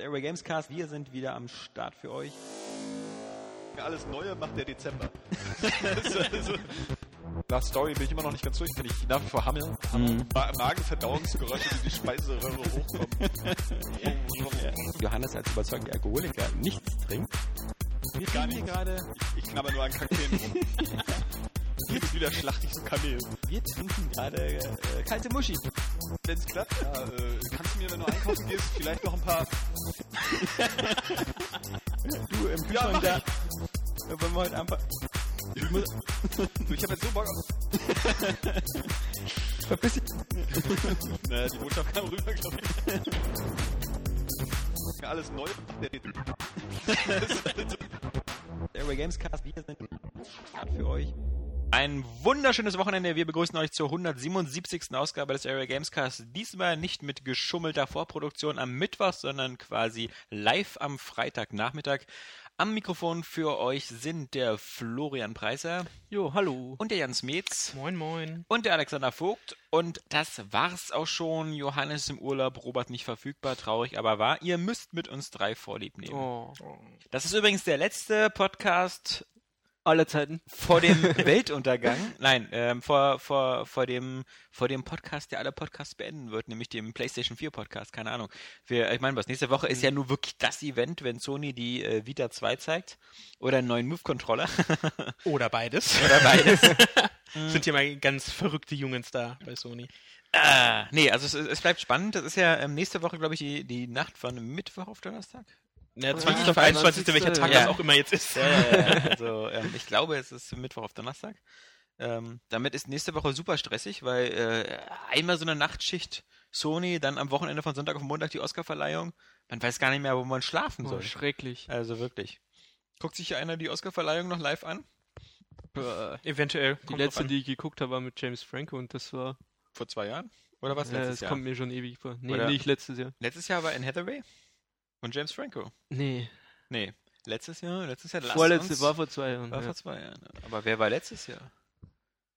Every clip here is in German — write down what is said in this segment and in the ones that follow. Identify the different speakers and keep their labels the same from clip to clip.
Speaker 1: Airway Gamescast. Wir sind wieder am Start für euch.
Speaker 2: Alles Neue macht der Dezember. also, Last Story bin ich immer noch nicht ganz durch, bin ich nach wie vor Hammel.
Speaker 1: Mhm.
Speaker 2: Ma Magenverdauungsgeräusche, die die Speiseröhre hochkommen.
Speaker 1: Johannes als überzeugter Alkoholiker nichts trinkt. Wir trinken
Speaker 2: Gar
Speaker 1: hier
Speaker 2: nichts.
Speaker 1: gerade,
Speaker 2: ich knabber nur an Kakteen rum. Jetzt wieder schlachte ich so Kamel.
Speaker 1: wir trinken gerade äh, kalte Muschi.
Speaker 2: Wenn's klappt, ja, äh, kannst du mir, wenn du einkaufen gehst, vielleicht noch ein paar...
Speaker 1: Du im
Speaker 2: Ja, mach
Speaker 1: Kühlschrank da. Da wollen wir heute einfach.
Speaker 2: Ich, muss, du, ich hab jetzt so Bock auf...
Speaker 1: Verpiss dich.
Speaker 2: Naja, die Botschaft kam rüber, glaube ich. Alles neu.
Speaker 1: Airway Gamescast, wir sind am Start für euch. Ein wunderschönes Wochenende. Wir begrüßen euch zur 177. Ausgabe des Airway Gamescast. Diesmal nicht mit geschummelter Vorproduktion am Mittwoch, sondern quasi live am Freitagnachmittag. Am Mikrofon für euch sind der Florian Preiser
Speaker 3: Jo, hallo.
Speaker 1: und der Jans Metz.
Speaker 3: Moin, moin.
Speaker 1: Und der Alexander Vogt. Und das war's auch schon. Johannes im Urlaub, Robert nicht verfügbar, traurig aber wahr. Ihr müsst mit uns drei vorlieb nehmen.
Speaker 3: Oh.
Speaker 1: Das ist übrigens der letzte Podcast
Speaker 3: Alle Zeiten.
Speaker 1: vor dem Weltuntergang. Nein, ähm, vor, vor, vor, dem, vor dem Podcast, der alle Podcasts beenden wird, nämlich dem PlayStation 4 Podcast, keine Ahnung. Wir, ich meine, was nächste Woche ist ja nur wirklich das Event, wenn Sony die äh, Vita 2 zeigt oder einen neuen Move-Controller
Speaker 3: Oder beides.
Speaker 1: oder beides. Mhm.
Speaker 3: Sind hier mal ganz verrückte Jungs da bei Sony.
Speaker 1: äh, nee, also es, es bleibt spannend. Das ist ja ähm, nächste Woche, glaube ich, die, die Nacht von Mittwoch auf Donnerstag.
Speaker 3: Ja,
Speaker 4: 20.
Speaker 3: 20 auf 21. welcher Tag
Speaker 1: Ja.
Speaker 3: das auch immer jetzt ist.
Speaker 1: also ähm, ich glaube, es ist Mittwoch auf Donnerstag. Ähm, damit ist nächste Woche super stressig, weil äh, einmal so eine Nachtschicht Sony, dann am Wochenende von Sonntag auf Montag die Oscarverleihung. Man weiß gar nicht mehr, wo man schlafen soll.
Speaker 4: Oh, schrecklich.
Speaker 1: also wirklich. Guckt sich hier einer die Oscarverleihung noch live an?
Speaker 3: Eventuell.
Speaker 4: Die
Speaker 3: kommt
Speaker 4: letzte,
Speaker 3: drauf an.
Speaker 4: die ich geguckt habe, war mit James Franco und das war.
Speaker 1: Vor zwei Jahren? Oder was
Speaker 4: äh,
Speaker 1: letztes
Speaker 4: das
Speaker 1: Jahr?
Speaker 4: kommt mir schon ewig vor. Nee,
Speaker 1: Oder-
Speaker 4: nicht letztes Jahr.
Speaker 1: Letztes Jahr war Anne Hathaway und James Franco.
Speaker 4: Nee,
Speaker 1: Nee, letztes Jahr, letztes Jahr. lasst
Speaker 4: vorletzte
Speaker 1: uns-
Speaker 4: war vor zwei Jahren.
Speaker 1: war
Speaker 4: ja.
Speaker 1: vor zwei Jahren. Aber wer war letztes Jahr?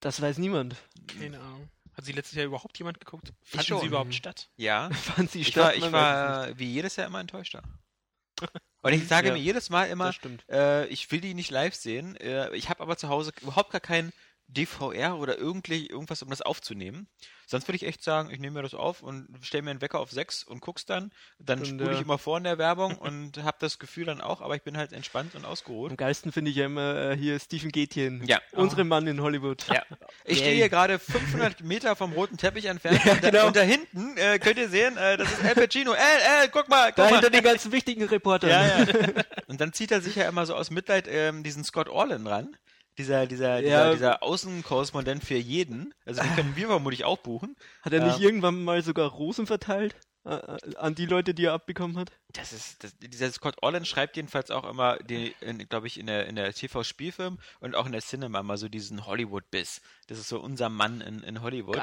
Speaker 4: Das weiß niemand.
Speaker 3: Keine Ahnung. Hat sie letztes Jahr überhaupt jemand geguckt?
Speaker 1: Ich
Speaker 3: Fanden
Speaker 1: schon.
Speaker 3: sie überhaupt statt?
Speaker 1: Ja.
Speaker 4: Fand sie
Speaker 1: Ich
Speaker 4: statt,
Speaker 1: war, ich
Speaker 4: man weiß es
Speaker 1: war wie jedes Jahr immer enttäuschter. Und ich sage
Speaker 4: Ja.
Speaker 1: mir jedes Mal
Speaker 4: nicht.
Speaker 1: immer,
Speaker 4: Das stimmt.
Speaker 1: äh, ich will die nicht live sehen. Äh, ich habe aber zu Hause überhaupt gar kein DVR oder irgendwie irgendwas, um das aufzunehmen. Sonst würde ich echt sagen, ich nehme mir das auf und stelle mir einen Wecker auf 6 und guck's dann. Dann
Speaker 4: Und,
Speaker 1: spule ich
Speaker 4: äh,
Speaker 1: immer vor in der Werbung und habe das Gefühl dann auch, aber ich bin halt entspannt und ausgeruht.
Speaker 4: Am geilsten finde ich ja immer äh, hier Stephen Gätjen.
Speaker 1: Ja.
Speaker 4: Unserem Mann in Hollywood.
Speaker 1: Ja. Ich stehe
Speaker 4: Yay.
Speaker 1: hier gerade 500 Meter vom roten Teppich entfernt
Speaker 4: Ja,
Speaker 1: und, da,
Speaker 4: genau.
Speaker 1: und da hinten äh, könnt ihr sehen, äh, das ist Al Pacino. Al, Al, guck mal, guck
Speaker 4: Da
Speaker 1: mal.
Speaker 4: hinter den ganzen wichtigen Reportern.
Speaker 1: Ja, ja. Und dann zieht er sich ja immer so aus Mitleid ähm, diesen Scott Orland ran. Dieser, dieser, dieser,
Speaker 4: Ja.
Speaker 1: dieser Außenkorrespondent für jeden. Also den können wir vermutlich auch buchen.
Speaker 4: Hat er nicht
Speaker 1: Ja.
Speaker 4: irgendwann mal sogar Rosen verteilt? Äh, äh, An die Leute, die er abbekommen hat?
Speaker 1: Das ist, das, dieser Scott Orland schreibt jedenfalls auch immer, glaube ich, in der, in der TV-Spielfilm und auch in der Cinema mal so diesen Hollywood-Biss. Das ist so unser Mann in, in Hollywood.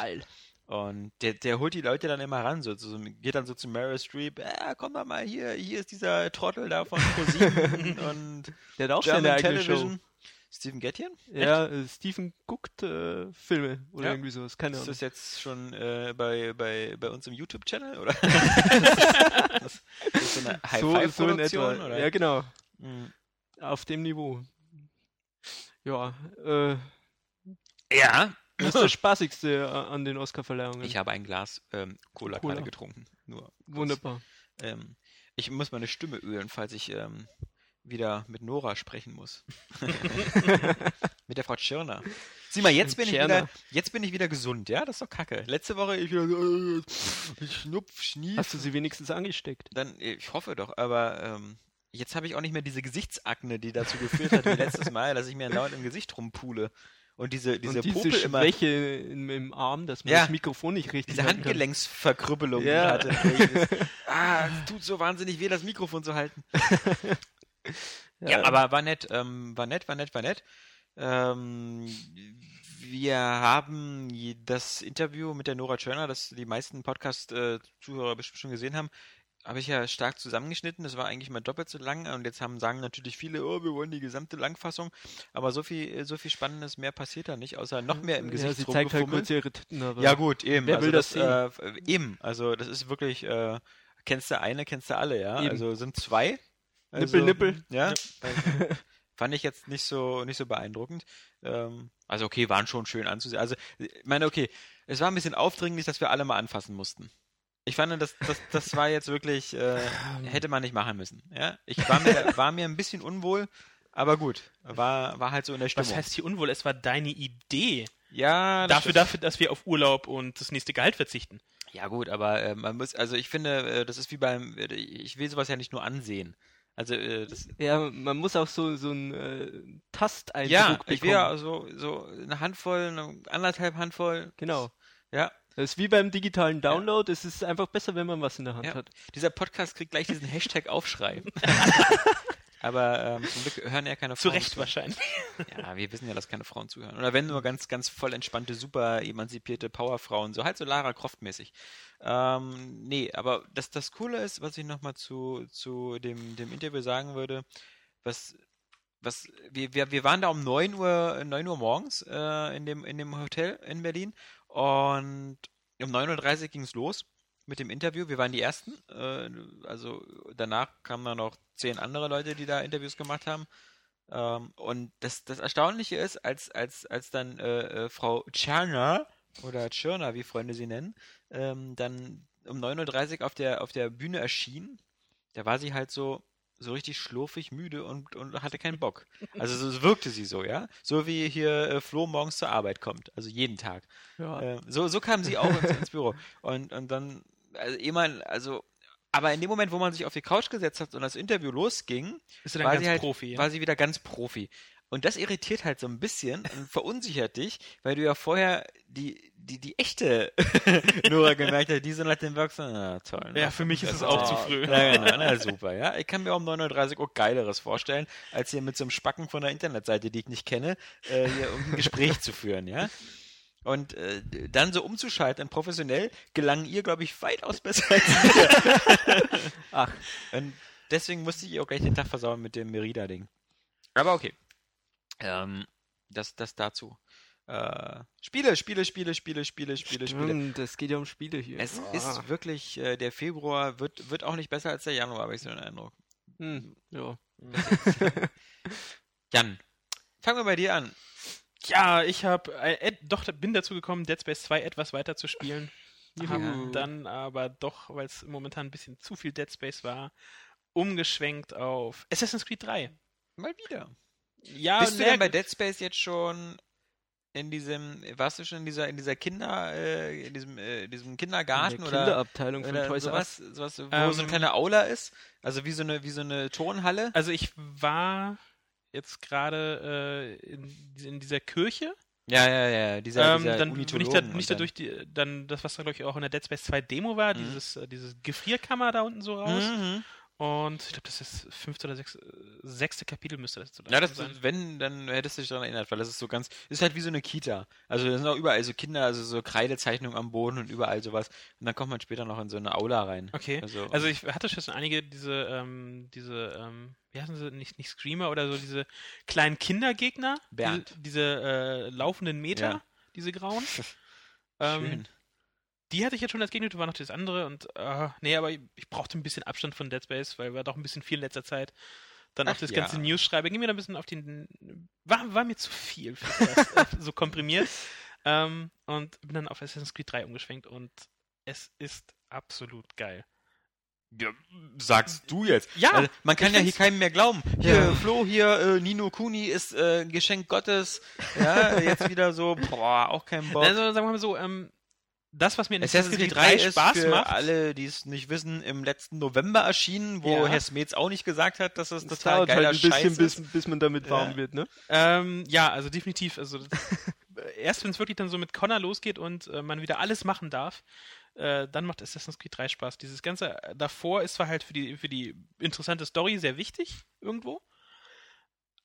Speaker 1: Und der, der holt die Leute dann immer ran, so, so geht dann so zu Meryl Streep, äh, komm doch mal hier, hier ist dieser Trottel da von ProSieben und
Speaker 4: Der hat auch
Speaker 1: German
Speaker 4: seine eigene Show.
Speaker 1: Television. Steven Gettchen?
Speaker 4: Ja, äh, Stephen guckt äh, Filme oder
Speaker 1: Ja.
Speaker 4: irgendwie sowas, keine
Speaker 1: Ist
Speaker 4: Ahnung.
Speaker 1: das jetzt schon äh, bei, bei, bei uns im YouTube-Channel? Oder? das ist so eine High-Five-Produktion? oder?
Speaker 4: Ja, genau.
Speaker 1: Mhm.
Speaker 4: Auf dem Niveau. Ja, äh,
Speaker 1: ja.
Speaker 4: das ist das Spaßigste a- an den Oscarverleihungen.
Speaker 1: Ich habe ein Glas ähm, Cola,
Speaker 4: Cola.
Speaker 1: gerade getrunken. Nur
Speaker 4: Wunderbar.
Speaker 1: ähm, ich muss meine Stimme ölen, falls ich ähm, wieder mit Nora sprechen muss. mit der Frau Tschirner. Sieh mal, jetzt bin, ich wieder,
Speaker 4: Tschirner.
Speaker 1: jetzt bin ich wieder gesund, ja? Das ist doch kacke. Letzte Woche, ich, wieder so, äh, ich schnupf, schnief.
Speaker 4: Hast du sie wenigstens angesteckt?
Speaker 1: Dann, ich hoffe doch, aber ähm, jetzt habe ich auch nicht mehr diese Gesichtsakne, die dazu geführt hat wie letztes Mal, dass ich mir dauernd im Gesicht rumpule. Und diese, diese,
Speaker 4: Und diese
Speaker 1: Popel immer,
Speaker 4: Schwäche im, im Arm, dass man
Speaker 1: Ja.
Speaker 4: das Mikrofon nicht richtig
Speaker 1: diese
Speaker 4: halten kann.
Speaker 1: Handgelenksverkrüppelung, die
Speaker 4: Ja.
Speaker 1: ich hatte. Dieses, ah, es tut so wahnsinnig weh, das Mikrofon zu halten. Ja, aber war nett, ähm, war nett, war nett, war nett. Ähm, wir haben je- das Interview mit der Nora Tschörner, das die meisten Podcast-Zuhörer bestimmt schon gesehen haben, habe ich ja stark zusammengeschnitten. Das war eigentlich mal doppelt so lang und jetzt haben sagen natürlich viele, oh, wir wollen die gesamte Langfassung. Aber so viel, so viel Spannendes mehr passiert da nicht, außer noch mehr im Gesicht
Speaker 4: ja, sie zeigt halt
Speaker 1: rumgefummelt.
Speaker 4: kurz ihre Titten, aber
Speaker 1: Ja, gut, eben.
Speaker 4: Wer
Speaker 1: also
Speaker 4: will das
Speaker 1: äh, eben, also das ist wirklich äh, kennst du eine, kennst du alle, ja.
Speaker 4: Eben.
Speaker 1: Also sind zwei. Also,
Speaker 4: nippel, nippel.
Speaker 1: Ja. Also, fand ich jetzt nicht so nicht so beeindruckend. Ähm, also okay, waren schon schön anzusehen. Also ich meine, okay, es war ein bisschen aufdringlich, dass wir alle mal anfassen mussten. Ich fand, das, das, das war jetzt wirklich, äh, hätte man nicht machen müssen. Ja? Ich war mir, war mir ein bisschen unwohl, aber gut, war, war halt so in der Stimmung.
Speaker 3: Was heißt hier unwohl? Es war deine Idee.
Speaker 1: ja, das
Speaker 3: Dafür,
Speaker 1: stimmt.
Speaker 3: dafür, dass wir auf Urlaub und das nächste Gehalt verzichten.
Speaker 1: Ja, gut, aber äh, man muss, also ich finde, äh, das ist wie beim, äh, ich will sowas ja nicht nur ansehen. Also, äh, das,
Speaker 4: Ja, man muss auch so, so einen äh, Tasteindruck
Speaker 1: ja,
Speaker 4: bekommen.
Speaker 1: ich will ja so, so eine Handvoll, eine anderthalb Handvoll.
Speaker 4: Genau.
Speaker 1: Ja,
Speaker 4: Das ist wie beim digitalen Download. Es ist einfach besser, wenn man was in der Hand
Speaker 1: Ja.
Speaker 4: hat.
Speaker 1: dieser Podcast kriegt gleich diesen Hashtag Aufschrei. Aber ähm, zum Glück hören ja keine
Speaker 3: Zu
Speaker 1: Frauen.
Speaker 3: Recht
Speaker 1: zu.
Speaker 3: wahrscheinlich.
Speaker 1: Ja, wir wissen ja, dass keine Frauen zuhören. Oder wenn nur ganz, ganz voll entspannte, super emanzipierte Powerfrauen, so halt so Lara Croft-mäßig. Ähm, nee, aber das, das Coole ist, was ich nochmal zu, zu dem, dem Interview sagen würde, was, was, wir, wir, wir waren da um 9 Uhr, 9 Uhr morgens äh, in, dem, in dem Hotel in Berlin und um 9.30 Uhr ging es los mit dem Interview. Wir waren die Ersten. Äh, also danach kamen dann noch zehn andere Leute, die da Interviews gemacht haben. Ähm, und das, das Erstaunliche ist, als, als, als dann äh, äh, Frau Tscherner oder Tschirner, wie Freunde sie nennen, ähm, dann um 9.30 Uhr auf der, auf der Bühne erschien, da war sie halt so, so richtig schlurfig müde und, und hatte keinen Bock. Also so, so wirkte sie so, ja? So wie hier äh, Flo morgens zur Arbeit kommt, also jeden Tag.
Speaker 4: Ja.
Speaker 1: Ähm, so, so kam sie auch ins, ins Büro. Und, und dann, also, eh man, also, aber in dem Moment, wo man sich auf die Couch gesetzt hat und das Interview losging,
Speaker 3: Bist du dann
Speaker 1: war
Speaker 3: ganz
Speaker 1: sie halt,
Speaker 3: Profi? ja?
Speaker 1: war sie wieder ganz Profi. Und das irritiert halt so ein bisschen und verunsichert dich, weil du ja vorher die, die, die echte Nora gemerkt hast, die so nach dem Werk so, na toll. ne?
Speaker 3: Ja, für mich ist es
Speaker 1: Ja,
Speaker 3: auch zu früh.
Speaker 1: Na, genau, na super, ja. Ich kann mir um 9.30 Uhr auch Geileres vorstellen, als hier mit so einem Spacken von der Internetseite, die ich nicht kenne, äh, hier irgendein Gespräch zu führen, ja. Und äh, dann so umzuschalten in professionell gelang ihr, glaube ich, weitaus besser als mir.
Speaker 4: Ach.
Speaker 1: Und deswegen musste ich ihr auch gleich den Tag versauen mit dem Merida-Ding. Aber okay. Ähm, das, das dazu. Äh, Spiele, Spiele, Spiele, Spiele, Spiele, Spiele, Spiele.
Speaker 4: Stimmt, es geht ja um Spiele hier.
Speaker 1: Es
Speaker 4: Ah.
Speaker 1: ist wirklich, äh, der Februar wird, wird auch nicht besser als der Januar, habe ich so den Eindruck.
Speaker 4: Hm, ja.
Speaker 1: Jan, fangen wir bei dir an.
Speaker 3: Ja, ich habe äh, et- doch bin dazu gekommen, Dead Space 2 etwas weiter zu spielen. Hab dann aber doch, weil es momentan ein bisschen zu viel Dead Space war, umgeschwenkt auf Assassin's Creed 3.
Speaker 1: Mal wieder.
Speaker 3: Ja,
Speaker 1: Bist du
Speaker 3: na-
Speaker 1: denn bei Dead Space jetzt schon in diesem, warst du schon in dieser, in dieser Kinder, äh, in diesem, äh, in diesem Kindergarten
Speaker 4: In der
Speaker 1: oder,
Speaker 4: Kinderabteilung von
Speaker 1: oder
Speaker 4: Toys R Us.
Speaker 1: sowas, sowas, wo
Speaker 3: Ähm,
Speaker 1: so eine kleine Aula ist? Also wie so eine, wie so eine Turnhalle?
Speaker 3: Also ich war jetzt gerade äh, in, in dieser Kirche.
Speaker 1: Ja, ja, ja, dieser,
Speaker 3: Ähm,
Speaker 1: dieser
Speaker 3: dann bin ich da,
Speaker 1: Unitologen
Speaker 3: bin ich
Speaker 1: und
Speaker 3: da
Speaker 1: dann-
Speaker 3: durch die, dann das, was da glaube ich auch in der Dead Space 2 Demo war,
Speaker 1: Mhm.
Speaker 3: dieses, äh, dieses Gefrierkammer da unten so raus.
Speaker 1: Mhm.
Speaker 3: Und ich glaube, das ist fünfte oder sechste, äh, sechste Kapitel müsste das, so
Speaker 1: Ja, das,
Speaker 3: langsam sein.
Speaker 1: wenn, dann hättest du dich daran erinnert, weil das ist so ganz, ist halt wie so eine Kita. Also da sind auch überall so Kinder, also so Kreidezeichnungen am Boden und überall sowas. Und dann kommt man später noch in so eine Aula rein.
Speaker 3: Okay.
Speaker 1: Also,
Speaker 3: Also ich hatte schon einige diese, ähm, diese, ähm, wie heißen sie, nicht, nicht Screamer oder so, diese kleinen Kindergegner.
Speaker 1: Bernd.
Speaker 3: Diese, diese äh, laufenden Meter,
Speaker 1: Ja.
Speaker 3: diese grauen.
Speaker 1: Schön. oh,
Speaker 3: Ähm, die hatte ich jetzt schon als Gegner, da war noch das andere und äh, nee, aber ich, ich brauchte ein bisschen Abstand von Dead Space, weil war doch ein bisschen viel in letzter Zeit. Dann auch
Speaker 1: Ach
Speaker 3: das
Speaker 1: ja.
Speaker 3: ganze News schreibe, ging mir da ein bisschen auf den. War, war mir zu viel, für das, äh, so komprimiert. Ähm, und bin dann auf Assassin's Creed 3 umgeschwenkt und es ist absolut geil.
Speaker 1: Ja, sagst du jetzt.
Speaker 3: Ja,
Speaker 1: also, man kann
Speaker 3: ich
Speaker 1: ja hier
Speaker 3: find's-
Speaker 1: keinem mehr glauben. Hier,
Speaker 4: Ja.
Speaker 1: Flo, hier, äh, Nino Kuni ist äh, Geschenk Gottes. Ja, jetzt wieder so, boah, auch kein Bock.
Speaker 3: Also sagen wir mal so, ähm, das, was mir in
Speaker 1: Assassin's Creed 3 ist Spaß für macht. alle, die es nicht wissen, im letzten November erschienen, wo
Speaker 3: Ja.
Speaker 1: Herr Smets auch nicht gesagt hat, dass das
Speaker 4: Das
Speaker 1: total
Speaker 4: dauert halt
Speaker 1: geiler
Speaker 4: ein bisschen,
Speaker 1: Scheiß ist.
Speaker 4: bis, bis man damit warm
Speaker 1: Ja.
Speaker 4: wird, ne?
Speaker 3: Ähm, ja, also definitiv. Also das- erst wenn es wirklich dann so mit Connor losgeht und äh, man wieder alles machen darf, äh, dann macht Assassin's Creed 3 Spaß. Dieses ganze äh, davor ist zwar halt für die für die interessante Story sehr wichtig irgendwo,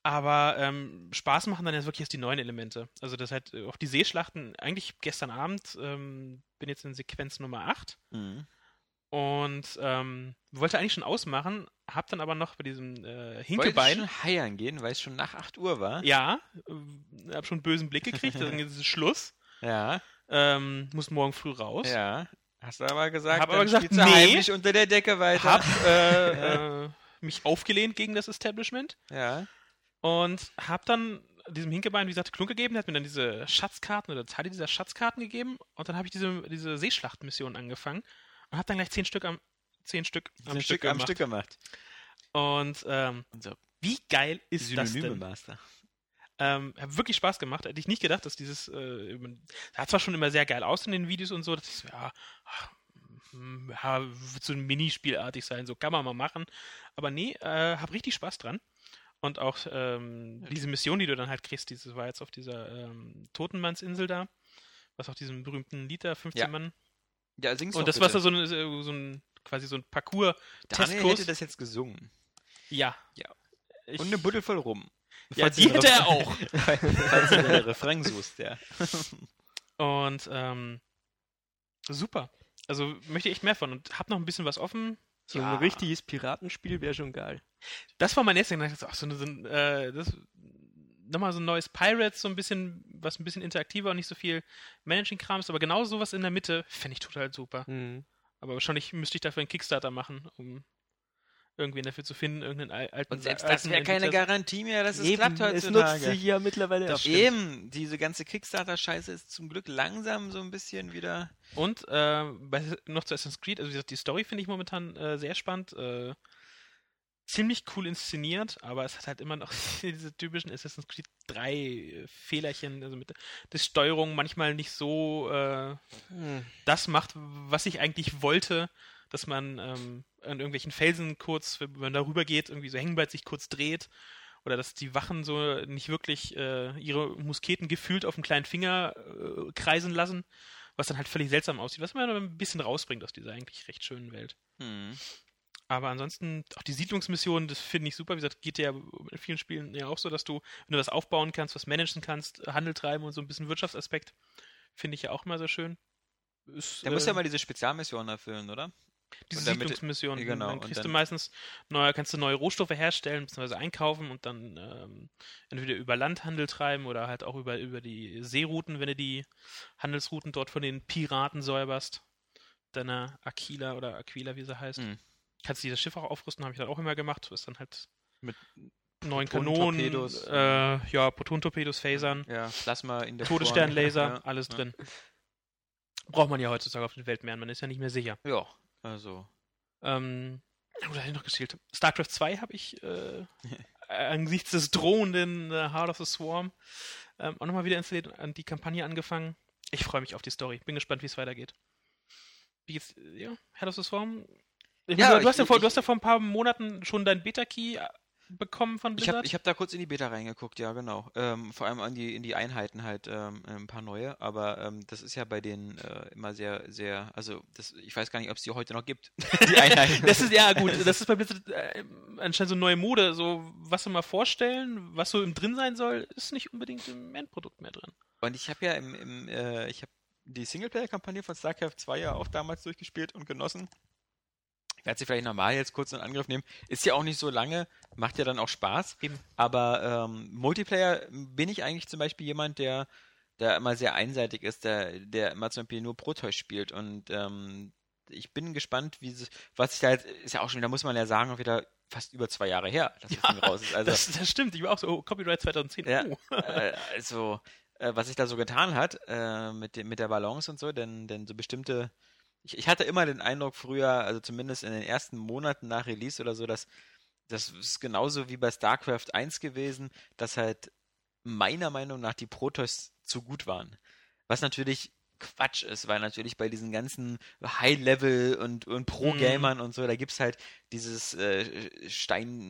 Speaker 3: aber ähm, Spaß machen dann jetzt wirklich erst die neuen Elemente. Also das halt äh, auch die Seeschlachten. Eigentlich gestern Abend ähm, bin jetzt in Sequenz Nummer 8
Speaker 1: Mhm.
Speaker 3: und ähm, wollte eigentlich schon ausmachen, hab dann aber noch bei diesem äh,
Speaker 1: Wollte
Speaker 3: Hinkebein
Speaker 1: schon ne? heiern gehen, weil es schon nach 8 Uhr war.
Speaker 3: ja, äh, hab schon einen bösen Blick gekriegt, dann ist es Schluss.
Speaker 1: Ja,
Speaker 3: Ähm, muss morgen früh raus.
Speaker 1: ja. Hast du aber gesagt,
Speaker 3: Hab aber
Speaker 1: dann
Speaker 3: gesagt,
Speaker 1: spielst du
Speaker 3: nee.
Speaker 1: heimlich unter der Decke weiter.
Speaker 3: Hab äh, äh, mich aufgelehnt gegen das Establishment
Speaker 1: Ja.
Speaker 3: und hab dann diesem Hinkebein, wie gesagt, Klunk gegeben, der hat mir dann diese Schatzkarten oder Teile dieser Schatzkarten gegeben und dann habe ich diese, diese Seeschlachtmission angefangen und hab dann gleich zehn Stück am zehn Stück am
Speaker 1: Ein
Speaker 3: Stück,
Speaker 1: am
Speaker 3: gemacht.
Speaker 1: Stück gemacht.
Speaker 3: Und ähm,
Speaker 1: Unser
Speaker 3: wie geil ist das
Speaker 1: Synonyme
Speaker 3: denn?
Speaker 1: Master.
Speaker 3: Ähm, hat wirklich Spaß gemacht. Hätte ich nicht gedacht, dass dieses. Äh, man- sah zwar schon immer sehr geil aus in den Videos und so, dass ich so, ja, ach, hm, ja, wird so ein Minispielartig sein, so kann man mal machen. Aber nee, äh, hab richtig Spaß dran. Und auch ähm, diese Mission, die du dann halt kriegst, diese war jetzt auf dieser ähm, Totenmannsinsel da, was auch diesem berühmten Lied da, 15
Speaker 1: Ja,
Speaker 3: Mann.
Speaker 1: Ja, singst
Speaker 3: Und das war so ein, so ein quasi so ein Parcours.
Speaker 1: Daniel
Speaker 3: Testkurs.
Speaker 1: hätte das jetzt gesungen.
Speaker 3: Ja.
Speaker 1: Ja.
Speaker 3: Ich,
Speaker 1: Und eine Buddel voll rum.
Speaker 3: ja,
Speaker 1: Falls
Speaker 3: die
Speaker 1: du den
Speaker 3: hätte er
Speaker 1: Refrain-
Speaker 3: auch.
Speaker 1: Falls du den Refrain suchst, ja.
Speaker 3: Und ähm, super. Also möchte ich echt mehr von und hab noch ein bisschen was offen.
Speaker 4: So
Speaker 3: Ja.
Speaker 4: ein richtiges Piratenspiel wäre schon geil.
Speaker 3: Das war mein nächster Gedanke. Ich dachte, Ach, so eine, so ein, äh, das, nochmal so ein neues Pirates, so ein bisschen, was ein bisschen interaktiver und nicht so viel Managing-Kram ist, aber genau sowas in der Mitte fände ich total super.
Speaker 1: Hm.
Speaker 4: Mhm.
Speaker 3: Aber wahrscheinlich müsste ich dafür einen Kickstarter machen, um irgendwen dafür zu finden, irgendeinen al- alten.
Speaker 1: Und selbst
Speaker 3: alten
Speaker 1: das wäre keine
Speaker 3: Entwickler.
Speaker 1: Garantie mehr, dass es
Speaker 4: Eben,
Speaker 1: klappt
Speaker 4: es nutzt
Speaker 1: heutzutage.
Speaker 4: sich ja mittlerweile
Speaker 1: Das
Speaker 4: ab.
Speaker 1: Eben, diese ganze Kickstarter-Scheiße ist zum Glück langsam so ein bisschen wieder.
Speaker 3: Und äh, bei, noch zu Assassin's Creed, also wie gesagt, die Story finde ich momentan äh, sehr spannend. Äh, ziemlich cool inszeniert, aber es hat halt immer noch diese typischen Assassin's Creed 3 äh, Fehlerchen, also mit der die Steuerung manchmal nicht so äh,
Speaker 4: Hm.
Speaker 3: das macht, was ich eigentlich wollte, dass man ähm, an irgendwelchen Felsen kurz, wenn man darüber geht, irgendwie so hängenbeit sich kurz dreht. Oder dass die Wachen so nicht wirklich äh, ihre Musketen gefühlt auf dem kleinen Finger äh, kreisen lassen, was dann halt völlig seltsam aussieht, was man ein bisschen rausbringt aus dieser eigentlich recht schönen Welt.
Speaker 1: Hm.
Speaker 3: Aber ansonsten, auch die Siedlungsmissionen, das finde ich super. Wie gesagt, geht ja in vielen Spielen ja auch so, dass du, wenn du was aufbauen kannst, was managen kannst, Handel treiben und so ein bisschen Wirtschaftsaspekt, finde ich ja auch immer sehr schön. Ist,
Speaker 1: Der muss ja
Speaker 3: äh,
Speaker 1: mal diese Spezialmission erfüllen, oder?
Speaker 3: diese
Speaker 1: Und damit-
Speaker 3: Siedlungsmission.
Speaker 1: ja, genau,
Speaker 3: Dann
Speaker 1: und
Speaker 3: kriegst du
Speaker 1: dann-
Speaker 3: meistens neue, kannst du neue Rohstoffe herstellen, beziehungsweise einkaufen und dann ähm, entweder über Landhandel treiben oder halt auch über, über die Seerouten, wenn du die Handelsrouten dort von den Piraten säuberst. Deiner Aquila oder Aquila, wie sie heißt.
Speaker 1: Mhm.
Speaker 3: Kannst du dieses Schiff auch aufrüsten, habe ich dann auch immer gemacht. Du hast dann halt
Speaker 1: Mit
Speaker 3: neuen Kanonen,
Speaker 1: Protonentorpedos.
Speaker 3: äh, ja, Protontorpedos, Phasern,
Speaker 1: Ja, Plasma in der
Speaker 3: Todessternlaser,
Speaker 1: Form.
Speaker 3: alles
Speaker 1: ja.
Speaker 3: drin. Braucht man ja heutzutage auf den Weltmeeren, man ist ja nicht mehr sicher.
Speaker 1: Ja, ja also.
Speaker 3: Ähm, oder hätte ich noch gespielt? StarCraft 2 habe ich äh, angesichts des drohenden äh, Heart of the Swarm ähm, auch nochmal wieder installiert und an die Kampagne angefangen. Ich freue mich auf die Story. Bin gespannt, wie es weitergeht. Wie geht's? äh, Ja, Heart of the Swarm? Ich
Speaker 1: Ja,
Speaker 3: meine, du,
Speaker 1: ich-
Speaker 3: hast ja vor, du
Speaker 1: ich-
Speaker 3: hast ja vor ein paar Monaten schon deinen Beta-Key äh, bekommen von
Speaker 1: Ich habe
Speaker 3: Blizzard.
Speaker 1: ich hab da kurz in die Beta reingeguckt, ja, genau. Ähm, vor allem an die, in die Einheiten halt ähm, ein paar neue, aber ähm, das ist ja bei denen äh, immer sehr, sehr, also das, ich weiß gar nicht, ob es die heute noch gibt. Die Einheiten.
Speaker 3: Das ist ja gut, das ist bei Blizzard äh, anscheinend so neue Mode, so was sie mal vorstellen, was so im drin sein soll, ist nicht unbedingt im Endprodukt mehr drin.
Speaker 1: Und ich habe ja im, im äh, ich habe die Singleplayer-Kampagne von StarCraft 2 ja auch damals durchgespielt und genossen. Ich werde sie vielleicht nochmal jetzt kurz in Angriff nehmen. Ist ja auch nicht so lange, macht ja dann auch Spaß.
Speaker 3: Eben.
Speaker 1: Aber ähm, Multiplayer bin ich eigentlich zum Beispiel jemand, der da immer sehr einseitig ist, der, der immer zum Beispiel nur Proteus spielt. Und ähm, ich bin gespannt, wie sie- was ich da jetzt, ist ja auch schon, da muss man ja sagen, auch wieder fast über zwei Jahre her, dass das Ding raus ist. Also,
Speaker 3: das, das stimmt, ich war auch so, oh, Copyright 2010.
Speaker 1: Ja.
Speaker 3: Oh.
Speaker 1: äh, also, äh, was sich da so getan hat äh, mit, dem- mit der Balance und so, denn, denn so bestimmte. Ich, ich hatte immer den Eindruck früher, also zumindest in den ersten Monaten nach Release oder so, dass das ist genauso wie bei StarCraft 1 gewesen, dass halt meiner Meinung nach die Protoss zu gut waren. Was natürlich Quatsch ist, weil natürlich bei diesen ganzen High-Level und, und Pro-Gamern und so, da gibt es halt dieses äh,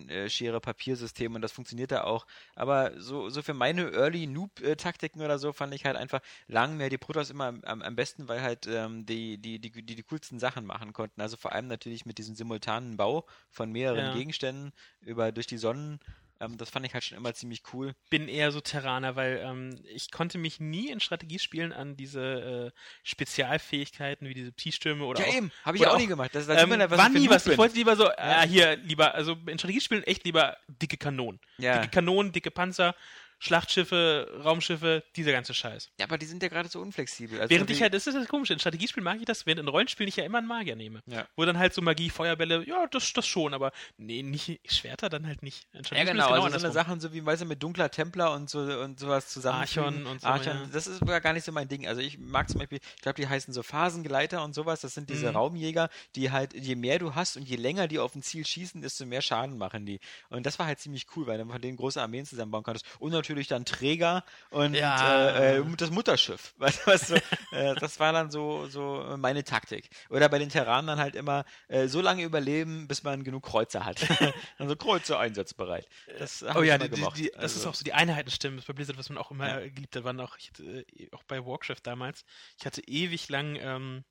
Speaker 1: Steinschere-Papiersystem und das funktioniert da auch. Aber so, so für meine Early-Noob-Taktiken oder so fand ich halt einfach lang mehr die Protoss immer am- am, am besten, weil halt ähm, die, die, die, die die coolsten Sachen machen konnten. Also vor allem natürlich mit diesem simultanen Bau von mehreren
Speaker 3: Ja.
Speaker 1: Gegenständen über durch die Sonnen. Ähm, das fand ich halt schon immer ziemlich cool.
Speaker 3: Bin eher so Terraner, weil ähm, ich konnte mich nie in Strategiespielen an diese äh, Spezialfähigkeiten wie diese P-Stürme oder auch,
Speaker 1: Habe ich
Speaker 3: oder
Speaker 1: auch
Speaker 3: auch-
Speaker 1: nie gemacht. Das, da sieht
Speaker 3: ähm,
Speaker 1: man ja, was
Speaker 3: war
Speaker 1: ich für ein
Speaker 3: nie
Speaker 1: Noob
Speaker 3: was. Ich
Speaker 1: bin.
Speaker 3: wollte lieber so, äh, ja. hier, lieber, also in Strategiespielen echt lieber dicke Kanonen.
Speaker 1: Ja.
Speaker 3: Dicke Kanonen, dicke Panzer, Schlachtschiffe, Raumschiffe, dieser ganze Scheiß.
Speaker 1: Ja, aber die sind ja gerade so unflexibel. Also
Speaker 3: Während
Speaker 1: die-
Speaker 3: ich halt, das ist das Komische, in Strategiespielen mag ich das, während in Rollenspielen ich ja immer einen Magier nehme.
Speaker 1: Ja.
Speaker 3: Wo dann halt so Magie, Feuerbälle, ja, das, das schon, aber nee, nicht, Schwerter dann halt nicht. In
Speaker 1: Ja,
Speaker 3: Strategiespielen
Speaker 1: genau,
Speaker 3: ist
Speaker 1: also so eine
Speaker 3: andersrum.
Speaker 1: Sachen so wie, weißt du, mit dunkler Templer und so und sowas zusammen.
Speaker 3: Archon und so,
Speaker 1: Archon,
Speaker 3: ja.
Speaker 1: das ist aber gar nicht so mein Ding. Also ich mag zum Beispiel, ich glaube, die heißen so Phasengleiter und sowas. Das sind diese
Speaker 3: Mhm.
Speaker 1: Raumjäger, die halt, je mehr du hast und je länger die auf ein Ziel schießen, desto mehr Schaden machen die. Und das war halt ziemlich cool, weil du von denen große Armeen zusammenbauen konntest. Und natürlich dann Träger und
Speaker 3: Ja.
Speaker 1: äh, äh, das Mutterschiff. Weißt du, was so, äh, das war dann so, so meine Taktik. Oder bei den Terranern halt immer äh, so lange überleben, bis man genug Kreuzer hat. also Kreuzer einsatzbereit. Das hab
Speaker 3: Oh
Speaker 1: ich
Speaker 3: ja,
Speaker 1: immer
Speaker 3: die, die,
Speaker 1: gemocht.
Speaker 3: die, das
Speaker 1: also,
Speaker 3: ist auch so die Einheitenstimmen bei Blizzard, was man auch immer äh, geliebt hat. Waren auch, ich hatte, äh, auch bei Warcraft damals. Ich hatte ewig lang, ähm,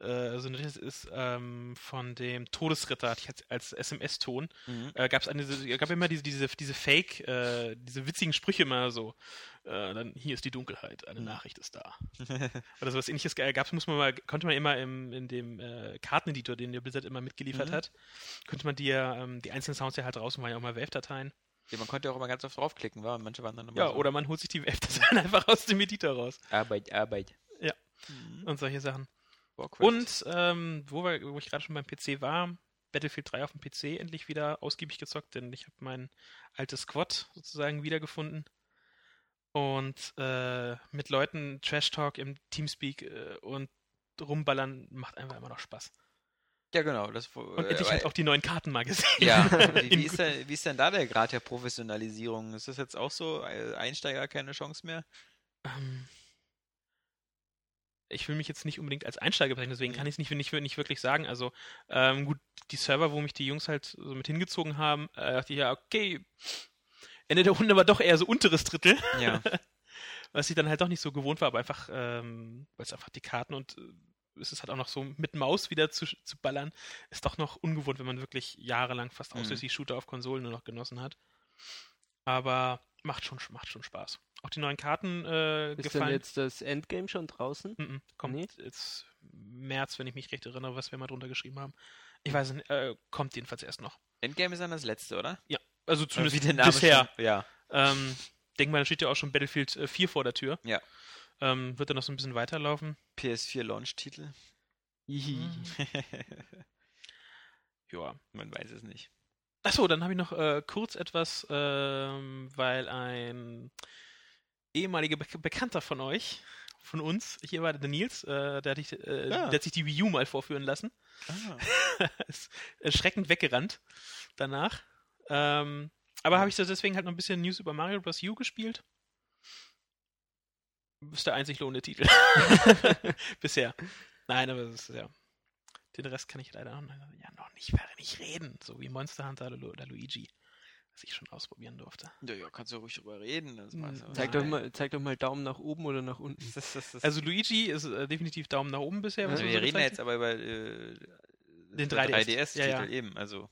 Speaker 3: äh, so eine, das ist ähm, von dem Todesritter, hatte ich als, als SMS-Ton.
Speaker 1: Mhm.
Speaker 3: Äh, gab's eine, diese- gab immer diese, diese, diese Fake, äh, diese witzigen Sprüche immer so. Äh, dann hier ist die Dunkelheit,
Speaker 1: Mhm.
Speaker 3: eine Nachricht ist da. Oder sowas ähnliches gab muss man mal, konnte man immer im, in dem äh, Karteneditor, den der Blizzard immer mitgeliefert
Speaker 1: Mhm.
Speaker 3: hat, konnte man die ja, ähm, die einzelnen Sounds ja halt raus und waren ja auch mal WAV-Dateien.
Speaker 1: Ja, man konnte auch immer ganz oft draufklicken, war. und Manche waren dann immer
Speaker 3: Ja,
Speaker 1: so,
Speaker 3: oder man holt sich die WAV-Dateien einfach aus dem Editor raus
Speaker 1: Arbeit, Arbeit.
Speaker 3: Ja.
Speaker 1: Mhm.
Speaker 3: und solche Sachen.
Speaker 1: Warcraft.
Speaker 3: Und ähm, wo, wir, wo ich gerade schon beim PC war, Battlefield 3 auf dem PC endlich wieder ausgiebig gezockt, denn ich habe mein altes Squad sozusagen wiedergefunden und äh, mit Leuten Trash Talk im Teamspeak äh, und rumballern macht einfach immer noch Spaß.
Speaker 1: ja, genau. Das,
Speaker 3: Und endlich halt auch die neuen Karten mal gesehen.
Speaker 1: Ja, wie,
Speaker 3: In
Speaker 1: wie, ist der, wie ist denn da der Grad der Professionalisierung? Ist das jetzt auch so? äh, Einsteiger keine Chance mehr?
Speaker 3: Ähm, ich will mich jetzt nicht unbedingt als Einsteiger bezeichnen,
Speaker 4: Mhm.
Speaker 3: deswegen kann ich es nicht, nicht, nicht wirklich sagen. Also, ähm, gut, die Server, wo mich die Jungs halt so mit hingezogen haben, äh, dachte ich ja, okay, Ende der Runde war doch eher so unteres Drittel,
Speaker 1: Ja.
Speaker 3: was ich dann halt doch nicht so gewohnt war, aber einfach, ähm, weil es einfach die Karten und äh, es ist halt auch noch so mit Maus wieder zu, zu ballern, ist doch noch ungewohnt, wenn man wirklich jahrelang fast
Speaker 1: Mhm.
Speaker 3: ausschließlich Shooter auf Konsolen nur noch genossen hat. Aber macht schon, macht schon Spaß. Auch die neuen Karten äh,
Speaker 4: Ist denn
Speaker 3: gefallen.
Speaker 4: jetzt das Endgame schon draußen?
Speaker 3: Mhm, kommt
Speaker 4: Nee?
Speaker 3: jetzt März, wenn ich mich recht erinnere, was wir mal drunter geschrieben haben. Ich weiß nicht, äh, kommt jedenfalls erst noch.
Speaker 1: Endgame ist dann das letzte, oder?
Speaker 3: Also
Speaker 1: Äh,
Speaker 3: zumindest bisher.
Speaker 1: bisher. Ja.
Speaker 3: Ähm, denk mal, da steht ja auch schon Battlefield äh, 4 vor der Tür.
Speaker 1: Ja.
Speaker 3: Ähm, wird dann noch so ein bisschen weiterlaufen.
Speaker 1: PS4 Launch-Titel?
Speaker 4: Hihi.
Speaker 3: Ja.
Speaker 1: Man weiß es nicht.
Speaker 3: Achso, dann habe ich noch äh, kurz etwas, ähm, weil ein ehemaliger Be Bekannter von euch, von uns, hier war der Nils, äh, der, hat sich, äh,
Speaker 1: Ah.
Speaker 3: der hat sich die Wii U mal vorführen lassen. ist erschreckend weggerannt danach. Ähm, aber habe ich so deswegen halt noch ein bisschen News über Mario Bros. U gespielt. Ist der einzig lohnende Titel. Bisher. Nein, aber es ist ja. Den Rest kann ich leider noch, ja, noch nicht, nicht reden. So wie Monster Hunter oder Lu- oder Luigi. Was ich schon ausprobieren durfte.
Speaker 1: Ja, ja, kannst du ruhig drüber reden. Das
Speaker 3: Mhm.
Speaker 1: machst du.
Speaker 4: Zeig doch, mal, zeig doch mal Daumen nach oben oder nach unten.
Speaker 1: Das, das, das, das,
Speaker 3: Also Luigi ist äh, definitiv Daumen nach oben bisher. was
Speaker 1: also
Speaker 3: wir
Speaker 1: wir reden
Speaker 3: so
Speaker 1: ja
Speaker 3: bezeichnen.
Speaker 1: jetzt aber über äh, den
Speaker 3: 3DS.
Speaker 1: 3DS. titel
Speaker 3: Ja, ja.
Speaker 1: eben. Also,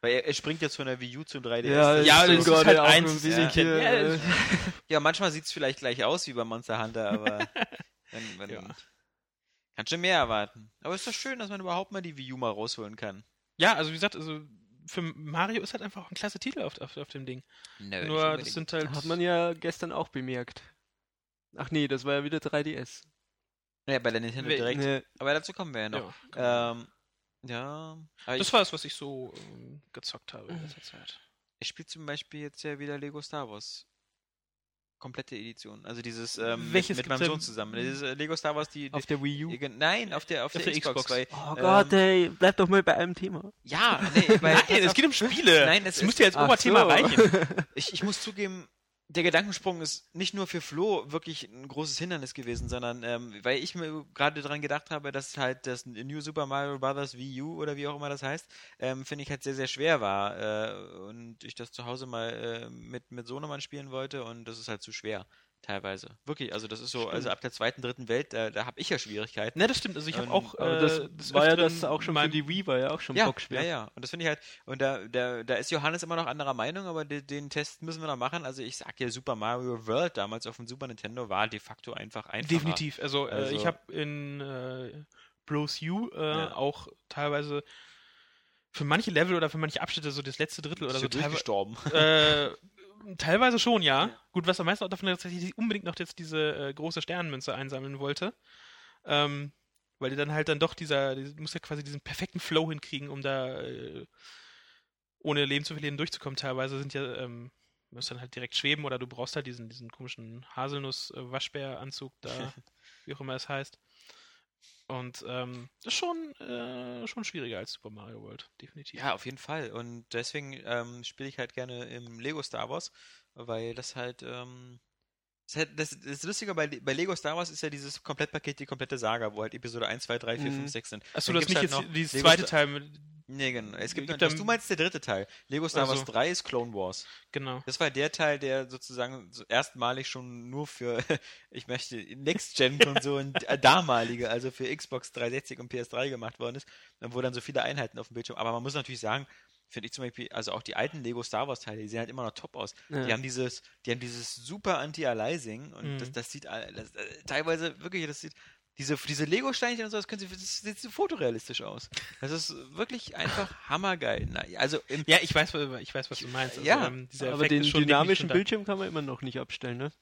Speaker 1: weil er, er springt jetzt von der Wii U zum 3DS.
Speaker 3: ist- ja, das
Speaker 4: stimmt
Speaker 3: ist
Speaker 4: gerade
Speaker 3: halt
Speaker 4: auch
Speaker 3: eins,
Speaker 4: irgendwie
Speaker 1: ja.
Speaker 4: hier,
Speaker 3: Ja,
Speaker 4: äh,
Speaker 1: ja manchmal sieht es vielleicht gleich aus wie bei Monster Hunter, aber wenn, wenn,
Speaker 3: Ja.
Speaker 1: kannst du mehr erwarten. Aber ist doch schön, dass man überhaupt mal die Wii U mal rausholen kann.
Speaker 3: Ja, also wie gesagt, also für Mario ist halt einfach auch ein klasse Titel auf, auf, auf dem Ding.
Speaker 1: Nö,
Speaker 3: Nur das sind halt.
Speaker 4: Hat man ja gestern auch bemerkt. Ach nee, das war ja wieder 3DS.
Speaker 1: naja, bei der Nintendo
Speaker 3: Wel-
Speaker 1: direkt.
Speaker 4: Nee,
Speaker 1: Aber dazu kommen wir ja noch.
Speaker 3: Ja.
Speaker 1: Ja, ähm, ja aber
Speaker 3: Das
Speaker 1: ich,
Speaker 3: war es, was ich so ähm, gezockt habe in letzter Zeit.
Speaker 1: ich spiele zum Beispiel jetzt ja wieder Lego Star Wars. Komplette Edition. Also dieses ähm, mit, mit
Speaker 3: Welches gibt's
Speaker 1: meinem
Speaker 3: denn?
Speaker 1: Sohn zusammen. Dieses äh, Lego Star Wars, die, die
Speaker 4: auf der Wii U.
Speaker 1: Irgend- Nein, auf der, auf der, Xbox. Weil,
Speaker 4: Oh
Speaker 1: Gott,
Speaker 4: Gott, ey, bleib doch mal bei einem Thema.
Speaker 1: ja, nee, weil, pass auf,
Speaker 3: um Spiele.
Speaker 1: Nein, das
Speaker 3: das
Speaker 1: ist-
Speaker 3: müsste ja als
Speaker 4: Ach
Speaker 3: Oberthema
Speaker 4: so.
Speaker 3: reichen.
Speaker 1: ich, ich muss zugeben, der Gedankensprung ist nicht nur für Flo wirklich ein großes Hindernis gewesen, sondern ähm, weil ich mir gerade daran gedacht habe, dass halt das New Super Mario Bros. Wii U oder wie auch immer das heißt, ähm, finde ich halt sehr, sehr schwer war. Äh, und ich das zu Hause mal äh, mit, mit Sohnemann spielen wollte und das ist halt zu schwer. Teilweise. Wirklich, also das ist so, also ab der zweiten, dritten Welt, da, da habe ich ja Schwierigkeiten.
Speaker 3: Ne, das stimmt. Also ich habe
Speaker 1: Ähm,
Speaker 3: auch.
Speaker 4: Aber
Speaker 3: äh,
Speaker 4: das
Speaker 3: des
Speaker 4: war ja
Speaker 3: Öfteren
Speaker 4: das auch schon
Speaker 3: mein-
Speaker 4: für die Wii, war ja auch schon
Speaker 1: ja,
Speaker 4: bockschwer.
Speaker 1: Ja, ja. Und das finde ich halt, und da, da, da ist Johannes immer noch anderer Meinung, aber de, den Test müssen wir noch machen. Also ich sag ja, Super Mario World damals auf dem Super Nintendo war de facto einfach einfacher.
Speaker 3: Definitiv. Also, äh,
Speaker 1: Also-
Speaker 3: ich habe in äh, Bros. U äh,
Speaker 1: Ja.
Speaker 3: auch teilweise für manche Level oder für manche Abschnitte so das letzte Drittel oder
Speaker 1: Ist
Speaker 3: so
Speaker 1: so
Speaker 3: teilweise.
Speaker 1: durchgestorben.
Speaker 3: äh, Teilweise schon, ja. Gut, was am meisten auch davon ist, dass ich nicht unbedingt noch jetzt diese äh, große Sternenmünze einsammeln wollte. Ähm, weil die dann halt dann doch dieser, die muss ja quasi diesen perfekten Flow hinkriegen, um da äh, ohne Leben zu verlieren durchzukommen. Teilweise sind ja, ähm, musst dann halt direkt schweben oder du brauchst halt diesen, diesen komischen Haselnuss-Waschbär-Anzug da, wie auch immer es heißt. Und ähm, das ist schon, äh, schon schwieriger als Super Mario World, definitiv.
Speaker 1: Ja, auf jeden Fall. Und deswegen ähm, spiele ich halt gerne im Lego Star Wars, weil das halt. Ähm, das, hat- das, das Lustige bei, bei Lego Star Wars ist ja dieses Komplettpaket, die komplette Saga, wo halt Episode 1, 2, 3, 4,
Speaker 4: Mhm.
Speaker 1: 5, 6 sind.
Speaker 3: Achso,
Speaker 1: Dann gibt's
Speaker 3: das nicht
Speaker 1: halt
Speaker 3: jetzt
Speaker 1: noch
Speaker 3: dieses
Speaker 1: Lego
Speaker 3: zweite
Speaker 1: Star-
Speaker 3: Teil mit,
Speaker 1: Nee, genau. Es gibt,
Speaker 3: Gibt
Speaker 1: noch, was
Speaker 3: dann-
Speaker 1: du meinst, der dritte Teil. Lego Star
Speaker 3: Also.
Speaker 1: Wars 3 ist Clone Wars.
Speaker 3: genau.
Speaker 1: Das war der Teil, der sozusagen so erstmalig schon nur für, ich möchte, Next-Gen-Konsolen äh, damalige, also für Xbox 360 und PS3 gemacht worden ist, wo dann so viele Einheiten auf dem Bildschirm. Aber man muss natürlich sagen, finde ich zum Beispiel, also auch die alten Lego Star Wars Teile, die sehen halt immer noch top aus.
Speaker 4: Ja.
Speaker 1: Die haben dieses, die haben dieses super Anti-Aliasing und
Speaker 3: Mhm.
Speaker 1: das, das sieht all- das, äh, teilweise wirklich, das sieht diese, diese Lego-Steinchen und so, das, können sie, das sieht so fotorealistisch aus. Das ist wirklich einfach hammergeil. Na, also im,
Speaker 3: Ja, ich weiß, wa- ich weiß, was du meinst. Also,
Speaker 1: Ja,
Speaker 3: ähm, dieser
Speaker 4: Aber
Speaker 3: Effekt
Speaker 4: den
Speaker 3: ist schon
Speaker 4: dynamischen
Speaker 3: definitiv
Speaker 4: Bildschirm kann man immer noch nicht abstellen, ne?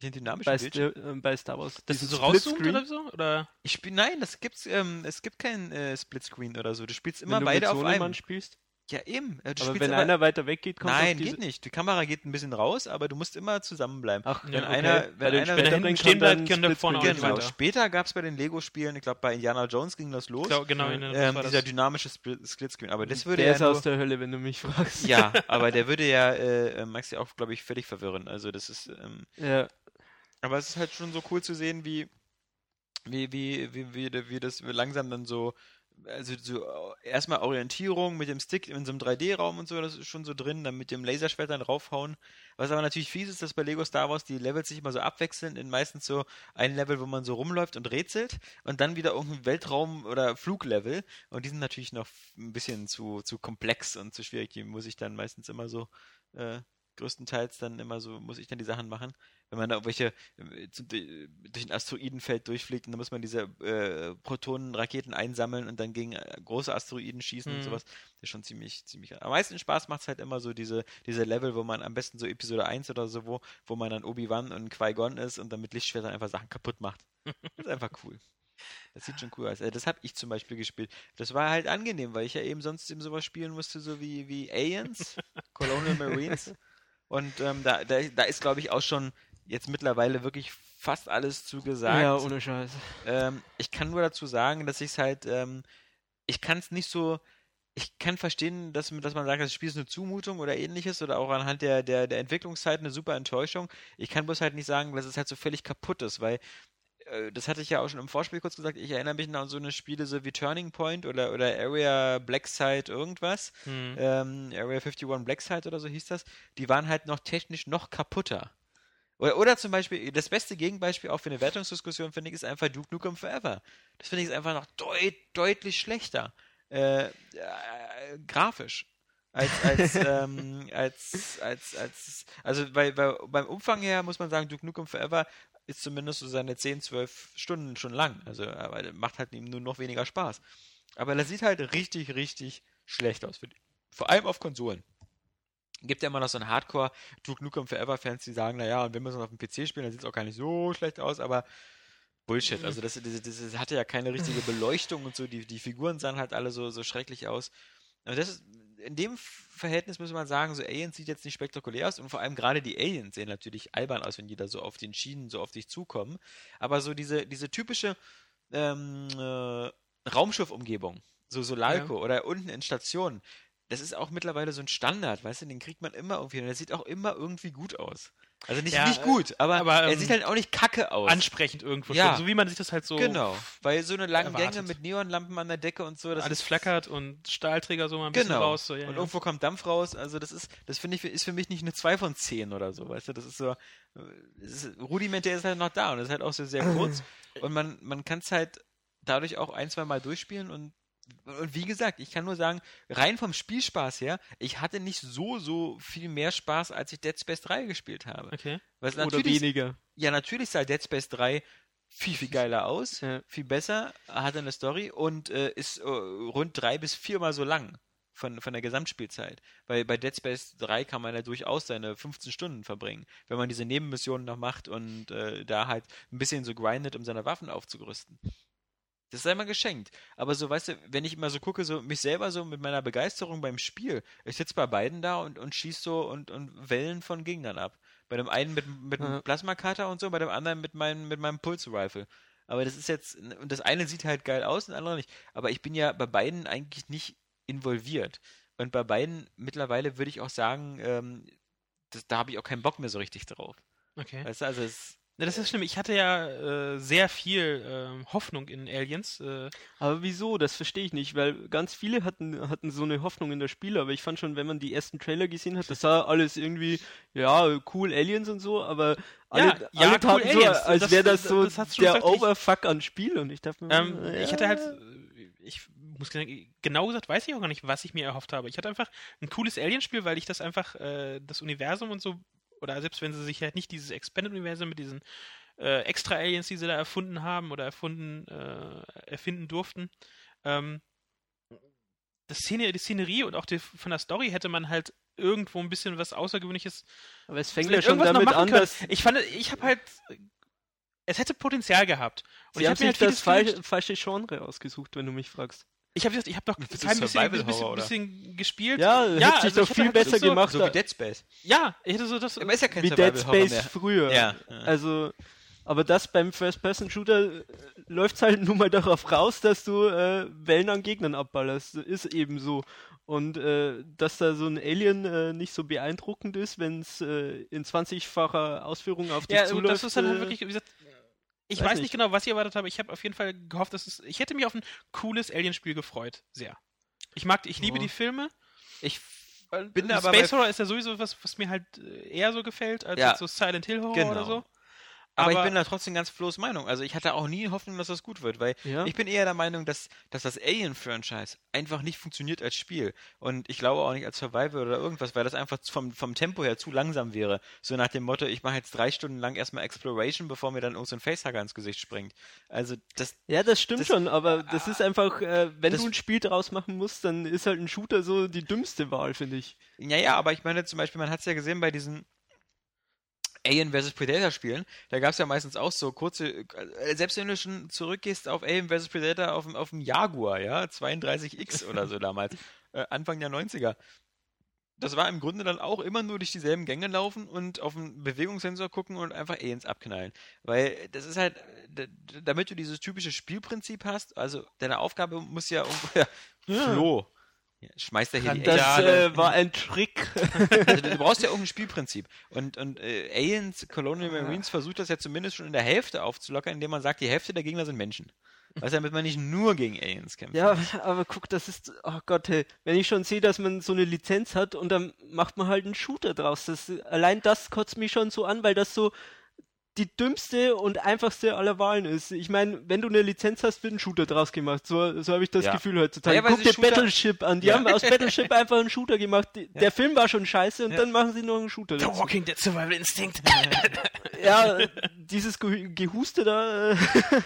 Speaker 1: den dynamischen
Speaker 4: Bei,
Speaker 1: Bildschirm-
Speaker 4: Sta- äh, bei Star Wars.
Speaker 3: da. Dass du
Speaker 4: Diesen
Speaker 3: so rauszoomt
Speaker 4: Splitscreen.
Speaker 3: oder so? Oder?
Speaker 1: Ich spiel, nein, das gibt's, ähm, es gibt keinen äh, Splitscreen oder so. Du spielst immer
Speaker 4: wenn du
Speaker 1: beide
Speaker 4: mit
Speaker 1: auf
Speaker 4: Sohnemann
Speaker 1: einem.
Speaker 4: spielst.
Speaker 1: Ja, eben. Äh, Du
Speaker 4: aber
Speaker 1: spielst
Speaker 4: wenn
Speaker 1: immer-
Speaker 4: einer weiter weggeht, kommt
Speaker 1: nein,
Speaker 4: auf diese...
Speaker 1: geht nicht. Die Kamera geht ein bisschen raus, aber du musst immer zusammenbleiben.
Speaker 4: Ach,
Speaker 3: Wenn
Speaker 4: ja,
Speaker 1: einer- wenn
Speaker 4: Bei
Speaker 1: einer-
Speaker 3: wenn
Speaker 4: den
Speaker 3: er
Speaker 4: späteren
Speaker 3: hinten
Speaker 4: kann
Speaker 3: stehen bleibt,
Speaker 4: dann
Speaker 3: kann der vorne
Speaker 4: Splitscreen
Speaker 3: auch
Speaker 4: sein.
Speaker 1: genau.
Speaker 3: weiter.
Speaker 1: Später gab's bei den Lego-Spielen, ich glaube bei Indiana Jones ging das los,
Speaker 3: Genau, genau. in der- was
Speaker 1: ähm,
Speaker 3: war das?
Speaker 1: dieser dynamische Spl- Splitscreen. Aber das würde
Speaker 4: Der
Speaker 1: ja
Speaker 4: ist
Speaker 1: nur,
Speaker 4: aus der Hölle, wenn du mich fragst.
Speaker 1: ja, aber der würde ja äh, äh, Maxi auch, glaube ich, völlig verwirren. Also das ist, ähm,
Speaker 4: Ja.
Speaker 1: Aber es ist halt schon so cool zu sehen, wie, wie, wie, wie, wie, wie das langsam dann so, also so äh, erstmal Orientierung mit dem Stick in so einem 3D-Raum und so, das ist schon so drin, dann mit dem Laserschwert dann raufhauen. Was aber natürlich fies ist, dass bei Lego Star Wars die Levels sich immer so abwechseln in meistens so ein Level, wo man so rumläuft und rätselt und dann wieder irgendein Weltraum- oder Fluglevel. Und die sind natürlich noch ein bisschen zu, zu komplex und zu schwierig. Die muss ich dann meistens immer so, äh, größtenteils dann immer so, muss ich dann die Sachen machen wenn man da irgendwelche äh, zu- d- durch ein Asteroidenfeld durchfliegt und dann muss man diese äh, Protonenraketen einsammeln und dann gegen äh, große Asteroiden schießen und
Speaker 3: Mhm.
Speaker 1: sowas. Das ist schon ziemlich, ziemlich. Am meisten Spaß macht es halt immer so diese, diese Level, wo man am besten so Episode 1 oder so, wo, wo man dann Obi-Wan und Qui-Gon ist und dann mit Lichtschwertern einfach Sachen kaputt macht. Das ist einfach cool. Das sieht schon cool aus. Äh, Das habe ich zum Beispiel gespielt. Das war halt angenehm, weil ich ja eben sonst eben sowas spielen musste, so wie, wie Aliens, Colonial Marines. Und ähm, da, da, da ist, glaube ich, auch schon jetzt mittlerweile wirklich fast alles zugesagt.
Speaker 4: ja, ohne Scheiß.
Speaker 1: Ähm, ich kann nur dazu sagen, dass ich es halt, ähm, ich kann es nicht so, ich kann verstehen, dass, man- dass man sagt, das Spiel ist eine Zumutung oder ähnliches oder auch anhand der, der, der Entwicklungszeit eine super Enttäuschung. Ich kann bloß halt nicht sagen, dass es halt so völlig kaputt ist, weil äh, das hatte ich ja auch schon im Vorspiel kurz gesagt, ich erinnere mich noch an so eine Spiele so wie Turning Point oder, oder Area Blackside irgendwas,
Speaker 3: Hm.
Speaker 1: ähm, Area 51 Blackside oder so hieß das, die waren halt noch technisch noch kaputter. Oder, oder zum Beispiel, das beste Gegenbeispiel auch für eine Wertungsdiskussion, finde ich, ist einfach Duke Nukem Forever. Das finde ich ist einfach noch deut, deutlich schlechter. Äh, äh, grafisch. Als, als, ähm, als, als, als, also bei, bei, beim Umfang her muss man sagen, Duke Nukem Forever ist zumindest so seine 10, 12 Stunden schon lang. Also aber macht halt ihm nur noch weniger Spaß. Aber das sieht halt richtig, richtig schlecht aus. finde ich. Vor allem auf Konsolen. Gibt ja immer noch so einen Hardcore Duke Nukem Forever Fans, die sagen, naja, und wenn wir es auf dem PC spielen, dann sieht es auch gar nicht so schlecht aus, aber Bullshit.
Speaker 3: Mhm.
Speaker 1: Also das, das, das, das hatte ja keine richtige Beleuchtung und so, die, die Figuren sahen halt alle so, so schrecklich aus. Aber das ist, in dem Verhältnis muss man sagen, so Aliens sieht jetzt nicht spektakulär aus und vor allem gerade die Aliens sehen natürlich albern aus, wenn die da so auf den Schienen so auf dich zukommen. Aber so diese, diese typische ähm, äh, Raumschiffumgebung, so Solalco oder unten in Stationen, das ist auch mittlerweile so ein Standard, weißt du, den kriegt man immer irgendwie und der sieht auch immer irgendwie gut aus. Also nicht,
Speaker 3: Ja,
Speaker 1: nicht
Speaker 3: äh,
Speaker 1: gut, aber,
Speaker 3: aber,
Speaker 1: er
Speaker 3: ähm,
Speaker 1: sieht halt auch nicht kacke aus.
Speaker 3: Ansprechend irgendwo
Speaker 1: Ja.
Speaker 3: schon. So wie man sich das halt so
Speaker 1: Genau, weil so eine lange
Speaker 3: erwartet.
Speaker 1: Gänge mit Neonlampen an der Decke und so, das
Speaker 3: alles
Speaker 1: ist-
Speaker 3: flackert und Stahlträger so mal ein bisschen
Speaker 1: Genau.
Speaker 3: raus. So, ja,
Speaker 1: und
Speaker 3: ja.
Speaker 1: irgendwo kommt Dampf raus. Also das ist, das finde ich, ist für mich nicht eine 2 von 10 oder so, weißt du? Das ist so, äh, es ist, rudimentär ist halt noch da und ist halt auch so sehr kurz. und man, man kann es halt dadurch auch ein, zwei Mal durchspielen und und wie gesagt, ich kann nur sagen, rein vom Spielspaß her, ich hatte nicht so, so viel mehr Spaß, als ich Dead Space 3 gespielt habe.
Speaker 3: Okay.
Speaker 1: Was
Speaker 4: Oder
Speaker 1: natürlich
Speaker 4: weniger.
Speaker 1: ja, natürlich sah Dead Space 3 viel, viel geiler aus,
Speaker 4: Ja.
Speaker 1: viel besser, hatte eine Story und äh, ist äh, rund drei bis viermal so lang. von, von der Gesamtspielzeit. Weil bei Dead Space 3 kann man ja durchaus seine 15 Stunden verbringen, wenn man diese Nebenmissionen noch macht und äh, da halt ein bisschen so grindet, um seine Waffen aufzurüsten. Das sei mal geschenkt. Aber so, weißt du, wenn ich immer so gucke, so mich selber so mit meiner Begeisterung beim Spiel, ich sitze bei beiden da und, und schieß so und, und Wellen von Gegnern ab. Bei dem einen mit, mit einem
Speaker 4: Ja.
Speaker 1: Plasmakater und so, bei dem anderen mit, meinem mit meinem Pulse-Rifle. Aber das ist jetzt, und das eine sieht halt geil aus und das andere nicht. Aber ich bin ja bei beiden eigentlich nicht involviert. Und bei beiden mittlerweile würde ich auch sagen, ähm, das, da habe ich auch keinen Bock mehr so richtig drauf.
Speaker 3: Okay.
Speaker 1: Weißt du, also es,
Speaker 3: Na, das ist schlimm. Ich hatte ja äh, sehr viel ähm, Hoffnung in Aliens. Äh,
Speaker 4: Aber wieso? Das verstehe ich nicht, weil ganz viele hatten, hatten so eine Hoffnung in das Spiel, aber ich fand schon, wenn man die ersten Trailer gesehen hat, das sah alles irgendwie, ja, cool Aliens und so, aber alle,
Speaker 3: Ja, ja,
Speaker 4: alle
Speaker 3: cool
Speaker 4: taten so,
Speaker 3: Aliens.
Speaker 4: als
Speaker 3: Das-
Speaker 4: wäre das
Speaker 3: das-
Speaker 4: so
Speaker 3: das hat's schon
Speaker 4: der
Speaker 3: gesagt, ich-
Speaker 4: Overfuck an Spiel und ich dachte mir,
Speaker 3: ähm,
Speaker 4: ja.
Speaker 3: Ich hatte halt, äh, ich muss sagen, genau gesagt, weiß ich auch gar nicht, was ich mir erhofft habe. Ich hatte einfach ein cooles Alienspiel, weil ich das einfach, äh, das Universum und so, oder selbst wenn sie sich halt nicht dieses Expanded-Universum mit diesen äh, Extra-Aliens, die sie da erfunden haben oder erfunden, äh, erfinden durften, ähm, das Szene, die Szenerie und auch die, von der Story hätte man halt irgendwo ein bisschen was Außergewöhnliches
Speaker 4: aber es fängt ja
Speaker 3: vielleicht
Speaker 4: schon
Speaker 3: irgendwas noch
Speaker 4: damit
Speaker 3: machen
Speaker 4: an,
Speaker 3: können.
Speaker 4: dass
Speaker 3: Ich fand, ich habe halt. Es hätte Potenzial gehabt. Und
Speaker 4: sie
Speaker 3: ich
Speaker 4: haben
Speaker 3: habe mir halt
Speaker 4: sich das
Speaker 3: vieles
Speaker 4: falsche,
Speaker 3: gewünscht.
Speaker 4: falsche Genre ausgesucht, wenn du mich fragst.
Speaker 3: Ich habe ich hab doch
Speaker 1: Das ist
Speaker 3: ein bisschen,
Speaker 1: Survival
Speaker 3: bisschen, bisschen,
Speaker 1: Horror,
Speaker 3: gespielt.
Speaker 4: Ja, hätte sich
Speaker 3: also
Speaker 4: doch
Speaker 3: ich
Speaker 4: viel
Speaker 3: halt
Speaker 4: besser
Speaker 3: so,
Speaker 4: gemacht
Speaker 1: so wie Dead Space.
Speaker 3: Ja, ich hätte so das.
Speaker 1: Aber ist ja kein
Speaker 4: wie Dead
Speaker 1: Survival-Horror
Speaker 4: Space früher.
Speaker 1: Ja. ja.
Speaker 4: Also, aber das beim First-Person-Shooter läuft halt nun mal darauf raus, dass du äh, Wellen an Gegnern abballerst. Ist eben so. Und äh, dass da so ein Alien äh, nicht so beeindruckend ist, wenn es äh, in 20-facher Ausführung auf dich
Speaker 3: ja, und
Speaker 4: zuläuft.
Speaker 3: das ist dann halt
Speaker 4: äh,
Speaker 3: wirklich, wie gesagt, ich
Speaker 4: weiß
Speaker 3: weiß nicht
Speaker 4: nicht.
Speaker 3: genau, was ich erwartet habe. Ich habe auf jeden Fall gehofft, dass es. Ich hätte mich auf ein cooles Alien-Spiel gefreut. Sehr. Ich mag, ich liebe
Speaker 4: Ja.
Speaker 3: die Filme.
Speaker 1: Ich
Speaker 3: Bin
Speaker 1: Mhm. bin da Äh, aber
Speaker 3: Space
Speaker 1: bei-
Speaker 3: Horror ist ja sowieso was, was mir halt äh, eher so gefällt, als
Speaker 1: Ja.
Speaker 3: jetzt so Silent Hill Horror oder
Speaker 1: Genau.
Speaker 3: so.
Speaker 1: Aber, ich
Speaker 3: Aber-
Speaker 1: bin da trotzdem ganz Flo's Meinung. Also ich hatte auch nie Hoffnung, dass das gut wird, weil
Speaker 4: Ja.
Speaker 1: ich bin eher der Meinung, dass, dass das Alien-Franchise einfach nicht funktioniert als Spiel. Und ich glaube auch nicht als Survival oder irgendwas, weil das einfach vom, vom Tempo her zu langsam wäre. So nach dem Motto, ich mache jetzt drei Stunden lang erstmal Exploration, bevor mir dann irgend so ein Facehugger ins Gesicht springt. Also das,
Speaker 4: Ja, das stimmt
Speaker 1: Das-
Speaker 4: schon, aber das
Speaker 3: Ah.
Speaker 4: ist einfach, äh, wenn
Speaker 1: das-
Speaker 4: du ein Spiel draus machen musst, dann ist halt ein Shooter so die dümmste Wahl, finde ich.
Speaker 1: Ja, ja, aber ich meine zum Beispiel, man hat es ja gesehen bei diesen Alien vs. Predator Spielen, da gab es ja meistens auch so kurze, äh, selbst wenn du schon zurückgehst auf Alien vs. Predator auf, dem- auf dem Jaguar, ja, 32X oder so damals, äh, Anfang der 90er. Das war im Grunde dann auch immer nur durch dieselben Gänge laufen und auf den Bewegungssensor gucken und einfach Aliens abknallen. Weil das ist halt, d- d- damit du dieses typische Spielprinzip hast, also deine Aufgabe muss ja um. Flo. Ja, schmeißt er hier die
Speaker 4: Das
Speaker 1: Aliens-
Speaker 3: genau.
Speaker 4: äh, war ein Trick.
Speaker 1: also du brauchst ja irgendein Spielprinzip. Und, und äh, Aliens, Colonial Marines versucht das ja zumindest schon in der Hälfte aufzulockern, indem man sagt, die Hälfte der Gegner sind Menschen. Weißt du, damit man nicht nur gegen Aliens kämpft.
Speaker 4: Ja, aber guck, das ist, oh Gott, hey, wenn ich schon sehe, dass man so eine Lizenz hat und dann macht man halt einen Shooter draus. Das, allein das kotzt mich schon so an, weil das so die dümmste und einfachste aller Wahlen ist. Ich meine, wenn du eine Lizenz hast, wird ein Shooter draus gemacht. So, so habe ich das
Speaker 1: Ja.
Speaker 4: Gefühl heutzutage.
Speaker 1: Ja, weil
Speaker 4: guck
Speaker 1: sie
Speaker 4: dir
Speaker 1: Shooter-
Speaker 4: Battleship an. Die
Speaker 1: Ja.
Speaker 4: haben aus Battleship einfach einen Shooter gemacht. Die, Der Film war schon scheiße und
Speaker 1: Ja.
Speaker 4: dann machen sie noch einen Shooter.
Speaker 3: The
Speaker 4: Dazu.
Speaker 3: Walking Dead Survival Instinct.
Speaker 4: Ja, äh, dieses Ge Gehuste da, äh,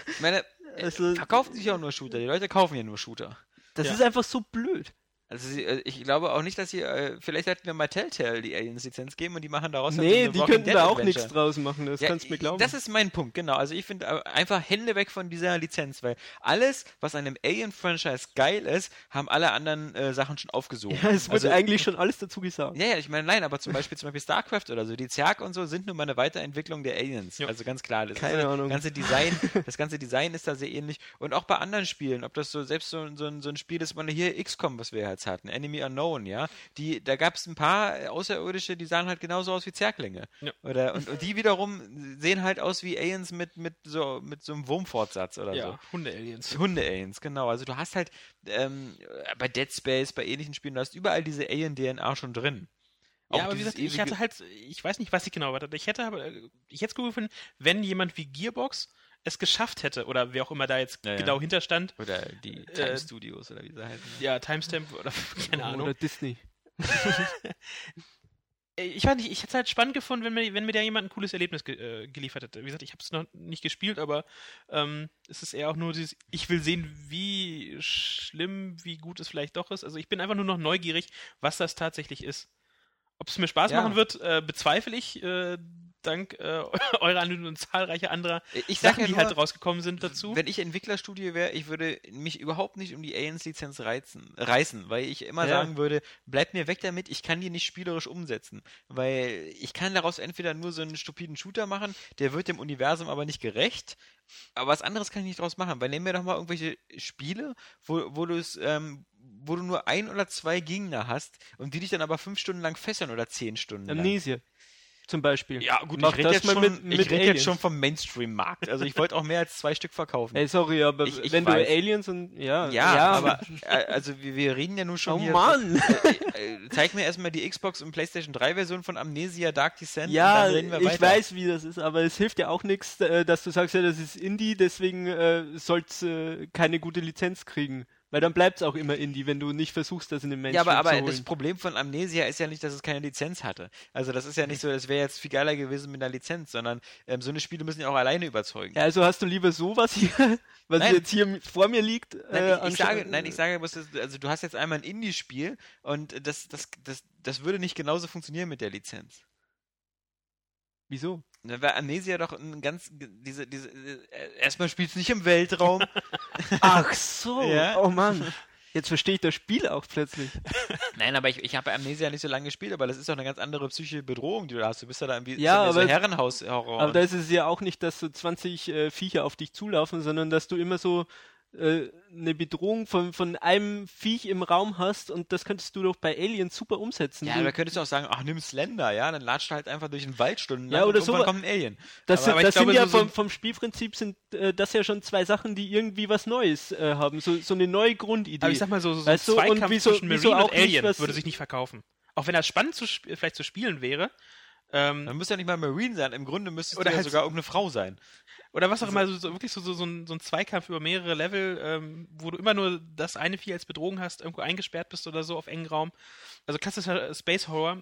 Speaker 1: Ich meine, äh,
Speaker 4: Also-
Speaker 1: verkaufen sich auch nur Shooter. Die Leute kaufen ja nur Shooter.
Speaker 4: das
Speaker 3: Ja.
Speaker 4: ist einfach so blöd.
Speaker 1: Also sie, äh, ich glaube auch nicht, dass sie, äh, vielleicht hätten wir mal Telltale die Aliens-Lizenz geben und die machen daraus dann so
Speaker 4: nee,
Speaker 1: eine
Speaker 4: die
Speaker 1: Walking
Speaker 4: könnten
Speaker 1: Dead
Speaker 4: da auch
Speaker 1: Adventure.
Speaker 4: nichts draus machen. Das
Speaker 1: Ja,
Speaker 4: kannst du mir glauben.
Speaker 1: Das ist mein Punkt, genau. Also ich finde äh, einfach Hände weg von dieser Lizenz, weil alles, was an dem Alien-Franchise geil ist, haben alle anderen äh, Sachen schon aufgesogen.
Speaker 4: Ja, es wird
Speaker 1: also,
Speaker 4: eigentlich schon alles dazu gesagt.
Speaker 1: Ja, ja, ich meine, nein, aber zum Beispiel, zum Beispiel StarCraft oder so, die Zerg und so sind nur mal eine Weiterentwicklung der Aliens.
Speaker 3: Ja.
Speaker 1: Also ganz klar, das ist
Speaker 4: Keine
Speaker 1: so-
Speaker 4: Ahnung.
Speaker 1: Ganze Design, das ganze Design ist da sehr ähnlich. Und auch bei anderen Spielen, ob das so selbst so, ein- so, ein- so ein Spiel ist, man hier XCOM, was wir jetzt hatten, Enemy Unknown, ja, die, da gab es ein paar äh, Außerirdische, die sahen halt genauso aus wie Zerglinge.
Speaker 3: Ja.
Speaker 1: Oder, und, und die wiederum sehen halt aus wie Aliens mit, mit, so, mit so einem Wurmfortsatz oder so.
Speaker 3: ja, Hunde-Aliens.
Speaker 1: Hunde-Aliens, genau. Also du hast halt ähm, bei Dead Space, bei ähnlichen Spielen, du hast überall diese Alien-DNA schon drin.
Speaker 3: ja, aber wie
Speaker 1: dieses
Speaker 3: gesagt, ich
Speaker 1: ewige-
Speaker 3: hatte halt, ich weiß nicht, was ich genau erwartet. Ich hätte aber, ich hätte es gut gefunden, wenn jemand wie Gearbox es geschafft hätte, oder wer auch immer da jetzt
Speaker 1: Ja, ja.
Speaker 3: genau hinterstand,
Speaker 1: Oder die Time
Speaker 3: Äh,
Speaker 1: Studios oder wie sie heißen.
Speaker 3: ja, Timestamp oder keine Ahnung,
Speaker 4: Oder Disney.
Speaker 3: Äh, ich weiß nicht, ich hätte es halt spannend gefunden, wenn mir, wenn mir da jemand ein cooles Erlebnis ge äh, geliefert hätte. Wie gesagt, ich habe es noch nicht gespielt, aber ähm, es ist eher auch nur dieses, ich will sehen, wie schlimm, wie gut es vielleicht doch ist. Also ich bin einfach nur noch neugierig, was das tatsächlich ist. Ob es mir Spaß
Speaker 1: Ja.
Speaker 3: machen wird, äh, bezweifle ich, äh, dank äh, eurer Anwendung und zahlreicher anderer
Speaker 1: Ich sag
Speaker 3: Sachen,
Speaker 1: ja
Speaker 3: die
Speaker 1: nur,
Speaker 3: halt rausgekommen sind dazu.
Speaker 1: wenn ich Entwicklerstudio wäre, ich würde mich überhaupt nicht um die Aliens-Lizenz reizen, reißen, weil ich immer
Speaker 4: Ja.
Speaker 1: sagen würde, bleib mir weg damit, ich kann die nicht spielerisch umsetzen. Weil ich kann daraus entweder nur so einen stupiden Shooter machen, der wird dem Universum aber nicht gerecht, aber was anderes kann ich nicht draus machen. Weil nehmen wir doch mal irgendwelche Spiele, wo, wo du es, ähm, wo du nur ein oder zwei Gegner hast und die dich dann aber fünf Stunden lang fesseln oder zehn Stunden lang.
Speaker 4: Amnesie. Zum Beispiel.
Speaker 1: Ja, gut,
Speaker 4: Mach
Speaker 1: ich rede
Speaker 4: das
Speaker 1: jetzt,
Speaker 4: mal
Speaker 1: schon-
Speaker 4: mit-
Speaker 1: ich
Speaker 4: mit
Speaker 1: red jetzt
Speaker 4: Aliens.
Speaker 1: schon vom Mainstream-Markt. Also ich wollte auch mehr als zwei Stück verkaufen.
Speaker 4: Ey, sorry, aber
Speaker 1: Ich- ich
Speaker 4: wenn
Speaker 1: weiß.
Speaker 4: du Aliens und. Ja,
Speaker 1: Ja, aber äh, also wir, wir reden ja nun schon
Speaker 4: Oh
Speaker 1: hier.
Speaker 4: Mann!
Speaker 1: Äh, äh, zeig mir erstmal die Xbox und PlayStation 3 Version von Amnesia Dark Descent
Speaker 4: Ja,
Speaker 1: und dann reden wir weiter.
Speaker 4: ich weiß, wie das ist, aber es hilft ja auch nichts, äh, dass du sagst, ja, das ist Indie, deswegen äh, sollst äh, keine gute Lizenz kriegen. Weil dann bleibt es auch immer Indie, wenn du nicht versuchst, das in den Menschen
Speaker 1: Ja, aber,
Speaker 4: zu
Speaker 1: aber
Speaker 4: holen.
Speaker 1: das Problem von Amnesia ist ja nicht, dass es keine Lizenz hatte. Also das ist ja nicht so, das wäre jetzt viel geiler gewesen mit einer Lizenz, sondern ähm, so eine Spiele müssen ja auch alleine überzeugen.
Speaker 4: ja, also hast du lieber sowas hier, was
Speaker 1: Nein.
Speaker 4: jetzt hier mi- vor mir liegt. äh,
Speaker 1: Nein, ich, ich
Speaker 4: anstatt-
Speaker 1: sage, nein, ich sage, bloß, dass- also du hast jetzt einmal ein Indie-Spiel und das, das, das, das würde nicht genauso funktionieren mit der Lizenz.
Speaker 4: Wieso?
Speaker 1: Da war Amnesia doch ein ganz. Diese, diese, äh, erstmal spielst du nicht im Weltraum.
Speaker 4: Ach so,
Speaker 1: Ja.
Speaker 4: oh Mann. Jetzt verstehe ich das Spiel auch plötzlich.
Speaker 1: Nein, aber ich, ich habe Amnesia nicht so lange gespielt, aber das ist doch eine ganz andere psychische Bedrohung, die du da hast. Du bist ja da irgendwie
Speaker 4: Ja,
Speaker 1: ist ja mehr so
Speaker 4: aber-
Speaker 1: Herrenhaus-Horror.
Speaker 4: Aber da ist es ja auch nicht, dass so 20 äh, Viecher auf dich zulaufen, sondern dass du immer so äh, eine Bedrohung von, von einem Viech im Raum hast und das könntest du doch bei Aliens super umsetzen.
Speaker 1: ja,
Speaker 4: Du-
Speaker 1: da könntest du auch sagen, ach, nimm Slender, ja, dann latscht du halt einfach durch den Wald stundenlang
Speaker 4: Ja, oder
Speaker 1: und irgendwann
Speaker 4: sowas.
Speaker 1: kommt ein Alien.
Speaker 4: das
Speaker 1: aber- aber ich
Speaker 4: das sind
Speaker 1: glaube,
Speaker 4: ja
Speaker 1: so- so-
Speaker 4: vom, vom Spielprinzip sind äh, das ja schon zwei Sachen, die irgendwie was Neues äh, haben, so, so eine neue Grundidee.
Speaker 3: Aber ich sag mal so, so ein
Speaker 4: Weißt du, und
Speaker 3: Zweikampf
Speaker 4: wieso-
Speaker 3: zwischen Marine
Speaker 4: wieso
Speaker 3: und
Speaker 4: auch nicht,
Speaker 3: Alien
Speaker 4: was-
Speaker 3: würde sich nicht verkaufen. Auch wenn das spannend zu sp vielleicht zu spielen wäre. Ähm,
Speaker 1: Dann müsste ja nicht mal Marine sein, im Grunde müsstest du
Speaker 3: Oder
Speaker 1: ja
Speaker 3: halt-
Speaker 1: sogar irgendeine Frau sein.
Speaker 3: oder was auch
Speaker 1: Also
Speaker 3: immer, so, so wirklich so, so, so, ein, so ein Zweikampf über mehrere Level, ähm, wo du immer nur das eine Vieh als Bedrohung hast, irgendwo eingesperrt bist oder so auf engen Raum. Also klassischer äh, Space Horror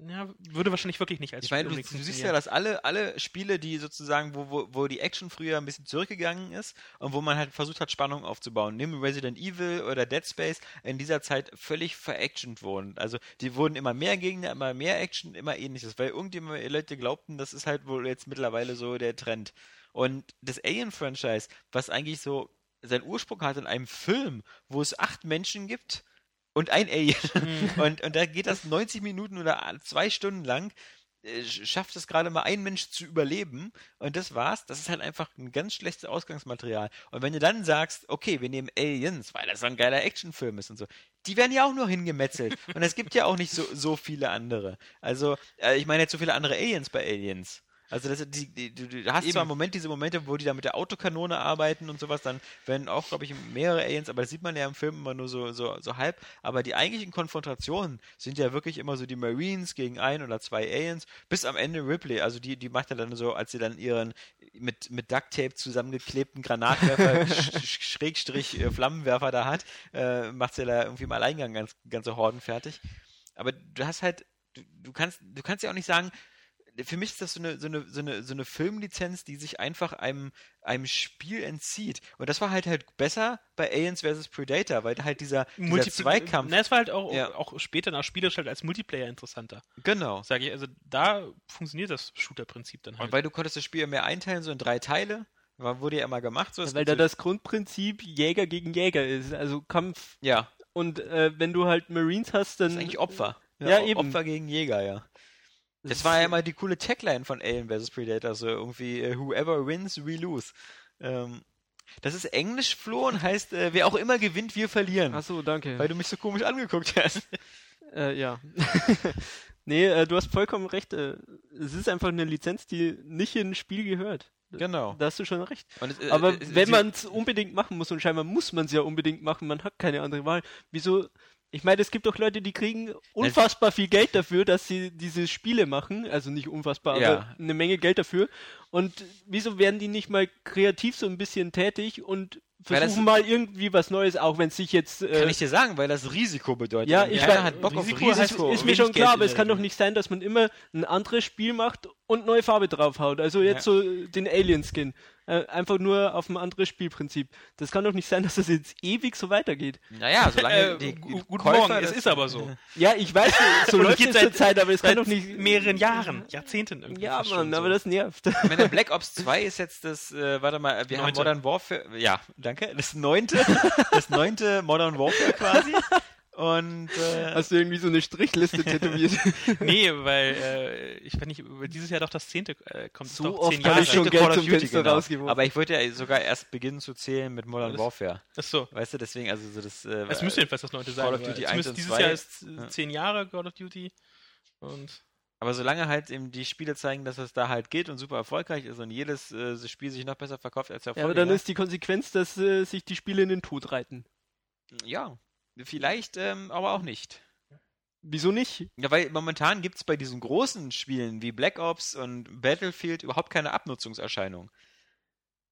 Speaker 3: ja, würde wahrscheinlich wirklich nicht als
Speaker 1: Ich meine, du,
Speaker 3: Spiel unbedingt
Speaker 1: du siehst ja,
Speaker 3: funktionieren.
Speaker 1: dass alle, alle Spiele, die sozusagen, wo, wo, wo die Action früher ein bisschen zurückgegangen ist und wo man halt versucht hat, Spannung aufzubauen, nehmen Resident Evil oder Dead Space, in dieser Zeit völlig veractioned wurden. Also die wurden immer mehr Gegner, immer mehr Action, immer ähnliches, weil irgendjemand Leute glaubten, das ist halt wohl jetzt mittlerweile so der Trend. Und das Alien-Franchise, was eigentlich so seinen Ursprung hat in einem Film, wo es acht Menschen gibt und ein Alien.
Speaker 3: Mhm.
Speaker 1: Und, und da geht das 90 Minuten oder zwei Stunden lang äh, sch- schafft es gerade mal ein Mensch zu überleben und das war's. Das ist halt einfach ein ganz schlechtes Ausgangsmaterial. Und wenn du dann sagst, okay, wir nehmen Aliens, weil das so ein geiler Actionfilm ist und so, die werden ja auch nur hingemetzelt. und es gibt ja auch nicht so, so viele andere. Also, äh, ich meine jetzt so viele andere Aliens bei Aliens. Also das, die, die, du, du hast zwar im Moment diese Momente, wo die da mit der Autokanone arbeiten und sowas, dann werden auch, glaube ich, mehrere Aliens, aber das sieht man ja im Film immer nur so, so, so halb. Aber die eigentlichen Konfrontationen sind ja wirklich immer so die Marines gegen ein oder zwei Aliens, bis am Ende Ripley. Also die, die macht ja dann so, als sie dann ihren mit, mit Duct Tape zusammengeklebten Granatwerfer, Sch- Sch- Schrägstrich äh, Flammenwerfer da hat, äh, macht sie da irgendwie im Alleingang ganz, ganze Horden fertig. Aber du hast halt, du, du kannst, du kannst ja auch nicht sagen, für mich ist das so eine, so eine, so eine, so eine Filmlizenz, die sich einfach einem, einem Spiel entzieht. Und das war halt halt besser bei Aliens vs. Predator, weil halt dieser, dieser
Speaker 3: Multipl-
Speaker 1: Zweikampf.
Speaker 4: Ne?
Speaker 3: Na, es war halt auch,
Speaker 1: Ja.
Speaker 3: auch später nach Spielerisch halt als Multiplayer interessanter.
Speaker 1: Genau.
Speaker 4: Halt.
Speaker 3: Sage ich, also da funktioniert das Shooter-Prinzip dann
Speaker 1: Und
Speaker 3: halt.
Speaker 1: weil du konntest das Spiel ja mehr einteilen, so in drei Teile, war- wurde ja immer gemacht. So es
Speaker 4: weil da
Speaker 1: gibt
Speaker 4: das Grundprinzip Jäger gegen Jäger ist, also Kampf.
Speaker 1: so- ja,
Speaker 4: Und äh, wenn du halt Marines hast, dann
Speaker 1: das ist eigentlich Opfer.
Speaker 4: Ja,
Speaker 1: O-
Speaker 4: eben.
Speaker 1: Opfer gegen Jäger, ja. Das war ja immer die coole Tagline von Alien vs. Predator, so irgendwie äh, Whoever wins, we lose. Ähm, das ist Englisch, Flo, und heißt, äh, wer auch immer gewinnt, wir verlieren.
Speaker 4: Ach so, danke.
Speaker 1: Weil du mich so komisch angeguckt hast.
Speaker 4: Äh, ja. nee, äh, du hast vollkommen recht. Äh, es ist einfach eine Lizenz, die nicht in ein Spiel gehört.
Speaker 1: Genau.
Speaker 4: Da hast du schon recht.
Speaker 1: Und es- äh,
Speaker 4: Aber
Speaker 1: es-
Speaker 4: wenn
Speaker 1: sie-
Speaker 4: man es unbedingt machen muss, und scheinbar muss man es ja unbedingt machen, man hat keine andere Wahl, wieso Ich meine, es gibt doch Leute, die
Speaker 1: Äh,
Speaker 4: kriegen unfassbar viel Geld dafür, dass sie diese Spiele machen. Also nicht unfassbar, aber
Speaker 1: Ja.
Speaker 4: eine Menge Geld dafür. Und wieso werden die nicht mal kreativ so ein bisschen tätig und
Speaker 1: Weil das-
Speaker 4: versuchen mal irgendwie was Neues, auch wenn es sich jetzt. äh,
Speaker 1: Kann ich dir sagen, weil das Risiko bedeutet.
Speaker 4: Ja,
Speaker 1: Und
Speaker 4: ich
Speaker 1: keiner
Speaker 4: weiß,
Speaker 1: hat Bock auf
Speaker 3: Risiko heißt-
Speaker 1: Risiko.
Speaker 4: ist
Speaker 1: und
Speaker 4: mir
Speaker 1: wenig
Speaker 4: schon klar,
Speaker 1: Geld
Speaker 4: aber
Speaker 1: in
Speaker 4: es kann
Speaker 1: der
Speaker 4: doch nicht sein, dass man immer ein anderes Spiel macht und neue Farbe draufhaut. Also jetzt
Speaker 1: Ja.
Speaker 4: so äh, den Alien-Skin. Äh, einfach nur auf ein anderes Spielprinzip. Das kann doch nicht sein, dass das jetzt ewig so weitergeht.
Speaker 1: Naja, solange
Speaker 3: Äh,
Speaker 1: die
Speaker 3: gu- guten
Speaker 1: Käufer
Speaker 3: Morgen, es
Speaker 1: das-
Speaker 3: ist aber so.
Speaker 4: Ja, ich weiß, so
Speaker 3: Und
Speaker 4: läuft
Speaker 3: geht
Speaker 4: es
Speaker 3: seit-
Speaker 4: zur Zeit, aber es kann
Speaker 1: Halt
Speaker 3: Seit
Speaker 4: doch nicht...
Speaker 3: mehreren Jahren, Jahrzehnten irgendwie.
Speaker 4: Ja,
Speaker 3: fast schon
Speaker 4: Mann,
Speaker 3: so.
Speaker 4: aber das nervt.
Speaker 1: Ich meine, Black Ops 2 ist jetzt das, äh, warte mal, wir haben
Speaker 3: Neunte.
Speaker 1: Modern Warfare, ja, danke, das neunte, das neunte Modern Warfare quasi. Und
Speaker 4: Also,
Speaker 1: äh,
Speaker 4: Hast du irgendwie so eine Strichliste tätowiert?
Speaker 3: Nee, weil äh, ich weiß nicht, weil dieses Jahr doch das zehnte äh, kommt. ist doch zehn
Speaker 1: ja,
Speaker 4: hab
Speaker 3: Jahre
Speaker 4: ich schon
Speaker 3: alt.
Speaker 1: zehnte also
Speaker 4: Geld
Speaker 1: Call of
Speaker 4: zum
Speaker 1: Duty, genau.
Speaker 4: Fenster rausgeworfen.
Speaker 1: Aber ich wollte ja sogar erst beginnen zu zählen mit Modern
Speaker 3: Alles-
Speaker 1: Warfare.
Speaker 3: Ach so.
Speaker 1: Weißt du, deswegen, also so das. Äh,
Speaker 3: Es müsste jedenfalls das neunte sein.
Speaker 1: Call of
Speaker 3: aber
Speaker 1: Duty
Speaker 3: es
Speaker 1: 1
Speaker 3: müsste-
Speaker 1: und
Speaker 3: dieses
Speaker 1: 2.
Speaker 3: Jahr ist äh,
Speaker 1: Ja.
Speaker 3: zehn Jahre Call of Duty. Und
Speaker 1: Aber solange halt eben die Spiele zeigen, dass es da halt geht und super erfolgreich ist und jedes äh, Spiel sich noch besser verkauft als der
Speaker 4: ja, aber dann ist die Konsequenz, dass äh, sich die Spiele in den Tod reiten.
Speaker 1: Ja, vielleicht, ähm, aber auch nicht.
Speaker 4: Wieso nicht?
Speaker 1: Ja, weil momentan gibt es bei diesen großen Spielen wie Black Ops und Battlefield überhaupt keine Abnutzungserscheinung.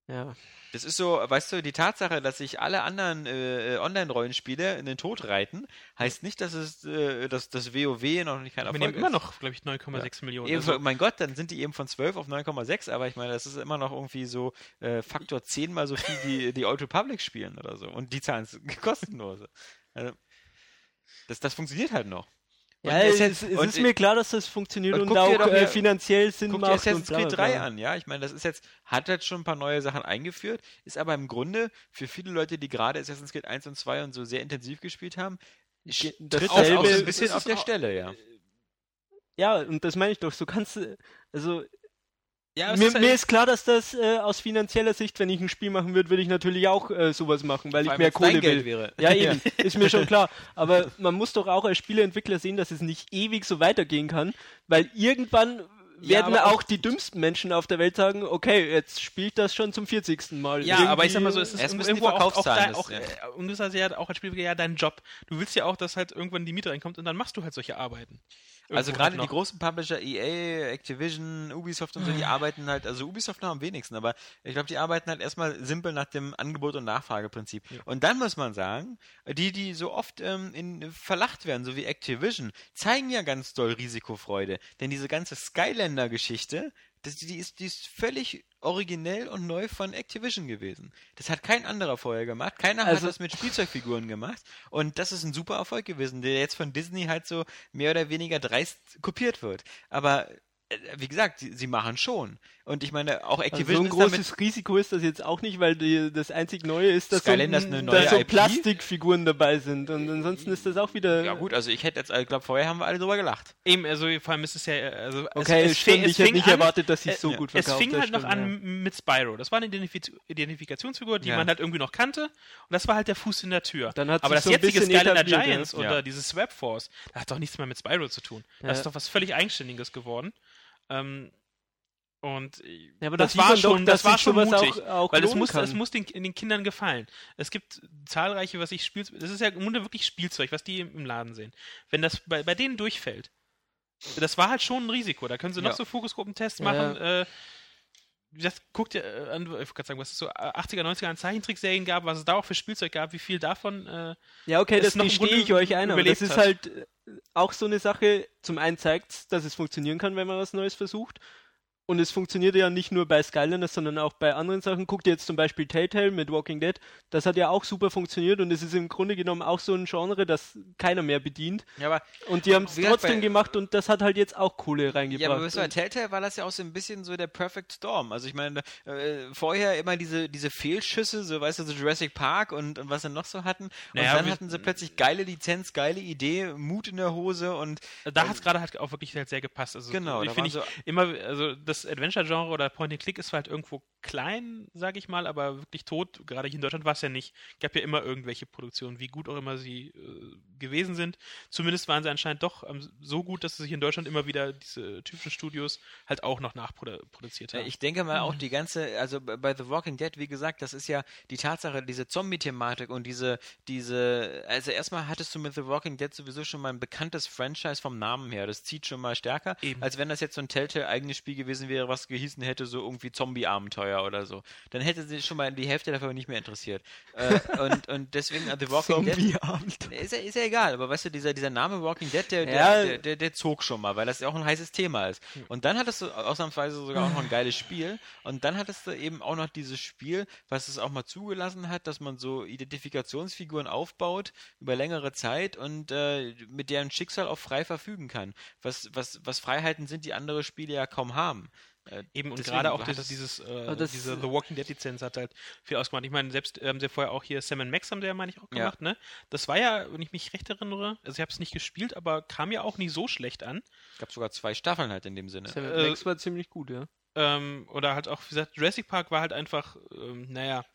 Speaker 4: Ja.
Speaker 1: Das ist so, weißt du, die Tatsache, dass sich alle anderen äh, äh, Online-Rollenspiele in den Tod reiten, heißt nicht, dass es äh, dass das WoW noch nicht kein
Speaker 3: wir
Speaker 1: Erfolg
Speaker 3: nehmen
Speaker 1: ist.
Speaker 3: immer noch, glaube ich, 9,6 Millionen.
Speaker 1: Eben,
Speaker 3: Also,
Speaker 1: von- mein Gott, dann sind die eben von 12 auf 9,6, aber ich meine, das ist immer noch irgendwie so äh, Faktor 10 mal so viel, wie die Old Republic spielen oder so. Und die zahlen es kostenlos. Also, das, das funktioniert halt noch. Und
Speaker 4: Ja, es, es,
Speaker 1: Assassin's- und,
Speaker 4: ist mir klar, dass das funktioniert
Speaker 1: und
Speaker 4: und,
Speaker 1: guck
Speaker 4: auch
Speaker 1: dir doch
Speaker 4: äh,
Speaker 1: hier-
Speaker 4: finanziell Sinn
Speaker 1: Guck dir
Speaker 4: macht.
Speaker 1: Assassin's
Speaker 4: und bla,
Speaker 1: Creed
Speaker 4: bla,
Speaker 1: 3
Speaker 4: bla.
Speaker 1: an, ja. Ich meine, das ist jetzt, hat jetzt schon ein paar neue Sachen eingeführt, ist aber im Grunde für viele Leute, die gerade Assassin's Creed 1 und 2 und so sehr intensiv gespielt haben, sch-
Speaker 4: Das
Speaker 1: tritt das auch
Speaker 4: selbe-
Speaker 1: so ein bisschen
Speaker 4: das
Speaker 1: auf
Speaker 4: ist
Speaker 1: der
Speaker 4: auch-
Speaker 1: Stelle, ja.
Speaker 4: Ja, und das meine ich doch. So kannst du. Also,
Speaker 3: ja, es
Speaker 4: mir,
Speaker 3: ist halt-
Speaker 4: mir ist klar, dass das äh, aus finanzieller Sicht, wenn ich ein Spiel machen würde, würde ich natürlich auch äh, sowas machen, weil ich mehr Kohle will.
Speaker 1: wäre.
Speaker 4: Ja, eben, ist mir schon klar. Aber man muss doch auch als Spieleentwickler sehen, dass es nicht ewig so weitergehen kann, weil irgendwann werden
Speaker 3: aber
Speaker 4: auch, die dümmsten Menschen auf der Welt sagen, okay, jetzt spielt das schon zum 40. Mal.
Speaker 3: Ja, aber ich sag mal so, es ist
Speaker 1: Erst müssen die
Speaker 3: irgendwo auch, auch,
Speaker 1: Verkaufszahlen
Speaker 3: dein, auch,
Speaker 1: das-
Speaker 3: äh, und das ist ja auch als Spielwege ja dein Job. Du willst ja auch, dass halt irgendwann die Miete reinkommt und dann machst du halt solche Arbeiten.
Speaker 1: Also
Speaker 3: Irgendwo halt
Speaker 1: gerade
Speaker 3: noch.
Speaker 1: die großen Publisher, EA, Activision, Ubisoft und so, die
Speaker 3: Ah.
Speaker 1: arbeiten halt, also Ubisoft noch am wenigsten, aber ich glaube, die arbeiten halt erstmal simpel nach dem Angebot- und Nachfrageprinzip. Und dann muss man sagen, die, die so oft ähm, in verlacht werden, so wie Activision, zeigen ja ganz doll Risikofreude. Denn diese ganze Skylander-Geschichte, das, die, ist, die ist völlig originell und neu von Activision gewesen. Das hat kein anderer vorher gemacht. Keiner
Speaker 4: Also-
Speaker 1: hat das mit Spielzeugfiguren gemacht. Und das ist ein super Erfolg gewesen, der jetzt von Disney halt so mehr oder weniger dreist kopiert wird. Aber äh, wie gesagt, sie, sie machen schon. Und ich meine, auch
Speaker 4: Also so
Speaker 1: Activision
Speaker 4: ein großes Risiko ist das jetzt auch nicht, weil die, das einzig Neue ist, dass so,
Speaker 1: Skylanders eine neue
Speaker 4: dass so
Speaker 1: IP.
Speaker 4: Plastikfiguren dabei sind. Und ansonsten ist das auch wieder.
Speaker 1: Ja gut, also ich hätte jetzt, ich glaube, vorher haben wir alle drüber gelacht.
Speaker 3: Eben, also vor allem ist es ja. äh, Also
Speaker 4: Okay,
Speaker 3: es, es
Speaker 4: stimmt,
Speaker 3: fing- es
Speaker 4: ich hätte
Speaker 3: fing
Speaker 4: nicht
Speaker 3: an-
Speaker 4: erwartet, dass sich
Speaker 3: äh,
Speaker 4: so gut
Speaker 3: Es
Speaker 4: verkauft.
Speaker 3: fing
Speaker 4: das
Speaker 3: halt noch
Speaker 4: stimmt,
Speaker 3: an
Speaker 4: ja.
Speaker 3: m- mit Spyro. Das war eine Identifiz Identifikationsfigur, die
Speaker 1: Ja.
Speaker 3: man halt irgendwie noch kannte. Und das war halt der Fuß in der Tür.
Speaker 4: Dann hat
Speaker 3: Aber
Speaker 4: sich
Speaker 3: das
Speaker 4: so ein
Speaker 3: jetzige
Speaker 4: bisschen
Speaker 3: Skylander
Speaker 4: etabliert,
Speaker 3: Giants
Speaker 1: ja.
Speaker 3: oder
Speaker 1: Ja.
Speaker 3: dieses Swap Force, das hat doch nichts mehr mit Spyro zu tun.
Speaker 4: Ja.
Speaker 3: Das ist doch was völlig Eigenständiges geworden. Ähm, und äh,
Speaker 4: Ja, aber da
Speaker 3: das,
Speaker 4: sieht
Speaker 3: war
Speaker 4: man doch,
Speaker 3: schon,
Speaker 4: dass
Speaker 3: das war
Speaker 4: sich
Speaker 3: schon
Speaker 4: sowas
Speaker 3: mutig.
Speaker 4: auch- auch
Speaker 3: weil es
Speaker 4: lohnen
Speaker 3: muss,
Speaker 4: kann.
Speaker 3: es muss den, den Kindern gefallen. Es gibt zahlreiche, was ich spiel, das ist ja im Grunde wirklich Spielzeug, was die im Laden sehen. Wenn das bei, bei denen durchfällt, das war halt schon ein Risiko. Da können sie noch
Speaker 1: Ja.
Speaker 3: so Fokusgruppentests
Speaker 4: Ja.
Speaker 3: machen. Äh, wie gesagt, guckt ihr äh, an, ich wollte gerade sagen, was es so 80er, 90er an Zeichentrickserien gab, was es da auch für Spielzeug gab, wie viel davon. Äh,
Speaker 4: Ja, okay,
Speaker 3: es
Speaker 4: das
Speaker 3: noch im
Speaker 4: gestehe
Speaker 3: Grunde
Speaker 4: ich euch ein, aber das
Speaker 3: überlebt
Speaker 4: ist
Speaker 3: hat.
Speaker 4: halt äh, auch so eine Sache. Zum einen zeigt es, dass es funktionieren kann, wenn man was Neues versucht. Und es funktioniert ja nicht nur bei Skylanders, sondern auch bei anderen Sachen. Guckt ihr jetzt zum Beispiel Telltale mit Walking Dead. Das hat ja auch super funktioniert und es ist im Grunde genommen auch so ein Genre, das keiner mehr bedient.
Speaker 1: Ja, aber
Speaker 4: Und die haben es
Speaker 1: Wie gesagt,
Speaker 4: trotzdem
Speaker 1: bei-
Speaker 4: gemacht und das hat halt jetzt auch Kohle reingebracht.
Speaker 1: Ja, aber halt weißt du, bei Telltale war das ja auch so ein bisschen so der Perfect Storm. Also ich meine, äh, vorher immer diese, diese Fehlschüsse, so weißt du, so Jurassic Park und, und was sie noch so hatten. Und
Speaker 3: Naja,
Speaker 1: dann
Speaker 3: wir-
Speaker 1: hatten sie plötzlich geile Lizenz, geile Idee, Mut in der Hose und
Speaker 4: Äh,
Speaker 3: da hat es gerade halt auch wirklich halt sehr gepasst. Also
Speaker 1: Genau,
Speaker 3: ich
Speaker 1: da
Speaker 3: finde ich
Speaker 1: waren
Speaker 3: immer, also das das Adventure-Genre oder Point-and-Click ist halt irgendwo klein, sag ich mal, aber wirklich tot. Gerade hier in Deutschland war es ja nicht. Gab ja immer irgendwelche Produktionen, wie gut auch immer sie äh, gewesen sind. Zumindest waren sie anscheinend doch ähm, so gut, dass sie sich in Deutschland immer wieder diese typischen Studios halt auch noch nachproduziert haben.
Speaker 1: Ich denke mal auch die ganze, also bei The Walking Dead, wie gesagt, das ist ja die Tatsache, diese Zombie-Thematik und diese, diese, also erstmal hattest du mit The Walking Dead sowieso schon mal ein bekanntes Franchise vom Namen her. Das zieht schon mal stärker,
Speaker 3: Eben.
Speaker 1: als wenn das jetzt so ein Telltale-eigenes Spiel gewesen wäre, was gehießen hätte, so irgendwie Zombie-Abenteuer oder so. Dann hätte sie schon mal die Hälfte davon nicht mehr interessiert. äh, und, und deswegen äh, The Walking Dead.
Speaker 4: Zombieabend.
Speaker 1: Ist ja, ist ja egal, aber weißt du, dieser, dieser Name Walking Dead, der,
Speaker 4: Ja.
Speaker 1: der, der, der, der zog schon mal, weil das ja auch ein heißes Thema ist.
Speaker 3: Hm.
Speaker 1: Und dann hattest du ausnahmsweise sogar auch noch ein geiles Spiel. Und dann hattest du eben auch noch dieses Spiel, was es auch mal zugelassen hat, dass man so Identifikationsfiguren aufbaut über längere Zeit und äh, mit deren Schicksal auch frei verfügen kann. Was, was, was Freiheiten sind, die andere Spiele ja kaum haben. Äh,
Speaker 3: Eben und
Speaker 1: deswegen
Speaker 3: gerade auch
Speaker 1: hat das-
Speaker 3: dieses, dieses äh,
Speaker 4: das-
Speaker 3: diese The Walking Dead Lizenz hat halt viel ausgemacht. Ich meine, selbst ähm, sehr vorher auch hier Sam and Max haben sie ja, meine ich, auch
Speaker 1: Ja.
Speaker 3: gemacht, ne? Das war ja, wenn ich mich recht erinnere, also ich habe es nicht gespielt, aber kam ja auch nicht so schlecht an.
Speaker 1: gab sogar zwei Staffeln halt in dem Sinne.
Speaker 4: Sam
Speaker 3: Äh,
Speaker 4: Max war ziemlich gut, ja.
Speaker 3: Ähm, oder halt auch, wie gesagt, Jurassic Park war halt einfach, ähm, naja,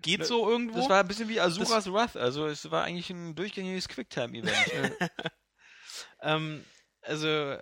Speaker 3: geht so irgendwo.
Speaker 1: Das war ein bisschen wie Azuras Wrath, also es war eigentlich ein durchgängiges Quicktime-Event.
Speaker 3: ähm, also,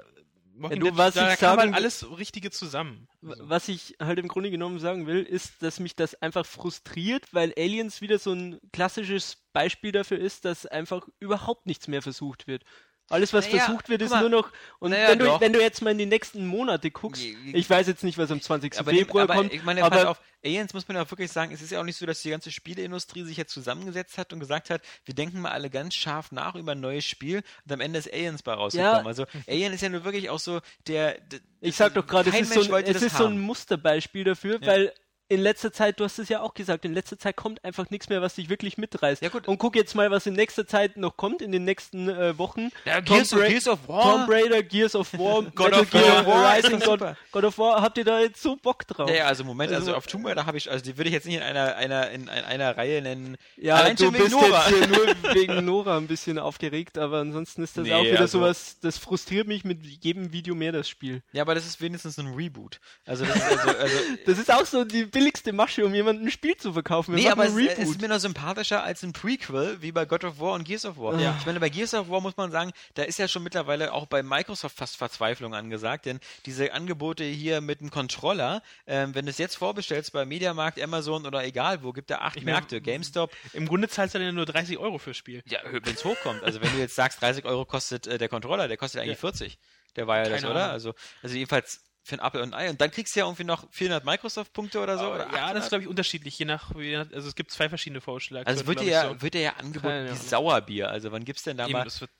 Speaker 3: Walking
Speaker 4: du, was
Speaker 3: da
Speaker 4: ich
Speaker 3: kam halt
Speaker 4: sagen-
Speaker 3: alles Richtige zusammen.
Speaker 4: W-
Speaker 3: Also,
Speaker 4: Was ich halt im Grunde genommen sagen will, ist, dass mich das einfach frustriert, weil Aliens wieder so ein klassisches Beispiel dafür ist, dass einfach überhaupt nichts mehr versucht wird. Alles, was
Speaker 1: Naja,
Speaker 4: versucht wird,
Speaker 1: guck
Speaker 4: ist
Speaker 1: mal.
Speaker 4: nur noch. Und
Speaker 1: Naja,
Speaker 4: wenn, du,
Speaker 1: doch.
Speaker 4: wenn du jetzt mal in die nächsten Monate guckst,
Speaker 1: Je- je-
Speaker 4: ich weiß jetzt nicht, was am 20.
Speaker 1: aber dem,
Speaker 4: Februar
Speaker 1: aber
Speaker 4: kommt,
Speaker 1: ich meine,
Speaker 4: aber
Speaker 1: pass auf, Aliens muss man ja auch wirklich sagen, es ist ja auch nicht so, dass die ganze Spieleindustrie sich jetzt zusammengesetzt hat und gesagt hat, wir denken mal alle ganz scharf nach über ein neues Spiel und am Ende ist Aliens bei rausgekommen.
Speaker 4: Ja.
Speaker 1: Also Alien ist ja nur wirklich auch so der. d-
Speaker 4: ich sag doch gerade, es
Speaker 1: kein
Speaker 4: ist, so
Speaker 1: Mensch
Speaker 4: ein,
Speaker 1: wollte
Speaker 4: es
Speaker 1: das
Speaker 4: ist so ein
Speaker 1: haben.
Speaker 4: Musterbeispiel dafür,
Speaker 1: Ja.
Speaker 4: weil in letzter Zeit, du hast es ja auch gesagt, in letzter Zeit kommt einfach nichts mehr, was dich wirklich mitreißt.
Speaker 1: Ja, gut.
Speaker 4: Und guck jetzt mal, was in nächster Zeit noch kommt, in den nächsten äh, Wochen.
Speaker 1: Ja,
Speaker 4: Tom
Speaker 1: Gears,
Speaker 4: Bra-
Speaker 1: Gears of War.
Speaker 4: Tomb Raider, Gears of War, God
Speaker 1: of War,
Speaker 4: Rising
Speaker 1: ist doch
Speaker 4: God,
Speaker 1: super.
Speaker 4: God of War, habt ihr da jetzt so Bock drauf?
Speaker 1: Ja, ja, also Moment, also,
Speaker 4: Also-
Speaker 1: auf Tomb Raider habe ich, also die würde ich jetzt nicht in einer, einer, in, in einer Reihe nennen.
Speaker 4: Ja,
Speaker 1: Allein
Speaker 4: du
Speaker 1: schon wegen
Speaker 4: bist
Speaker 1: Nora.
Speaker 4: jetzt hier nur wegen Nora ein bisschen aufgeregt, aber ansonsten ist das
Speaker 1: Nee,
Speaker 4: auch wieder
Speaker 1: also-
Speaker 4: sowas, das frustriert mich mit jedem Video mehr, das Spiel.
Speaker 1: Ja, aber das ist wenigstens ein Reboot. Also das ist also, also
Speaker 4: Das ist auch so die billigste Masche, um jemandem ein Spiel zu verkaufen. Wir
Speaker 1: Nee,
Speaker 4: machen
Speaker 1: aber es äh,
Speaker 4: ein
Speaker 1: es
Speaker 4: Reboot.
Speaker 1: ist mir noch sympathischer als ein Prequel, wie bei God of War und Gears of War.
Speaker 4: Ja.
Speaker 1: Ich meine, bei Gears of War muss man sagen, da ist ja schon mittlerweile auch bei Microsoft fast Verzweiflung angesagt, denn diese Angebote hier mit einem Controller, ähm, wenn du es jetzt vorbestellst bei Mediamarkt, Amazon oder egal wo, gibt da acht
Speaker 3: meine,
Speaker 1: Märkte, GameStop,
Speaker 3: Im Grunde zahlst du dann ja nur 30 Euro fürs Spiel.
Speaker 1: ja, wenn es hochkommt. Also wenn du jetzt sagst, 30 Euro kostet äh, der Controller, der kostet eigentlich 40. Der war ja das,
Speaker 3: Keine
Speaker 1: oder?
Speaker 3: Ahnung.
Speaker 1: Also, also jedenfalls für ein Apple und ein Ei. Und dann kriegst du ja irgendwie noch 400 Microsoft-Punkte oder so. oder
Speaker 3: Also, ja, das
Speaker 1: 800.
Speaker 3: ist, glaube ich, unterschiedlich, je nach, je nach, also es gibt zwei verschiedene Vorschläge.
Speaker 1: Also es wird dir ja, wird dir ja angeboten
Speaker 4: Keine
Speaker 1: wie
Speaker 4: Ahnung.
Speaker 1: Sauerbier. Also wann gibt's denn da
Speaker 3: Eben,
Speaker 1: mal?
Speaker 3: das wird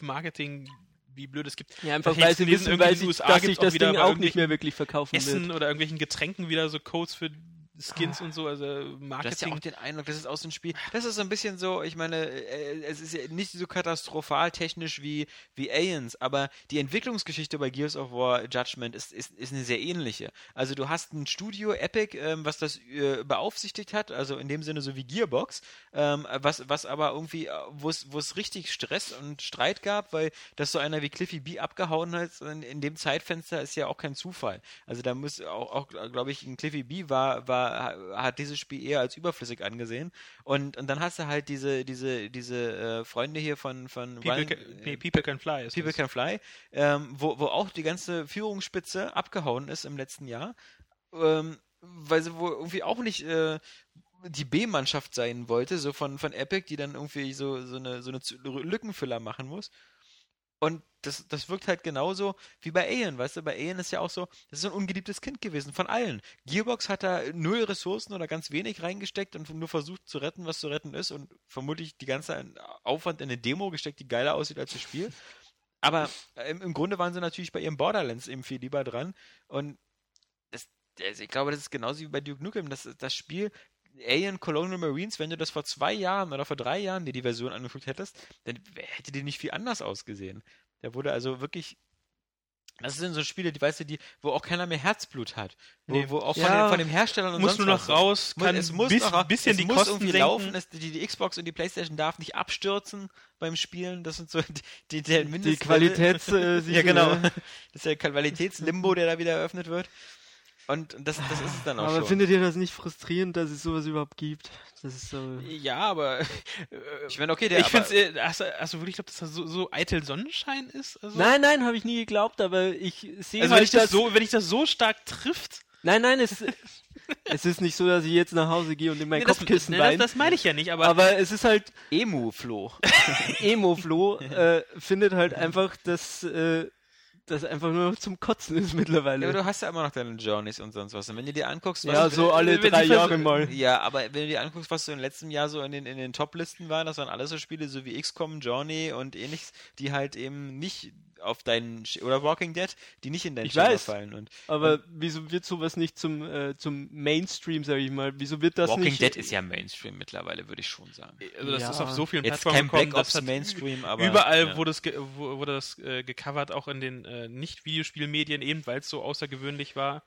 Speaker 3: Marketing, wie blöd es gibt.
Speaker 4: ja, einfach
Speaker 3: Dann
Speaker 4: weil
Speaker 3: hättest
Speaker 4: sie
Speaker 3: du
Speaker 4: wissen,
Speaker 3: irgendwie
Speaker 4: weil
Speaker 3: in den
Speaker 4: sie,
Speaker 3: USA
Speaker 4: dass
Speaker 3: gibt's
Speaker 4: sich das
Speaker 3: wieder
Speaker 4: Ding
Speaker 3: bei
Speaker 4: auch nicht
Speaker 3: irgendwelchen
Speaker 4: mehr wirklich verkaufen
Speaker 3: Essen
Speaker 4: wird.
Speaker 3: oder irgendwelchen Getränken wieder so Codes für
Speaker 4: Ah.
Speaker 3: Skins und so, also
Speaker 1: Du hast ja
Speaker 3: Marketing.
Speaker 1: auch den Eindruck, das ist aus dem Spiel. Das ist so ein bisschen so, ich meine, äh, es ist ja nicht so katastrophal technisch wie, wie Aliens, aber die Entwicklungsgeschichte bei Gears of War Judgment ist, ist, ist eine sehr ähnliche. Also du hast ein Studio, Epic, ähm, was das äh, beaufsichtigt hat, also in dem Sinne so wie Gearbox, ähm, was, was aber irgendwie, äh, wo es wo es richtig Stress und Streit gab, weil dass so einer wie Cliffy B abgehauen hat in, in dem Zeitfenster ist ja auch kein Zufall. Also da muss auch, auch glaube ich, ein Cliffy B war, war, hat dieses Spiel eher als überflüssig angesehen. Und, und dann hast du halt diese, diese, diese äh, Freunde hier von, von
Speaker 3: People,
Speaker 1: Ryan-
Speaker 3: can, nee, People Can Fly ist
Speaker 1: äh, People
Speaker 3: es.
Speaker 1: Can Fly, ähm, wo, wo auch die ganze Führungsspitze abgehauen ist im letzten Jahr, ähm, weil sie wohl irgendwie auch nicht äh, die B-Mannschaft sein wollte, so von, von Epic, die dann irgendwie so, so eine, so eine Zu- Lückenfüller machen muss. Und das, das wirkt halt genauso wie bei Alien, weißt du? Bei Alien ist ja auch so, das ist so ein ungeliebtes Kind gewesen von allen. Gearbox hat da null Ressourcen oder ganz wenig reingesteckt und nur versucht zu retten, was zu retten ist und vermutlich die ganze Aufwand in eine Demo gesteckt, die geiler aussieht als das Spiel. Aber äh, im, im Grunde waren sie natürlich bei ihrem Borderlands eben viel lieber dran. Und das, also ich glaube, das ist genauso wie bei Duke Nukem. Das, das Spiel Alien Colonial Marines, wenn du das vor zwei Jahren oder vor drei Jahren dir die Version angeguckt hättest, dann hätte die nicht viel anders ausgesehen. Da wurde also wirklich Das sind so Spiele, die weißt du, die, wo auch keiner mehr Herzblut hat. Wo,
Speaker 3: Nee.
Speaker 1: wo auch von,
Speaker 4: Ja.
Speaker 1: den, von dem Hersteller und
Speaker 3: Muss
Speaker 1: sonst
Speaker 3: nur noch
Speaker 1: was.
Speaker 3: raus,
Speaker 1: Muss-
Speaker 3: kann
Speaker 1: es muss
Speaker 3: bis-
Speaker 1: noch,
Speaker 3: bisschen
Speaker 1: es
Speaker 3: die
Speaker 1: muss
Speaker 3: Kosten
Speaker 1: irgendwie
Speaker 3: senken.
Speaker 1: laufen, es, die, die Xbox und die Playstation darf nicht abstürzen beim Spielen. Das sind so die, die, der
Speaker 4: Die
Speaker 1: Mindest
Speaker 4: Qualität. Äh,
Speaker 1: ja, genau. Das ist ja Qualitätslimbo, der da wieder eröffnet wird. Und das, das ist es dann auch
Speaker 4: Aber
Speaker 1: schon.
Speaker 4: findet ihr das nicht frustrierend, dass es sowas überhaupt gibt? Das ist so.
Speaker 3: Ja, aber.
Speaker 1: ich meine, okay, der
Speaker 3: ich
Speaker 1: aber-
Speaker 3: finde es. Hast, du- hast du wirklich glaubt, dass das so, so eitel Sonnenschein ist? Also,
Speaker 4: Nein, nein, habe ich nie geglaubt, aber ich sehe
Speaker 3: Also, wenn ich,
Speaker 4: halt,
Speaker 3: das
Speaker 4: dass
Speaker 3: so, wenn ich das so stark trifft.
Speaker 4: Nein, nein, es, es ist nicht so, dass ich jetzt nach Hause gehe und in mein
Speaker 3: Nee, ne, das,
Speaker 4: Kopfkissen
Speaker 3: nee,
Speaker 4: weine.
Speaker 3: das, das meine ich ja nicht, aber.
Speaker 4: aber es ist halt,
Speaker 1: Emu-Floh.
Speaker 4: Emo-Flo äh, findet halt einfach, dass äh, das einfach nur noch zum Kotzen ist
Speaker 1: Ja, aber
Speaker 4: mittlerweile.
Speaker 1: du hast ja immer noch deine Journeys und sonst was. Und wenn du dir anguckst,
Speaker 4: Ja,
Speaker 1: was
Speaker 4: so alle
Speaker 3: wenn die
Speaker 4: drei
Speaker 3: vers-
Speaker 4: Jahre mal.
Speaker 1: Ja, aber wenn du dir anguckst, was so im letzten Jahr so in den, in den Top-Listen war, das waren alles so Spiele so wie XCOM, Journey und ähnliches, die halt eben nicht auf deinen Sch oder Walking Dead, die nicht in deinen
Speaker 4: Ich
Speaker 1: Schema
Speaker 4: weiß.
Speaker 1: fallen. Und
Speaker 4: Aber wieso wird sowas nicht zum, äh, zum Mainstream, sag ich mal? Wieso wird das
Speaker 1: Walking
Speaker 4: nicht...
Speaker 1: Dead ist ja Mainstream mittlerweile, würde ich schon sagen.
Speaker 3: also, das
Speaker 4: ja.
Speaker 3: ist auf so vielen
Speaker 1: Jetzt kein
Speaker 3: gekommen,
Speaker 1: Black
Speaker 3: dass
Speaker 1: Ops
Speaker 3: das-
Speaker 1: Mainstream, aber
Speaker 3: Überall
Speaker 1: ja.
Speaker 3: wurde, es ge wo- wurde das äh, gecovert, auch in den äh, Nicht-Videospielmedien, eben weil es so außergewöhnlich war.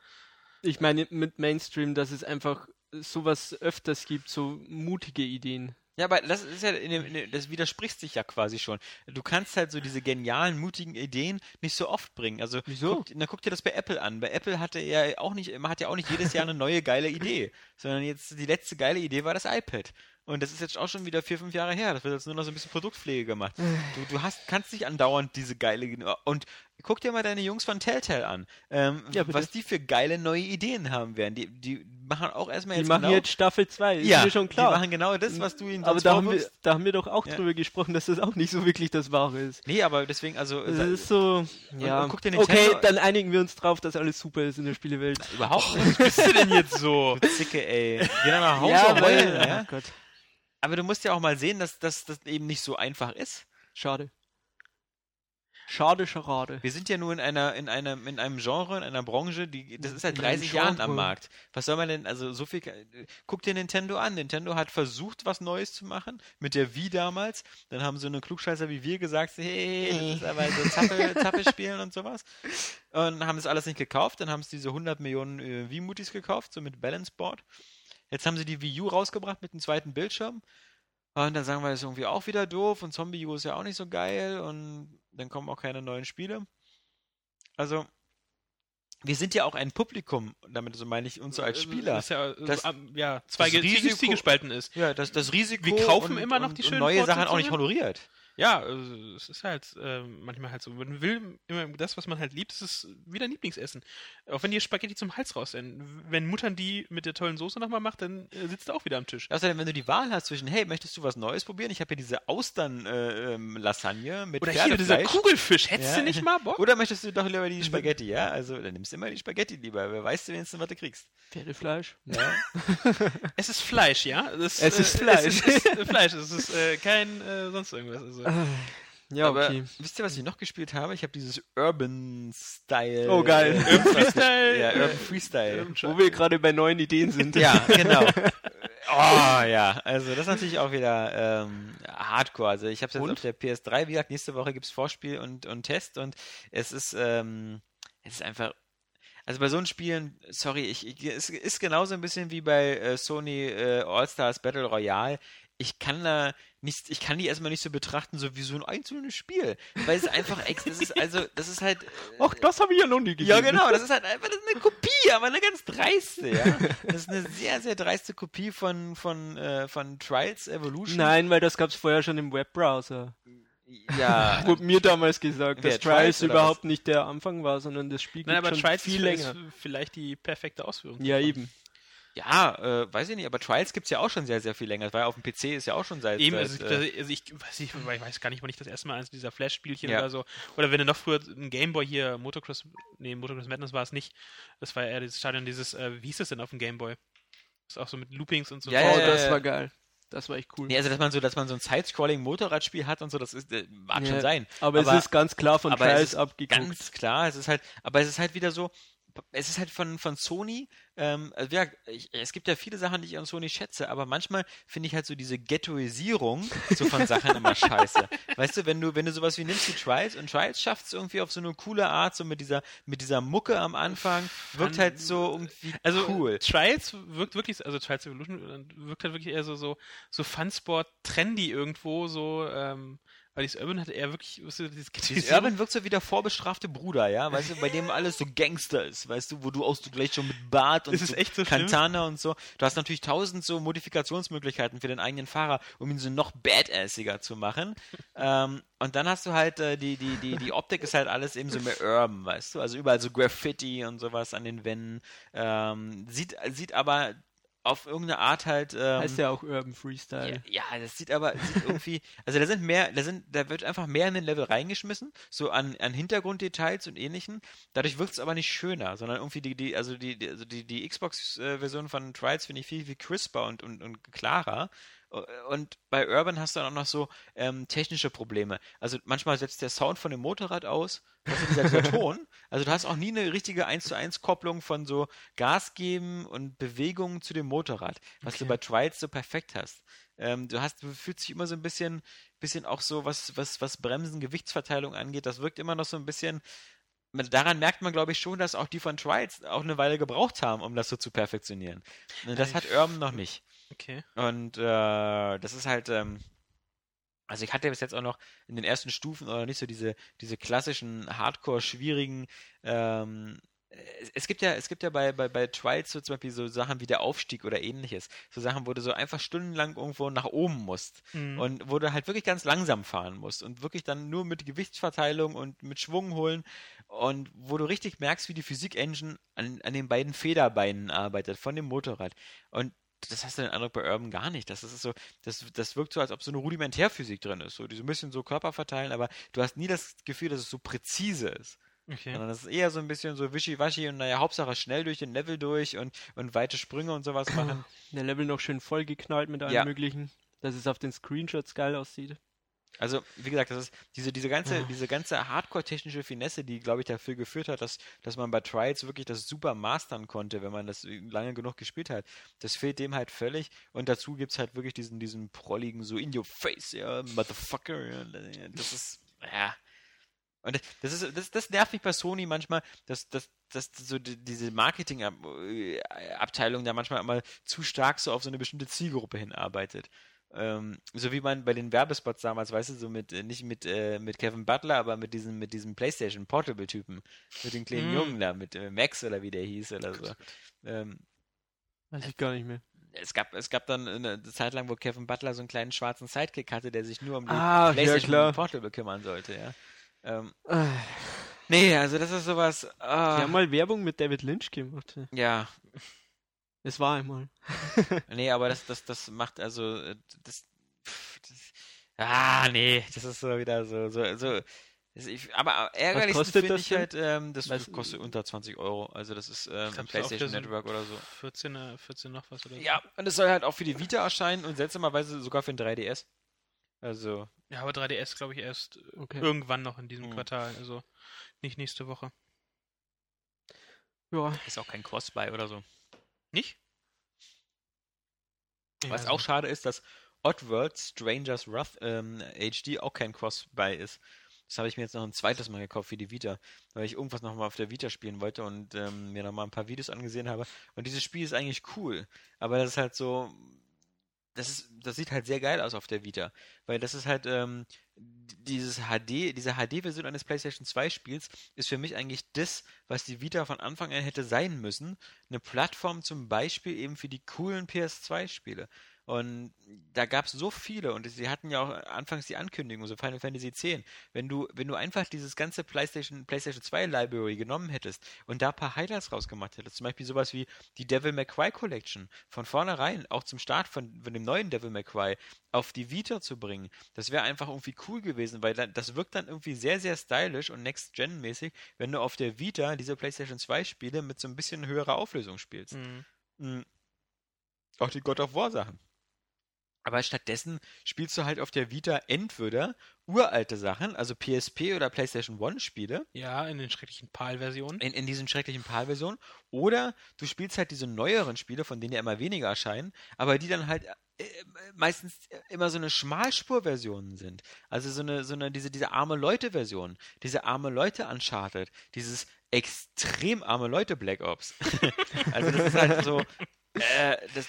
Speaker 4: Ich meine mit Mainstream, dass es einfach sowas öfters gibt, so mutige Ideen.
Speaker 1: Ja, aber das ist ja, in dem, in dem, das widerspricht sich ja quasi schon. Du kannst halt so diese genialen, mutigen Ideen nicht so oft bringen. Also
Speaker 4: Wieso?
Speaker 1: Guck, na, guck dir das bei Apple an. Bei Apple hatte ja auch nicht, man hat ja auch nicht jedes Jahr eine neue geile Idee, sondern jetzt die letzte geile Idee war das iPad. Und das ist jetzt auch schon wieder vier, fünf Jahre her. Das wird jetzt nur noch so ein bisschen Produktpflege
Speaker 4: Äh.
Speaker 1: gemacht. Du, du hast, kannst nicht andauernd diese geile. Und guck dir mal deine Jungs von Telltale an. Ähm,
Speaker 4: Ja, bitte.
Speaker 1: was die für geile neue Ideen haben werden. Die, die machen auch erstmal
Speaker 4: Die
Speaker 1: jetzt.
Speaker 4: machen
Speaker 1: genau,
Speaker 4: jetzt Staffel 2, ist
Speaker 1: ja,
Speaker 4: mir schon klar.
Speaker 1: Die machen genau das, was du ihnen
Speaker 4: aber
Speaker 1: sonst
Speaker 4: da haben, wir,
Speaker 1: vorwirfst.
Speaker 4: da haben wir doch auch
Speaker 1: Ja.
Speaker 4: drüber gesprochen, dass das auch nicht so wirklich das Wahre ist.
Speaker 1: Nee, aber deswegen, also.
Speaker 4: Das
Speaker 1: sa-
Speaker 4: ist so.
Speaker 1: und guck dir
Speaker 4: okay,
Speaker 1: Nintendo-
Speaker 4: dann einigen wir uns drauf, dass alles super ist in der Spielewelt. Oh.
Speaker 1: Überhaupt nicht.
Speaker 3: Was bist du denn jetzt so?
Speaker 1: Du Zicke, ey. Geh doch nach Hause
Speaker 4: ja,
Speaker 1: und
Speaker 4: weil,
Speaker 1: heul, ja?
Speaker 4: Oh Gott,
Speaker 1: Aber du musst ja auch mal sehen, dass dass das eben nicht so einfach ist.
Speaker 4: schade. Schade, Scharade.
Speaker 1: Wir sind ja nur in einer, in einer, in einem Genre, in einer Branche, die, das ist seit
Speaker 4: In einem
Speaker 1: 30 Jahren
Speaker 4: Genre.
Speaker 1: am Markt. Was soll man denn, also so viel, guck dir Nintendo an. Nintendo hat versucht, was Neues zu machen, mit der Wii damals. Dann haben so eine Klugscheißer wie wir gesagt, hey, das ist aber so Zappe, Zappe spielen und sowas. Und haben das alles nicht gekauft. Dann haben es diese 100 Millionen äh, Wii-Mutis gekauft, so mit Balance Board. Jetzt haben sie die Wii U rausgebracht mit dem zweiten Bildschirm. Ah, Und dann sagen wir, das ist irgendwie auch wieder doof und Zombie U ist ja auch nicht so geil und dann kommen auch keine neuen Spiele. Also, wir sind ja auch ein Publikum, und damit so meine ich uns
Speaker 3: Äh,
Speaker 1: als Spieler.
Speaker 3: Das ist ja,
Speaker 1: Das-
Speaker 3: das, ja zwei
Speaker 1: das Risiko-
Speaker 3: gespalten ist.
Speaker 1: Ja, das, das Risiko.
Speaker 3: Wir kaufen immer noch die schönen
Speaker 1: neue Sachen auch
Speaker 3: Fortsetzungen.
Speaker 1: nicht honoriert.
Speaker 3: Ja, also, es ist halt äh, manchmal halt so. Man will immer das, was man halt liebt, es ist wieder Lieblingsessen. Auch wenn dir Spaghetti zum Hals raus sind. Wenn Muttern die mit der tollen Soße nochmal macht, dann äh, sitzt du auch wieder am Tisch.
Speaker 1: Außerdem, wenn du die Wahl hast zwischen, hey, möchtest du was Neues probieren? Ich habe hier diese Austern-Lasagne mit
Speaker 3: Oder hier dieser
Speaker 1: Pferdefleisch.
Speaker 3: Kugelfisch, hättest
Speaker 1: Ja.
Speaker 3: du nicht mal Bock?
Speaker 1: Oder möchtest du doch lieber die Spaghetti, ja? Also, dann nimmst du immer die Spaghetti lieber. Wer weiß denn wenigstens, was du kriegst?
Speaker 4: Pferdefleisch.
Speaker 1: Ja.
Speaker 3: Es ist Fleisch, ja? Das, äh,
Speaker 4: Es ist
Speaker 3: Es
Speaker 4: Fleisch.
Speaker 3: ist, es ist Fleisch, es ist äh, kein äh, sonst irgendwas. Also,
Speaker 4: Ja,
Speaker 1: aber
Speaker 4: okay.
Speaker 1: wisst ihr, was ich noch gespielt habe? Ich habe dieses Urban Style.
Speaker 4: Oh, geil.
Speaker 1: Äh, Urban
Speaker 3: Freestyle,
Speaker 1: Ja,
Speaker 3: äh,
Speaker 1: Urban Freestyle.
Speaker 3: Urban
Speaker 4: Wo wir gerade bei neuen Ideen sind.
Speaker 1: ja, genau. Oh ja, also das ist natürlich auch wieder ähm, hardcore. Also ich habe jetzt auf der PS3, wie gesagt, nächste Woche gibt es Vorspiel und, und Test und es ist, ähm, es ist einfach. Also bei so einem Spielen, sorry, ich, ich, es ist genauso ein bisschen wie bei äh, Sony äh, All-Stars Battle Royale. Ich kann da nicht, ich kann die erstmal nicht so betrachten, so wie so ein einzelnes Spiel. Weil es einfach, ex- das ist also, das ist halt.
Speaker 4: Ach, das habe ich ja noch nie gesehen.
Speaker 1: Ja, genau. Das ist halt einfach das ist eine Kopie, aber eine ganz dreiste, ja. Das ist eine sehr, sehr dreiste Kopie von, von, äh, von Trials Evolution.
Speaker 4: Nein, weil das gab es vorher schon im Webbrowser.
Speaker 1: Ja.
Speaker 4: Wurde mir damals gesagt,
Speaker 1: Wer,
Speaker 4: dass
Speaker 1: Trials
Speaker 4: Trials
Speaker 1: oder
Speaker 4: überhaupt nicht der Anfang war, sondern das Spiel
Speaker 3: Nein,
Speaker 4: gibt
Speaker 3: aber
Speaker 4: schon
Speaker 3: Trials
Speaker 4: viel
Speaker 3: ist
Speaker 4: länger.
Speaker 3: vielleicht die perfekte Ausführung.
Speaker 4: Ja, eben.
Speaker 1: ja, äh, weiß ich nicht, aber Trials gibt es ja auch schon sehr, sehr viel länger. Weil auf dem PC ist ja auch schon seit.
Speaker 3: Eben, also,
Speaker 1: seit
Speaker 3: ich-
Speaker 1: äh,
Speaker 3: also ich, weiß nicht, ich weiß gar nicht, wann ich das erste Mal eines dieser Flash-Spielchen
Speaker 1: Ja.
Speaker 3: oder so. Oder wenn du noch früher ein Gameboy hier, Motocross, nee, Motocross Madness war es nicht. Das war eher dieses Stadion, dieses, äh, wie hieß es denn auf dem Gameboy? Ist auch so mit Loopings und so.
Speaker 1: Ja,
Speaker 4: oh,
Speaker 1: ja,
Speaker 4: das
Speaker 1: ja.
Speaker 4: war geil. Das war echt cool.
Speaker 1: nee, also dass man so, dass man so ein Sidescrolling-Motorradspiel hat und so, das ist, äh, mag
Speaker 4: Ja.
Speaker 1: schon sein.
Speaker 4: aber,
Speaker 1: aber-
Speaker 4: es ist ganz klar von
Speaker 1: aber es
Speaker 4: Trials
Speaker 1: ist
Speaker 4: abgeguckt.
Speaker 1: Ganz klar, es ist halt, aber es ist halt wieder so, es ist halt von, von Sony, ähm, also ja, ich, es gibt ja viele Sachen, die ich an Sony schätze, aber manchmal finde ich halt so diese Ghettoisierung so von Sachen immer scheiße. Weißt du, wenn du, wenn du sowas wie nimmst wie Trials und Trials schaffst es irgendwie auf so eine coole Art, so mit dieser, mit dieser Mucke am Anfang, wirkt halt so irgendwie
Speaker 3: Also
Speaker 1: cool.
Speaker 3: Trials wirkt wirklich, also Trials Evolution äh, wirkt halt wirklich eher so, so, so Funsport trendy irgendwo, so, ähm, weil dieses Urban hat eher wirklich, weißt du, dieses,
Speaker 1: Dieses Urban wirkt so wie der vorbestrafte Bruder, ja, weißt du, bei dem alles so Gangster ist, weißt du, wo du auch so gleich schon mit Bart und
Speaker 3: Ist es
Speaker 1: so
Speaker 3: echt so schlimm?
Speaker 1: Kantana und so. Du hast natürlich tausend so Modifikationsmöglichkeiten für den eigenen Fahrer, um ihn so noch badassiger zu machen. ähm, und dann hast du halt äh, die, die, die, die Optik ist halt alles eben so mehr Urban, weißt du, also überall so Graffiti und sowas an den Wänden. Ähm, sieht, sieht aber auf irgendeine Art halt. Ähm,
Speaker 4: Heißt ja auch Urban Freestyle.
Speaker 1: ja, ja, das sieht aber sieht irgendwie, also da sind mehr, da sind, da wird einfach mehr in den Level reingeschmissen, so an, an Hintergrunddetails und ähnlichen. Dadurch wirkt es aber nicht schöner, sondern irgendwie die, die also die, die, also die, die Xbox-Version von Trials finde ich viel, viel crisper und, und, und klarer. Und bei Urban hast du dann auch noch so ähm, technische Probleme. Also manchmal setzt der Sound von dem Motorrad aus, also dieser, dieser Ton. Also du hast auch nie eine richtige 1 zu 1 Kopplung von so Gas geben und Bewegungen zu dem Motorrad, was du bei Trials so perfekt hast. Ähm, du hast, du fühlst dich immer so ein bisschen, bisschen auch so, was, was, was Bremsen, Gewichtsverteilung angeht, das wirkt immer noch so ein bisschen. man- Daran merkt man, glaube ich, schon, dass auch die von Trials auch eine Weile gebraucht haben, um das so zu perfektionieren. Ne, Das
Speaker 3: ich-
Speaker 1: hat Urban noch nicht.
Speaker 3: Okay.
Speaker 1: Und äh, das ist halt, ähm, also ich hatte bis jetzt auch noch in den ersten Stufen oder nicht so diese, diese klassischen, hardcore, schwierigen, ähm, es, es gibt ja, es gibt ja bei, bei, bei Trials so zum Beispiel so Sachen wie der Aufstieg oder ähnliches. So Sachen, wo du so einfach stundenlang irgendwo nach oben musst
Speaker 3: Mhm.
Speaker 1: und wo du halt wirklich ganz langsam fahren musst und wirklich dann nur mit Gewichtsverteilung und mit Schwung holen und wo du richtig merkst, wie die Physik-Engine an, an den beiden Federbeinen arbeitet, von dem Motorrad. Und das hast du den Eindruck bei Urban gar nicht. Das ist so, das, das wirkt so, als ob so eine Rudimentärphysik drin ist. So, die so ein bisschen so Körper verteilen, aber du hast nie das Gefühl, dass es so präzise ist.
Speaker 3: okay.
Speaker 1: Sondern das ist eher so ein bisschen so wischiwaschi und naja, Hauptsache schnell durch den Level durch und, und weite Sprünge und sowas machen.
Speaker 4: Der Level noch schön vollgeknallt mit allem
Speaker 1: Ja.
Speaker 4: möglichen, dass es auf den Screenshots geil aussieht.
Speaker 1: Also, wie gesagt, das ist diese, diese ganze, diese ganze hardcore-technische Finesse, die, glaube ich, dafür geführt hat, dass, dass man bei Trials wirklich das super mastern konnte, wenn man das lange genug gespielt hat. Das fehlt dem halt völlig. Und dazu gibt es halt wirklich diesen, diesen prolligen, so in your face, ja, Motherfucker. ja, Das ist, ja. Und das ist, das, das nervt mich bei Sony manchmal, dass, dass, dass so die, diese Marketing-Abteilung da manchmal immer zu stark so auf so eine bestimmte Zielgruppe hinarbeitet. Ähm, so wie man bei den Werbespots damals, weißt du, so mit, äh, nicht mit, äh, mit Kevin Butler, aber mit diesem, mit diesem PlayStation Portable-Typen, mit dem kleinen
Speaker 3: Mm.
Speaker 1: Jungen da, mit äh, Max oder wie der hieß oder so. Ähm,
Speaker 4: Weiß ich gar nicht mehr.
Speaker 1: es gab, es gab dann eine Zeit lang, wo Kevin Butler so einen kleinen schwarzen Sidekick hatte, der sich nur um die
Speaker 4: Ah, ja,
Speaker 1: PlayStation
Speaker 4: klar.
Speaker 1: Portable kümmern sollte, ja. Ähm,
Speaker 4: Ah,
Speaker 1: nee, also das ist sowas.
Speaker 4: Die
Speaker 1: Ah,
Speaker 4: haben mal Werbung mit David Lynch gemacht.
Speaker 1: ja,
Speaker 4: Es war einmal.
Speaker 1: nee, aber das, das, das macht also äh, das, pff, das. Ah, nee, das ist so wieder so, so, so. das- Ich, aber ärgerlich
Speaker 4: kostet
Speaker 1: finde
Speaker 4: das
Speaker 1: ich
Speaker 4: denn?
Speaker 1: halt, ähm, das
Speaker 4: Weiß-
Speaker 1: kostet unter 20 Euro. Also das ist ähm,
Speaker 3: Ich
Speaker 1: im
Speaker 3: glaub, das ist auch
Speaker 1: PlayStation
Speaker 3: wieder so ein-
Speaker 1: Network oder so.
Speaker 3: 14, äh, 14 noch was oder so.
Speaker 1: Ja, und es soll halt auch für die Vita erscheinen und seltsamerweise sogar für den 3DS. Also,
Speaker 3: ja, aber 3DS glaube ich erst äh,
Speaker 4: Okay.
Speaker 3: irgendwann noch in diesem
Speaker 1: Mhm.
Speaker 3: Quartal, also nicht nächste Woche.
Speaker 4: Ja.
Speaker 1: ist auch kein Cross-Buy oder so.
Speaker 3: Nicht?
Speaker 1: Was
Speaker 3: Ja,
Speaker 1: auch
Speaker 3: so.
Speaker 1: schade ist, dass Oddworld Strangers Wrath ähm, HD auch kein Cross-Buy ist. Das habe ich mir jetzt noch ein zweites Mal gekauft für die Vita, weil ich irgendwas nochmal auf der Vita spielen wollte und ähm, mir nochmal ein paar Videos angesehen habe. Und dieses Spiel ist eigentlich cool, aber das ist halt so. Das, ist, das sieht halt sehr geil aus auf der Vita, weil das ist halt ähm, dieses HD, diese HD-Version eines PlayStation 2-Spiels ist für mich eigentlich das, was die Vita von Anfang an hätte sein müssen. Eine Plattform zum Beispiel eben für die coolen PS2-Spiele. Und da gab es so viele und sie hatten ja auch anfangs die Ankündigung, so Final Fantasy X. Wenn du, wenn du einfach dieses ganze PlayStation, PlayStation 2 Library genommen hättest und da ein paar Highlights rausgemacht hättest, zum Beispiel sowas wie die Devil May Cry Collection von vornherein, auch zum Start von, von dem neuen Devil May Cry, auf die Vita zu bringen, das wäre einfach irgendwie cool gewesen, weil dann, das wirkt dann irgendwie sehr, sehr stylisch und Next-Gen-mäßig, wenn du auf der Vita diese PlayStation 2 Spiele mit so ein bisschen höherer Auflösung spielst.
Speaker 3: Mhm.
Speaker 1: Mhm. Auch die God of War Sachen. Aber stattdessen spielst du halt auf der Vita entweder uralte Sachen, also PSP oder PlayStation One Spiele,
Speaker 3: Ja, in den schrecklichen PAL-Versionen.
Speaker 1: in, in diesen schrecklichen PAL-Versionen, oder du spielst halt diese neueren Spiele, von denen ja immer weniger erscheinen, aber die dann halt äh, meistens immer so eine Schmalspur-Versionen sind. Also so eine, so eine, diese, diese arme Leute-Version, diese arme Leute Uncharted, dieses extrem arme Leute Black Ops. also das ist halt so, äh, das,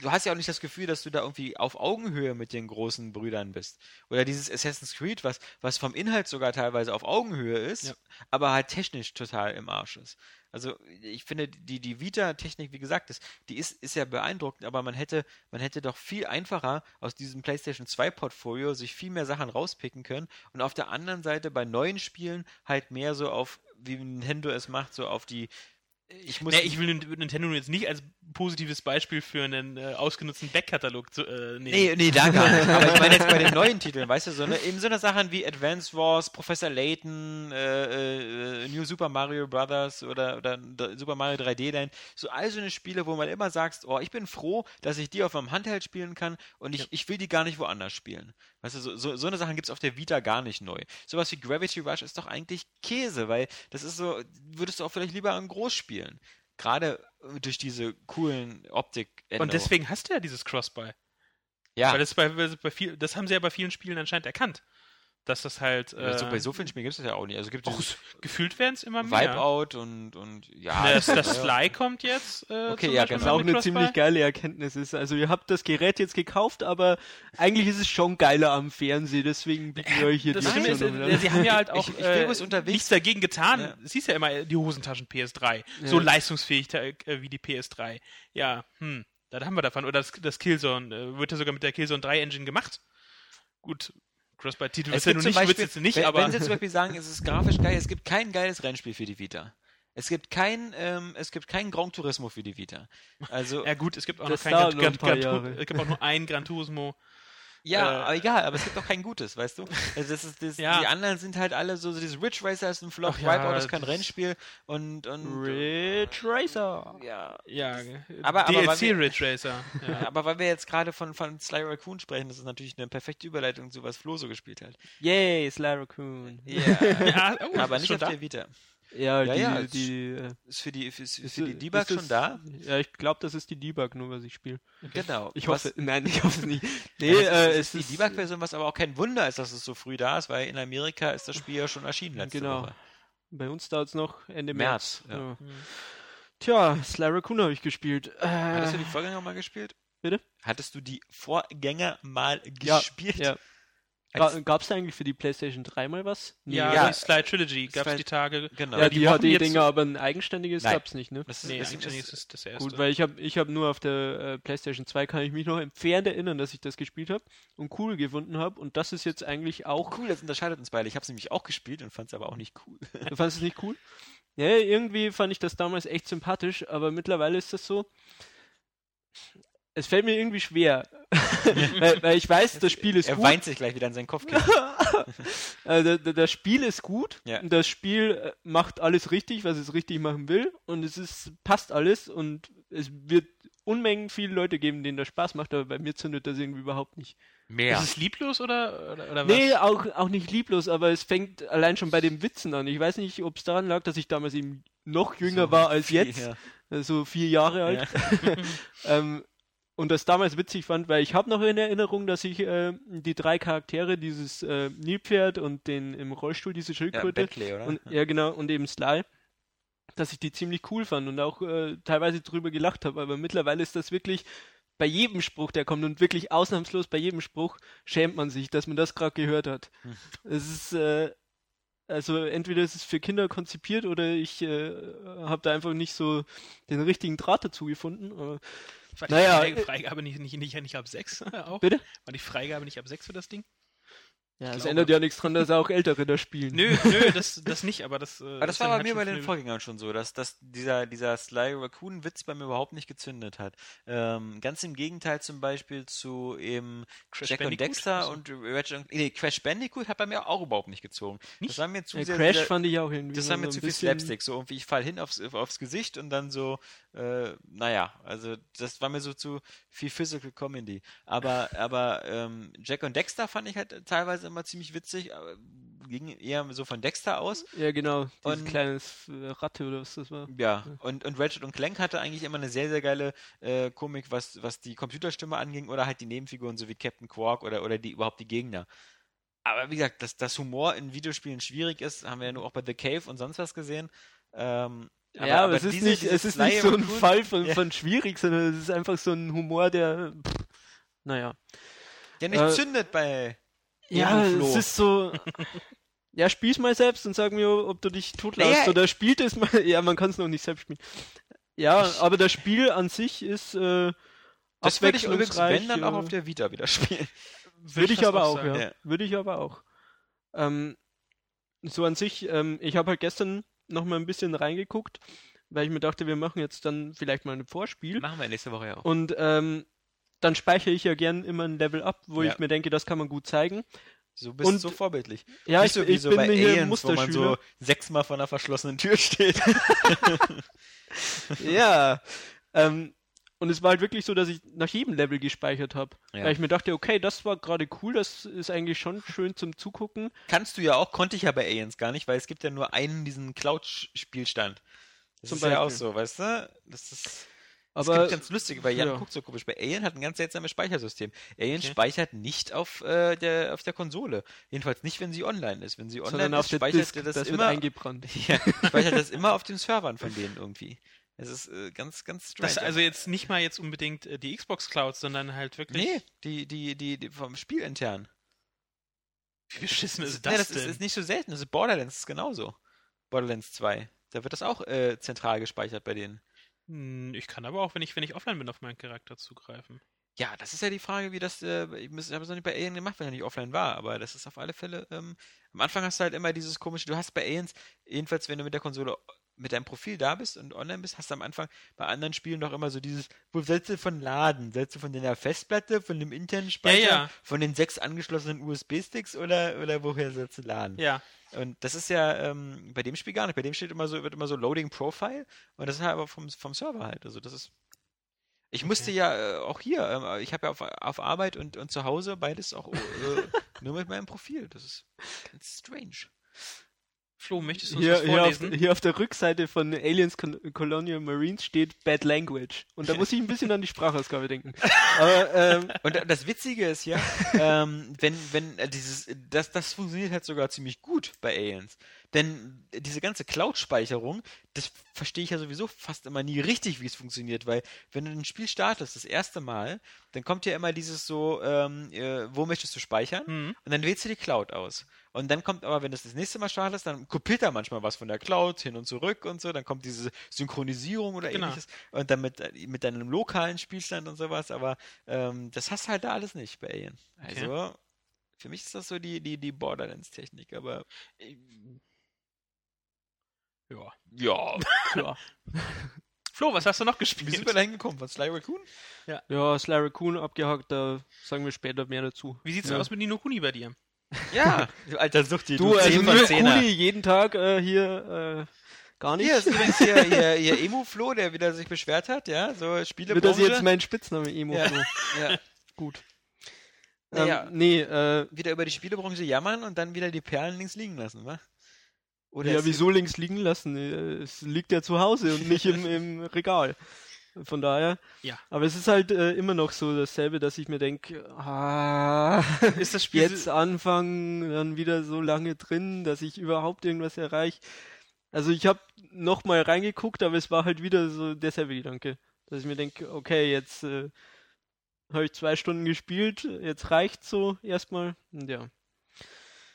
Speaker 1: du hast ja auch nicht das Gefühl, dass du da irgendwie auf Augenhöhe mit den großen Brüdern bist. Oder dieses Assassin's Creed, was, was vom Inhalt sogar teilweise auf Augenhöhe ist,
Speaker 3: Ja.
Speaker 1: aber halt technisch total im Arsch ist. Also ich finde, die, die Vita-Technik, wie gesagt, ist, die ist, ist ja beeindruckend, aber man hätte, man hätte doch viel einfacher aus diesem PlayStation 2-Portfolio sich viel mehr Sachen rauspicken können und auf der anderen Seite bei neuen Spielen halt mehr so auf, wie Nintendo es macht, so auf die ich muss
Speaker 3: Nee, ich will Nin- Nintendo jetzt nicht als positives Beispiel für einen äh, ausgenutzten Backkatalog zu, äh, nehmen.
Speaker 1: Nee, nee, da gar nicht. Aber ich meine jetzt bei den neuen Titeln, weißt du, so ne, eben so eine Sachen wie Advance Wars, Professor Layton, äh, äh, New Super Mario Brothers oder, oder D- Super Mario 3D Land, so all so eine Spiele, wo man immer sagst, oh, ich bin froh, dass ich die auf meinem Handheld spielen kann und ich, ich will die gar nicht woanders spielen. Weißt du, so, so, so eine Sachen gibt's auf der Vita gar nicht neu. Sowas wie Gravity Rush ist doch eigentlich Käse, weil das ist so, würdest du auch vielleicht lieber an groß spielen. Gerade äh, durch diese coolen optik
Speaker 3: Und deswegen hast du ja dieses Cross-Buy.
Speaker 1: ja.
Speaker 3: Weil das, bei, weil bei viel, das haben sie ja bei vielen Spielen anscheinend erkannt. Dass das halt äh,
Speaker 1: Ja, so, bei so vielen Spielen gibt es das ja auch nicht. Also gibt
Speaker 3: auch
Speaker 1: es
Speaker 3: s- gefühlt werden es immer mehr.
Speaker 1: Wipeout und, und ja.
Speaker 3: Das, das
Speaker 1: ja.
Speaker 3: Sly kommt jetzt. Äh,
Speaker 1: Okay,
Speaker 3: zum
Speaker 1: ja,
Speaker 3: Beispiel
Speaker 1: genau.
Speaker 4: Was auch
Speaker 3: mit
Speaker 4: eine
Speaker 3: Cross-Buy.
Speaker 4: ziemlich geile Erkenntnis ist. Also ihr habt das Gerät jetzt gekauft, aber eigentlich ist es schon geiler am Fernsehen, deswegen bieten wir euch hier
Speaker 3: Das
Speaker 4: die
Speaker 3: Schlimme ist,
Speaker 4: Option
Speaker 3: äh,
Speaker 4: an.
Speaker 3: sie haben ja halt auch
Speaker 1: Ich- ich
Speaker 3: äh,
Speaker 1: bin bloß unterwegs.
Speaker 3: nichts dagegen getan.
Speaker 1: Ja.
Speaker 3: Siehst ja immer äh, die Hosentaschen PS3. So
Speaker 4: Ja.
Speaker 3: leistungsfähig äh, wie die PS3. Ja, hm, da haben wir davon. Oder das, das Killzone äh, wird ja sogar mit der Killzone 3 Engine gemacht. Gut, Cross-Buy-Titel
Speaker 1: Es
Speaker 3: wirst du
Speaker 1: gibt
Speaker 3: nun
Speaker 1: zum
Speaker 3: nicht,
Speaker 1: Beispiel,
Speaker 3: willst du jetzt nicht,
Speaker 1: wenn,
Speaker 3: aber
Speaker 1: wenn sie zum Beispiel sagen, es ist grafisch geil, es gibt kein geiles Rennspiel für die Vita. Es gibt kein, ähm, es gibt kein Grand Turismo für die Vita. Also,
Speaker 3: ja gut, es gibt auch noch
Speaker 4: Das
Speaker 3: kein
Speaker 4: dauert
Speaker 3: Gran,
Speaker 4: noch
Speaker 3: Gran,
Speaker 4: ein paar
Speaker 3: Gran,
Speaker 4: Jahre.
Speaker 3: es gibt auch nur ein Gran Turismo.
Speaker 1: ja,
Speaker 3: äh,
Speaker 1: aber egal, aber es gibt auch kein gutes, weißt du? Also das ist, das,
Speaker 3: Ja.
Speaker 1: Die anderen sind halt alle so, so dieses Ridge Racer ist ein Flop,
Speaker 3: Ach ja,
Speaker 1: Wipeout ist kein
Speaker 3: das-
Speaker 1: Rennspiel und,
Speaker 3: äh,
Speaker 1: und
Speaker 4: Ridge Racer.
Speaker 1: ja.
Speaker 3: Ja,
Speaker 1: aber- aber weil
Speaker 3: DLC
Speaker 1: wir-
Speaker 3: Ridge Racer. Ja.
Speaker 1: Aber weil wir jetzt gerade von, von Sly Raccoon sprechen, das ist natürlich eine perfekte Überleitung zu was Flo so gespielt hat.
Speaker 4: Yay, Sly Raccoon.
Speaker 1: Yeah.
Speaker 3: ja, oh,
Speaker 1: aber
Speaker 3: ist
Speaker 1: nicht
Speaker 3: schon
Speaker 1: auf
Speaker 3: da?
Speaker 1: der Vita.
Speaker 4: Ja,
Speaker 1: Ja,
Speaker 4: die,
Speaker 1: ja, es-
Speaker 4: die, äh,
Speaker 1: Ist für die, ist, ist
Speaker 4: ist-
Speaker 1: für die
Speaker 4: ist
Speaker 1: Debug
Speaker 4: es-
Speaker 1: schon da?
Speaker 4: Ja, ich glaube, das ist die Debug, nur was ich spiele.
Speaker 1: Genau.
Speaker 4: Ich hoffe, nein, ich hoffe es nicht.
Speaker 1: Nee,
Speaker 4: Nee,
Speaker 1: es,
Speaker 4: äh,
Speaker 1: ist, es ist die Debug-Version, was aber auch kein Wunder ist, dass es so früh da ist, weil in Amerika ist das Spiel ja schon erschienen letzte
Speaker 4: Genau.
Speaker 1: Woche.
Speaker 4: bei uns dauert es noch Ende
Speaker 1: März,
Speaker 4: März.
Speaker 1: ja.
Speaker 3: Hm.
Speaker 4: Tja, Sly Raccoon habe ich gespielt. Äh,
Speaker 1: Hattest du die Vorgänger mal gespielt?
Speaker 4: Bitte?
Speaker 1: Hattest du die Vorgänger mal
Speaker 4: ja,
Speaker 1: gespielt?
Speaker 4: Ja.
Speaker 1: Als-
Speaker 4: Gab es da eigentlich für die PlayStation 3 mal was? Nee.
Speaker 3: Ja,
Speaker 1: Ja,
Speaker 3: die Sly Trilogy gab es
Speaker 1: Sly-
Speaker 3: die Tage.
Speaker 1: Genau.
Speaker 4: Ja,
Speaker 3: die
Speaker 4: die
Speaker 3: machen jetzt-
Speaker 4: HD-Dinger, aber ein eigenständiges
Speaker 1: Nein.
Speaker 4: gab es nicht, ne?
Speaker 1: Das ist,
Speaker 3: Nee,
Speaker 1: das
Speaker 3: eigentlich ist
Speaker 1: ist,
Speaker 3: es das erste.
Speaker 4: Gut, weil ich habe ich hab nur auf der äh, PlayStation 2 kann ich mich noch entfernt erinnern, dass ich das gespielt habe und cool gefunden habe. Und das ist jetzt eigentlich auch.
Speaker 1: auch cool, das unterscheidet uns beide. Ich habe es nämlich auch gespielt und fand es aber auch nicht cool.
Speaker 4: Du fandest es nicht cool? Ja, irgendwie fand ich das damals echt sympathisch, aber mittlerweile ist das so. Es fällt mir irgendwie schwer. weil, weil ich weiß, das Spiel ist
Speaker 1: er
Speaker 4: gut.
Speaker 1: weint sich gleich wieder in seinen Kopf.
Speaker 4: Also, d- das Spiel ist gut.
Speaker 1: Ja.
Speaker 4: und Das Spiel äh, macht alles richtig, was es richtig machen will. Und es ist, passt alles. Und es wird Unmengen viele Leute geben, denen das Spaß macht. Aber bei mir zündet das irgendwie überhaupt nicht.
Speaker 1: Mehr.
Speaker 3: Ist es lieblos oder, oder, oder
Speaker 4: Nee, auch, auch nicht lieblos. Aber es fängt allein schon bei den Witzen an. Ich weiß nicht, ob es daran lag, dass ich damals eben noch jünger war als jetzt.
Speaker 1: Ja.
Speaker 4: Äh, So vier Jahre alt. ähm, und das damals witzig fand, weil ich habe noch in Erinnerung, dass ich äh, die drei Charaktere, dieses äh, Nilpferd und den im Rollstuhl, diese
Speaker 1: Ja,
Speaker 4: Schildkröte,
Speaker 1: Bentley, oder?
Speaker 4: und, ja, genau, und eben Sly, dass ich die ziemlich cool fand und auch äh, teilweise drüber gelacht habe. Aber mittlerweile ist das wirklich bei jedem Spruch, der kommt und wirklich ausnahmslos bei jedem Spruch schämt man sich, dass man das gerade gehört hat.
Speaker 1: Hm.
Speaker 4: Es ist, äh, also entweder ist es für Kinder konzipiert oder ich äh, habe da einfach nicht so den richtigen Draht dazu gefunden. Aber
Speaker 3: War
Speaker 4: Naja,
Speaker 3: die Frei-
Speaker 4: äh,
Speaker 3: Freigabe nicht, nicht, nicht, nicht ab 6 auch?
Speaker 4: Bitte?
Speaker 3: War die Freigabe nicht ab 6 für das Ding?
Speaker 4: Ja,
Speaker 3: Ich
Speaker 4: es
Speaker 3: glaube-
Speaker 4: ändert ja nichts dran, dass auch Ältere da spielen. Äh,
Speaker 3: Nö, nö, das, das nicht, aber das. äh,
Speaker 1: Aber das war
Speaker 3: halt
Speaker 1: bei mir bei den Vorgängern schon so, dass, dass dieser, dieser Sly Raccoon-Witz bei mir überhaupt nicht gezündet hat. Ähm, ganz im Gegenteil zum Beispiel zu eben
Speaker 3: Crash
Speaker 1: Jack
Speaker 3: Bandicoot?
Speaker 1: und Dexter
Speaker 3: Achso.
Speaker 1: und Ratchet und, nee, Crash Bandicoot hat bei mir auch überhaupt nicht gezogen. Das war mir zu
Speaker 4: Ja,
Speaker 1: sehr,
Speaker 4: Äh, Crash
Speaker 1: dieser-
Speaker 4: fand ich auch irgendwie.
Speaker 1: das
Speaker 4: nur
Speaker 1: war mir
Speaker 4: so
Speaker 1: zu
Speaker 4: ein
Speaker 1: viel
Speaker 4: bisschen-
Speaker 1: Slapstick. So irgendwie, ich fall hin aufs, aufs Gesicht und dann so, äh, naja, also das war mir so zu viel Physical Comedy. Aber, aber ähm, Jack und Dexter fand ich halt teilweise immer ziemlich witzig, aber ging eher so von Dexter aus.
Speaker 4: Ja, genau. Dieses
Speaker 1: Und-
Speaker 4: kleines äh, Ratte oder was das war.
Speaker 1: Ja, Hm. und, und Ratchet und Clank hatte eigentlich immer eine sehr, sehr geile äh, Komik, was, was die Computerstimme anging oder halt die Nebenfiguren, so wie Captain Quark oder, oder die, überhaupt die Gegner. Aber wie gesagt, dass, dass Humor in Videospielen schwierig ist, haben wir ja nur auch bei The Cave und sonst was gesehen. Ähm,
Speaker 4: ja, aber, es ist
Speaker 1: diese-
Speaker 4: nicht,
Speaker 1: diese
Speaker 4: es ist
Speaker 1: Sly
Speaker 4: nicht so ein
Speaker 1: Raccoon-
Speaker 4: Fall von,
Speaker 1: Ja.
Speaker 4: von schwierig, sondern es ist einfach so ein Humor, der. Pff, naja.
Speaker 1: Der nicht
Speaker 4: äh,
Speaker 1: zündet bei.
Speaker 4: Ja,
Speaker 1: Flo.
Speaker 4: es ist so. Ja, spiel's mal selbst und sag mir, ob du dich totlachst
Speaker 1: Naja,
Speaker 4: oder spielt es mal. Ja, man kann es noch nicht selbst spielen. Ja, aber das Spiel an sich ist äh,
Speaker 1: Das würde ich übrigens,
Speaker 4: abwechslungsreich,
Speaker 1: wenn, dann auch
Speaker 4: äh,
Speaker 1: auf der Vita wieder spielen.
Speaker 4: Würde ich, aber auch, ja.
Speaker 1: sagen, ja.
Speaker 4: Würde ich aber auch. Ähm, so an sich, ähm, ich habe halt gestern noch mal ein bisschen reingeguckt, weil ich mir dachte, wir machen jetzt dann vielleicht mal ein Vorspiel.
Speaker 1: Machen wir nächste Woche ja auch.
Speaker 4: Und ähm, dann speichere ich ja gern immer ein Level ab, wo
Speaker 1: Ja.
Speaker 4: ich mir denke, das kann man gut zeigen.
Speaker 1: Du bist
Speaker 4: und-
Speaker 1: so vorbildlich.
Speaker 4: Ja,
Speaker 1: nicht
Speaker 4: ich,
Speaker 1: so wie
Speaker 4: ich
Speaker 1: so
Speaker 4: bin
Speaker 1: bei
Speaker 4: hier
Speaker 1: Aliens, wo man
Speaker 4: Musterschüler.
Speaker 1: so sechsmal vor einer verschlossenen Tür steht.
Speaker 4: ja. Ähm, und es war halt wirklich so, dass ich nach jedem Level gespeichert habe.
Speaker 1: Ja.
Speaker 4: Weil ich mir dachte, okay, das war gerade cool, das ist eigentlich schon schön zum Zugucken.
Speaker 1: Kannst du ja auch, konnte ich ja bei Aliens gar nicht, weil es gibt ja nur einen diesen Cloud-Spielstand. Das
Speaker 4: Zum
Speaker 1: ist ja auch
Speaker 4: Beispiel.
Speaker 1: so, weißt du? Das ist das
Speaker 4: Aber
Speaker 1: gibt ganz lustig, weil Jan
Speaker 4: ja.
Speaker 1: guckt so komisch. Bei Alien hat ein ganz seltsames Speichersystem. Alien
Speaker 3: Okay.
Speaker 1: speichert nicht auf, äh, der, auf der Konsole. Jedenfalls nicht, wenn sie online ist. Wenn sie
Speaker 4: sondern
Speaker 1: online
Speaker 4: auf
Speaker 1: ist,
Speaker 4: der
Speaker 1: speichert
Speaker 4: Disk,
Speaker 1: er
Speaker 4: das,
Speaker 1: das,
Speaker 4: das wird
Speaker 1: immer.
Speaker 4: eingebrannt.
Speaker 1: Ja, speichert das immer auf den Servern von denen irgendwie. Es ist äh, ganz, ganz strange.
Speaker 3: Das, also jetzt nicht mal jetzt unbedingt äh, die Xbox Cloud, sondern halt wirklich.
Speaker 1: nee, die, die, die, die vom Spiel intern.
Speaker 3: Wie beschissen ist
Speaker 1: Nee,
Speaker 3: das,
Speaker 1: ist,
Speaker 3: denn?
Speaker 1: ist nicht so selten. Das ist Borderlands ist genauso. Borderlands 2. Da wird das auch äh, zentral gespeichert bei denen.
Speaker 3: Hm, Ich kann aber auch, wenn ich, wenn ich offline bin, auf meinen Charakter zugreifen.
Speaker 1: Ja, das ist ja die Frage, wie das. Äh, ich muss- ich habe es noch nicht bei Alien gemacht, wenn er nicht offline war, aber das ist auf alle Fälle. Ähm, am Anfang hast du halt immer dieses komische. Du hast bei Aliens, jedenfalls, wenn du mit der Konsole mit deinem Profil da bist und online bist, hast du am Anfang bei anderen Spielen doch immer so dieses, wo setzt du von Laden? Setzt du von deiner Festplatte, von dem internen Speicher,
Speaker 3: ja.
Speaker 1: von den sechs angeschlossenen USB-Sticks oder, oder woher sollst du laden?
Speaker 3: Ja.
Speaker 1: Und das ist ja ähm, bei dem Spiel gar nicht. Bei dem steht immer so, wird immer so Loading Profile und das ist halt aber vom, vom Server halt. Also das ist. Ich musste ja äh, auch hier, ähm, ich habe ja auf, auf Arbeit und, und zu Hause beides auch äh, nur mit meinem Profil. Das ist ganz strange.
Speaker 3: Flo, möchtest du uns
Speaker 4: Hier,
Speaker 3: das
Speaker 4: hier, auf,
Speaker 3: vorlesen?
Speaker 4: hier auf der Rückseite von Aliens Col- Colonial Marines steht Bad Language. Und da muss ich ein bisschen an die Sprachausgabe denken. Aber, ähm,
Speaker 1: Und äh, das Witzige ist ja, ähm, wenn, wenn äh, dieses, das, das funktioniert halt sogar ziemlich gut bei Aliens. Denn diese ganze Cloud-Speicherung, das verstehe ich ja sowieso fast immer nie richtig, wie es funktioniert, weil wenn du ein Spiel startest, das erste Mal, dann kommt ja immer dieses so, ähm, äh, wo möchtest du speichern?
Speaker 4: Mhm.
Speaker 3: Hm.
Speaker 1: Und dann wählst du die Cloud aus. Und dann kommt aber, wenn du das das nächste Mal startest, dann kopiert er manchmal was von der Cloud hin und zurück und so. Dann kommt diese Synchronisierung oder
Speaker 3: Genau.
Speaker 1: ähnliches. Und dann mit, mit deinem lokalen Spielstand und sowas. Aber ähm, das hast du halt da alles nicht bei Alien.
Speaker 3: Okay.
Speaker 1: Also, für mich ist das so die, die, die Borderlands-Technik. Aber
Speaker 4: Äh,
Speaker 3: Ja.
Speaker 1: ja,
Speaker 4: ja.
Speaker 3: Flo, was hast du noch
Speaker 1: wie
Speaker 3: gespielt?
Speaker 1: sind wir da hingekommen? Von Sly Raccoon?
Speaker 4: ja, Sly Raccoon abgehakt, da sagen wir später mehr dazu.
Speaker 3: Wie sieht's
Speaker 4: Ja.
Speaker 3: denn aus mit Nino Kuni bei dir?
Speaker 1: Ja, du alter Suchti.
Speaker 4: Du, also
Speaker 1: Zehn von
Speaker 4: nur
Speaker 1: Zehner.
Speaker 4: Kuni jeden Tag äh, hier äh, gar nicht.
Speaker 1: Hier ist übrigens hier, hier, hier Emo-Flo, der wieder sich beschwert hat. Ja, so Spiele
Speaker 4: Wird das jetzt mein Spitzname, Emo?
Speaker 1: Ja.
Speaker 4: Flo?
Speaker 1: ja.
Speaker 4: Gut. Ähm,
Speaker 1: Naja.
Speaker 4: Nee, äh,
Speaker 1: wieder über die Spielebranche jammern und dann wieder die Perlen links liegen lassen, wa? Oder
Speaker 4: ja,
Speaker 1: es-
Speaker 4: wieso links liegen lassen? Äh, Es liegt ja zu Hause und nicht im, im Regal. Von daher.
Speaker 3: Ja.
Speaker 4: Aber es ist halt äh, immer noch so dasselbe, dass ich mir denke, ah,
Speaker 3: Ist das Spiel
Speaker 4: jetzt anfangen, dann wieder so lange drin, dass ich überhaupt irgendwas erreiche. Also ich habe nochmal reingeguckt, aber es war halt wieder so derselbe Gedanke. Dass ich mir denke, okay, jetzt äh, habe ich zwei Stunden gespielt, jetzt reicht so erstmal. Und ja.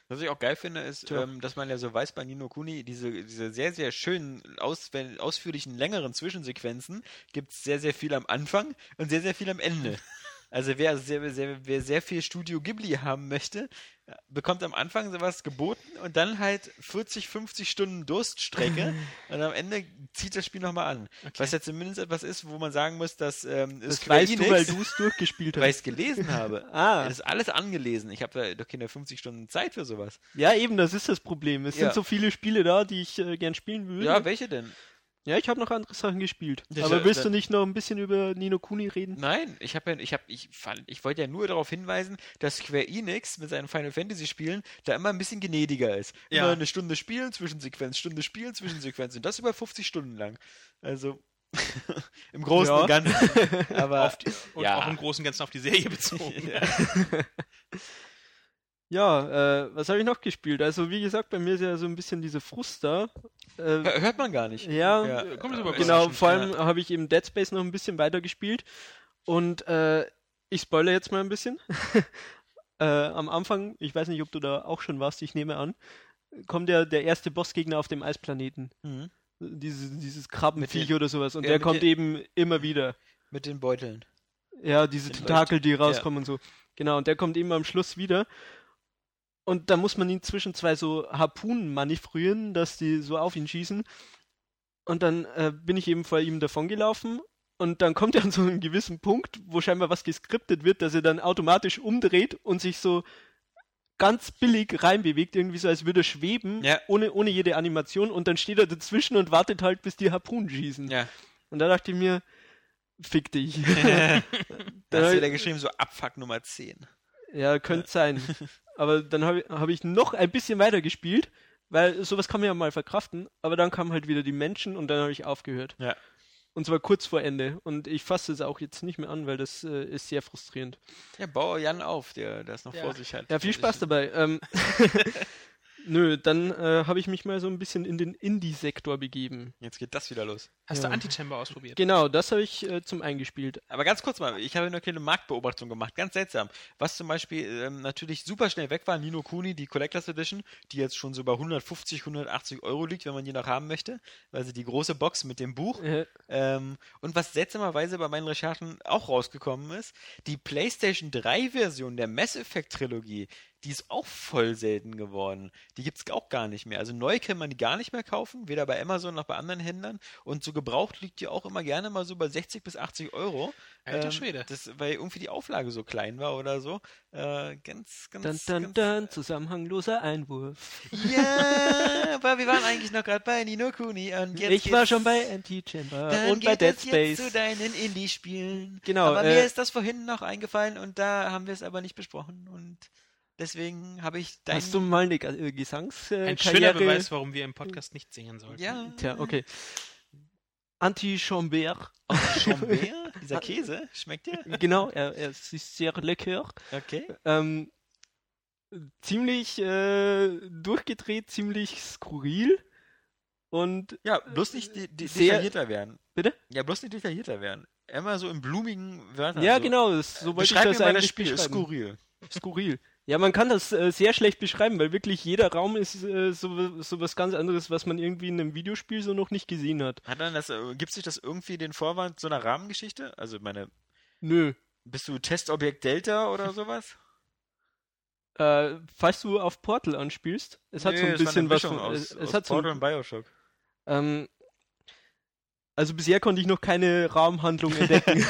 Speaker 1: Was ich auch geil finde, ist,
Speaker 4: Tja.
Speaker 1: ähm, dass man ja so weiß bei Nino Kuni, diese, diese sehr, sehr schönen, auswe- ausführlichen, längeren Zwischensequenzen gibt es sehr, sehr viel am Anfang und sehr, sehr viel am Ende. Also wer sehr, sehr, wer sehr viel Studio Ghibli haben möchte, bekommt am Anfang sowas geboten und dann halt 40, 50 Stunden Durststrecke und am Ende zieht das Spiel nochmal an. Was ja zumindest etwas ist, wo man sagen muss, dass ähm,
Speaker 4: Das
Speaker 1: es
Speaker 4: weißt du,
Speaker 1: nix,
Speaker 4: weil du es durchgespielt
Speaker 1: weil
Speaker 4: hast.
Speaker 1: ich es gelesen habe.
Speaker 4: Ah,
Speaker 1: Das ist alles angelesen. Ich habe da doch keine 50 Stunden Zeit für sowas.
Speaker 4: ja, eben, das ist das Problem. Es
Speaker 1: Ja.
Speaker 4: sind so viele Spiele da, die ich äh, gern spielen würde.
Speaker 1: Ja, welche denn?
Speaker 4: Ja, ich habe noch andere Sachen gespielt.
Speaker 1: Ja,
Speaker 4: Aber
Speaker 1: ja,
Speaker 4: willst
Speaker 1: dann-
Speaker 4: du nicht noch ein bisschen über Nino Kuni reden?
Speaker 1: Nein, ich habe ja, ich habe, ich fand, ich wollte ja nur darauf hinweisen, dass Square Enix mit seinen Final Fantasy Spielen da immer ein bisschen gnädiger ist.
Speaker 3: Ja.
Speaker 1: Immer eine Stunde spielen, Zwischensequenz, Stunde spielen, Zwischensequenz und das über 50 Stunden lang. Also im Großen
Speaker 4: Ja.
Speaker 1: und Ganzen. Aber
Speaker 3: Auf die, und
Speaker 1: Ja.
Speaker 3: auch im Großen und Ganzen auf die Serie bezogen.
Speaker 4: Ja, äh, was habe ich noch gespielt? Also, wie gesagt, bei mir ist ja so ein bisschen diese Frust da. Äh,
Speaker 1: Hör- hört man gar nicht.
Speaker 4: ja,
Speaker 3: kommt das aber
Speaker 1: äh,
Speaker 3: gut.
Speaker 4: genau,
Speaker 1: schon-
Speaker 4: vor
Speaker 1: ja.
Speaker 4: allem habe ich eben Dead Space noch ein bisschen weiter gespielt. Und äh, ich spoilere jetzt mal ein bisschen. äh, am Anfang, ich weiß nicht, ob du da auch schon warst, ich nehme an, kommt ja der erste Bossgegner auf dem Eisplaneten.
Speaker 1: Mhm.
Speaker 4: Dieses, dieses Krabbenviech
Speaker 1: Mit den-
Speaker 4: oder sowas. Und
Speaker 1: ja,
Speaker 4: der
Speaker 1: mit
Speaker 4: kommt
Speaker 1: den-
Speaker 4: eben immer wieder.
Speaker 1: Mit den Beuteln.
Speaker 4: Ja, diese
Speaker 1: Den
Speaker 4: Tentakel, die rauskommen und so. Genau, und der kommt eben am Schluss wieder. Und da muss man ihn zwischen zwei so Harpunen manövrieren, dass die so auf ihn schießen. Und dann äh, bin ich eben vor ihm davongelaufen. Und dann kommt er an so einen gewissen Punkt, wo scheinbar was geskriptet wird, dass er dann automatisch umdreht und sich so ganz billig reinbewegt, irgendwie so, als würde er schweben,
Speaker 1: Ja.
Speaker 4: ohne, ohne jede Animation. Und dann steht er dazwischen und wartet halt, bis die Harpunen schießen.
Speaker 1: Ja.
Speaker 4: Und da dachte ich mir, fick dich.
Speaker 1: Da hast
Speaker 4: hab
Speaker 1: du
Speaker 4: ich-
Speaker 1: wieder geschrieben, so Abfuck Nummer 10.
Speaker 4: Ja, könnte sein. Aber dann habe ich- habe ich noch ein bisschen weiter gespielt, weil sowas kann man ja mal verkraften. Aber dann kamen halt wieder die Menschen und dann habe ich aufgehört.
Speaker 1: Ja.
Speaker 4: Und zwar kurz vor Ende. Und ich fasse es auch jetzt nicht mehr an, weil das äh, ist sehr frustrierend.
Speaker 1: Ja, bau Jan auf, der das noch vor sich hat.
Speaker 4: Ja, viel Spaß dabei. Ähm, nö, dann äh, habe ich mich mal so ein bisschen in den Indie-Sektor begeben.
Speaker 1: Jetzt geht das wieder los.
Speaker 3: Hast
Speaker 4: Ja.
Speaker 3: du Antitemper ausprobiert?
Speaker 4: Genau, das habe ich äh, zum eingespielt.
Speaker 1: Aber ganz kurz mal, ich habe noch keine Marktbeobachtung gemacht, ganz seltsam. Was zum Beispiel ähm, natürlich super schnell weg war, Nino Kuni, die Collectors Edition, die jetzt schon so bei 150, 180 Euro liegt, wenn man die noch haben möchte, also die große Box mit dem Buch.
Speaker 4: Äh,
Speaker 1: Ähm, und was seltsamerweise bei meinen Recherchen auch rausgekommen ist, die PlayStation 3-Version der Mass Effect-Trilogie, die ist auch voll selten geworden. Die gibt es auch gar nicht mehr. Also neu kann man die gar nicht mehr kaufen, weder bei Amazon noch bei anderen Händlern. Und so gebraucht liegt die auch immer gerne mal so bei 60 bis 80 Euro.
Speaker 3: Alter
Speaker 1: Ähm,
Speaker 3: Schwede.
Speaker 1: Das, weil irgendwie die Auflage so klein war oder so. Äh, ganz, ganz, genau.
Speaker 4: dann, dann,
Speaker 1: ganz.
Speaker 4: dann, zusammenhangloser Einwurf.
Speaker 1: Ja, aber wir waren eigentlich noch gerade bei Nino Kuni und jetzt
Speaker 4: ich war
Speaker 1: geht's-
Speaker 4: schon bei Anti-Chamber
Speaker 1: dann
Speaker 4: und bei
Speaker 1: geht
Speaker 4: Dead
Speaker 1: es
Speaker 4: Space.
Speaker 1: Jetzt zu deinen Indie-Spielen.
Speaker 4: Genau,
Speaker 1: Aber
Speaker 4: äh,
Speaker 1: mir ist das vorhin noch eingefallen und da haben wir es aber nicht besprochen und deswegen habe ich dein.
Speaker 4: Hast du mal eine Ge- äh, Gesangs äh,
Speaker 3: Ein schöner
Speaker 4: Karriere?
Speaker 3: Beweis, warum wir im Podcast nicht singen sollten.
Speaker 1: ja.
Speaker 4: Tja, okay. Anti-Chambert.
Speaker 1: Aus Chambert? Dieser Käse? Schmeckt dir?
Speaker 4: genau, er, er ist sehr lecker.
Speaker 1: Okay.
Speaker 4: Ähm, ziemlich äh, durchgedreht, ziemlich skurril. Und
Speaker 1: Ja, bloß nicht de de
Speaker 4: Sehr-
Speaker 1: detaillierter werden.
Speaker 4: Bitte?
Speaker 1: Ja, bloß nicht detaillierter werden. Immer so in blumigen Wörtern.
Speaker 4: ja,
Speaker 1: so.
Speaker 4: genau, das, so wollte ich
Speaker 1: Also, Beschreib
Speaker 4: das
Speaker 1: mir mal das
Speaker 4: eigentlich
Speaker 1: Spiel.
Speaker 4: beschreiben.
Speaker 1: Skurril.
Speaker 4: skurril. Ja, man kann das äh, sehr schlecht beschreiben, weil wirklich jeder Raum ist äh, so, so was ganz anderes, was man irgendwie in einem Videospiel so noch nicht gesehen hat.
Speaker 1: Hat dann das, äh, gibt sich das irgendwie den Vorwand so einer Rahmengeschichte? Also, meine,
Speaker 4: Nö.
Speaker 1: bist du Testobjekt Delta oder sowas?
Speaker 4: Äh, falls du auf Portal anspielst, es hat so
Speaker 1: Nee,
Speaker 4: ein
Speaker 1: es war eine
Speaker 4: bisschen was
Speaker 1: Mischung
Speaker 4: von,
Speaker 1: aus,
Speaker 4: es, es
Speaker 1: aus
Speaker 4: hat so
Speaker 1: Portal
Speaker 4: ein,
Speaker 1: und Bioshock.
Speaker 4: ähm, also bisher konnte ich noch keine Rahmenhandlung entdecken.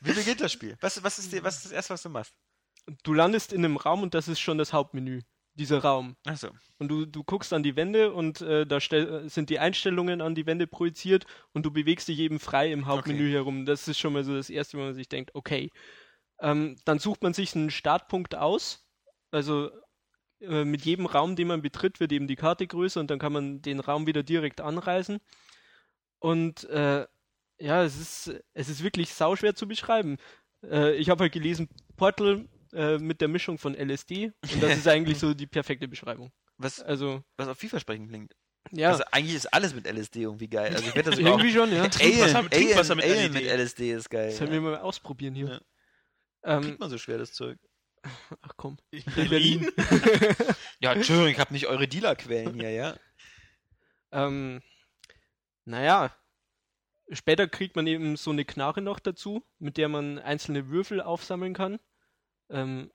Speaker 1: Wie beginnt das Spiel? Was, was, ist, die, was ist das Erste, was du machst?
Speaker 4: du landest in einem Raum und das ist schon das Hauptmenü, dieser Raum.
Speaker 1: Achso.
Speaker 4: Und du, du guckst an die Wände und äh, da stell, sind die Einstellungen an die Wände projiziert und du bewegst dich eben frei im Hauptmenü herum. Das ist schon mal so das Erste, wo man sich denkt, okay. Ähm, dann sucht man sich einen Startpunkt aus. Also äh, mit jedem Raum, den man betritt, wird eben die Karte größer und dann kann man den Raum wieder direkt anreisen. Und äh, ja, es ist, es ist wirklich sauschwer zu beschreiben. Äh, ich habe halt gelesen, Portal äh, mit der Mischung von LSD und das ist eigentlich so die perfekte Beschreibung.
Speaker 1: Was,
Speaker 4: Also,
Speaker 1: was auf vielversprechend klingt.
Speaker 4: ja, Genau.
Speaker 1: Also eigentlich ist alles mit LSD irgendwie geil. Also ich werde das sogar
Speaker 4: irgendwie schon, ja.
Speaker 1: auch... Alien,
Speaker 3: Trinkwasser-
Speaker 4: halt
Speaker 1: Alien,
Speaker 3: Trinkwasser mit
Speaker 1: Alien
Speaker 3: LSD.
Speaker 1: mit LSD ist geil.
Speaker 4: Das werden wir mal ausprobieren hier.
Speaker 1: Ja.
Speaker 4: Ähm,
Speaker 1: Kriegt man so schwer das Zeug.
Speaker 4: ach komm.
Speaker 3: In
Speaker 4: Berlin?
Speaker 1: Ja, Entschuldigung, ich habe nicht eure Dealerquellen hier, ja?
Speaker 4: Ähm, naja, später kriegt man eben so eine Knarre noch dazu, mit der man einzelne Würfel aufsammeln kann. Ähm,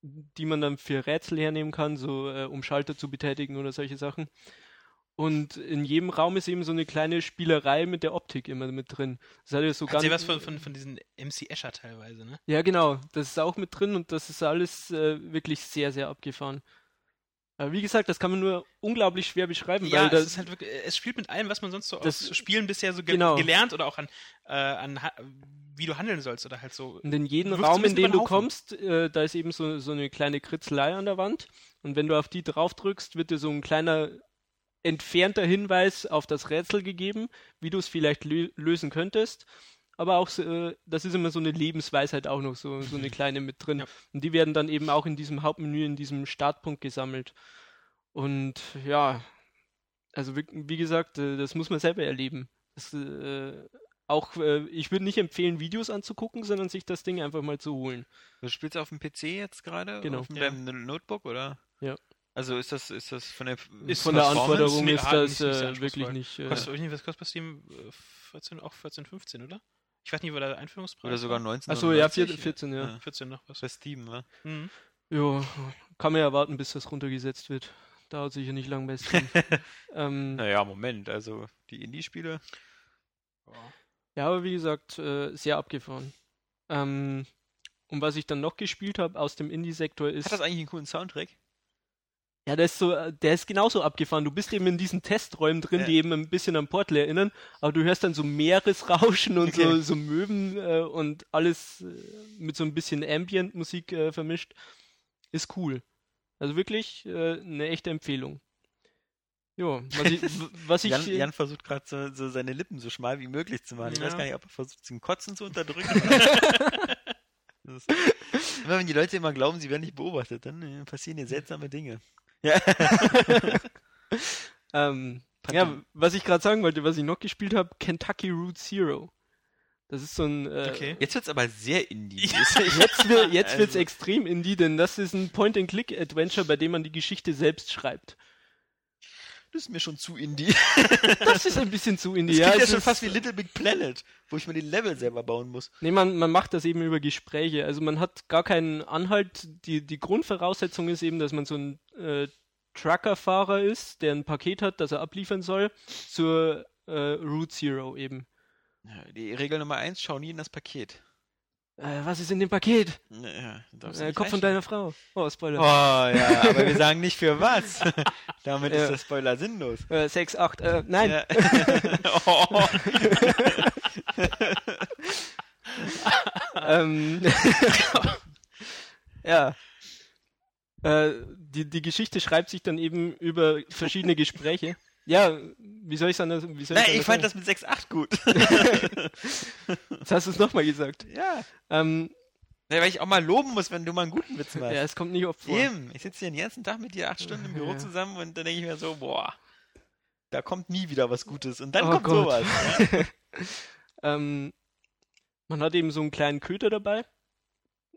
Speaker 4: die man dann für Rätsel hernehmen kann, so äh, um Schalter zu betätigen oder solche Sachen. Und in jedem Raum ist eben so eine kleine Spielerei mit der Optik immer mit drin. Das hat ja so
Speaker 3: Hat
Speaker 4: ganz.
Speaker 3: sie was von, von, von diesen MC Escher teilweise, ne?
Speaker 4: Ja, genau. Das ist auch mit drin und das ist alles äh, wirklich sehr, sehr abgefahren. Aber wie gesagt, das kann man nur unglaublich schwer beschreiben,
Speaker 3: Ja,
Speaker 4: weil das,
Speaker 3: es ist halt wirklich, es spielt mit allem, was man sonst so
Speaker 4: Das-
Speaker 3: aus Spielen bisher so ge
Speaker 4: genau.
Speaker 3: gelernt oder auch an, äh, an ha- wie du handeln sollst oder halt so.
Speaker 4: Und in jedem
Speaker 3: wirft so
Speaker 4: Raum,
Speaker 3: ein
Speaker 4: in den
Speaker 3: bisschen über
Speaker 4: du
Speaker 3: den Haufen.
Speaker 4: kommst, äh, da ist eben so, so eine kleine Kritzelei an der Wand. Und wenn du auf die drauf drückst, wird dir so ein kleiner entfernter Hinweis auf das Rätsel gegeben, wie du es vielleicht lö lösen könntest. Aber auch, so, äh, das ist immer so eine Lebensweisheit auch noch, so, so eine kleine mit drin.
Speaker 3: Mhm. Ja.
Speaker 4: Und die werden dann eben auch in diesem Hauptmenü, in diesem Startpunkt gesammelt. Und ja, also wie, wie gesagt, äh, das muss man selber erleben. Das, äh, auch, äh, ich würde nicht empfehlen, Videos anzugucken, sondern sich das Ding einfach mal zu holen.
Speaker 1: Du spielst auf dem PC jetzt gerade?
Speaker 4: Genau.
Speaker 1: Auf dem
Speaker 3: Ja.
Speaker 1: deinem Notebook, oder?
Speaker 4: Ja.
Speaker 1: Also ist das, ist das von der
Speaker 3: Ist
Speaker 4: Von der
Speaker 1: Performance?
Speaker 4: Anforderung
Speaker 3: nee,
Speaker 4: ist
Speaker 3: ah,
Speaker 4: das
Speaker 3: nicht- nicht sehr
Speaker 4: äh, wirklich
Speaker 3: anspruchsvoll.
Speaker 4: nicht. Äh,
Speaker 3: Kostet, irgendwie, was kostet bei Steam? Äh, 14, auch 14, 15, oder? Ich weiß nicht, war der Einführungspreis?
Speaker 1: Oder sogar ne?
Speaker 3: war.
Speaker 1: 19.
Speaker 4: achso, ja,
Speaker 1: 14.
Speaker 4: 14, 14 ja.
Speaker 1: Ja.
Speaker 3: 14 noch was.
Speaker 1: Bei Steam, ne?
Speaker 3: Mhm.
Speaker 4: Ja, kann man ja warten, bis das runtergesetzt wird. Dauert sicher nicht lang bei Steam. ähm,
Speaker 1: Naja, Moment, also die Indie-Spiele.
Speaker 4: Ja, aber wie gesagt, äh, sehr abgefahren. Ähm, und was ich dann noch gespielt habe aus dem Indie-Sektor ist.
Speaker 1: Hat das eigentlich einen coolen Soundtrack?
Speaker 4: Ja, der ist so, äh, der ist genauso abgefahren. Du bist eben in diesen Testräumen drin,
Speaker 1: Ja.
Speaker 4: die eben ein bisschen an Portal erinnern, aber du hörst dann so Meeresrauschen und so,
Speaker 1: Okay.
Speaker 4: so Möwen äh, und alles äh, mit so ein bisschen Ambient-Musik äh, vermischt. Ist cool. Also wirklich äh, eine echte Empfehlung. Ja, was ich, w- was ich
Speaker 1: Jan, Jan versucht gerade so, so seine Lippen so schmal wie möglich zu machen. Ich weiß
Speaker 3: Ja.
Speaker 1: gar nicht, ob er versucht, zum Kotzen zu unterdrücken. das ist, immer wenn die Leute immer glauben, sie werden nicht beobachtet, dann äh, passieren hier seltsame Dinge. Ja.
Speaker 4: Ähm,
Speaker 1: Pardon.
Speaker 4: ja, was ich gerade sagen wollte, was ich noch gespielt habe, Kentucky Route Zero. Das ist so ein. Äh,
Speaker 3: Okay.
Speaker 1: Jetzt wird's aber sehr indie.
Speaker 4: Jetzt, wird, jetzt wird's
Speaker 1: Also-
Speaker 4: extrem indie, denn das ist ein Point-and-Click-Adventure, bei dem man die Geschichte selbst schreibt.
Speaker 1: Das ist mir schon zu indie.
Speaker 4: Das ist ein bisschen zu indie.
Speaker 1: Das klingt ja
Speaker 4: es
Speaker 1: schon
Speaker 4: ist-
Speaker 1: fast wie Little Big Planet, wo ich mir den Level selber bauen muss.
Speaker 4: Nee, man, man macht das eben über Gespräche. Also man hat gar keinen Anhalt. Die, die Grundvoraussetzung ist eben, dass man so ein äh, Truckerfahrer ist, der ein Paket hat, das er abliefern soll, zur äh, Route Zero eben.
Speaker 1: Die Regel Nummer eins: schau nie in das Paket.
Speaker 4: Äh, was ist in dem Paket?
Speaker 1: Ja, darfst du
Speaker 4: Äh,
Speaker 1: nicht
Speaker 4: Kopf
Speaker 1: reinschauen.
Speaker 4: von deiner Frau. Oh, Spoiler.
Speaker 1: Oh ja, aber wir sagen nicht für was. Damit
Speaker 4: Ja.
Speaker 1: ist der Spoiler sinnlos.
Speaker 4: Äh, 6, 8, äh, nein.
Speaker 1: Oh. Ja.
Speaker 4: Ähm, ja. Äh, die, die Geschichte schreibt sich dann eben über verschiedene Gespräche. Ja, wie soll ich es anders, wie soll
Speaker 1: Nein,
Speaker 4: ich's
Speaker 1: ich
Speaker 4: anders
Speaker 1: fand
Speaker 4: sagen?
Speaker 1: das mit 6.8 gut.
Speaker 4: Jetzt hast du es nochmal gesagt.
Speaker 1: ja.
Speaker 4: Ähm,
Speaker 1: Na, weil ich auch mal loben muss, wenn du mal einen guten Witz machst.
Speaker 4: ja, es kommt nicht oft vor.
Speaker 1: Eben. Ich sitze hier den ganzen Tag mit dir acht Stunden im Büro
Speaker 4: Ja.
Speaker 1: zusammen und dann denke ich mir so, boah, da kommt nie wieder was Gutes. Und dann
Speaker 4: Oh
Speaker 1: kommt
Speaker 4: Gott.
Speaker 1: sowas.
Speaker 4: Ähm, man hat eben so einen kleinen Köter dabei.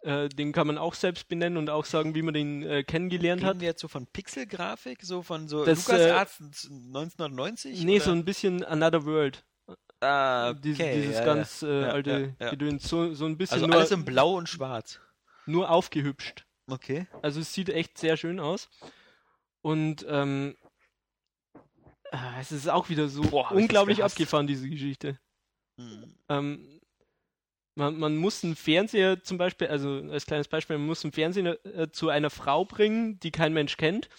Speaker 4: Äh, den kann man auch selbst benennen und auch sagen, wie man den äh, kennengelernt hat.
Speaker 1: Reden wir jetzt so von Pixelgrafik, so von so
Speaker 4: Das, äh,
Speaker 1: Lukas Arzt 1990?
Speaker 4: Nee,
Speaker 1: oder?
Speaker 4: so ein bisschen Another World.
Speaker 1: Ah, okay,
Speaker 4: Dies- dieses
Speaker 1: ja,
Speaker 4: ganz äh,
Speaker 1: Ja,
Speaker 4: alte
Speaker 1: ja, ja.
Speaker 4: Gedöns. So, so ein
Speaker 1: ja.
Speaker 4: bisschen
Speaker 1: Also
Speaker 4: nur,
Speaker 1: alles in Blau und Schwarz.
Speaker 4: nur aufgehübscht.
Speaker 1: Okay.
Speaker 4: Also es sieht echt sehr schön aus. Und ähm, ah, es ist auch wieder so
Speaker 1: Boah, hab ich das
Speaker 4: unglaublich
Speaker 1: gehasst.
Speaker 4: abgefahren, diese Geschichte.
Speaker 1: Hm.
Speaker 4: Ähm, man, man muss einen Fernseher zum Beispiel, also als kleines Beispiel, man muss einen Fernseher äh, zu einer Frau bringen, die kein Mensch kennt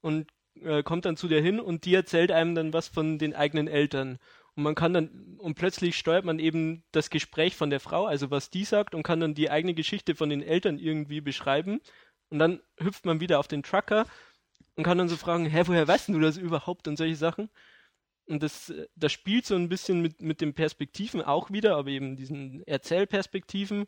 Speaker 4: und äh, kommt dann zu der hin und die erzählt einem dann was von den eigenen Eltern. Und man kann dann, und plötzlich steuert man eben das Gespräch von der Frau, also was die sagt, und kann dann die eigene Geschichte von den Eltern irgendwie beschreiben. Und dann hüpft man wieder auf den Trucker und kann dann so fragen, hä, woher weißt denn du das überhaupt und solche Sachen. Und das, äh, das spielt so ein bisschen mit, mit den Perspektiven auch wieder, aber eben diesen Erzählperspektiven.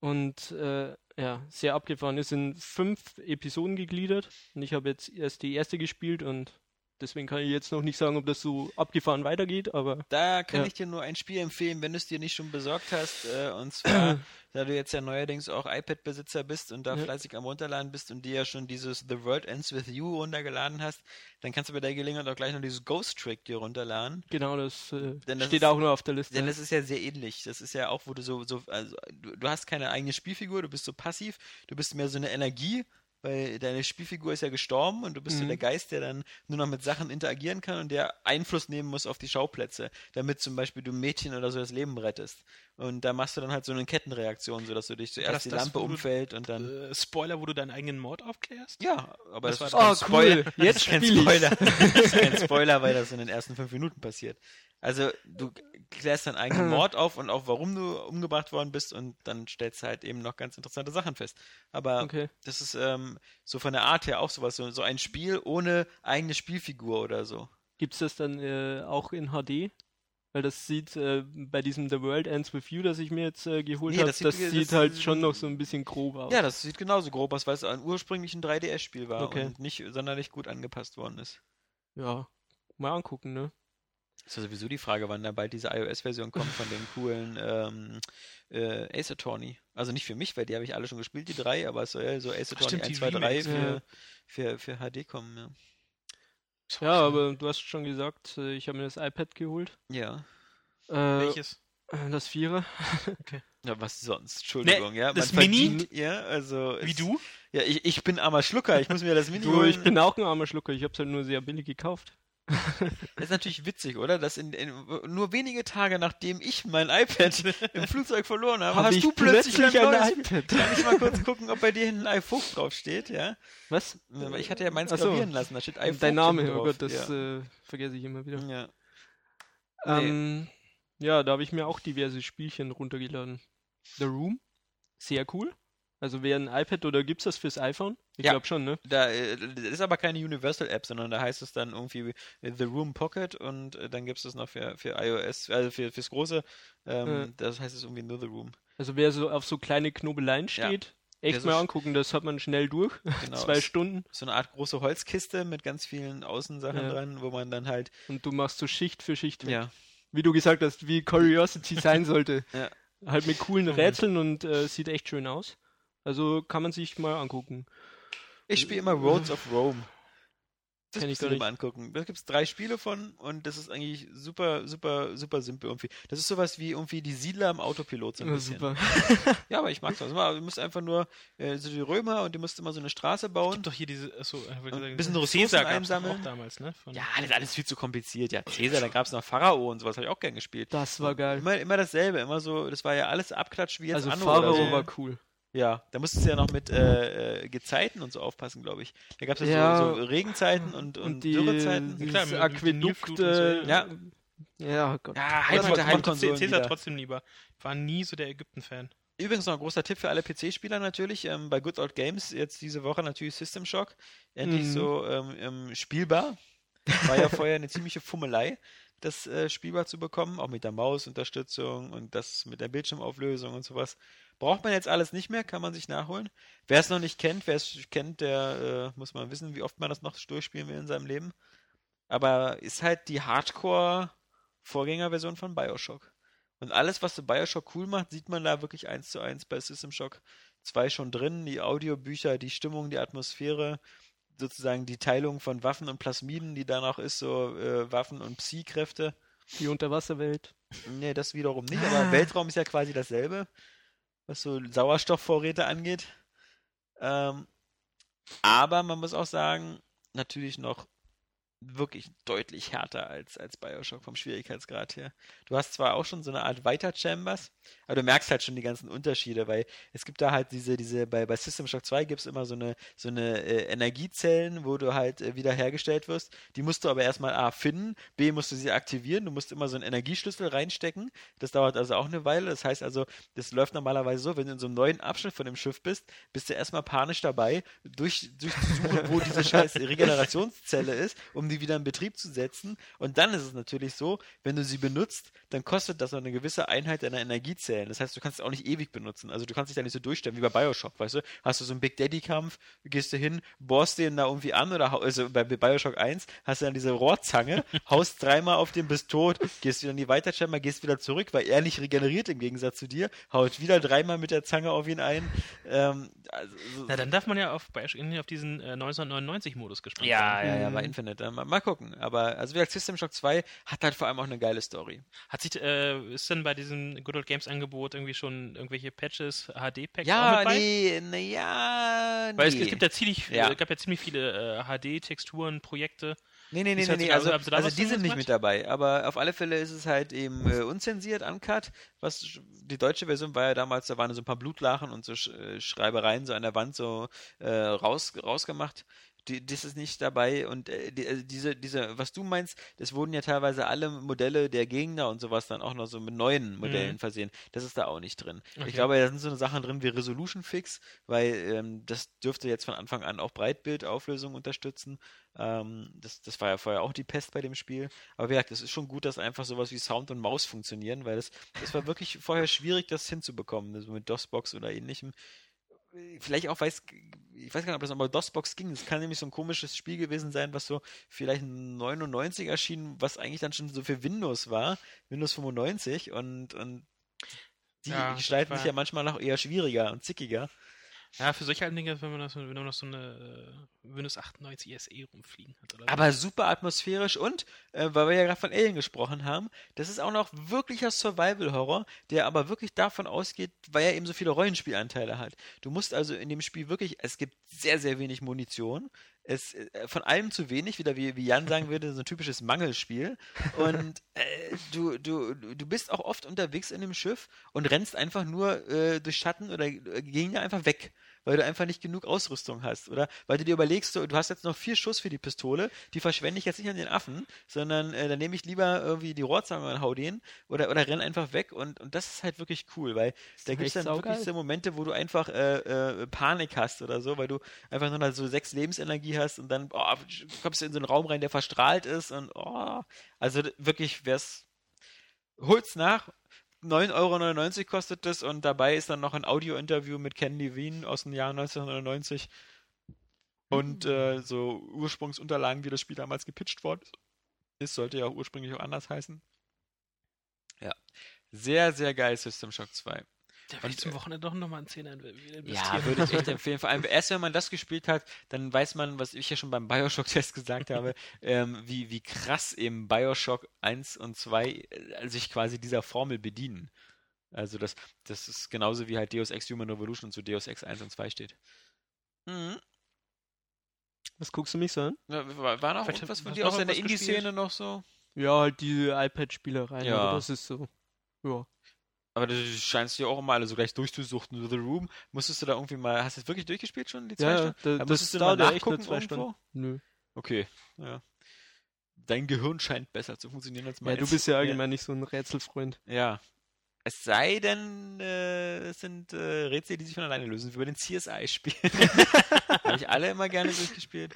Speaker 4: Und äh, ja, sehr abgefahren. Ist in fünf Episoden gegliedert. Und ich habe jetzt erst die erste gespielt und Deswegen kann ich jetzt noch nicht sagen, ob das so abgefahren weitergeht, aber.
Speaker 1: Da kann
Speaker 4: Ja.
Speaker 1: ich dir nur ein Spiel empfehlen, wenn du es dir nicht schon besorgt hast. Äh, und zwar, da du jetzt ja neuerdings auch iPad-Besitzer bist und da
Speaker 4: Ja.
Speaker 1: fleißig am Runterladen bist und dir ja schon dieses The World Ends With You runtergeladen hast, dann kannst du bei der Gelegenheit auch gleich noch dieses Ghost Trick dir runterladen.
Speaker 4: Genau, das, äh,
Speaker 1: Denn das
Speaker 4: steht
Speaker 1: ist-
Speaker 4: auch nur auf der Liste.
Speaker 1: Denn das ist ja sehr ähnlich. Das ist ja auch, wo du so, so also, du, du hast keine eigene Spielfigur, du bist so passiv, du bist mehr so eine Energie, weil deine Spielfigur ist ja gestorben und du bist so
Speaker 4: Mhm.
Speaker 1: der Geist, der dann nur noch mit Sachen interagieren kann und der Einfluss nehmen muss auf die Schauplätze, damit zum Beispiel du Mädchen oder so das Leben rettest. Und da machst du dann halt so eine Kettenreaktion, sodass du dich zuerst
Speaker 3: das
Speaker 1: die
Speaker 3: das,
Speaker 1: Lampe
Speaker 3: wo du-
Speaker 1: umfällt und dann.
Speaker 3: Äh, Spoiler, wo du deinen eigenen Mord aufklärst?
Speaker 1: Ja, aber das,
Speaker 3: das war
Speaker 1: ist kein
Speaker 3: das.
Speaker 4: Oh,
Speaker 1: Spoiler.
Speaker 4: cool. Jetzt
Speaker 1: das ist kein
Speaker 4: spiel ich's.
Speaker 1: Spoiler. Das ist kein Spoiler, weil das in den ersten fünf Minuten passiert. Also du klärst deinen eigenen Mord auf und auch warum du umgebracht worden bist und dann stellst du halt eben noch ganz interessante Sachen fest. Aber
Speaker 4: Okay.
Speaker 1: das ist ähm, so von der Art her auch sowas, so, so ein Spiel ohne eigene Spielfigur oder so.
Speaker 4: Gibt es das dann äh, auch in HD? Weil das sieht äh, bei diesem The World Ends With You, das ich mir jetzt äh, geholt
Speaker 1: Nee,
Speaker 4: habe,
Speaker 1: das
Speaker 4: das,
Speaker 1: sieht- das
Speaker 4: sieht halt
Speaker 1: sieht-
Speaker 4: schon noch so ein bisschen grob aus.
Speaker 1: Ja, das sieht genauso grob aus, weil es ein ursprünglich ein 3DS-Spiel war
Speaker 4: Okay.
Speaker 1: und nicht sonderlich gut angepasst worden ist.
Speaker 4: ja. Mal angucken, ne?
Speaker 1: Ist ja sowieso die Frage, wann da bald diese iOS-Version kommt von dem coolen ähm, äh, Ace Attorney. Also nicht für mich, weil die habe ich alle schon gespielt, die drei, aber es soll ja so Ace
Speaker 3: Ach,
Speaker 1: Attorney
Speaker 3: stimmt,
Speaker 1: 1,
Speaker 3: die
Speaker 1: 2, 3
Speaker 3: Remakes,
Speaker 1: für, für, für HD kommen. Ja,
Speaker 4: Ja, aber du hast schon gesagt, äh, ich habe mir das iPad geholt.
Speaker 1: ja.
Speaker 4: Äh,
Speaker 3: Welches?
Speaker 4: äh, Das Vierer.
Speaker 1: Na, was sonst?
Speaker 4: Ne,
Speaker 1: Entschuldigung, ja.
Speaker 3: das
Speaker 1: man
Speaker 3: Mini?
Speaker 1: verdient- Ja, also.
Speaker 3: Wie
Speaker 1: es-
Speaker 3: du?
Speaker 1: Ja, ich, ich bin armer Schlucker, ich muss mir das Mini
Speaker 4: Du,
Speaker 1: holen.
Speaker 4: ich bin auch ein armer Schlucker, ich habe es halt nur sehr billig gekauft.
Speaker 1: Das ist natürlich witzig, oder? Dass in, in, nur wenige Tage nachdem ich mein iPad im Flugzeug verloren habe,
Speaker 4: Hab
Speaker 1: hast
Speaker 4: ich
Speaker 1: du plötzlich,
Speaker 4: plötzlich
Speaker 1: ein
Speaker 4: ein
Speaker 1: neues.
Speaker 4: iPad.
Speaker 1: Kann ich mal kurz gucken, ob bei dir hinten iPhone draufsteht, ja?
Speaker 4: Was?
Speaker 1: Weil Ich hatte ja meins
Speaker 4: Ach so.
Speaker 1: gravieren lassen, da steht iPhone.
Speaker 4: Dein Name,
Speaker 1: drauf.
Speaker 4: oh Gott, das
Speaker 1: ja.
Speaker 4: äh, vergesse ich immer wieder.
Speaker 1: ja. Nee.
Speaker 4: Ähm, ja, da habe ich mir auch diverse Spielchen runtergeladen. The Room, sehr cool. Also wer ein iPad oder gibt's das fürs iPhone? Ich
Speaker 1: Ja.
Speaker 4: glaube schon, ne?
Speaker 1: Da äh, das ist aber keine Universal App, sondern da heißt es dann irgendwie äh, The Room Pocket und äh, dann gibt es das noch für, für iOS, also für, fürs große. Ähm,
Speaker 4: Ja.
Speaker 1: Das heißt es irgendwie nur The Room.
Speaker 4: Also wer so auf so kleine Knobeleien
Speaker 1: Ja.
Speaker 4: steht,
Speaker 1: Wer
Speaker 4: echt
Speaker 1: so
Speaker 4: mal
Speaker 1: sch-
Speaker 4: angucken, das hat man schnell durch.
Speaker 1: Genau.
Speaker 4: Zwei Stunden.
Speaker 1: So eine Art große Holzkiste mit ganz vielen Außensachen
Speaker 4: Ja.
Speaker 1: dran, wo man dann halt.
Speaker 4: Und du machst so Schicht für Schicht. weg.
Speaker 1: Ja.
Speaker 4: Wie du gesagt hast, wie Curiosity sein sollte.
Speaker 1: Ja.
Speaker 4: Halt mit coolen
Speaker 3: Mann.
Speaker 4: Rätseln und äh, sieht echt schön aus. Also kann man sich mal angucken.
Speaker 1: Ich spiele immer Roads of Rome. Das
Speaker 4: Kenn ich
Speaker 1: musst du
Speaker 4: gar
Speaker 1: dir
Speaker 4: nicht.
Speaker 1: mal angucken. Da gibt es drei Spiele von und das ist eigentlich super, super, super simpel irgendwie. Das ist sowas wie irgendwie die Siedler im Autopilot so ein
Speaker 4: Ja,
Speaker 1: bisschen.
Speaker 4: super.
Speaker 1: Ja, aber ich mag das. Du musst einfach nur äh, so die Römer und du musst immer so eine Straße bauen.
Speaker 3: Gibt doch hier diese. Achso, äh, wollte
Speaker 1: Und
Speaker 3: ich sagen,
Speaker 1: ein bisschen
Speaker 3: diese-
Speaker 1: Ressourcen
Speaker 3: Caesar gab's doch
Speaker 1: einsammeln.
Speaker 3: auch damals, ne? Von-
Speaker 1: Ja, das ist alles viel zu kompliziert. Ja, Cäsar, da gab es noch Pharao und sowas, habe ich auch gern gespielt.
Speaker 4: Das war geil.
Speaker 1: Immer, immer dasselbe, immer so, das war ja alles abklatsch wie jetzt
Speaker 4: Also
Speaker 1: Anno
Speaker 4: Pharao
Speaker 1: oder so.
Speaker 4: war cool.
Speaker 1: Ja, da musstest du ja noch mit äh, äh, Gezeiten und so aufpassen, glaube ich. Da gab es ja,
Speaker 4: Ja.
Speaker 1: So, so Regenzeiten und, und,
Speaker 4: und die
Speaker 1: Dürrezeiten.
Speaker 4: dieses
Speaker 3: Klar, mit- mit
Speaker 4: Aquädukt.
Speaker 3: Nilflut und so,
Speaker 4: Äh,
Speaker 1: ja.
Speaker 4: Ja, Gott.
Speaker 1: Ja,
Speaker 3: Aber
Speaker 1: heimat der
Speaker 3: ich mochte
Speaker 1: Heimkonsolen
Speaker 3: Caesar
Speaker 1: halt, wieder.
Speaker 3: trotzdem lieber. War nie so der Ägypten-Fan.
Speaker 1: Übrigens noch ein großer Tipp für alle PC-Spieler natürlich, ähm, bei Good Old Games jetzt diese Woche natürlich System Shock, endlich
Speaker 4: Mhm.
Speaker 1: so ähm, ähm, spielbar. War ja vorher eine ziemliche Fummelei, das äh, spielbar zu bekommen, auch mit der Mausunterstützung und das mit der Bildschirmauflösung und sowas. Braucht man jetzt alles nicht mehr, kann man sich nachholen. Wer es noch nicht kennt, wer es kennt, der äh, muss mal wissen, wie oft man das noch durchspielen will in seinem Leben. Aber ist halt die Hardcore-Vorgängerversion von Bioshock. Und alles, was so Bioshock cool macht, sieht man da wirklich eins zu eins bei System Shock 2 schon drin. Die Audiobücher, die Stimmung, die Atmosphäre, sozusagen die Teilung von Waffen und Plasmiden, die danach ist, so äh, Waffen und Psi-Kräfte.
Speaker 4: Die Unterwasserwelt.
Speaker 1: Nee, das wiederum nicht, aber Weltraum ist ja quasi dasselbe, was so Sauerstoffvorräte angeht. Ähm, aber man muss auch sagen, natürlich noch wirklich deutlich härter als, als Bioshock vom Schwierigkeitsgrad her. Du hast zwar auch schon so eine Art Weiter-Chambers, aber du merkst halt schon die ganzen Unterschiede, weil es gibt da halt diese, diese, bei, bei System Shock 2 gibt es immer so eine, so eine äh, Energiezellen, wo du halt äh, wieder hergestellt wirst. Die musst du aber erstmal A finden, B musst du sie aktivieren, du musst immer so einen Energieschlüssel reinstecken. Das dauert also auch eine Weile. Das heißt also, das läuft normalerweise so, wenn du in so einem neuen Abschnitt von dem Schiff bist, bist du erstmal panisch dabei, durch, durchzusuchen, wo diese scheiß Regenerationszelle ist, um sie wieder in Betrieb zu setzen. Und dann ist es natürlich so, wenn du sie benutzt, dann kostet das noch eine gewisse Einheit deiner Energiezellen. Das heißt, du kannst es auch nicht ewig benutzen. Also du kannst dich da nicht so durchstellen wie bei Bioshock, weißt du? Hast du so einen Big Daddy-Kampf, gehst du hin, bohrst den da irgendwie an oder hau- also bei Bioshock 1 hast du dann diese Rohrzange, haust dreimal auf den bis tot, gehst wieder in die Weiterchamber, gehst wieder zurück, weil er nicht regeneriert im Gegensatz zu dir, haut wieder dreimal mit der Zange auf ihn ein. Ähm, also, so-
Speaker 3: Na, dann darf man ja auf, Bioshock Infinite auf diesen äh, 1999-Modus gespannt
Speaker 1: ja,
Speaker 3: sein.
Speaker 1: ja, ja, bei Infinite. Mhm. Mal, mal gucken. Aber also wie gesagt, System Shock 2 hat halt vor allem auch eine geile Story.
Speaker 3: Hat sich, äh, ist denn bei diesem Good Old Games Angebot irgendwie schon irgendwelche Patches, HD-Packs auch
Speaker 1: Ja,
Speaker 3: mit bei?
Speaker 1: nee, nee, ja, nee.
Speaker 3: Weil es, es gibt ja ziemlich,
Speaker 1: Ja.
Speaker 3: äh, gab ja ziemlich viele äh, HD-Texturen, Projekte.
Speaker 1: Nee, nee, nee, nee,
Speaker 3: Das hört sich
Speaker 1: nee.
Speaker 3: an,
Speaker 1: Also,
Speaker 3: als ob du da
Speaker 1: also
Speaker 3: was
Speaker 1: die sind
Speaker 3: Dummes
Speaker 1: nicht
Speaker 3: machst.
Speaker 1: mit dabei, aber auf alle Fälle ist es halt eben äh, unzensiert, uncut. Was sch- die deutsche Version war ja damals, da waren so ein paar Blutlachen und so Sch äh, Schreibereien so an der Wand so äh, raus rausgemacht. Die, das ist nicht dabei und äh, die, also diese, diese, was du meinst, es wurden ja teilweise alle Modelle der Gegner und sowas dann auch noch so mit neuen Modellen
Speaker 3: Mhm.
Speaker 1: versehen. Das ist da auch nicht drin.
Speaker 3: Okay.
Speaker 1: Ich glaube, da sind so eine Sachen drin wie Resolution Fix, weil ähm, das dürfte jetzt von Anfang an auch Breitbildauflösung unterstützen. Ähm, das, das war ja vorher auch die Pest bei dem Spiel. Aber wie gesagt, es ist schon gut, dass einfach sowas wie Sound und Maus funktionieren, weil das, das war wirklich vorher schwierig, das hinzubekommen, also mit DOSBox oder ähnlichem. Vielleicht auch, weiß, ich weiß gar nicht, ob das aber DOSBox ging. Es kann nämlich so ein komisches Spiel gewesen sein, was so vielleicht 99 erschien, was eigentlich dann schon so für Windows war, Windows 95 und, und die
Speaker 3: Ja,
Speaker 1: gestalten
Speaker 3: das
Speaker 1: sich ja
Speaker 3: war-
Speaker 1: manchmal auch eher schwieriger und zickiger.
Speaker 3: Ja, für solche alten Dinge, wenn man, das, wenn man noch so eine äh, Windows 98 SE rumfliegen hat. Oder so.
Speaker 1: Aber super atmosphärisch und, äh, weil wir ja gerade von Alien gesprochen haben, das ist auch noch wirklicher Survival-Horror, der aber wirklich davon ausgeht, weil er eben so viele Rollenspielanteile hat. Du musst also in dem Spiel wirklich, es gibt sehr, sehr wenig Munition. Es, äh, von allem zu wenig, wieder wie, wie Jan sagen würde, so ein typisches Mangelspiel. Und äh, du, du, du bist auch oft unterwegs in dem Schiff und rennst einfach nur äh, durch Schatten oder äh, Gegner einfach weg weil du einfach nicht genug Ausrüstung hast oder weil du dir überlegst, so, du hast jetzt noch vier Schuss für die Pistole, die verschwende ich jetzt nicht an den Affen, sondern äh, dann nehme ich lieber irgendwie die Rohrzange und hau den oder, oder renn einfach weg und, und das ist halt wirklich cool, weil da gibt es
Speaker 4: echt
Speaker 1: dann wirklich
Speaker 4: saugeil.
Speaker 1: so Momente, wo du einfach äh, äh, Panik hast oder so, weil du einfach nur noch so sechs Lebensenergie hast und dann oh, kommst du in so einen Raum rein, der verstrahlt ist und oh, also d- wirklich wär's holt's nach 9,99 Euro kostet das und dabei ist dann noch ein Audio-Interview mit Ken Levine aus dem Jahr 1999 und äh, so Ursprungsunterlagen, wie das Spiel damals gepitcht worden ist. Sollte ja auch ursprünglich auch anders heißen. Ja. Sehr, sehr geil System Shock 2.
Speaker 3: da will ich
Speaker 1: und,
Speaker 3: zum
Speaker 1: äh,
Speaker 3: Wochenende doch nochmal einen Zehner investieren.
Speaker 1: Ja, würde ich echt empfehlen. Vor allem erst, wenn man das gespielt hat, dann weiß man, was ich ja schon beim Bioshock-Test gesagt habe, ähm, wie, wie krass eben Bioshock 1 und 2 äh, sich quasi dieser Formel bedienen. Also das, das ist genauso wie halt Deus Ex Human Revolution zu Deus Ex 1 und 2 steht. Mhm.
Speaker 4: Was guckst du mich so an?
Speaker 1: Ja, war, war noch
Speaker 3: Vielleicht
Speaker 1: irgendwas von
Speaker 3: hast
Speaker 1: dir
Speaker 3: du
Speaker 1: aus
Speaker 3: noch
Speaker 1: deiner
Speaker 3: irgendwas
Speaker 1: Indie-Szene noch so?
Speaker 4: Ja, halt diese iPad-Spielereien,
Speaker 1: Ja.
Speaker 4: aber das ist so. Ja.
Speaker 1: Aber du scheinst ja auch immer alle so gleich durchzusuchten. The Room, musstest du da irgendwie mal, hast du das wirklich durchgespielt schon, die zwei
Speaker 4: Ja,
Speaker 1: Stunden?
Speaker 4: da-
Speaker 1: Da
Speaker 4: das
Speaker 1: musstest du mal
Speaker 4: dauert ja echt nur
Speaker 1: nachgucken
Speaker 4: zwei Stunden.
Speaker 1: irgendwo?
Speaker 4: Nö.
Speaker 1: Okay, ja. Dein Gehirn scheint besser zu funktionieren als
Speaker 4: Ja,
Speaker 1: meins.
Speaker 4: du bist ja allgemein nicht so ein Rätselfreund.
Speaker 1: Ja. ja. Es sei denn, äh, es sind äh, Rätsel, die sich von alleine lösen, wie bei den CSI-Spielen. Habe ich alle immer gerne durchgespielt.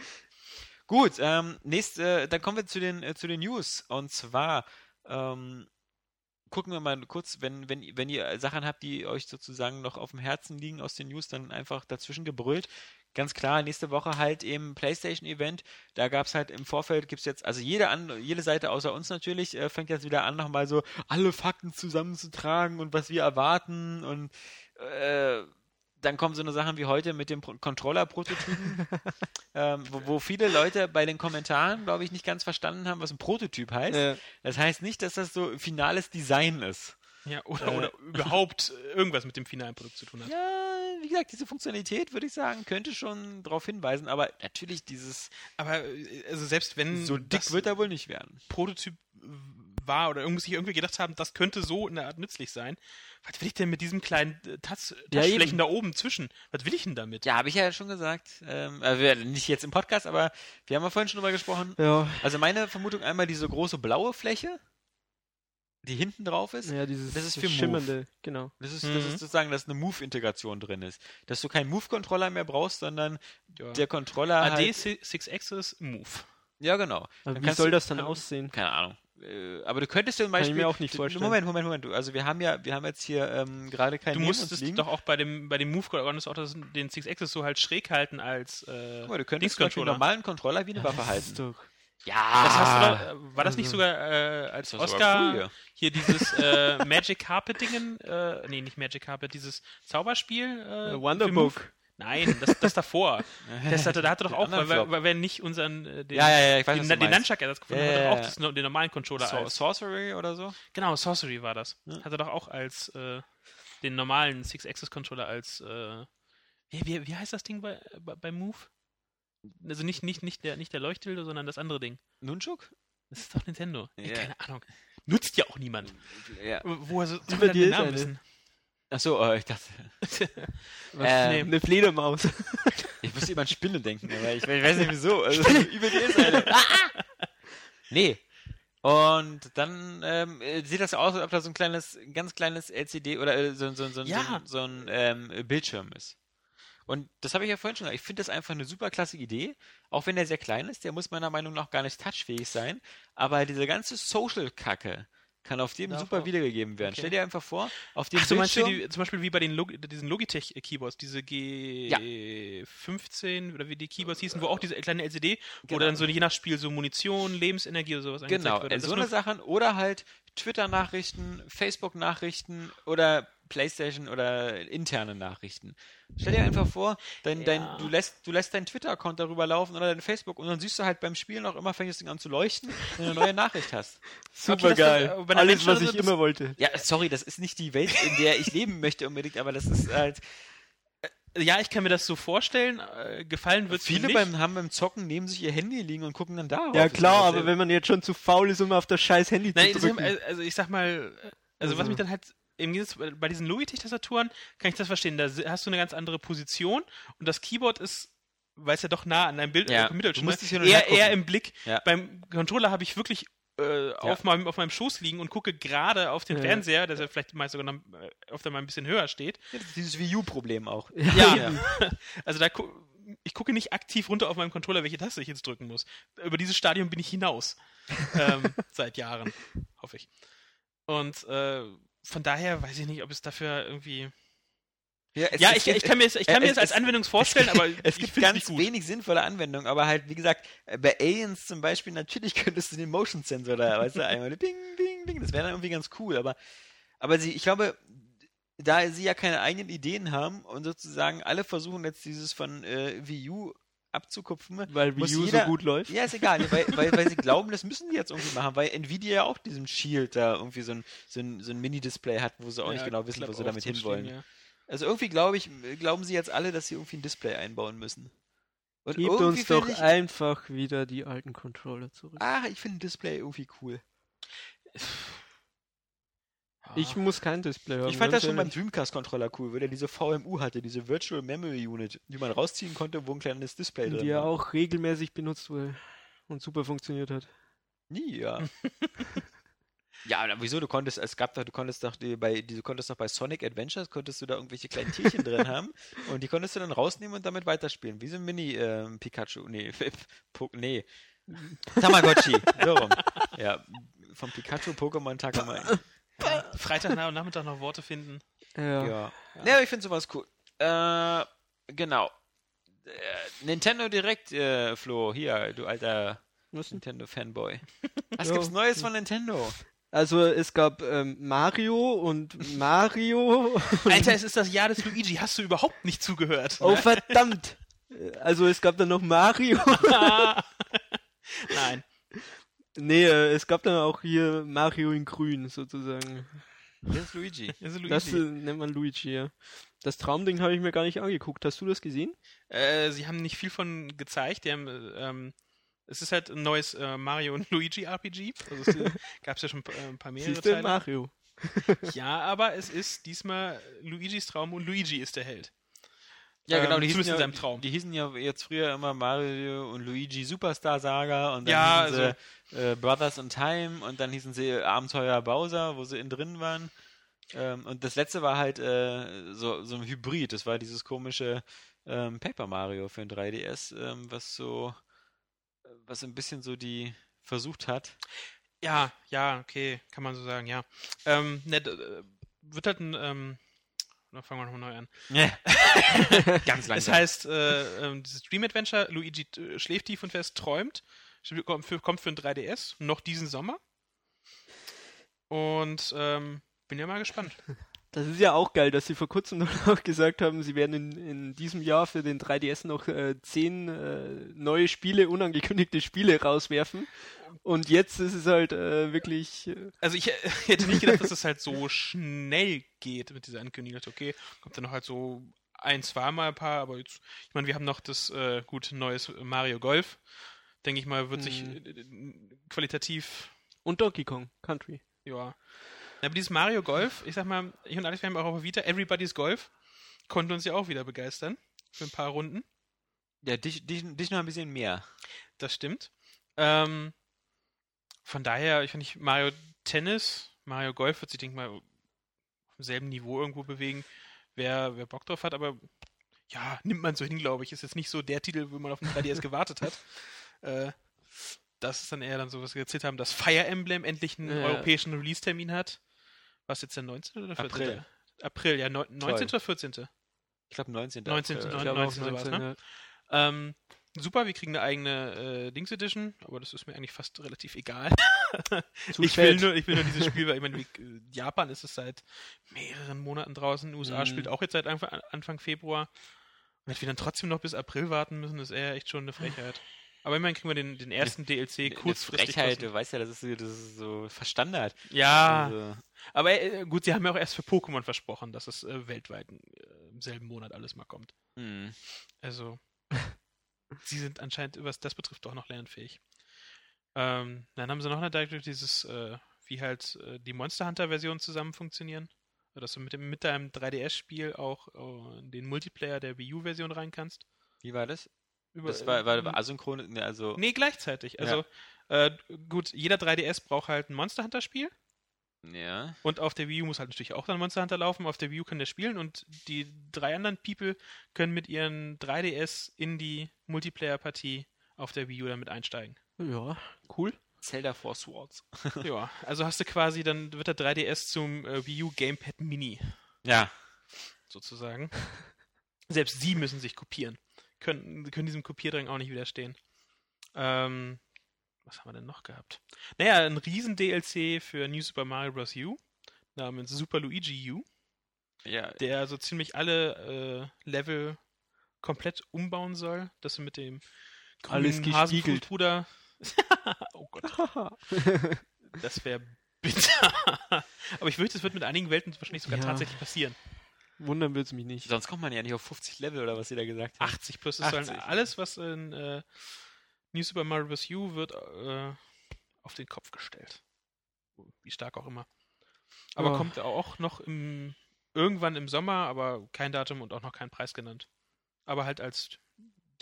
Speaker 1: Gut, ähm, nächst, äh, dann kommen wir zu den, äh, zu den News. Und zwar ähm, gucken wir mal kurz, wenn, wenn, wenn ihr Sachen habt, die euch sozusagen noch auf dem Herzen liegen aus den News, dann einfach dazwischen gebrüllt. Ganz klar, nächste Woche halt im PlayStation-Event. Da gab es halt im Vorfeld, gibt es jetzt, also jede, an, jede Seite außer uns natürlich, äh, fängt jetzt wieder an, nochmal so alle Fakten zusammenzutragen und was wir erwarten. Und äh, dann kommen so eine Sachen wie heute mit dem Pro Controller-Prototypen, ähm, wo, wo viele Leute bei den Kommentaren, glaube ich, nicht ganz verstanden haben, was ein Prototyp heißt.
Speaker 4: Ja.
Speaker 1: Das heißt nicht, dass das so finales Design ist.
Speaker 3: Ja, oder, oder überhaupt äh, irgendwas mit dem finalen Produkt zu tun hat.
Speaker 1: Ja, wie gesagt, diese Funktionalität, würde ich sagen, könnte schon darauf hinweisen, aber natürlich dieses
Speaker 3: Aber äh, also selbst wenn
Speaker 1: so dick
Speaker 3: das
Speaker 1: wird er wohl nicht werden.
Speaker 3: Prototyp äh, war oder irgendwie sich irgendwie gedacht haben, das könnte so in der Art nützlich sein, was will ich denn mit diesem kleinen äh, Taz
Speaker 4: Ja,
Speaker 3: Touchflächen
Speaker 4: eben.
Speaker 3: da oben zwischen? Was will ich denn damit?
Speaker 1: Ja, habe ich ja schon gesagt. Ähm, äh, wir- nicht jetzt im Podcast, aber wir haben ja vorhin schon drüber gesprochen.
Speaker 4: Ja,
Speaker 1: Also meine Vermutung einmal diese große blaue Fläche, die hinten drauf ist.
Speaker 4: ja dieses
Speaker 1: Das ist für
Speaker 4: Schimmernde, genau.
Speaker 1: Das ist,
Speaker 3: Mhm.
Speaker 1: das ist sozusagen, dass eine Move-Integration drin ist. Dass du keinen Move-Controller mehr brauchst, sondern
Speaker 3: Ja.
Speaker 1: der Controller
Speaker 3: AD
Speaker 1: halt,
Speaker 3: si- Six Axis Move.
Speaker 1: Ja, genau.
Speaker 4: Aber wie
Speaker 1: kannst
Speaker 4: soll
Speaker 1: du-
Speaker 4: das dann
Speaker 1: ähm,
Speaker 4: aussehen?
Speaker 1: Keine Ahnung. Äh, Aber du könntest dir zum
Speaker 4: ich
Speaker 1: Beispiel.
Speaker 4: mir auch nicht
Speaker 1: du-
Speaker 4: vorstellen.
Speaker 1: Moment, Moment, Moment. Du- Also wir haben ja, wir haben jetzt hier ähm, gerade keinen
Speaker 3: Du
Speaker 1: neben uns
Speaker 3: musstest
Speaker 1: liegen.
Speaker 3: doch auch bei dem, bei dem Move Goddess Autos den Six Axis so halt schräg halten als äh,
Speaker 1: Guck mal, du könntest zum Beispiel einen
Speaker 3: Linkscontroller.
Speaker 1: normalen Controller wie eine Waffe
Speaker 4: Das
Speaker 1: halten.
Speaker 4: ist doch-
Speaker 1: Ja,
Speaker 3: Das hast du doch, äh, war das
Speaker 1: Mhm.
Speaker 3: nicht
Speaker 4: Also-
Speaker 3: sogar äh, als
Speaker 1: Das war sogar
Speaker 3: Oscar
Speaker 1: früher.
Speaker 3: hier dieses äh, Magic Carpet Dingen, äh, nee, nicht Magic Carpet, dieses Zauberspiel? Äh, für Move?
Speaker 4: Wonderbook.
Speaker 3: Nein, das, das davor. Das hatte, da hatte doch
Speaker 1: Den
Speaker 3: auch,
Speaker 1: anderen
Speaker 3: weil, weil,
Speaker 1: Flop.
Speaker 3: weil wir nicht unseren, äh, den,
Speaker 1: Ja, ja, ja, ich weiß, was
Speaker 3: den,
Speaker 1: du
Speaker 3: den
Speaker 1: meinst.
Speaker 3: Nunchuck-Ersatz gefunden
Speaker 1: Ja,
Speaker 3: hat,
Speaker 1: ja,
Speaker 3: doch auch
Speaker 1: ja.
Speaker 3: das, no- den normalen Controller
Speaker 1: Sor-
Speaker 3: als.
Speaker 1: Sorcery oder so?
Speaker 3: Genau, Sorcery war das.
Speaker 1: Ja.
Speaker 3: Hatte doch auch als äh, den normalen Six-Axis-Controller als. Äh, wie, wie, wie heißt das Ding bei, bei, bei Move? Also nicht, nicht, nicht, der, nicht der Leuchtdildo, sondern das andere Ding.
Speaker 1: Nunchuk?
Speaker 3: Das ist doch Nintendo. Ey,
Speaker 1: Ja.
Speaker 3: Keine Ahnung. Nutzt ja auch niemand.
Speaker 1: Ja.
Speaker 3: Woher so, soll
Speaker 4: Über
Speaker 3: man
Speaker 4: dir
Speaker 3: den
Speaker 4: ist
Speaker 3: Namen
Speaker 4: eine.
Speaker 3: wissen?
Speaker 1: Achso, äh, ich dachte,
Speaker 4: Ähm,
Speaker 3: nee.
Speaker 4: Eine Fledermaus.
Speaker 1: ich musste immer an Spinne denken, aber ich, ich weiß nicht wieso. Also, über die ist eine. Ah, nee. Und dann ähm, äh, sieht das so aus, als ob da so ein kleines, ein ganz kleines LCD oder äh, so, so, so, so,
Speaker 3: Ja.
Speaker 1: so ein ähm, Bildschirm ist. Und das habe ich ja vorhin schon gesagt. Ich finde das einfach eine super klasse Idee. Auch wenn der sehr klein ist, der muss meiner Meinung nach gar nicht touchfähig sein. Aber diese ganze Social-Kacke kann auf dem
Speaker 3: Darf
Speaker 1: super
Speaker 3: auch.
Speaker 1: wiedergegeben werden.
Speaker 3: Okay.
Speaker 1: Stell dir einfach vor, auf dem
Speaker 3: Ach, du meinst
Speaker 1: Bildschirm.
Speaker 3: die, zum Beispiel wie bei den Logi diesen Logitech-Keyboards, diese G15 oder wie die Keyboards hießen, wo auch diese kleine LCD, wo
Speaker 1: Genau.
Speaker 3: dann so je nach Spiel so Munition, Lebensenergie oder sowas
Speaker 1: Genau,
Speaker 3: wird.
Speaker 1: äh,
Speaker 3: Also
Speaker 1: so eine
Speaker 3: das
Speaker 1: Sachen oder halt Twitter-Nachrichten, Facebook-Nachrichten oder PlayStation oder interne Nachrichten. Stell dir einfach vor, dein,
Speaker 3: Ja.
Speaker 1: dein, du lässt, du lässt deinen Twitter-Account darüber laufen oder dein Facebook und dann siehst du halt beim Spiel noch immer, fängt das Ding an zu leuchten, wenn du eine neue Nachricht hast.
Speaker 4: Supergeil.
Speaker 3: das- äh, bei einer
Speaker 4: Alles,
Speaker 3: Menschen-
Speaker 4: was
Speaker 3: also
Speaker 4: ich
Speaker 3: das-
Speaker 4: immer wollte.
Speaker 1: Ja, sorry, das ist nicht die Welt, in der ich leben möchte unbedingt, aber das ist halt.
Speaker 3: nur- ja, ich kann mir das so vorstellen, äh, gefallen wird
Speaker 1: Viele
Speaker 3: mir
Speaker 1: beim, haben beim Zocken neben sich ihr Handy liegen und gucken dann darauf.
Speaker 4: Ja
Speaker 1: Das ist
Speaker 4: klar,
Speaker 1: halt,
Speaker 4: aber
Speaker 1: äh,
Speaker 4: wenn man jetzt schon zu faul ist, um auf das scheiß Handy
Speaker 3: Nein,
Speaker 4: zu
Speaker 3: ich sag,
Speaker 4: drücken.
Speaker 3: mal, also ich sag mal, äh, also was
Speaker 4: Also.
Speaker 3: mich dann halt im Gegensatz bei- bei diesen Logitech-Tastaturen kann ich das verstehen. Da si- hast du eine ganz andere Position und das Keyboard ist, weil es ja doch nah an deinem Bild,
Speaker 1: Ja,
Speaker 3: äh, Computer
Speaker 1: du
Speaker 3: schon
Speaker 1: musst
Speaker 3: mal,
Speaker 1: dich hin und her
Speaker 3: eher,
Speaker 1: gucken.
Speaker 3: eher im Blick.
Speaker 1: Ja.
Speaker 3: Beim Controller habe ich wirklich äh, auf, meinem, auf meinem Schoß liegen und gucke gerade auf den
Speaker 4: Ja.
Speaker 3: Fernseher, der ja vielleicht meist sogar noch, äh, oft einmal ein bisschen höher steht.
Speaker 1: das ist dieses Wii U-Problem auch.
Speaker 3: Ja. Also da gu ich gucke nicht aktiv runter auf meinem Controller, welche Taste ich jetzt drücken muss. Über dieses Stadium bin ich hinaus. ähm, seit Jahren, hoffe ich. Und äh, von daher weiß ich nicht, ob es dafür irgendwie.
Speaker 1: Ja, es-
Speaker 3: ja,
Speaker 1: es
Speaker 3: ich,
Speaker 1: gibt-
Speaker 3: ich kann mir es, ich
Speaker 1: es-
Speaker 3: kann mir es als
Speaker 1: es-
Speaker 3: Anwendung vorstellen, aber
Speaker 1: es
Speaker 3: ich
Speaker 1: gibt
Speaker 3: find's
Speaker 1: ganz wenig sinnvolle Anwendungen, aber halt, wie gesagt, äh, bei Aliens zum Beispiel, natürlich könntest du den Motion-Sensor da, weißt du, einmal ding, ding, ding, das wäre dann irgendwie ganz cool, aber, aber sie, ich glaube, da sie ja keine eigenen Ideen haben und sozusagen alle versuchen jetzt dieses von äh, Wii U abzukupfen,
Speaker 4: weil
Speaker 1: muss
Speaker 4: Wii U
Speaker 1: jeder-
Speaker 4: so gut läuft.
Speaker 1: ja, ist egal, weil, weil, weil sie glauben, das müssen sie jetzt irgendwie machen, weil Nvidia ja auch diesen Shield da irgendwie so ein, so ein, so ein Mini-Display hat, wo sie auch
Speaker 3: Ja,
Speaker 1: nicht genau wissen, wo
Speaker 3: klapp
Speaker 1: sie
Speaker 3: auf
Speaker 1: damit
Speaker 3: zum
Speaker 1: hinwollen.
Speaker 3: Stehen, ja.
Speaker 1: Also irgendwie glaube ich, glauben sie jetzt alle, dass sie irgendwie ein Display einbauen müssen. Und
Speaker 4: Gebt
Speaker 1: irgendwie
Speaker 4: uns
Speaker 1: finde
Speaker 4: doch
Speaker 1: ich, Ah.
Speaker 4: einfach wieder die alten Controller zurück.
Speaker 1: Ach, ich finde ein Display irgendwie cool.
Speaker 4: Ich muss kein Display haben.
Speaker 1: Ich fand das schon beim
Speaker 4: ganz
Speaker 1: Dreamcast-Controller cool, weil der diese VMU hatte, diese Virtual Memory Unit, die man rausziehen konnte, wo ein kleines Display
Speaker 4: ehrlich.
Speaker 1: drin
Speaker 4: Die ja
Speaker 1: war.
Speaker 4: auch regelmäßig benutzt wurde und super funktioniert hat.
Speaker 1: Nie, ja. ja, aber wieso? Du konntest, es gab doch, du konntest doch die, bei, die, du konntest doch bei Sonic Adventures, konntest du da irgendwelche kleinen Tierchen drin haben und die konntest du dann rausnehmen und damit weiterspielen. Wie so ein Mini-Pikachu. nee, Pok- nee. Tamagotchi. so rum. Ja, vom Pikachu Pokémon Tag
Speaker 3: Freitag nach- Nachmittag noch Worte finden.
Speaker 4: Ja.
Speaker 1: Ja. Ja, aber ich finde sowas cool. Äh, genau. Äh, Nintendo Direkt, äh, Flo, hier, du alter Nintendo-Fanboy. Was
Speaker 4: Ja.
Speaker 1: gibt's Neues von Nintendo?
Speaker 4: Also es gab ähm, Mario und Mario.
Speaker 3: Alter, es ist das Jahr des Luigi. Hast du überhaupt nicht zugehört?
Speaker 4: oh verdammt! Äh, Also es gab dann noch Mario.
Speaker 3: Nein.
Speaker 4: nee, äh, es gab dann auch hier Mario in Grün sozusagen.
Speaker 1: Das ist Luigi.
Speaker 3: Das ist Luigi.
Speaker 4: Das äh, nennt man Luigi, ja. Das Traumding habe ich mir gar nicht angeguckt. Hast du das gesehen?
Speaker 3: Äh, sie haben nicht viel von gezeigt. Die haben, äh, ähm, es ist halt ein neues äh, Mario und Luigi RPG. Also es gab es ja schon äh, ein paar mehrere
Speaker 4: Siehst du,
Speaker 3: Teile.
Speaker 4: Mario.
Speaker 3: Ja, aber es ist diesmal Luigis Traum und Luigi ist der Held.
Speaker 1: Ja, genau,
Speaker 3: Ähm,
Speaker 1: die hießen
Speaker 3: zumindest in
Speaker 1: ja,
Speaker 3: seinem Traum.
Speaker 1: die hießen ja jetzt früher immer Mario und Luigi Superstar Saga und dann
Speaker 3: Ja, also-
Speaker 1: hießen sie äh, Brothers in Time und dann hießen sie Abenteuer Bowser, wo sie innen drin waren. Ähm, und das letzte war halt äh, so, so ein Hybrid, das war dieses komische ähm, Paper Mario für den 3DS, ähm, was so was ein bisschen so die versucht hat.
Speaker 3: Ja, ja, okay, kann man so sagen, ja. Ähm, ne, d- äh, wird halt ein, ähm, na, fangen wir nochmal neu an.
Speaker 1: Ganz
Speaker 3: Es heißt, äh, ähm, dieses Dream Adventure, Luigi äh, schläft tief und fest, träumt, Sch- kommt für, kommt für ein 3DS, noch diesen Sommer. Und ähm, bin ja mal gespannt.
Speaker 4: Das ist ja auch geil, dass sie vor kurzem noch auch gesagt haben, sie werden in, in diesem Jahr für den 3DS noch äh, zehn äh, neue Spiele, unangekündigte Spiele rauswerfen. Und jetzt ist es halt äh, wirklich. Äh,
Speaker 3: Also ich äh, hätte nicht gedacht, dass es halt so schnell geht mit dieser Ankündigung. Okay, kommt dann noch halt so ein, zweimal ein paar, aber jetzt, ich meine, wir haben noch das äh, gut neues Mario Golf. Denke ich mal, wird sich
Speaker 4: Hm.
Speaker 3: äh, äh, qualitativ
Speaker 4: und Donkey Kong Country.
Speaker 3: Ja. Aber dieses Mario Golf, ich sag mal, ich und Alex, wir haben auch auf Vita Everybody's Golf, konnte uns ja auch wieder begeistern für ein paar Runden.
Speaker 1: Ja, dich, dich, dich noch ein bisschen mehr.
Speaker 3: Das stimmt. Ähm, von daher, ich finde, ich- Mario Tennis, Mario Golf wird sich, denke mal, auf demselben Niveau irgendwo bewegen, wer, wer Bock drauf hat, aber ja, nimmt man so hin, glaube ich. Ist jetzt nicht so der Titel, wo man auf den 3DS gewartet hat. Äh, das ist dann eher dann so, was wir erzählt haben, dass Fire Emblem endlich einen
Speaker 4: Ja.
Speaker 3: europäischen Release-Termin hat. Was jetzt der 19. oder 14.?
Speaker 1: April.
Speaker 3: April, ja, neun- 19. oder 14.
Speaker 1: Ich glaube 19.
Speaker 3: 19.
Speaker 1: April.
Speaker 3: Neun- 19 sowas, ne? Ähm, super, wir kriegen eine eigene äh, Dings Edition, aber das ist mir eigentlich fast relativ egal.
Speaker 4: ja. Zu
Speaker 3: Ich will,
Speaker 4: spät.
Speaker 3: nur, ich will nur dieses Spiel, weil ich meine, wie- äh, Japan ist es seit mehreren Monaten draußen, USA
Speaker 4: Mhm.
Speaker 3: spielt auch jetzt seit Anfang, Anfang Februar. Und dass wir dann trotzdem noch bis April warten müssen, ist eher echt schon eine Frechheit. Aber immerhin kriegen wir den, den ersten DLC
Speaker 1: Eine
Speaker 3: kurzfristig.
Speaker 1: Frechheit,
Speaker 3: kostenlos.
Speaker 1: du weißt ja, das ist, so- das ist so verstandard.
Speaker 4: Ah.
Speaker 3: Ja,
Speaker 1: Also,
Speaker 3: aber äh, gut, sie haben ja auch erst für Pokémon versprochen, dass es äh, weltweit äh, im selben Monat alles mal kommt.
Speaker 1: hm.
Speaker 3: Also, sie sind anscheinend, was das betrifft, doch noch lernfähig. Ähm, dann haben sie noch eine Directory, dieses, äh, wie halt äh, die Monster Hunter-Versionen zusammen funktionieren. Also, Dass du mit, dem, mit deinem 3DS-Spiel auch äh, in den Multiplayer der Wii U-Version rein kannst.
Speaker 1: Wie war das?
Speaker 3: Über,
Speaker 1: Das war, war,
Speaker 3: äh,
Speaker 1: war asynchron, ne, also
Speaker 3: nee, gleichzeitig. Also, äh, gut, jeder 3DS braucht halt ein Monster Hunter-Spiel.
Speaker 1: ja.
Speaker 3: Und auf der Wii U muss halt natürlich auch dann Monster Hunter laufen. Auf der Wii U kann der spielen und die drei anderen People können mit ihren 3DS in die Multiplayer-Partie auf der Wii U dann mit einsteigen.
Speaker 4: Ja, cool.
Speaker 1: Zelda Four Swords.
Speaker 3: ja, also hast du quasi, dann wird der 3DS zum äh, Wii U Gamepad Mini
Speaker 1: Ja.
Speaker 3: sozusagen. Selbst sie müssen sich kopieren. Können, können diesem Kopierdrang auch nicht widerstehen. Ähm, was haben wir denn noch gehabt? Naja, ein Riesen-DLC für New Super Mario Bros. U namens Super Luigi U.
Speaker 1: Ja,
Speaker 3: der so ziemlich alle äh, Level komplett umbauen soll, dass du mit dem
Speaker 4: Alles
Speaker 3: grünen
Speaker 4: gespiegelt.
Speaker 3: Hasenfußbruder. oh Gott, das wäre bitter. Aber ich fürchte, es wird mit einigen Welten wahrscheinlich sogar
Speaker 4: Ja.
Speaker 3: tatsächlich passieren.
Speaker 4: Wundern würde es mich nicht.
Speaker 1: sonst kommt man ja nicht auf 50 Level oder was sie da gesagt haben.
Speaker 3: 80 plus, es sollen
Speaker 1: 80.
Speaker 3: alles, was in äh, New Super Mario Bros. U wird, äh, auf den Kopf gestellt. Wie stark auch immer. Aber
Speaker 4: Ja.
Speaker 3: kommt auch noch im, irgendwann im Sommer, aber kein Datum und auch noch kein Preis genannt. Aber halt als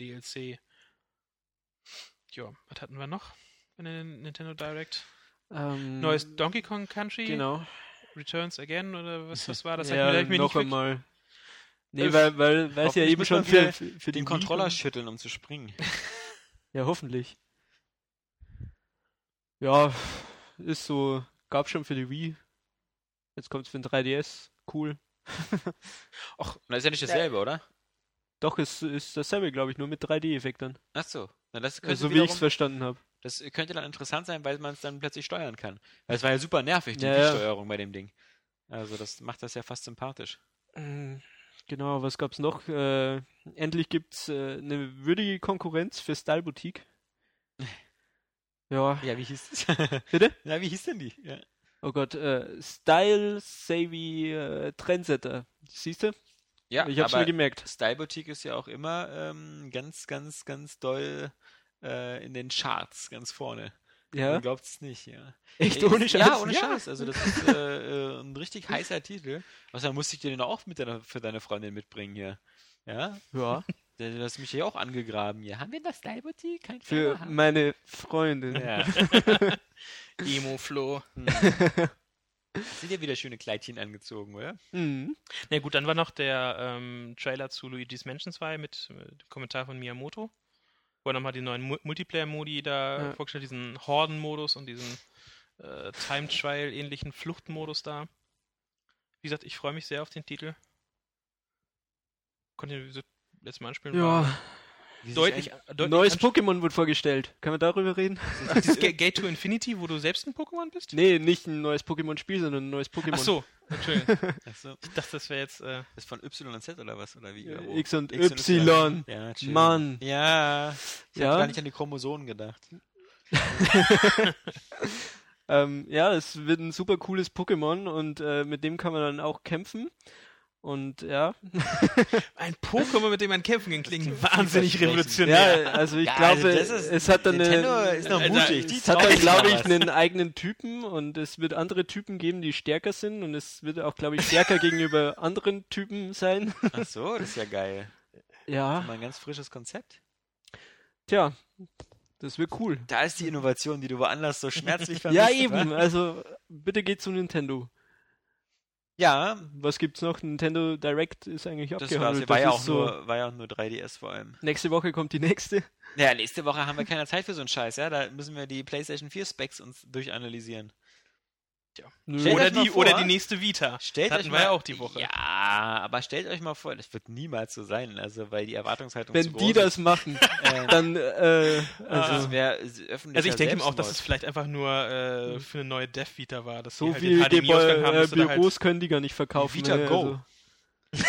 Speaker 3: DLC. Ja, was hatten wir noch in der Nintendo Direct?
Speaker 4: Ähm,
Speaker 3: Neues Donkey Kong Country
Speaker 4: Genau.
Speaker 3: Returns Again oder was das war? Das hat
Speaker 4: ja,
Speaker 3: mir- hat mir
Speaker 4: noch
Speaker 3: nicht wirklich-
Speaker 4: einmal. Nee,
Speaker 3: Äh,
Speaker 4: weil, weil, weil es ja
Speaker 1: hoffentlich
Speaker 4: eben
Speaker 1: muss
Speaker 4: schon
Speaker 1: man
Speaker 4: für,
Speaker 1: wieder
Speaker 4: für, für
Speaker 1: Den
Speaker 4: die
Speaker 1: Controller
Speaker 4: Wii-
Speaker 1: schütteln, um zu springen.
Speaker 4: Ja, hoffentlich. Ja, ist so. Gab schon für die Wii. Jetzt kommt es für den 3DS. Cool.
Speaker 1: Och, das ist ja nicht dasselbe, oder?
Speaker 4: Doch, es ist dasselbe, glaube ich, nur mit 3D-Effekt dann.
Speaker 1: Ach so. Na, das könnte
Speaker 4: Also, so wie ich es
Speaker 1: wiederum,
Speaker 4: verstanden habe.
Speaker 1: das könnte dann interessant sein, weil man es dann plötzlich steuern kann. Weil es war ja super nervig, die
Speaker 4: Ja, ja.
Speaker 1: Steuerung bei dem Ding. Also das macht das ja fast sympathisch.
Speaker 4: Mm, Genau, was gab's noch? Äh, endlich gibt's äh, eine würdige Konkurrenz für Style Boutique. Ja,
Speaker 1: Ja, wie hieß das?
Speaker 4: bitte?
Speaker 1: ja, wie hieß denn die? Ja.
Speaker 4: Oh Gott, äh, Style Savvy äh, Trendsetter. Siehst du?
Speaker 1: Ja,
Speaker 4: ich hab's mir
Speaker 1: aber
Speaker 4: gemerkt.
Speaker 1: Style Boutique ist ja auch immer ähm, ganz, ganz, ganz doll äh, in den Charts, ganz vorne.
Speaker 4: Ja,
Speaker 1: Man glaubt es nicht, ja.
Speaker 4: echt
Speaker 1: Ey,
Speaker 4: ohne
Speaker 1: ist-
Speaker 4: Scheiß.
Speaker 1: Ja, ohne Scheiß. Also das ist äh, äh, ein richtig heißer Titel. Was dann musste ich dir den auch mit deiner, für deine Freundin mitbringen hier. Ja,
Speaker 4: Ja,
Speaker 1: du du hast mich ja auch angegraben hier. Haben wir in der Style Boutique? Kein
Speaker 4: für
Speaker 1: Fehler.
Speaker 4: meine Freundin.
Speaker 1: Ja.
Speaker 3: Emo Flo.
Speaker 1: Sind ja wieder schöne Kleidchen angezogen, oder?
Speaker 4: Mhm.
Speaker 3: Na gut, dann war noch der ähm, Trailer zu Luigi's Mansion 2 mit äh, dem Kommentar von Miyamoto. wo er nochmal die neuen Mu Multiplayer-Modi da
Speaker 4: Ja.
Speaker 3: vorgestellt, diesen Horden-Modus und diesen äh, Time-Trial-ähnlichen Fluchtmodus da. Wie gesagt, ich freue mich sehr auf den Titel. Konnte ich letztes Mal anspielen. war
Speaker 4: Ja,
Speaker 1: Wie sich
Speaker 3: deutlich, äh, deutlich
Speaker 4: neues
Speaker 3: anspr-
Speaker 4: Pokémon wird vorgestellt. Können wir darüber reden?
Speaker 3: Dieses Ga- Gate to Infinity, wo du selbst ein Pokémon bist?
Speaker 4: Nee, nicht ein neues Pokémon-Spiel, sondern ein neues Pokémon.
Speaker 3: Ach so, Entschuldigung.
Speaker 1: ein- Ach so,
Speaker 3: Ich dachte, das wäre jetzt. Äh,
Speaker 1: ist von Y und Z oder was? Oder wie?
Speaker 4: Äh,
Speaker 1: Oder wo?
Speaker 4: X und Y.
Speaker 1: Ja, chill.
Speaker 4: Mann.
Speaker 1: Ja, ich
Speaker 4: Ja.
Speaker 1: habe gar nicht an die Chromosomen gedacht.
Speaker 4: Ähm, ja, es wird ein super cooles Pokémon und äh, mit dem kann man dann auch kämpfen. Und ja,
Speaker 3: ein Pokémon, mit dem man kämpfen kann, klingt wahnsinnig revolutionär.
Speaker 4: ja, also ich
Speaker 1: Ja,
Speaker 4: glaube,
Speaker 1: also das ist-
Speaker 4: es hat dann
Speaker 1: Nintendo
Speaker 4: eine,
Speaker 1: ist noch
Speaker 3: Alter,
Speaker 1: mutig.
Speaker 4: es
Speaker 1: trauen
Speaker 4: hat dann,
Speaker 1: sich mal
Speaker 4: glaube ich,
Speaker 1: was.
Speaker 4: einen eigenen Typen und es wird andere Typen geben, die stärker sind und es wird auch, glaube ich, stärker gegenüber anderen Typen sein.
Speaker 1: Ach so, das ist ja geil.
Speaker 4: Ja,
Speaker 1: Mal ein ganz frisches Konzept.
Speaker 4: tja, das wird cool.
Speaker 1: Da ist die Innovation, die du woanders so schmerzlich vermisst
Speaker 4: Ja, eben,
Speaker 1: wa?
Speaker 4: also bitte geht zu Nintendo.
Speaker 1: Ja,
Speaker 4: Was gibt's noch? Nintendo Direct ist eigentlich
Speaker 1: das war's.
Speaker 4: abgehandelt.
Speaker 1: War, ja
Speaker 4: ist
Speaker 1: auch nur, war ja auch nur 3DS vor allem.
Speaker 4: Nächste Woche kommt die nächste.
Speaker 1: Naja, nächste Woche haben wir keine Zeit für so einen Scheiß, ja? Da müssen wir die PlayStation 4 Specs uns durchanalysieren.
Speaker 4: Nö.
Speaker 1: Stellt
Speaker 3: Oder,
Speaker 1: euch mal
Speaker 3: die,
Speaker 1: vor-
Speaker 3: oder die nächste Vita.
Speaker 1: Stellt
Speaker 3: Hatten
Speaker 1: euch
Speaker 3: wir
Speaker 1: mal,
Speaker 3: ja auch die Woche.
Speaker 1: Ja, aber stellt euch mal vor, das wird niemals so sein, also weil die Erwartungshaltung zu
Speaker 4: Wenn
Speaker 1: groß
Speaker 4: die
Speaker 1: ist.
Speaker 4: das machen, dann äh, also
Speaker 1: das wäre öffentlich.
Speaker 3: Also ich denke mir auch, dass es vielleicht einfach nur äh, für eine neue Dev Vita war, dass
Speaker 4: so
Speaker 3: die halt
Speaker 4: viel
Speaker 3: den HDMI-Ausgang haben,
Speaker 4: äh,
Speaker 3: dass du da
Speaker 4: Büros
Speaker 3: halt
Speaker 4: können die gar nicht verkaufen.
Speaker 1: Vita
Speaker 4: ne,
Speaker 1: Go.
Speaker 4: Also,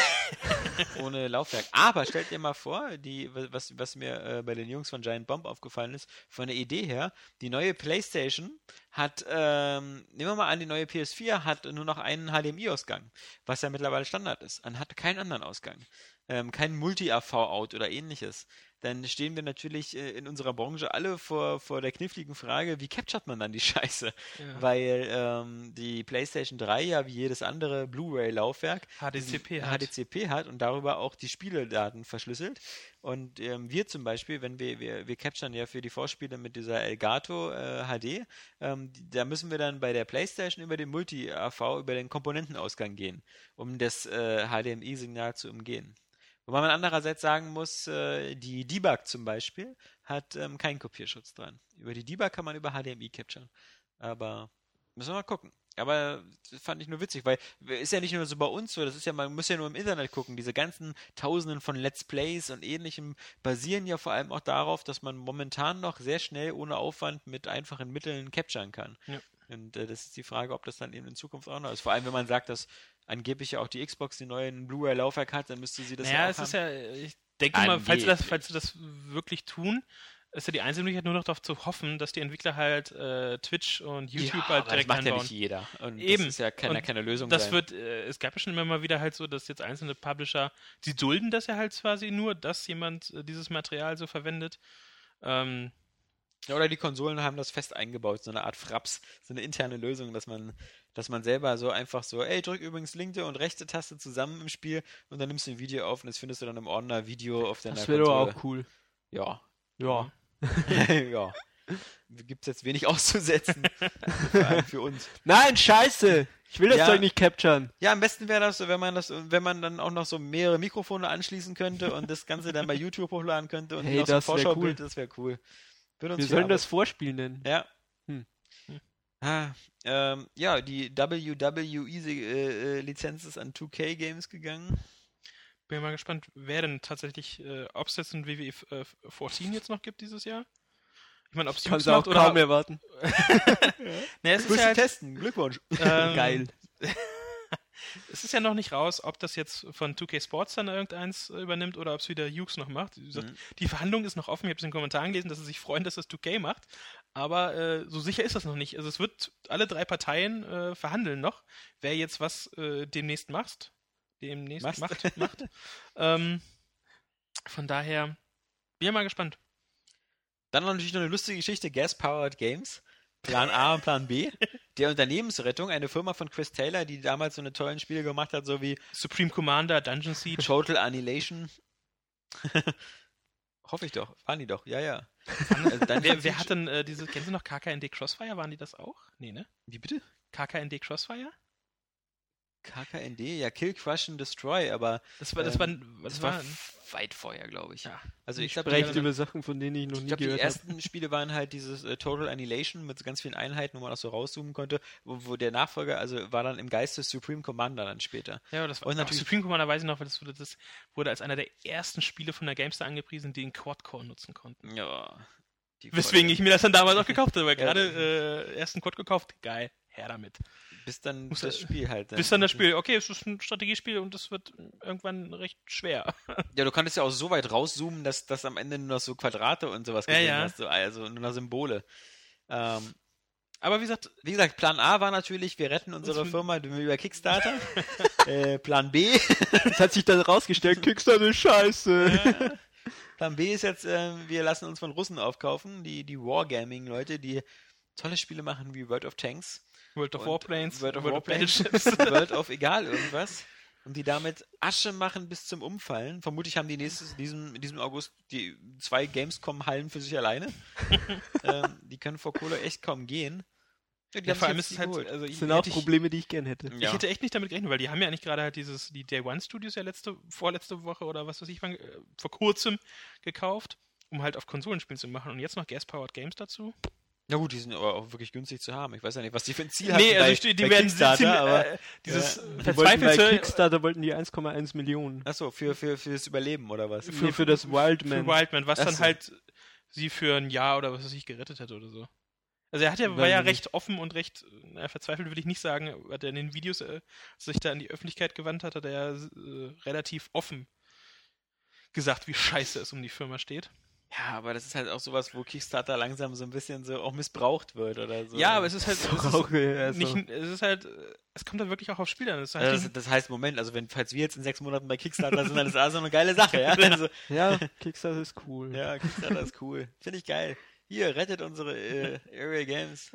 Speaker 1: ohne Laufwerk. Aber stellt dir mal vor, die, was, was mir äh, bei den Jungs von Giant Bomb aufgefallen ist, von der Idee her, die neue PlayStation hat, ähm, nehmen wir mal an, die neue PS4 hat nur noch einen HDMI-Ausgang, was ja mittlerweile Standard ist. Man hat keinen anderen Ausgang. Ähm, kein Multi-AV-Out oder ähnliches. Dann stehen wir natürlich äh, in unserer Branche alle vor, vor der kniffligen Frage, wie capturet man dann die Scheiße? Weil ähm, die PlayStation 3 ja wie jedes andere Blu-ray-Laufwerk
Speaker 3: HDCP
Speaker 1: diesen
Speaker 3: hat.
Speaker 1: HDCP hat und darüber auch die Spieledaten verschlüsselt. Und ähm, wir zum Beispiel, wenn wir, wir, wir capturen ja für die Vorspiele mit dieser Elgato äh, HD, ähm, die- da müssen wir dann bei der PlayStation über den Multi-AV, über den Komponentenausgang gehen, um das äh, HDMI-Signal zu umgehen. Wobei man andererseits sagen muss, äh, die Debug zum Beispiel hat ähm, keinen Kopierschutz dran. Über die Debug kann man über HDMI capturen. Aber müssen wir mal gucken. Aber das fand ich nur witzig, weil ist ja nicht nur so bei uns so, das ist ja, man muss ja nur im Internet gucken. Diese ganzen Tausenden von Let's Plays und ähnlichem basieren ja vor allem auch darauf, dass man momentan noch sehr schnell ohne Aufwand mit einfachen Mitteln capturen kann.
Speaker 3: Ja.
Speaker 1: Und äh, das ist die Frage, ob das dann eben in Zukunft auch noch ist. Vor allem, wenn man sagt, dass angeblich ja auch die Xbox die neuen Blu-ray-Laufwerk hat, dann müsste sie das
Speaker 3: Naja,
Speaker 1: ja auch
Speaker 3: es
Speaker 1: haben.
Speaker 3: ist ja, ich denke
Speaker 1: Ah,
Speaker 3: mal, falls du, das, falls du das wirklich tun, ist ja die einzige Möglichkeit nur noch darauf zu hoffen, dass die Entwickler halt äh, Twitch und YouTube
Speaker 1: ja,
Speaker 3: halt
Speaker 1: aber
Speaker 3: direkt
Speaker 1: das macht ja
Speaker 3: einbauen.
Speaker 1: nicht jeder. Und
Speaker 3: Eben.
Speaker 1: das ist ja keine,
Speaker 3: Und
Speaker 1: keine Lösung
Speaker 3: das
Speaker 1: sein.
Speaker 3: wird, äh, es gab ja schon immer mal wieder halt so, dass jetzt einzelne Publisher, die dulden das ja halt quasi nur, dass jemand äh, dieses Material so verwendet. Ähm,
Speaker 1: Ja, oder die Konsolen haben das fest eingebaut, so eine Art Fraps, so eine interne Lösung, dass man, dass man selber so einfach so, ey, drück übrigens linke und rechte Taste zusammen im Spiel und dann nimmst du ein Video auf und das findest du dann im Ordner Video auf deiner
Speaker 4: das wäre doch auch cool.
Speaker 1: Ja.
Speaker 4: Ja.
Speaker 1: ja. Gibt's jetzt wenig auszusetzen. Vor allem für uns.
Speaker 4: Nein, scheiße! Ich will das
Speaker 1: Ja.
Speaker 4: Zeug nicht capturen.
Speaker 1: Ja, am besten wäre das, so, wenn man das, wenn man dann auch noch so mehrere Mikrofone anschließen könnte und das Ganze dann bei YouTube hochladen könnte und
Speaker 4: Hey,
Speaker 1: noch
Speaker 4: das wär
Speaker 1: Vorschaubild, das wäre cool. Würde uns
Speaker 4: Wir
Speaker 1: viel
Speaker 4: sollen
Speaker 1: Arbeit
Speaker 4: das Vorspiel nennen.
Speaker 1: Ja.
Speaker 4: Hm.
Speaker 1: Ah, ähm, ja, die E WWE-Lizenz äh, ist an 2K Games gegangen.
Speaker 3: bin mal gespannt, wer denn tatsächlich, äh, ob es jetzt ein WWE f- äh, 14 jetzt noch gibt dieses Jahr. Ich meine, ob es
Speaker 4: Kannst
Speaker 3: Jux
Speaker 4: du auch
Speaker 3: macht oder.
Speaker 4: kaum erwarten.
Speaker 3: Nee, es ist
Speaker 1: Müssen
Speaker 3: ja halt,
Speaker 1: testen, Glückwunsch.
Speaker 3: ähm,
Speaker 4: Geil.
Speaker 3: Es ist ja noch nicht raus, ob das jetzt von 2K Sports dann irgendeins äh, übernimmt oder ob es wieder Jukes noch macht. Wie gesagt,
Speaker 1: Mhm.
Speaker 3: Die Verhandlung ist noch offen. Ich habe es in den Kommentaren gelesen, dass sie sich freuen, dass das 2K macht. Aber äh, so sicher ist das noch nicht. Also es wird alle drei Parteien äh, verhandeln noch, wer jetzt was äh, demnächst macht. Demnächst
Speaker 1: Machst.
Speaker 3: macht. macht. ähm, von daher bin ich mal gespannt.
Speaker 1: Dann noch natürlich noch eine lustige Geschichte: Gas-Powered Games. Plan A und Plan B. Der Unternehmensrettung, eine Firma von Chris Taylor, die damals so eine tollen Spiele gemacht hat, so wie
Speaker 3: Supreme Commander, Dungeon Siege.
Speaker 1: Total Annihilation. Hoffe ich doch. Waren die doch. Ja, ja. Also dann
Speaker 3: wer, wer hat denn äh, diese, kennen Sie noch KKND Crossfire? Waren die das auch? Nee, ne?
Speaker 1: Wie bitte?
Speaker 3: KKND Crossfire?
Speaker 1: KKND? Ja, Kill, Crush and Destroy, aber
Speaker 3: Das war, das war,
Speaker 1: das
Speaker 3: Ähm, das
Speaker 1: war
Speaker 3: war,
Speaker 1: f- weit vorher, glaube ich.
Speaker 3: Ja.
Speaker 1: Also
Speaker 4: Ich
Speaker 1: ich glaube,
Speaker 4: spreche
Speaker 1: die,
Speaker 4: über Sachen, von denen ich noch
Speaker 1: ich
Speaker 4: nie
Speaker 1: glaub, die
Speaker 4: gehört habe.
Speaker 1: ersten Spiele waren halt dieses äh, Total Annihilation mit so ganz vielen Einheiten, wo man auch so rauszoomen konnte, wo, wo der Nachfolger, also war dann im Geiste Supreme Commander dann später.
Speaker 3: ja, das war
Speaker 1: Und natürlich-
Speaker 3: und natürlich Supreme Commander weiß ich noch, weil das wurde, das wurde als einer der ersten Spiele von der Gamestar angepriesen, die einen Quad-Core nutzen konnten.
Speaker 1: Ja. Die
Speaker 3: Weswegen ich mir das dann damals auch gekauft habe, weil
Speaker 1: Ja.
Speaker 3: gerade äh, erst einen Quad gekauft, geil, her damit.
Speaker 1: Bis dann
Speaker 3: Muss
Speaker 1: das
Speaker 3: er-
Speaker 1: Spiel halt.
Speaker 3: Bis dann das Spiel, okay, es ist ein Strategiespiel und das wird irgendwann recht schwer.
Speaker 1: Ja, du konntest ja auch so weit rauszoomen, dass, dass am Ende nur noch so Quadrate und sowas
Speaker 3: Ja,
Speaker 1: gesehen
Speaker 3: ja.
Speaker 1: hast, so, also nur noch Symbole. Ähm,
Speaker 3: Aber wie gesagt,
Speaker 1: wie gesagt, Plan A war natürlich, wir retten unsere
Speaker 3: Uns-
Speaker 1: Firma über Kickstarter. äh, Plan B,
Speaker 4: Das hat sich dann rausgestellt, Kickstarter ist scheiße.
Speaker 1: Plan B ist jetzt, äh, wir lassen uns von Russen aufkaufen, die, die Wargaming-Leute, die tolle Spiele machen wie World of Tanks.
Speaker 3: World of
Speaker 1: Und
Speaker 3: Warplanes,
Speaker 1: World of Warplanes.
Speaker 3: Battleships.
Speaker 1: World of egal irgendwas. Und die damit Asche machen bis zum Umfallen. Vermutlich haben die nächstes, diesem, in diesem August die zwei Gamescom-Hallen für sich alleine. ähm, die können vor Kohle echt kaum gehen. die haben
Speaker 3: ja, vor
Speaker 1: sich
Speaker 3: allem
Speaker 1: jetzt
Speaker 3: ist es
Speaker 1: die
Speaker 3: halt,
Speaker 1: geholt.
Speaker 3: also ich,
Speaker 4: Das sind auch
Speaker 3: hätte ich,
Speaker 4: Probleme, die ich gern hätte.
Speaker 1: Ja.
Speaker 3: ich hätte echt nicht damit gerechnet, weil die haben ja eigentlich gerade halt dieses, die Day One Studios ja letzte, vorletzte Woche oder was weiß ich, wann, äh, vor kurzem gekauft, um halt auf Konsolen spielen zu machen und jetzt noch Gas-Powered Games dazu.
Speaker 1: Na gut, die sind aber auch wirklich günstig zu haben. Ich weiß ja nicht, was die für ein Ziel
Speaker 3: nee,
Speaker 1: hatten
Speaker 3: also
Speaker 1: bei-
Speaker 3: ich, die
Speaker 1: bei
Speaker 3: werden
Speaker 1: Kickstarter,
Speaker 3: ziemlich,
Speaker 1: aber.
Speaker 3: äh, dieses
Speaker 1: ja.
Speaker 3: äh,
Speaker 4: Die wollten bei
Speaker 3: verzweifelte
Speaker 4: Kickstarter wollten die 1,1 Millionen.
Speaker 1: Achso, für, für, fürs Überleben oder was?
Speaker 4: Für, für das Wildman.
Speaker 3: für Wildman, was
Speaker 1: Ach
Speaker 3: dann
Speaker 1: so.
Speaker 3: halt sie für ein Jahr oder was weiß ich gerettet hätte oder so. Also er hat ja, war
Speaker 4: Nein,
Speaker 3: ja
Speaker 4: nein.
Speaker 3: recht offen und recht, äh, na, verzweifelt will ich nicht sagen, hat er in den Videos, äh, als sich da an die Öffentlichkeit gewandt hat, hat er ja äh, relativ offen gesagt, wie scheiße es um die Firma steht.
Speaker 1: Ja, aber das ist halt auch sowas, wo Kickstarter langsam so ein bisschen so auch missbraucht wird oder so.
Speaker 3: ja, aber es ist halt,
Speaker 4: Das ist doch
Speaker 3: es ist,
Speaker 4: auch, äh, also-
Speaker 3: nicht, es ist halt, äh, es kommt dann wirklich auch aufs Spiel an. Es ist halt
Speaker 1: Also das,
Speaker 3: nicht-
Speaker 1: das heißt, Moment, also wenn, falls wir jetzt in sechs Monaten bei Kickstarter sind, dann ist das so eine geile Sache, ja?
Speaker 3: Genau.
Speaker 1: Also,
Speaker 4: Ja, Kickstarter ist cool.
Speaker 1: ja, Kickstarter ist cool. Finde ich geil. Hier, rettet unsere äh, Area Games.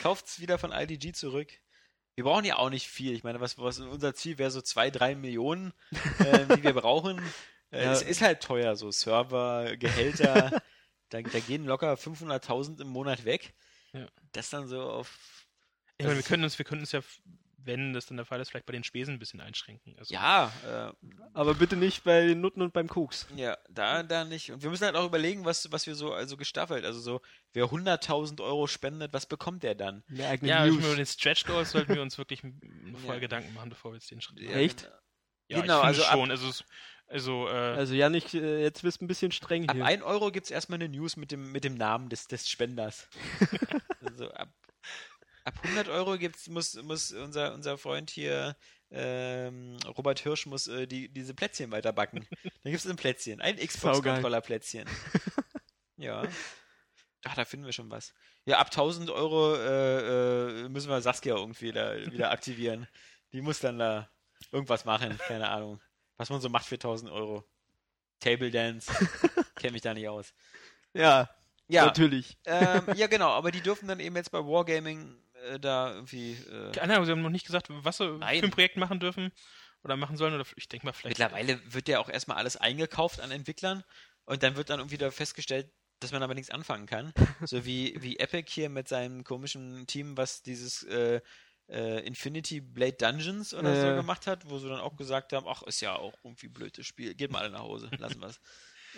Speaker 1: Kauft's wieder von IDG zurück. Wir brauchen ja auch nicht viel. Ich meine, was, was unser Ziel wäre so zwei, drei Millionen, äh, die wir brauchen. Äh,
Speaker 4: Ja.
Speaker 1: Es ist halt teuer, so Server, Gehälter. da, da gehen locker 500.000 im Monat weg.
Speaker 3: Ja.
Speaker 1: Das dann so auf.
Speaker 3: ich meine, wir können uns, wir können uns ja, wenn das dann der Fall ist, vielleicht bei den Spesen ein bisschen einschränken. Also,
Speaker 1: Ja, äh,
Speaker 4: Aber bitte nicht bei den Nutten und beim Koks.
Speaker 1: Ja, da, da nicht. Und wir müssen halt auch überlegen, was, was wir so also gestaffelt. Also so, wer 100.000 Euro spendet, was bekommt der dann?
Speaker 4: Eine eigene
Speaker 3: Ja, ich meine, über
Speaker 4: News.
Speaker 3: den Stretch Goals sollten wir uns wirklich m- m- vorher
Speaker 1: Ja.
Speaker 3: Gedanken machen, bevor wir jetzt den Schritt machen.
Speaker 4: Echt?
Speaker 3: Ja,
Speaker 1: Genau,
Speaker 3: ich
Speaker 1: also
Speaker 3: finde
Speaker 1: ab-
Speaker 3: schon. Also, es- also, äh,
Speaker 4: Also Janik, äh, jetzt wirst du ein bisschen streng
Speaker 1: Ab
Speaker 4: hier.
Speaker 1: 1 Euro gibt es erstmal eine News mit dem, mit dem Namen des, des Spenders. also ab, ab 100 Euro gibt's, muss, muss unser, unser Freund hier, ähm, Robert Hirsch, muss äh, die, diese Plätzchen weiterbacken. Dann gibt es ein Plätzchen, ein Xbox-Controller-Plätzchen. ja. Ach, da finden wir schon was. Ja, ab 1000 Euro äh, äh, müssen wir Saskia irgendwie da wieder aktivieren. Die muss dann da irgendwas machen, keine Ahnung. Was man so macht für 1000 Euro. Table Dance. Kenne mich da nicht aus.
Speaker 4: Ja,
Speaker 1: Ja,
Speaker 4: natürlich.
Speaker 1: ähm, ja, genau, aber die dürfen dann eben jetzt bei Wargaming äh, da irgendwie. Äh,
Speaker 3: keine Ahnung, sie haben noch nicht gesagt, was sie
Speaker 1: Nein.
Speaker 3: für ein Projekt machen dürfen oder machen sollen. Oder f- ich denke mal, vielleicht.
Speaker 1: mittlerweile wird ja auch erstmal alles eingekauft an Entwicklern und dann wird dann irgendwie da festgestellt, dass man damit nichts anfangen kann. So wie, wie Epic hier mit seinem komischen Team, was dieses äh, äh, Infinity Blade Dungeons oder so
Speaker 4: Äh.
Speaker 1: gemacht hat, wo sie dann auch gesagt haben: Ach, ist ja auch irgendwie ein blödes Spiel, geht mal alle nach Hause, lassen wir's.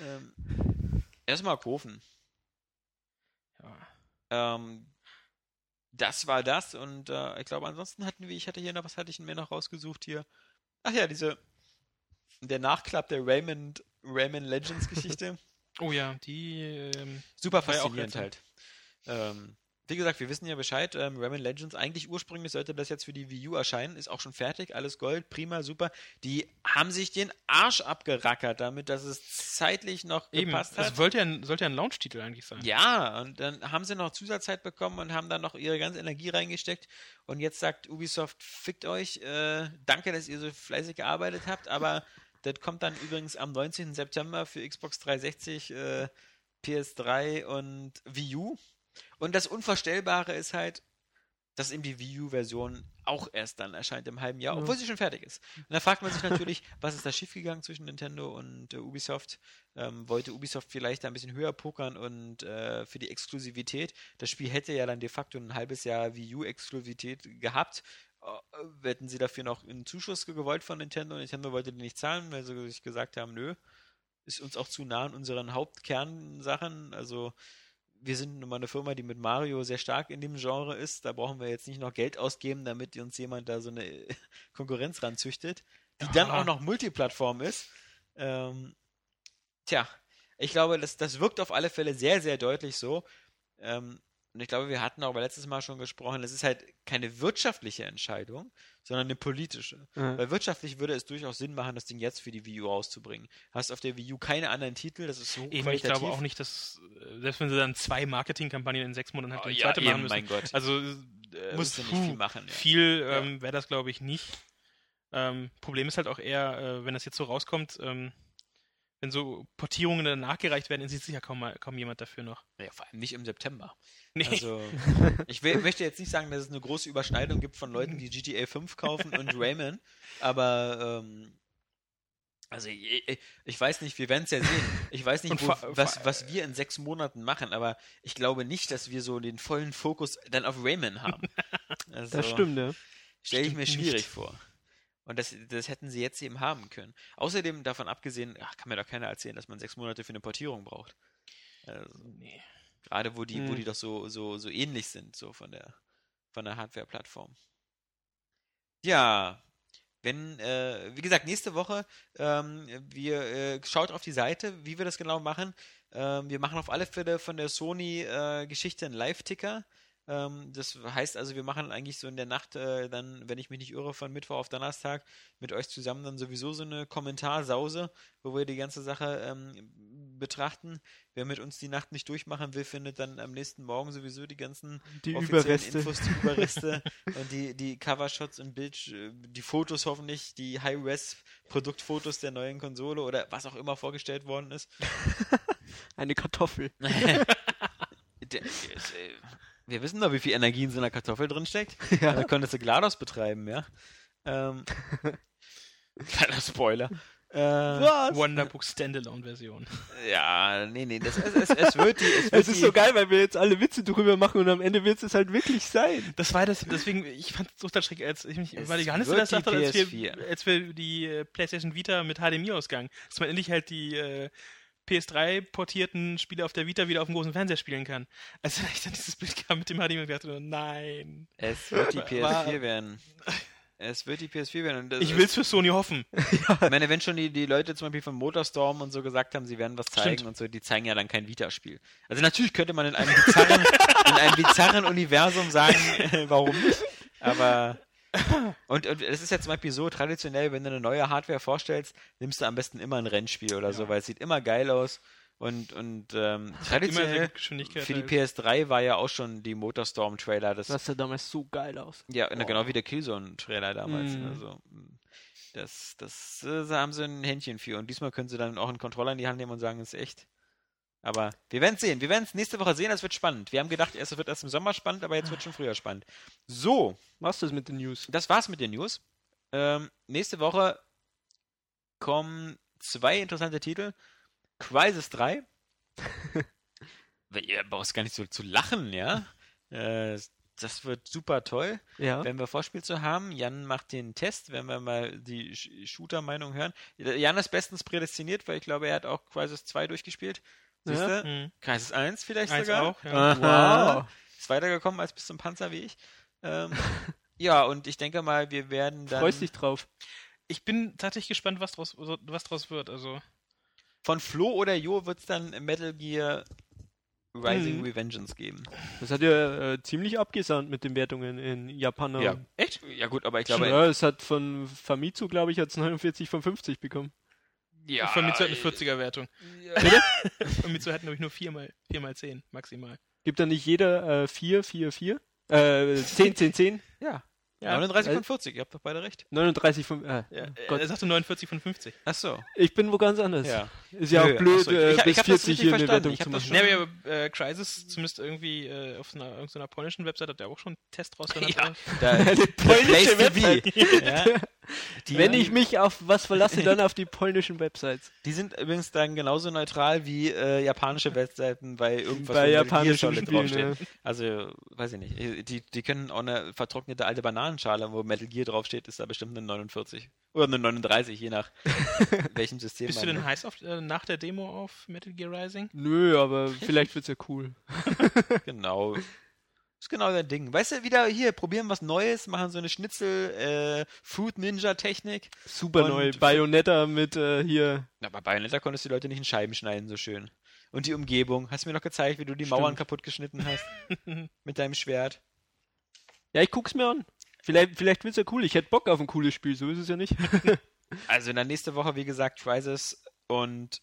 Speaker 1: ähm, erstmal kaufen.
Speaker 3: Ja.
Speaker 1: Ähm, das war das und äh, ich glaube, ansonsten hatten wir, ich hatte hier noch, was hatte ich mir noch rausgesucht hier? Ach ja, diese, der Nachklapp der Raymond, Rayman Legends Geschichte.
Speaker 3: Oh ja, die. Ähm,
Speaker 1: Super
Speaker 3: War ja auch
Speaker 1: faszinierend halt. Ähm, wie gesagt, wir wissen ja Bescheid, ähm, Rayman Legends, eigentlich ursprünglich sollte das jetzt für die Wii U erscheinen, ist auch schon fertig, alles Gold, prima, super. Die haben sich den Arsch abgerackert damit, dass es zeitlich noch
Speaker 3: eben.
Speaker 1: gepasst hat.
Speaker 3: Das wollte ja ein, sollte ja ein Launch-Titel eigentlich sein.
Speaker 1: Ja, und dann haben sie noch Zusatzzeit bekommen und haben dann noch ihre ganze Energie reingesteckt. Und jetzt sagt Ubisoft, fickt euch, äh, danke, dass ihr so fleißig gearbeitet habt, aber das kommt dann übrigens am 19. September für Xbox 360, äh, PS3 und Wii U. Und das Unvorstellbare ist halt, dass eben die Wii U-Version auch erst dann erscheint im halben Jahr,
Speaker 4: Ja.
Speaker 1: obwohl sie schon fertig ist. Und da fragt man sich natürlich, was ist da schiefgegangen zwischen Nintendo und äh, Ubisoft? Ähm, wollte Ubisoft vielleicht da ein bisschen höher pokern und äh, für die Exklusivität. Das Spiel hätte ja dann de facto ein halbes Jahr Wii U-Exklusivität gehabt, äh, hätten sie dafür noch einen Zuschuss gewollt von Nintendo. Nintendo wollte den nicht zahlen, weil sie sich gesagt haben, nö, ist uns auch zu nah an unseren Hauptkernsachen. Also wir sind nun mal eine Firma, die mit Mario sehr stark in dem Genre ist. Da brauchen wir jetzt nicht noch Geld ausgeben, damit uns jemand da so eine Konkurrenz ranzüchtet, die dann auch noch Multiplattform ist. Ähm, tja, ich glaube, das, das wirkt auf alle Fälle sehr, sehr deutlich so. Ähm, und ich glaube, wir hatten auch letztes Mal schon gesprochen, es ist halt keine wirtschaftliche Entscheidung, sondern eine politische.
Speaker 4: Mhm.
Speaker 1: Weil wirtschaftlich würde es durchaus Sinn machen, das Ding jetzt für die Wii U rauszubringen. Hast auf der Wii U keine anderen Titel, das ist so
Speaker 3: Eben, ich glaube auch nicht, dass, äh, selbst wenn sie dann zwei Marketingkampagnen in sechs Monaten halt die zweite
Speaker 1: Oh ja,
Speaker 3: machen
Speaker 1: eben,
Speaker 3: müssen.
Speaker 1: mein Gott.
Speaker 3: Also, äh,
Speaker 1: Musst du nicht
Speaker 3: puh,
Speaker 1: viel machen, ja.
Speaker 3: Viel ähm, wäre das, glaube ich, nicht. Ähm, Problem ist halt auch eher, äh, wenn das jetzt so rauskommt, ähm, wenn so Portierungen dann nachgereicht werden, interessiert sich ja kaum, mal- kaum jemand dafür noch.
Speaker 1: ja, vor allem nicht im September.
Speaker 3: Nee.
Speaker 1: Also, ich will, möchte jetzt nicht sagen, dass es eine große Überschneidung gibt von Leuten, die GTA 5 kaufen und Rayman, aber ähm, also ich, ich- ich weiß nicht, wir werden es ja sehen. Ich weiß
Speaker 3: Und
Speaker 1: nicht, wo,
Speaker 3: vor- vor-
Speaker 1: was, was wir in sechs Monaten machen, aber ich glaube nicht, dass wir so den vollen Fokus dann auf Rayman haben. Also,
Speaker 4: Das stimmt, ja.
Speaker 1: Stelle ich mir
Speaker 3: Stimmt
Speaker 1: schwierig
Speaker 3: nicht.
Speaker 1: vor. Und das, das hätten sie jetzt eben haben können. Außerdem, davon abgesehen, ach, kann mir doch keiner erzählen, dass man sechs Monate für eine Portierung braucht. Also,
Speaker 3: Nee.
Speaker 1: Gerade wo die, wo
Speaker 4: Hm.
Speaker 1: die doch so, so, so ähnlich sind, so von der, von der Hardware-Plattform. Ja, wenn, äh, wie gesagt, nächste Woche, ähm, wir äh, schaut auf die Seite, wie wir das genau machen. Ähm, wir machen auf alle Fälle von der Sony-Geschichte einen Live-Ticker. Ähm, das heißt also, wir machen eigentlich so in der Nacht, äh, dann, wenn ich mich nicht irre, von Mittwoch auf Donnerstag mit euch zusammen dann sowieso so eine Kommentarsause, wo wir die ganze Sache ähm, betrachten. Wer mit uns die Nacht nicht durchmachen will, findet dann am nächsten Morgen sowieso die ganzen
Speaker 4: Die
Speaker 1: offiziellen
Speaker 4: Überreste.
Speaker 1: Infos, die Überreste und die, die Covershots und Bild, äh, die Fotos hoffentlich, die High-Res-Produktfotos der neuen Konsole oder was auch immer vorgestellt worden ist.
Speaker 4: Eine Kartoffel.
Speaker 1: Der- äh, Wir wissen doch, wie viel Energie in so einer Kartoffel drin steckt. Ja. Da könntest du GLaDOS betreiben, ja. Ähm, kleiner Spoiler. Äh,
Speaker 3: Wonderbook Standalone-Version.
Speaker 1: ja, nee, nee, das, es, es, es wird die. Es, wird
Speaker 4: Es ist
Speaker 1: die,
Speaker 4: so geil, weil wir jetzt alle Witze drüber machen und am Ende wird es halt wirklich sein.
Speaker 3: Das war das, deswegen, ich fand es total schrecklich, als ich mich,
Speaker 1: Es
Speaker 3: weil Johannes
Speaker 1: wird
Speaker 3: das
Speaker 1: die
Speaker 3: sagte, als wir,
Speaker 1: PS4.
Speaker 3: als wir die äh, PlayStation Vita mit HDMI-Ausgang, dass man endlich halt die äh, PS3-portierten Spiele auf der Vita wieder auf dem großen Fernseher spielen kann. Als ich dann dieses Bild kam mit dem HDMI, und dachte ich, nein.
Speaker 1: Es wird die
Speaker 3: War-
Speaker 1: PS4 werden. Es wird die PS4 werden. Und das
Speaker 3: Ich
Speaker 1: ist-
Speaker 3: will es für Sony hoffen.
Speaker 1: Ich meine, wenn schon die, die Leute zum Beispiel von Motorstorm und so gesagt haben, sie werden was zeigen
Speaker 3: Stimmt.
Speaker 1: und so, die zeigen ja dann kein Vita-Spiel. Also natürlich könnte man in einem bizarren, in einem bizarren Universum sagen, äh, warum nicht. Aber. Und, und es ist ja zum Beispiel so traditionell, wenn du eine neue Hardware vorstellst, nimmst du am besten immer ein Rennspiel oder so, weil es sieht immer geil aus. Und, und ähm,
Speaker 3: Immer sehr
Speaker 1: traditionell
Speaker 3: gute Geschwindigkeit. halt.
Speaker 1: für die
Speaker 3: da
Speaker 1: PS3 war ja auch schon die Motorstorm-Trailer das
Speaker 4: Das sah damals so geil aus.
Speaker 1: ja, na, genau wie der Killzone-Trailer damals.
Speaker 3: Mhm.
Speaker 1: Also, mh, das, das äh, da haben sie ein Händchen für. Und diesmal können sie dann auch einen Controller in die Hand nehmen und sagen, es ist echt. Aber wir werden es sehen. Wir werden es nächste Woche sehen. Es wird spannend. Wir haben gedacht, es wird erst im Sommer spannend, aber jetzt wird schon früher spannend. So,
Speaker 4: Machst du es mit den News?
Speaker 1: das war's mit den News. Ähm, nächste Woche kommen zwei interessante Titel. Crisis 3. Ihr brauchst gar nicht so zu lachen, ja? Äh, das wird super toll
Speaker 4: Ja.
Speaker 1: wenn wir Vorspiel zu haben. Jan macht den Test, wenn wir mal die Sh- Shooter-Meinung hören. Jan ist bestens prädestiniert, weil ich glaube, er hat auch Crisis 2 durchgespielt. Siehst
Speaker 4: Ja. Hm.
Speaker 1: du?
Speaker 3: Mhm.
Speaker 1: Crisis 1 vielleicht
Speaker 3: Eins
Speaker 1: sogar. Ah.
Speaker 3: auch, ja.
Speaker 1: Aha.
Speaker 4: Wow.
Speaker 1: Ist weitergekommen als bis zum Panzer wie ich. Ähm, ja, und ich denke mal, wir werden dann
Speaker 4: Freust dich drauf.
Speaker 3: Ich bin tatsächlich gespannt, was draus, was draus wird. Also,
Speaker 1: von Flo oder Jo wird es dann Metal Gear Rising
Speaker 4: Mhm.
Speaker 1: Revengeance geben.
Speaker 4: Das hat ja äh, ziemlich abgesahnt mit den Wertungen in Japan.
Speaker 1: Ja. Echt? Ja gut, aber ich glaube,
Speaker 4: ja, es hat von Famitsu, glaube ich, hat's 49 von 50 bekommen.
Speaker 1: ja,
Speaker 3: von Mitsu hat eine
Speaker 1: äh,
Speaker 3: 40er-Wertung.
Speaker 1: ja.
Speaker 3: Und Mitsu hat, glaube ich, nur 4 mal, 4 mal 10 maximal.
Speaker 4: Gibt da nicht jeder äh, 4, 4, 4? Äh, 10, 10, 10?
Speaker 1: ja.
Speaker 4: Ja.
Speaker 1: 39 von 40, ihr habt doch beide recht.
Speaker 4: 39 von. Äh,
Speaker 3: Ja,
Speaker 4: Gott.
Speaker 3: er sagte 49 von 50.
Speaker 1: Ach so.
Speaker 4: ich bin wo ganz anders. Ist ja
Speaker 1: Nö,
Speaker 4: auch blöd,
Speaker 1: achso, ich-
Speaker 4: äh,
Speaker 1: ich- ich
Speaker 4: bis
Speaker 1: hab das
Speaker 4: 40
Speaker 1: richtig
Speaker 4: hier eine
Speaker 1: verstanden,
Speaker 4: Wertung
Speaker 1: ich hab
Speaker 4: zu
Speaker 1: das
Speaker 4: machen.
Speaker 1: schon-
Speaker 3: Nee, aber äh, Crisis, zumindest irgendwie äh, auf einer, irgendeiner polnischen Website, hat er auch schon einen Test rausgenommen.
Speaker 1: Da, the place to be. Ja. Die, ähm,
Speaker 4: Wenn ich mich auf was verlasse, dann auf die polnischen Websites.
Speaker 1: die sind übrigens dann genauso neutral wie äh, japanische Webseiten bei irgendwas,
Speaker 4: Bei
Speaker 1: wo Metal Gear
Speaker 4: japanischen
Speaker 1: Solid
Speaker 4: Spielen,
Speaker 1: draufsteht. Also, weiß ich nicht. Die, die können auch eine vertrocknete alte Bananenschale, wo Metal Gear draufsteht, ist da bestimmt eine 49. Oder eine 39, je nach welchem System
Speaker 3: Bist du denn heiß auf, äh, nach der Demo auf Metal Gear Rising?
Speaker 4: Nö, aber vielleicht wird's ja cool.
Speaker 1: Genau. Ist genau dein Ding. Weißt du, wieder hier, probieren was Neues, machen so eine äh, Schnitzel-Food-Ninja-Technik.
Speaker 4: Super
Speaker 1: Und-
Speaker 4: neu. Bayonetta mit äh, hier.
Speaker 1: Na, bei Bayonetta konntest du die Leute nicht in Scheiben schneiden, so schön. Und die Umgebung. Hast du mir noch gezeigt, wie du die Mauern
Speaker 4: Stimmt.
Speaker 1: kaputt geschnitten hast? mit deinem Schwert.
Speaker 4: Ja, ich guck's mir an. Vielleicht, vielleicht wird's ja cool. Ich hätte Bock auf ein cooles Spiel, so ist es ja nicht.
Speaker 1: Also in der nächsten Woche, wie gesagt, Crisis und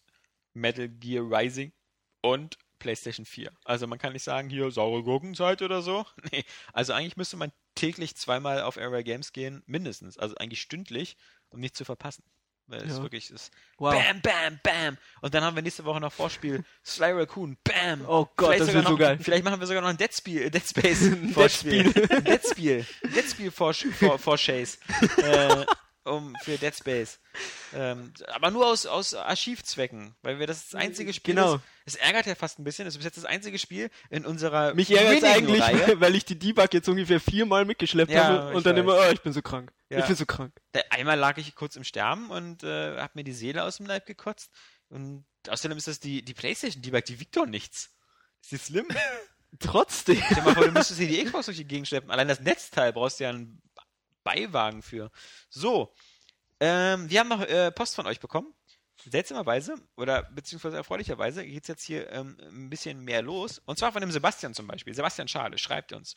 Speaker 1: Metal Gear Rising und PlayStation 4. Also man kann nicht sagen, hier saure Gurkenzeit oder so. Nee. Also eigentlich müsste man täglich zweimal auf Area Games gehen, mindestens. Also eigentlich stündlich, um nichts zu verpassen. Weil es
Speaker 4: Ja.
Speaker 1: wirklich ist.
Speaker 4: Wow.
Speaker 1: Bam, bam, bam. Und dann haben wir nächste Woche noch Vorspiel. Sly Raccoon, bam.
Speaker 4: Oh Gott,
Speaker 1: Vielleicht
Speaker 4: das
Speaker 1: sogar
Speaker 4: wird so
Speaker 1: noch,
Speaker 4: geil.
Speaker 1: Vielleicht machen wir sogar noch ein Dead, Spiel, äh, Dead Space Vorspiel. Dead Spiel. Dead Spiel vor, vor, vor Chase. äh, um, für Dead Space. Ähm, aber nur aus, aus Archivzwecken, weil wir das, das einzige Spiel
Speaker 4: Genau.
Speaker 1: ist. Es ärgert ja fast ein bisschen. Es ist bis jetzt das einzige Spiel in unserer
Speaker 4: Mich ärgert's
Speaker 1: wenigen
Speaker 4: eigentlich,
Speaker 1: Reihe.
Speaker 4: weil ich die Debug jetzt ungefähr viermal mitgeschleppt
Speaker 1: Ja,
Speaker 4: habe
Speaker 1: ich
Speaker 4: und dann
Speaker 1: weiß.
Speaker 4: immer, oh, ich bin so krank.
Speaker 1: Ja.
Speaker 4: Ich bin so krank.
Speaker 1: Da- Äh, Einmal lag ich kurz im Sterben und äh, hab mir die Seele aus dem Leib gekotzt. Und außerdem ist das die, die Playstation, die die wiegt doch nichts. Ist die schlimm?
Speaker 4: Trotzdem.
Speaker 1: Stell dir mal vor, du müsstest hier die Xbox durch die Gegend schleppen. Allein das Netzteil brauchst du ja einen Beiwagen für. So. Ähm, wir haben noch äh, Post von euch bekommen. Seltsamerweise oder beziehungsweise erfreulicherweise geht es jetzt hier ähm, ein bisschen mehr los. Und zwar von dem Sebastian zum Beispiel. Sebastian Schade schreibt uns.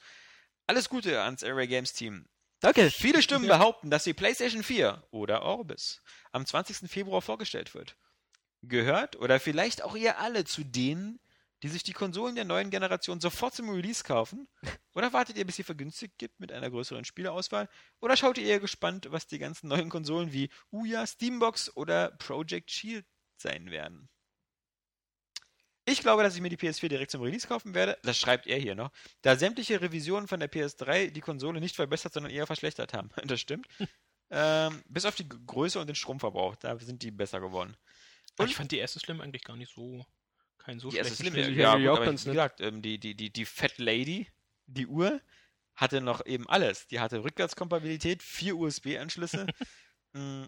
Speaker 1: Alles Gute ans Array Games Team.
Speaker 4: Danke.
Speaker 1: Viele Stimmen behaupten, dass die PlayStation 4 oder Orbis am 20. Februar vorgestellt wird. Gehört oder vielleicht auch ihr alle zu denen, die sich die Konsolen der neuen Generation sofort zum Release kaufen? Oder wartet ihr, bis sie vergünstigt gibt mit einer größeren Spieleauswahl? Oder schaut ihr eher gespannt, was die ganzen neuen Konsolen wie Ouya, Steambox oder Project Shield sein werden? Ich glaube, dass ich mir die PS4 direkt zum Release kaufen werde. Das schreibt er hier noch da sämtliche Revisionen von der PS3 die Konsole nicht verbessert, sondern eher verschlechtert haben. Das stimmt. ähm, bis auf die G- Größe und den Stromverbrauch, da sind die besser geworden.
Speaker 3: Und?
Speaker 1: Und-
Speaker 3: Ich fand die erste Slim eigentlich gar nicht so. Kein so
Speaker 1: Die erste
Speaker 3: schlechtes
Speaker 1: Slim,
Speaker 3: Spiel.
Speaker 4: Spiel.
Speaker 1: ja,
Speaker 4: Ja,
Speaker 1: gut,
Speaker 4: auch
Speaker 1: aber
Speaker 4: ganz
Speaker 1: wie
Speaker 4: nett.
Speaker 1: gesagt, ähm, die, die, die, die Fat Lady, die Uhr, hatte noch eben alles. Die hatte Rückwärtskompatibilität, vier USB-Anschlüsse. Mm.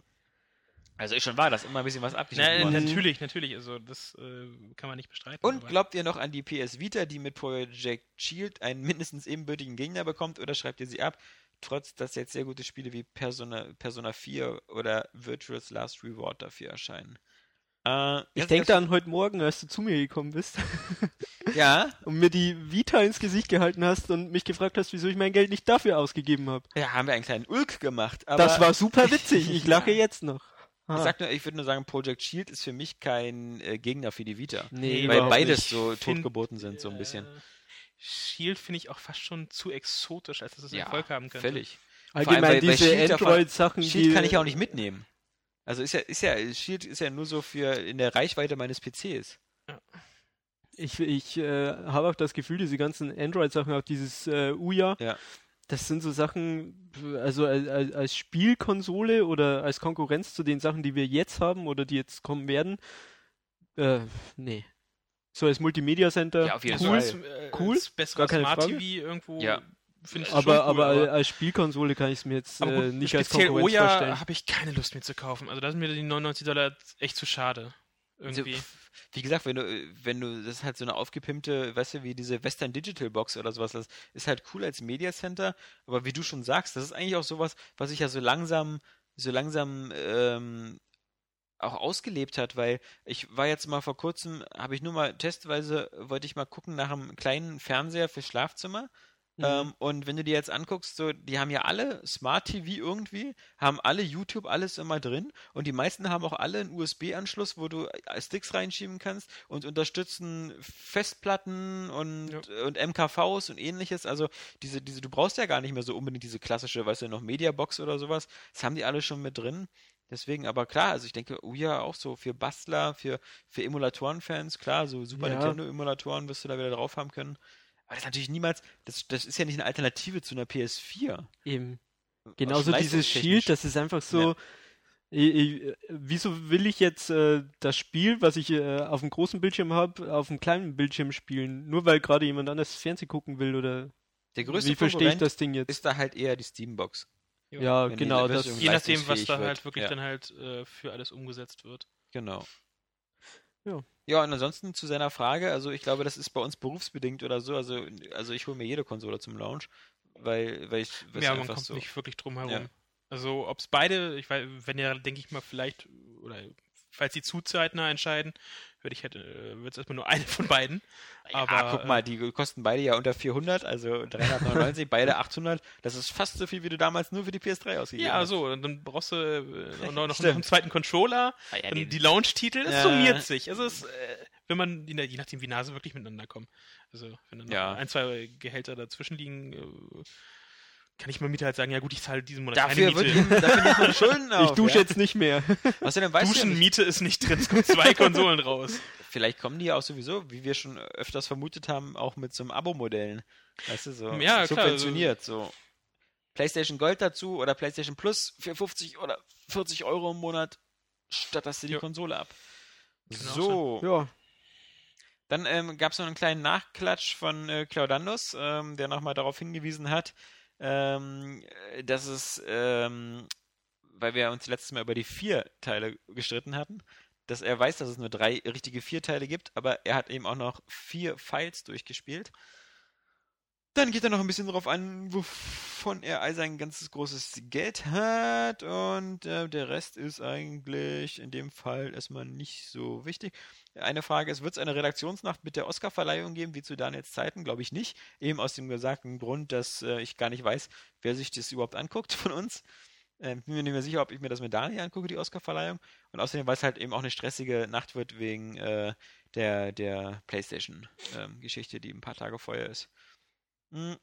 Speaker 1: also ist schon wahr, dass immer ein bisschen was abgeschnitten
Speaker 4: Mhm.
Speaker 3: Na, äh,
Speaker 1: wurde.
Speaker 3: natürlich, natürlich. Also das äh, kann man nicht bestreiten.
Speaker 1: Und
Speaker 3: aber-
Speaker 1: glaubt ihr noch an die PS Vita, die mit Project Shield einen mindestens ebenbürtigen Gegner bekommt, oder schreibt ihr sie ab? Trotz, dass jetzt sehr gute Spiele wie Persona, Persona 4 oder Virtual's Last Reward dafür erscheinen. Äh,
Speaker 4: Ich
Speaker 1: ganz-
Speaker 4: denke
Speaker 1: ganz-
Speaker 4: dann heute Morgen, als du zu mir gekommen bist
Speaker 1: Ja,
Speaker 4: und mir die Vita ins Gesicht gehalten hast und mich gefragt hast, wieso ich mein Geld nicht dafür ausgegeben habe.
Speaker 1: ja, haben wir einen kleinen Ulk gemacht. Aber
Speaker 4: Das war super witzig. Ich lache jetzt noch.
Speaker 1: ich,
Speaker 4: Ah.
Speaker 1: sag nur, ich würde nur sagen, Project Shield ist für mich kein äh, Gegner für die Vita.
Speaker 4: Nee,
Speaker 1: weil
Speaker 4: überhaupt
Speaker 1: beides
Speaker 4: nicht.
Speaker 1: so
Speaker 3: Ich find,
Speaker 1: totgeboten sind, so ein bisschen.
Speaker 3: Äh, Shield finde ich auch fast schon zu exotisch, als dass es Erfolg haben könnte.
Speaker 1: völlig. Vor allem
Speaker 4: Allgemein
Speaker 1: bei- bei
Speaker 4: diese
Speaker 1: Shield davon-
Speaker 4: Android-Sachen.
Speaker 1: Shield
Speaker 4: die-
Speaker 1: kann ich ja auch nicht mitnehmen. Also ist ja, ist ja, Shield ist ja nur so für in der Reichweite meines PCs.
Speaker 4: Ich, ich äh, habe auch das Gefühl, diese ganzen Android-Sachen, auch dieses äh, Uya,
Speaker 1: Ja.
Speaker 4: das sind so Sachen, also als, als- als Spielkonsole oder als Konkurrenz zu den Sachen, die wir jetzt haben oder die jetzt kommen werden. Äh, nee. So als Multimedia Center.
Speaker 1: Ja, auf jeden
Speaker 4: cool,
Speaker 1: Fall.
Speaker 3: Cooles, äh,
Speaker 4: Cool.
Speaker 3: als
Speaker 4: Gar
Speaker 3: besseres
Speaker 4: keine
Speaker 3: Smart
Speaker 4: Frage.
Speaker 3: TV irgendwo
Speaker 1: Ja.
Speaker 3: finde ich
Speaker 4: Aber,
Speaker 3: schon cool,
Speaker 4: aber als Spielkonsole kann ich es mir jetzt
Speaker 3: Aber gut,
Speaker 4: äh, nicht als
Speaker 3: speziell
Speaker 4: Konkurrenz
Speaker 3: Oya
Speaker 4: vorstellen.
Speaker 3: habe ich keine Lust mir zu kaufen. Also da sind mir die 99 Dollar echt zu schade.
Speaker 1: Also,
Speaker 3: Irgendwie.
Speaker 1: pf, wie gesagt, wenn du, wenn du, das ist halt so eine aufgepimpte, weißt du, wie diese Western Digital Box oder sowas, das ist halt cool als Media Center, aber wie du schon sagst, das ist eigentlich auch sowas, was sich ja so langsam, so langsam ähm, auch ausgelebt hat, weil ich war jetzt mal vor kurzem, habe ich nur mal testweise, wollte ich mal gucken nach einem kleinen Fernseher für Schlafzimmer. Ähm, und wenn du dir jetzt anguckst, so, die haben ja alle Smart TV irgendwie, haben alle YouTube alles immer drin und die meisten haben auch alle einen USB-Anschluss, wo du äh, Sticks reinschieben kannst und unterstützen Festplatten und, und MKVs und ähnliches. Also diese, diese, du brauchst ja gar nicht mehr so unbedingt diese klassische, weißt du, noch Mediabox oder sowas. Das haben die alle schon mit drin. Deswegen, aber klar, also ich denke, oh ja, auch so für Bastler, für, für Emulatoren-Fans, klar, so Super
Speaker 4: Ja.
Speaker 1: Nintendo-Emulatoren wirst du da wieder drauf haben können. Aber das ist natürlich niemals, das, das ist ja nicht eine Alternative zu einer PS4.
Speaker 4: Eben. Genauso dieses Shield, das ist einfach so. Ich, ich, wieso will ich jetzt äh, das Spiel, was ich äh, auf dem großen Bildschirm habe, auf dem kleinen Bildschirm spielen? Nur weil gerade jemand anderes Fernsehen gucken will oder
Speaker 1: Der größte
Speaker 4: wie verstehe ich
Speaker 1: Konkurrent
Speaker 4: das Ding jetzt?
Speaker 1: ist da halt eher die Steambox.
Speaker 4: ja,
Speaker 1: wenn die
Speaker 4: genau, das,
Speaker 1: Version
Speaker 3: Je nachdem, was
Speaker 1: leistungsfähig
Speaker 3: da
Speaker 1: wird.
Speaker 3: halt wirklich
Speaker 1: Ja.
Speaker 3: dann halt äh, für alles umgesetzt wird.
Speaker 1: Genau.
Speaker 4: Ja.
Speaker 1: Ja, und ansonsten zu seiner Frage, also ich glaube, das ist bei uns berufsbedingt oder so. Also, also ich hole mir jede Konsole zum Launch, weil, weil ich weil
Speaker 3: ja,
Speaker 1: es
Speaker 3: man
Speaker 1: einfach
Speaker 3: kommt
Speaker 1: so.
Speaker 3: nicht wirklich drum herum.
Speaker 1: Ja.
Speaker 3: Also, ob es beide, ich weiß, wenn ja, denke ich mal, vielleicht, oder falls die zu zeitnah entscheiden, würde ich halt, äh, wird es erstmal nur eine von beiden.
Speaker 1: Aber
Speaker 3: Aber,
Speaker 1: ah,
Speaker 3: äh,
Speaker 1: guck mal, die kosten beide ja unter 400, also 399, beide 800. Das ist fast so viel, wie du damals nur für die PS3 ausgegeben
Speaker 3: Ja, also,
Speaker 1: hast.
Speaker 3: so, und dann brauchst du äh, noch, noch
Speaker 1: Stimmt.
Speaker 3: einen zweiten Controller,
Speaker 1: Ah, ja,
Speaker 3: dann
Speaker 1: die,
Speaker 3: die Launch-Titel, es
Speaker 1: Ja.
Speaker 3: summiert sich. Also es, äh, wenn man, je je nachdem, wie nah sie wirklich miteinander kommen. Also, wenn dann noch
Speaker 1: Ja.
Speaker 3: ein, zwei Gehälter dazwischen liegen, äh, kann ich meinem Mieter halt sagen, ja gut, ich zahle diesen Monat
Speaker 1: dafür
Speaker 3: keine
Speaker 1: wird
Speaker 3: Miete.
Speaker 1: ihm, dafür nimmt man Schulden auf.
Speaker 4: ich dusche
Speaker 1: ja?
Speaker 4: jetzt nicht mehr.
Speaker 1: Außerdem weißt du ja
Speaker 3: Duschen,
Speaker 1: nicht,
Speaker 3: Miete ist nicht drin, es kommen zwei Konsolen raus.
Speaker 1: vielleicht kommen die ja auch sowieso, wie wir schon öfters vermutet haben, auch mit so einem Abo-Modellen. Weißt du, so
Speaker 3: Ja, klar, also
Speaker 1: subventioniert. so. PlayStation Gold dazu oder PlayStation Plus für 50 oder 40 Euro im Monat, statterst du die
Speaker 3: Ja.
Speaker 1: Konsole ab.
Speaker 3: Kann auch
Speaker 1: So,
Speaker 4: Ja,
Speaker 1: dann ähm, gab es noch einen kleinen Nachklatsch von äh, Claudandus, ähm, der nochmal darauf hingewiesen hat, ähm, äh, dass es, ähm, weil wir uns letztes Mal über die vier Teile gestritten hatten, dass er weiß, dass es nur drei richtige vier Teile gibt, aber er hat eben auch noch vier Files durchgespielt. Dann geht er noch ein bisschen drauf an, wovon er all sein ganzes großes Geld hat und äh, der Rest ist eigentlich in dem Fall erstmal nicht so wichtig. Eine Frage ist, wird es eine Redaktionsnacht mit der Oscarverleihung geben, wie zu Daniels Zeiten? Glaube ich nicht. Eben aus dem gesagten Grund, dass äh, ich gar nicht weiß, wer sich das überhaupt anguckt von uns. Ähm, bin mir nicht mehr sicher, ob ich mir das mit Daniel angucke, die Oscarverleihung. Und außerdem, weil es halt eben auch eine stressige Nacht wird wegen äh, der, der PlayStation-Geschichte, die ein paar Tage vorher ist. Hm.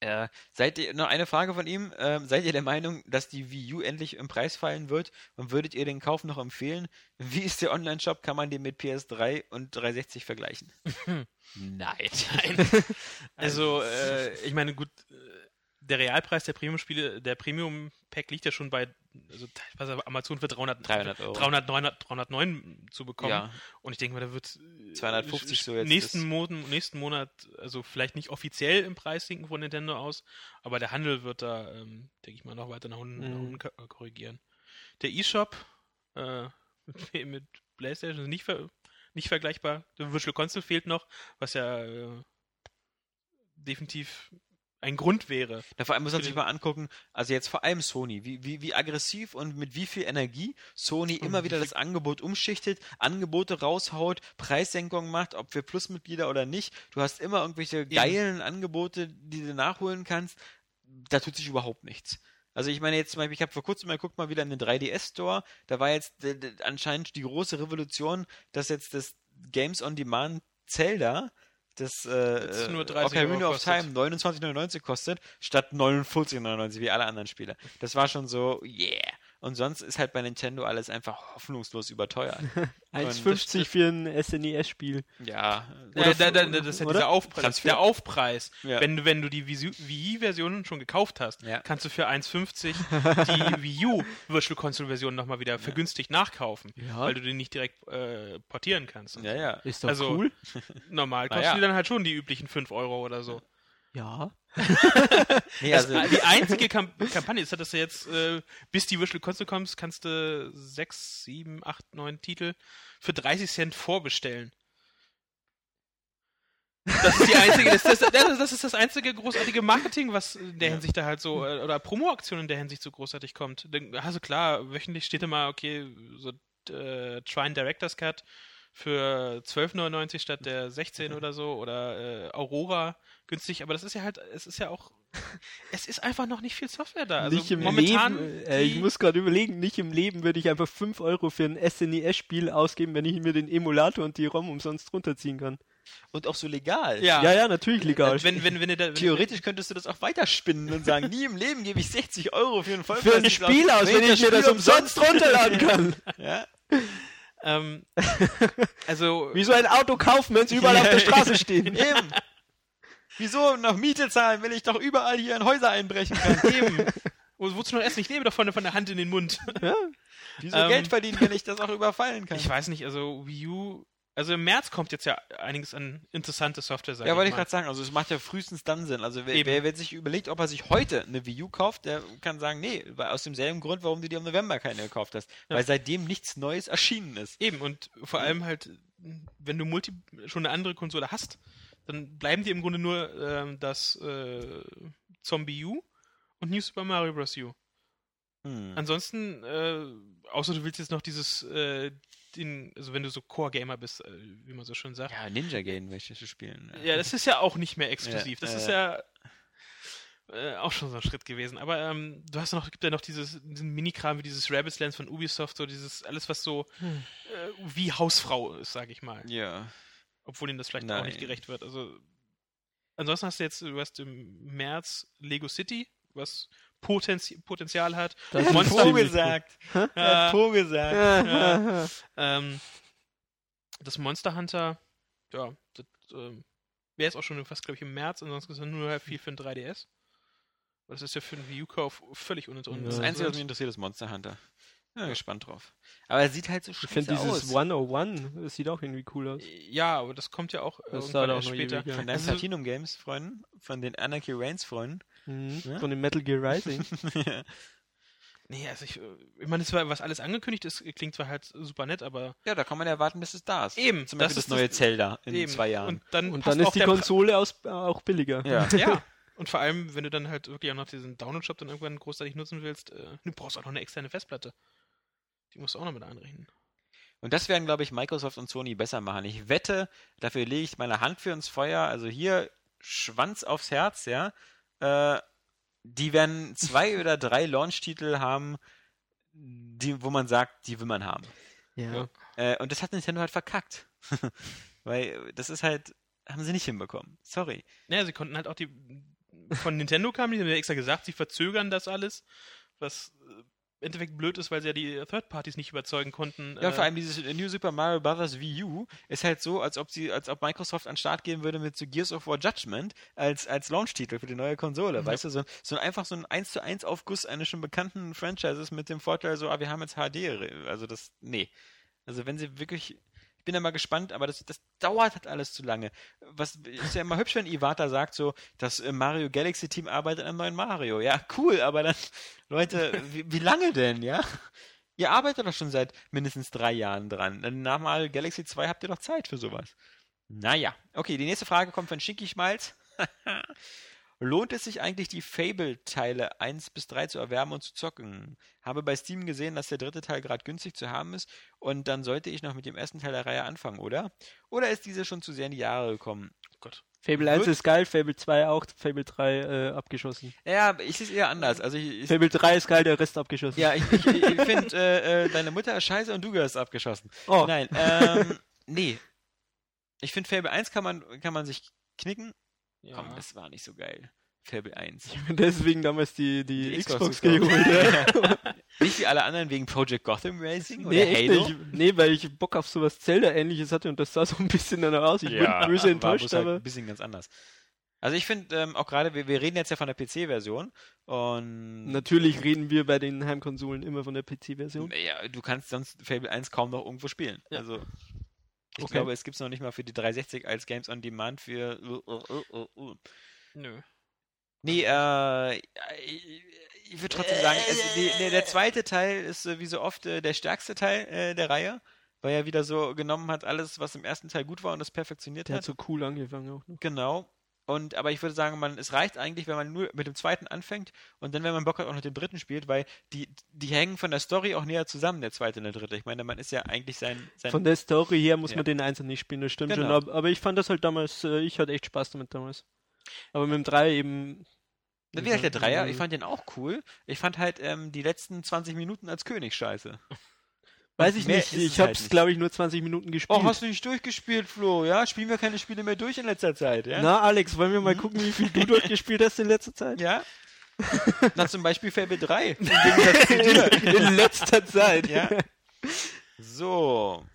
Speaker 1: Äh, seid ihr, noch eine Frage von ihm. Ähm, seid ihr der Meinung, dass die Wii U endlich im Preis fallen wird? Und würdet ihr den Kauf noch empfehlen? Wie ist der Online-Shop? Kann man den mit PS3 und 360 vergleichen? Nein.
Speaker 3: Also, äh, ich meine, gut, äh, der Realpreis der Premium-Spiele, der Premium-Pack liegt ja schon bei, also teilweise bei Amazon für 300,
Speaker 1: 300 Euro.
Speaker 3: 300, 900, 309 zu bekommen.
Speaker 1: Ja.
Speaker 3: Und ich denke mal, da wird äh,
Speaker 1: 250 so jetzt
Speaker 3: nächsten,
Speaker 1: bis-
Speaker 3: Monat, nächsten Monat, also vielleicht nicht offiziell im Preis sinken von Nintendo aus, aber der Handel wird da, ähm, denke ich mal, noch weiter nach unten, nach
Speaker 4: Mhm.
Speaker 3: unten ko- äh, korrigieren. Der eShop äh, mit, mit PlayStation ist nicht, ver nicht vergleichbar. Der Virtual Console fehlt noch, was ja äh, definitiv ein Grund wäre.
Speaker 1: Na, vor allem muss man
Speaker 3: Für
Speaker 1: sich
Speaker 3: den-
Speaker 1: mal angucken, also jetzt vor allem Sony, wie, wie, wie aggressiv und mit wie viel Energie Sony immer wieder das Angebot umschichtet, Angebote raushaut, Preissenkungen macht, ob für Plusmitglieder oder nicht. Du hast immer irgendwelche geilen Angebote, die du nachholen kannst. Da tut sich überhaupt nichts. Also ich meine jetzt zum Beispiel, ich habe vor kurzem mal guckt mal wieder in den 3DS-Store, da war jetzt äh, d- anscheinend die große Revolution, dass jetzt das Games on Demand Zelda das äh,
Speaker 3: Jetzt nur
Speaker 1: äh,
Speaker 3: 30
Speaker 1: Ocarina
Speaker 3: Euro
Speaker 1: of
Speaker 3: kostet.
Speaker 1: Time 29,99 kostet, statt 49,99 wie alle anderen Spiele. Das war schon so, yeah. Und sonst ist halt bei Nintendo alles einfach hoffnungslos überteuert.
Speaker 4: 1,50 für ein E SNES-Spiel.
Speaker 1: ja.
Speaker 3: Oder da, da, da, das ist ja
Speaker 4: oder?
Speaker 3: dieser Aufpreis.
Speaker 1: Transfer.
Speaker 3: Der Aufpreis.
Speaker 1: Ja.
Speaker 3: Wenn, wenn du die Visu- Wii-Version schon gekauft hast,
Speaker 1: Ja.
Speaker 3: kannst du für 1,50 die Wii U Virtual Console-Version nochmal wieder vergünstigt nachkaufen,
Speaker 4: Ja.
Speaker 3: weil du die nicht direkt äh, portieren kannst.
Speaker 1: Ja, ja.
Speaker 4: Ist doch
Speaker 3: Also-
Speaker 4: cool.
Speaker 3: Normal
Speaker 1: Na
Speaker 3: kosten
Speaker 1: ja.
Speaker 3: die dann halt schon die üblichen 5 Euro oder so.
Speaker 4: Ja.
Speaker 1: Nee,
Speaker 3: Das,
Speaker 1: also,
Speaker 3: die einzige Kam Kampagne ist, dass du jetzt, äh, bis die Virtual Console kommst, kannst du 6, 7, 8, 9 Titel für 30 Cent vorbestellen. Das ist die einzige, das, das, das, das ist das einzige großartige Marketing, was in der Hinsicht da halt so, äh, oder Promo-Aktion in der Hinsicht so großartig kommt. Dann- Also klar, wöchentlich steht immer, okay, so äh, Try and Director's Cut für 12,99 statt der 16 oder so oder äh, Aurora günstig, aber das ist ja halt, es ist ja auch, es ist einfach noch nicht viel Software da. Also
Speaker 4: nicht im
Speaker 3: momentan,
Speaker 4: Leben, äh, ich
Speaker 3: die-
Speaker 4: muss gerade überlegen, nicht im Leben würde ich einfach 5 Euro für ein SNES-Spiel ausgeben, wenn ich mir den Emulator und die ROM umsonst runterziehen kann.
Speaker 1: und auch so legal.
Speaker 3: ja,
Speaker 4: Ja, ja, natürlich legal.
Speaker 3: Äh, wenn, wenn, wenn, du da, wenn, du-
Speaker 1: Theoretisch könntest du das auch weiterspinnen und sagen, nie im Leben gebe ich 60 Euro für einen
Speaker 4: für ein
Speaker 1: Vollpreis.
Speaker 4: Spiel aus, wenn ich mir das umsonst runterladen kann.
Speaker 1: Ja,
Speaker 3: Ähm, also,
Speaker 4: Wie so ein Auto kaufen, wenn es überall auf der Straße steht.
Speaker 1: eben. Wieso noch Miete zahlen, wenn ich doch überall hier in Häuser einbrechen kann?
Speaker 3: Eben. Wo- Wozu noch essen? Ich lebe doch von, von der Hand in den Mund.
Speaker 1: Wieso
Speaker 3: Ähm.
Speaker 1: Geld verdienen, wenn ich das auch überfallen kann?
Speaker 3: Ich weiß nicht, also Wii U. Also im März kommt jetzt ja einiges an interessante Software, sag
Speaker 1: ja, wollte ich
Speaker 3: mal.
Speaker 1: gerade sagen, also es macht ja frühestens dann Sinn. Also wer,
Speaker 3: Eben.
Speaker 1: wer, wer sich überlegt, ob er sich heute eine Wii U kauft, der kann sagen, nee, weil- aus demselben Grund, warum du dir im November keine gekauft hast.
Speaker 3: Ja.
Speaker 1: Weil seitdem nichts Neues erschienen ist.
Speaker 3: Eben, und vor allem halt, wenn du Multi schon eine andere Konsole hast, dann bleiben dir im Grunde nur ähm, das äh, Zombie U und New Super Mario Bros. U.
Speaker 1: Hm.
Speaker 3: Ansonsten, äh, außer du willst jetzt noch dieses, äh, den, also wenn du so Core-Gamer bist, äh, wie man so schön sagt.
Speaker 1: Ja, Ninja Game möchte ich spielen. ne?
Speaker 3: Ja. das ist ja auch nicht mehr
Speaker 1: Ja,
Speaker 3: exklusiv. das
Speaker 1: ja,
Speaker 3: ist ja äh, auch schon so ein Schritt gewesen. Aber ähm, du hast ja noch, gibt ja noch dieses, diesen Minikram wie dieses Rabbit's Lands von Ubisoft, so dieses, alles was so äh, wie Hausfrau ist, sage ich mal.
Speaker 1: ja.
Speaker 3: Obwohl ihm das vielleicht auch nicht
Speaker 1: Nein.
Speaker 3: gerecht wird. Also ansonsten hast du jetzt, du hast im März Lego City, was Potenzi Potenzial hat.
Speaker 4: Das
Speaker 1: Hat
Speaker 3: Monster-
Speaker 1: Po gesagt. Hat
Speaker 3: äh,
Speaker 1: Po gesagt.
Speaker 4: Ja.
Speaker 3: ähm, das Monster Hunter, ja, das ähm, wäre jetzt auch schon fast, glaube ich, im März. Ansonsten ist es nur halt viel für den 3DS. Weil Das ist ja für den Wii U-Kauf völlig uninteressant.
Speaker 1: Das
Speaker 4: Ja.
Speaker 1: Einzige, was mich interessiert, ist Monster Hunter. Ja, gespannt drauf. Aber er sieht halt so
Speaker 4: Ich
Speaker 1: scheiße
Speaker 4: finde dieses
Speaker 1: aus.
Speaker 4: 101, das sieht auch irgendwie cool aus.
Speaker 3: ja, aber das kommt ja auch äh,
Speaker 4: Das
Speaker 3: irgendwann
Speaker 4: dauert auch
Speaker 3: erst
Speaker 4: noch
Speaker 3: später.
Speaker 4: ewig, ja.
Speaker 1: Von deinen
Speaker 3: Also-
Speaker 1: Platinum Games Freunden, von den Anarchy Reigns Freunden.
Speaker 4: Mhm.
Speaker 1: Ja?
Speaker 4: Von dem Metal Gear Rising.
Speaker 3: Nee, also ich, äh, ich meine, das war- was alles angekündigt ist, klingt zwar halt super nett, aber
Speaker 1: ja, da kann man ja warten, bis es da ist.
Speaker 3: Eben,
Speaker 1: Zum
Speaker 3: das
Speaker 1: Beispiel das,
Speaker 3: ist
Speaker 1: neue
Speaker 3: das-
Speaker 1: Zelda in
Speaker 3: eben.
Speaker 1: zwei Jahren.
Speaker 3: Und dann,
Speaker 4: Und
Speaker 3: passt
Speaker 4: dann
Speaker 3: auch
Speaker 4: ist die
Speaker 3: der Pre-
Speaker 4: Konsole aus, auch billiger.
Speaker 1: ja.
Speaker 3: Ja. Und vor allem, wenn du dann halt wirklich auch noch diesen Download-Shop dann irgendwann großartig nutzen willst, äh, du brauchst auch noch eine externe Festplatte. Die musst du auch noch mit einrechnen.
Speaker 1: Und das werden, glaube ich, Microsoft und Sony besser machen. Ich wette, dafür lege ich meine Hand für ins Feuer. Also hier Schwanz aufs Herz, ja. Äh, die werden zwei oder drei Launch-Titel haben, die, wo man sagt, die will man haben.
Speaker 4: Ja.
Speaker 1: Äh, und das hat Nintendo halt verkackt. Weil äh, das ist halt, haben sie nicht hinbekommen. Sorry.
Speaker 3: Naja, sie konnten halt auch die. Von Nintendo kamen die, haben ja extra gesagt, sie verzögern das alles, was äh, im Endeffekt blöd ist, weil sie ja die Third-Parties nicht überzeugen konnten.
Speaker 1: Ja,
Speaker 3: äh,
Speaker 1: und vor allem dieses New Super Mario Bros. Wii U ist halt so, als ob sie, als ob Microsoft an den Start gehen würde mit so Gears of War Judgment als, als Launch-Titel für die neue Konsole.
Speaker 3: Ja.
Speaker 1: Weißt du, so, so einfach so ein 1 zu 1 Aufguss eines schon bekannten Franchises mit dem Vorteil so, ah, wir haben jetzt HD. Also das, nee. Also wenn sie wirklich, ich bin da mal gespannt, aber das, das dauert halt alles zu lange. Was ist ja immer hübsch, wenn Iwata sagt so, das äh, Mario Galaxy Team arbeitet an neuen Mario. Ja, cool, aber dann, Leute, wie, wie lange denn, ja? Ihr arbeitet doch schon seit mindestens drei Jahren dran. Dann nach Mario Galaxy 2 habt ihr doch Zeit für sowas. Naja. Okay, die nächste Frage kommt von Shinky Schmalz. Lohnt es sich eigentlich, die Fable-Teile 1 bis 3 zu erwerben und zu zocken? Habe bei Steam gesehen, dass der dritte Teil gerade günstig zu haben ist und dann sollte ich noch mit dem ersten Teil der Reihe anfangen, oder? Oder ist diese schon zu sehr in die Jahre gekommen?
Speaker 3: äh,
Speaker 4: Fable 1
Speaker 1: Wird-
Speaker 4: ist geil, Fable 2 auch, Fable 3 äh, abgeschossen.
Speaker 1: Ja, aber ich sehe es eher anders. Also ich, ich,
Speaker 4: Fable 3 ist geil, der Rest abgeschossen.
Speaker 1: ja, ich, ich, ich finde, äh, äh, deine Mutter ist scheiße und du gehörst abgeschossen.
Speaker 4: Oh,
Speaker 1: Nein, ähm, nee. Ich finde, Fable 1 kann man, kann man sich knicken.
Speaker 3: ja.
Speaker 1: Komm, das war nicht so geil. Fable 1.
Speaker 4: deswegen damals die, die,
Speaker 1: Die Xbox
Speaker 4: Xbox, geholt. Ja.
Speaker 1: Nicht wie alle anderen wegen Project Gotham Racing oder
Speaker 4: Nee, echt
Speaker 1: Halo.
Speaker 4: nicht. Nee, weil ich Bock auf sowas Zelda-ähnliches hatte und das sah so ein bisschen danach aus. Ich bin böse enttäuscht,
Speaker 1: war bloß
Speaker 4: aber.
Speaker 1: halt ein bisschen ganz anders. Also ich finde ähm, auch gerade, wir, wir reden jetzt ja von der PC-Version und
Speaker 4: Natürlich reden wir bei den Heimkonsolen immer von der PC-Version.
Speaker 1: ja, du kannst sonst Fable 1 kaum noch irgendwo spielen.
Speaker 3: Ja.
Speaker 1: Also ich
Speaker 4: Okay.
Speaker 1: glaube, es gibt es noch nicht mal für die 360 als Games on Demand für uh,
Speaker 3: Nö.
Speaker 1: Nee, äh, ich, ich würde
Speaker 4: Äh,
Speaker 1: trotzdem sagen, es, die, nee, der zweite Teil ist äh, wie so oft äh, der stärkste Teil äh, der Reihe, weil er wieder so genommen hat, alles, was im ersten Teil gut war und das perfektioniert
Speaker 4: Der
Speaker 1: hat.
Speaker 4: hat so cool angefangen auch ne? noch.
Speaker 1: Genau. Und aber ich würde sagen, man, es reicht eigentlich, wenn man nur mit dem zweiten anfängt und dann, wenn man Bock hat, auch noch den dritten spielt, weil die, die hängen von der Story auch näher zusammen, der zweite und der dritte. Ich meine, man ist ja eigentlich sein. sein
Speaker 4: Von der Story her muss
Speaker 1: Ja.
Speaker 4: man den einzeln nicht spielen, das stimmt
Speaker 1: Genau.
Speaker 4: schon. ab- Aber ich fand das halt damals, äh, ich hatte echt Spaß damit damals. Aber mit dem 3 eben.
Speaker 1: Na, wie gesagt, der Dreier, ich fand den auch cool. Ich fand halt ähm, die letzten 20 Minuten als König scheiße.
Speaker 4: Weiß ich
Speaker 1: mehr
Speaker 4: nicht,
Speaker 1: ist es
Speaker 4: ich
Speaker 1: halt
Speaker 4: hab's,
Speaker 1: nicht.
Speaker 4: glaube ich, nur 20 Minuten gespielt.
Speaker 1: Oh, hast du nicht durchgespielt, Flo? Ja, spielen wir keine Spiele mehr durch in letzter Zeit, ja? Mhm.
Speaker 4: Na, Alex, wollen wir mal gucken, wie viel du durchgespielt hast in letzter Zeit?
Speaker 1: Ja. Na, zum Beispiel Fable 3.
Speaker 4: in letzter Zeit.
Speaker 1: ja. So.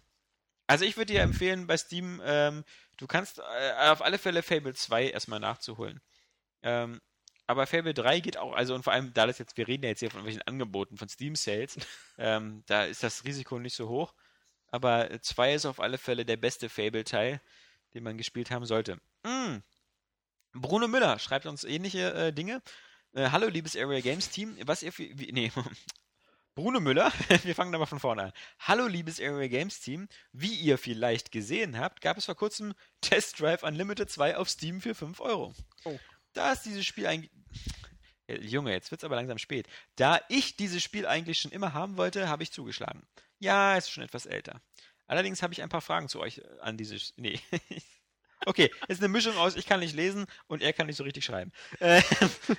Speaker 1: Also ich würde dir empfehlen, bei Steam, ähm, du kannst äh, auf alle Fälle Fable 2 erstmal nachzuholen. Ähm, aber Fable 3 geht auch, also und vor allem, da das jetzt, wir reden ja jetzt hier von irgendwelchen Angeboten, von Steam-Sales, ähm, da ist das Risiko nicht so hoch. Aber 2 ist auf alle Fälle der beste Fable-Teil, den man gespielt haben sollte. Mm. Bruno Müller schreibt uns ähnliche äh, Dinge. Äh, hallo, liebes Area Games Team. Was ihr für. Wie, nee. Bruno Müller, wir fangen aber von vorne an. Hallo, liebes Area Games Team. Wie ihr vielleicht gesehen habt, gab es vor kurzem Test Drive Unlimited 2 auf Steam für 5 Euro.
Speaker 3: Oh.
Speaker 1: Da ist dieses Spiel eigentlich. Ja, Junge, jetzt wird's aber langsam spät. Da ich dieses Spiel eigentlich schon immer haben wollte, habe ich zugeschlagen. Ja, ist schon etwas älter. Allerdings habe ich ein paar Fragen zu euch äh, an dieses. Nee. Okay, ist eine Mischung aus, ich kann nicht lesen und er kann nicht so richtig schreiben. Äh,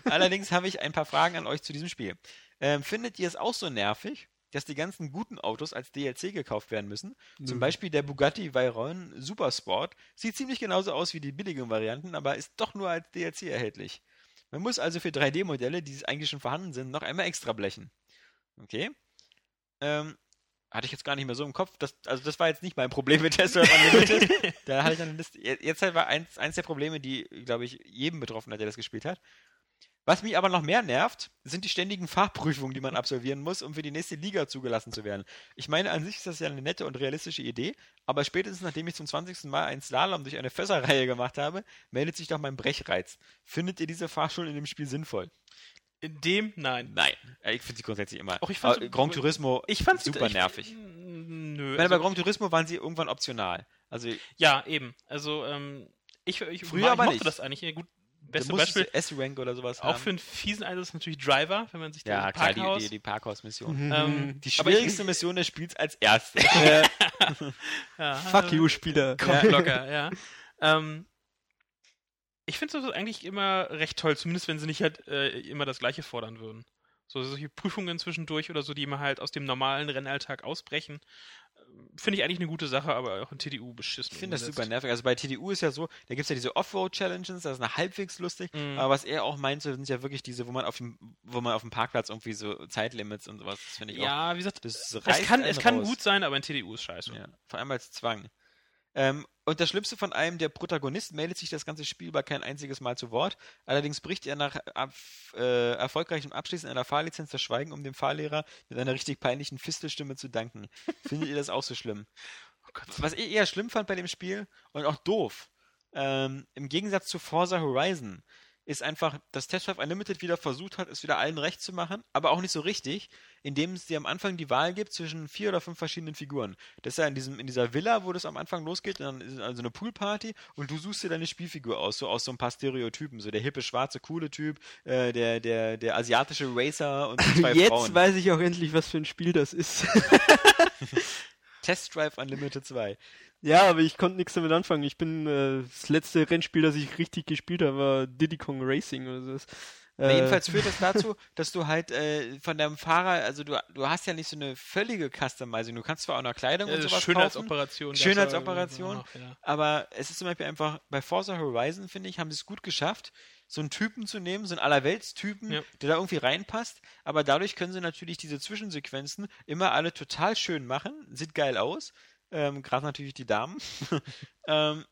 Speaker 1: allerdings habe ich ein paar Fragen an euch zu diesem Spiel. Ähm, findet ihr es auch so nervig, dass die ganzen guten Autos als DLC gekauft werden müssen? Zum Beispiel der Bugatti Veyron Supersport sieht ziemlich genauso aus wie die billigen Varianten, aber ist doch nur als DLC erhältlich. Man muss also für 3D-Modelle, die eigentlich schon vorhanden sind, noch einmal extra blechen. Okay. Ähm, hatte ich jetzt gar nicht mehr so im Kopf. Das, also das war jetzt nicht mein Problem mit Test Drive Unlimited. da hatte ich eine Liste. Je- Jetzt halt war eins, eins der Probleme, die, glaube ich, jedem betroffen hat, der das gespielt hat. Was mich aber noch mehr nervt, sind die ständigen Fahrprüfungen, die man absolvieren muss, um für die nächste Liga zugelassen zu werden. Ich meine, an sich ist das ja eine nette und realistische Idee, aber spätestens nachdem ich zum 20. Mal einen Slalom durch eine Fässerreihe gemacht habe, meldet sich doch mein Brechreiz. Findet ihr diese Fahrschulen in dem Spiel sinnvoll?
Speaker 3: In dem, nein.
Speaker 1: Nein. Ich finde sie grundsätzlich immer.
Speaker 3: Auch ich fand's-
Speaker 1: Aber Gran Turismo
Speaker 3: Ich fand's
Speaker 1: super
Speaker 3: ich,
Speaker 1: nervig.
Speaker 3: Nö.
Speaker 1: Weil bei
Speaker 3: also-
Speaker 1: Gran Turismo waren sie irgendwann optional. Also
Speaker 3: Ja, eben. Also, ähm, ich, ich,
Speaker 1: Früher
Speaker 3: ich
Speaker 1: aber
Speaker 3: mochte
Speaker 1: nicht.
Speaker 3: das eigentlich. Ja, Gut,
Speaker 1: beste
Speaker 3: beste Beispiel,
Speaker 1: Beispiel S-Rank oder sowas.
Speaker 3: auch
Speaker 1: haben.
Speaker 3: für einen fiesen Einsatz natürlich Driver, wenn man sich da
Speaker 1: Ähm, ja
Speaker 3: im
Speaker 1: klar
Speaker 3: Parkhaus-
Speaker 1: die, die, die Parkhaus-Mission.
Speaker 3: Ähm,
Speaker 1: Die
Speaker 3: aber ich-
Speaker 1: schwierigste Mission des Spiels als erste.
Speaker 3: ja,
Speaker 4: Fuck
Speaker 3: äh,
Speaker 4: you, Spieler.
Speaker 3: Kopf locker, ja. Ähm, ich finde sowas eigentlich immer recht toll, zumindest wenn sie nicht halt äh, immer das Gleiche fordern würden. So solche Prüfungen zwischendurch oder so, die immer halt aus dem normalen Rennalltag ausbrechen. Ähm, Finde ich eigentlich eine gute Sache, aber auch in TDU beschissen.
Speaker 1: Ich finde das super nervig. Also bei TDU ist ja so, da gibt es ja diese Offroad-Challenges, das ist eine halbwegs lustig.
Speaker 3: Mhm.
Speaker 1: Aber was er auch meinte, sind ja wirklich diese, wo man auf dem, wo man auf dem Parkplatz irgendwie so Zeitlimits und sowas. Das finde ich auch.
Speaker 3: Ja, wie gesagt,
Speaker 1: Das
Speaker 3: es
Speaker 1: reißt
Speaker 3: kann,
Speaker 1: einen
Speaker 3: es kann
Speaker 1: raus.
Speaker 3: gut sein, aber in TDU ist scheiße.
Speaker 1: Ja, vor allem als Zwang. Ähm, und das Schlimmste von allem, der Protagonist meldet sich das ganze Spiel über kein einziges Mal zu Wort. Allerdings bricht er nach ab, äh, erfolgreichem Abschließen einer Fahrlizenz das Schweigen, um dem Fahrlehrer mit einer richtig peinlichen Fistelstimme zu danken. Findet ihr das auch so schlimm? Oh Was ich eher schlimm fand bei dem Spiel und auch doof, ähm, im Gegensatz zu Forza Horizon, ist einfach, dass Test Drive Unlimited wieder versucht hat, es wieder allen recht zu machen, aber auch nicht so richtig, indem es dir am Anfang die Wahl gibt zwischen vier oder fünf verschiedenen Figuren. Das ist ja in, diesem, in dieser Villa, wo das am Anfang losgeht, und dann ist also eine Poolparty und du suchst dir deine Spielfigur aus, so aus so ein paar Stereotypen, so der hippe, schwarze, coole Typ, äh, der, der, der asiatische Racer und die zwei
Speaker 4: Jetzt
Speaker 1: Frauen.
Speaker 4: weiß ich auch endlich, was für ein Spiel das ist.
Speaker 1: Test Drive Unlimited 2.
Speaker 4: ja, aber ich konnte nichts damit anfangen. Ich bin äh, das letzte Rennspiel, das ich richtig gespielt habe, war Diddy Kong Racing oder so.
Speaker 1: Na,
Speaker 4: Äh,
Speaker 1: jedenfalls führt das dazu, dass du halt äh, von deinem Fahrer, also du, du hast ja nicht so eine völlige Customizing. Du kannst zwar auch noch Kleidung
Speaker 3: Äh,
Speaker 1: und sowas kaufen,
Speaker 3: Schönheitsoperation. gab's
Speaker 1: Schönheitsoperation.
Speaker 3: aber- ja.
Speaker 1: aber es ist zum Beispiel einfach, bei Forza Horizon, finde ich, haben sie es gut geschafft, so einen Typen zu nehmen, so einen Allerweltstypen,
Speaker 3: Ja.
Speaker 1: der da irgendwie reinpasst, aber dadurch können sie natürlich diese Zwischensequenzen immer alle total schön machen, sieht geil aus, ähm, gerade natürlich die Damen, ähm,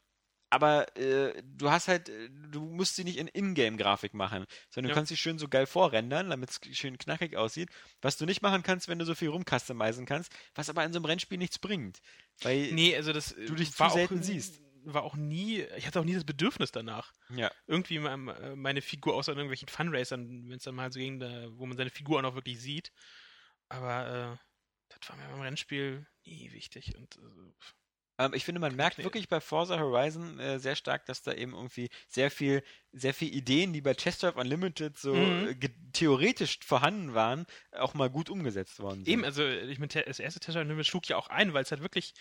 Speaker 1: aber äh, du hast halt, äh, du musst sie nicht in Ingame-Grafik machen, sondern
Speaker 3: Ja.
Speaker 1: du kannst sie schön so geil vorrendern, damit es schön knackig aussieht, was du nicht machen kannst, wenn du so viel rumcustomizen kannst, was aber in so einem Rennspiel nichts bringt, weil,
Speaker 3: Nee, also das äh,
Speaker 1: Du dich zu
Speaker 3: war
Speaker 1: selten
Speaker 3: auch,
Speaker 1: siehst.
Speaker 3: War auch nie, ich hatte auch nie das Bedürfnis danach.
Speaker 1: ja.
Speaker 3: Irgendwie mein- äh, meine Figur außer in irgendwelchen Fundraisern, wenn es dann mal so ging, da, wo man seine Figur auch noch wirklich sieht. Aber äh, das war mir beim Rennspiel nie wichtig. Und äh,
Speaker 1: Ähm, ich finde, man merkt
Speaker 3: ich
Speaker 1: wirklich bei Forza Horizon äh, sehr stark, dass da eben irgendwie sehr viel, sehr viel Ideen, die bei Test Drive Unlimited so
Speaker 3: Mhm.
Speaker 1: äh, ge- theoretisch vorhanden waren, auch mal gut umgesetzt worden sind.
Speaker 3: eben, also ich meine, das erste Tesla Limit schlug ja auch ein, weil es halt wirklich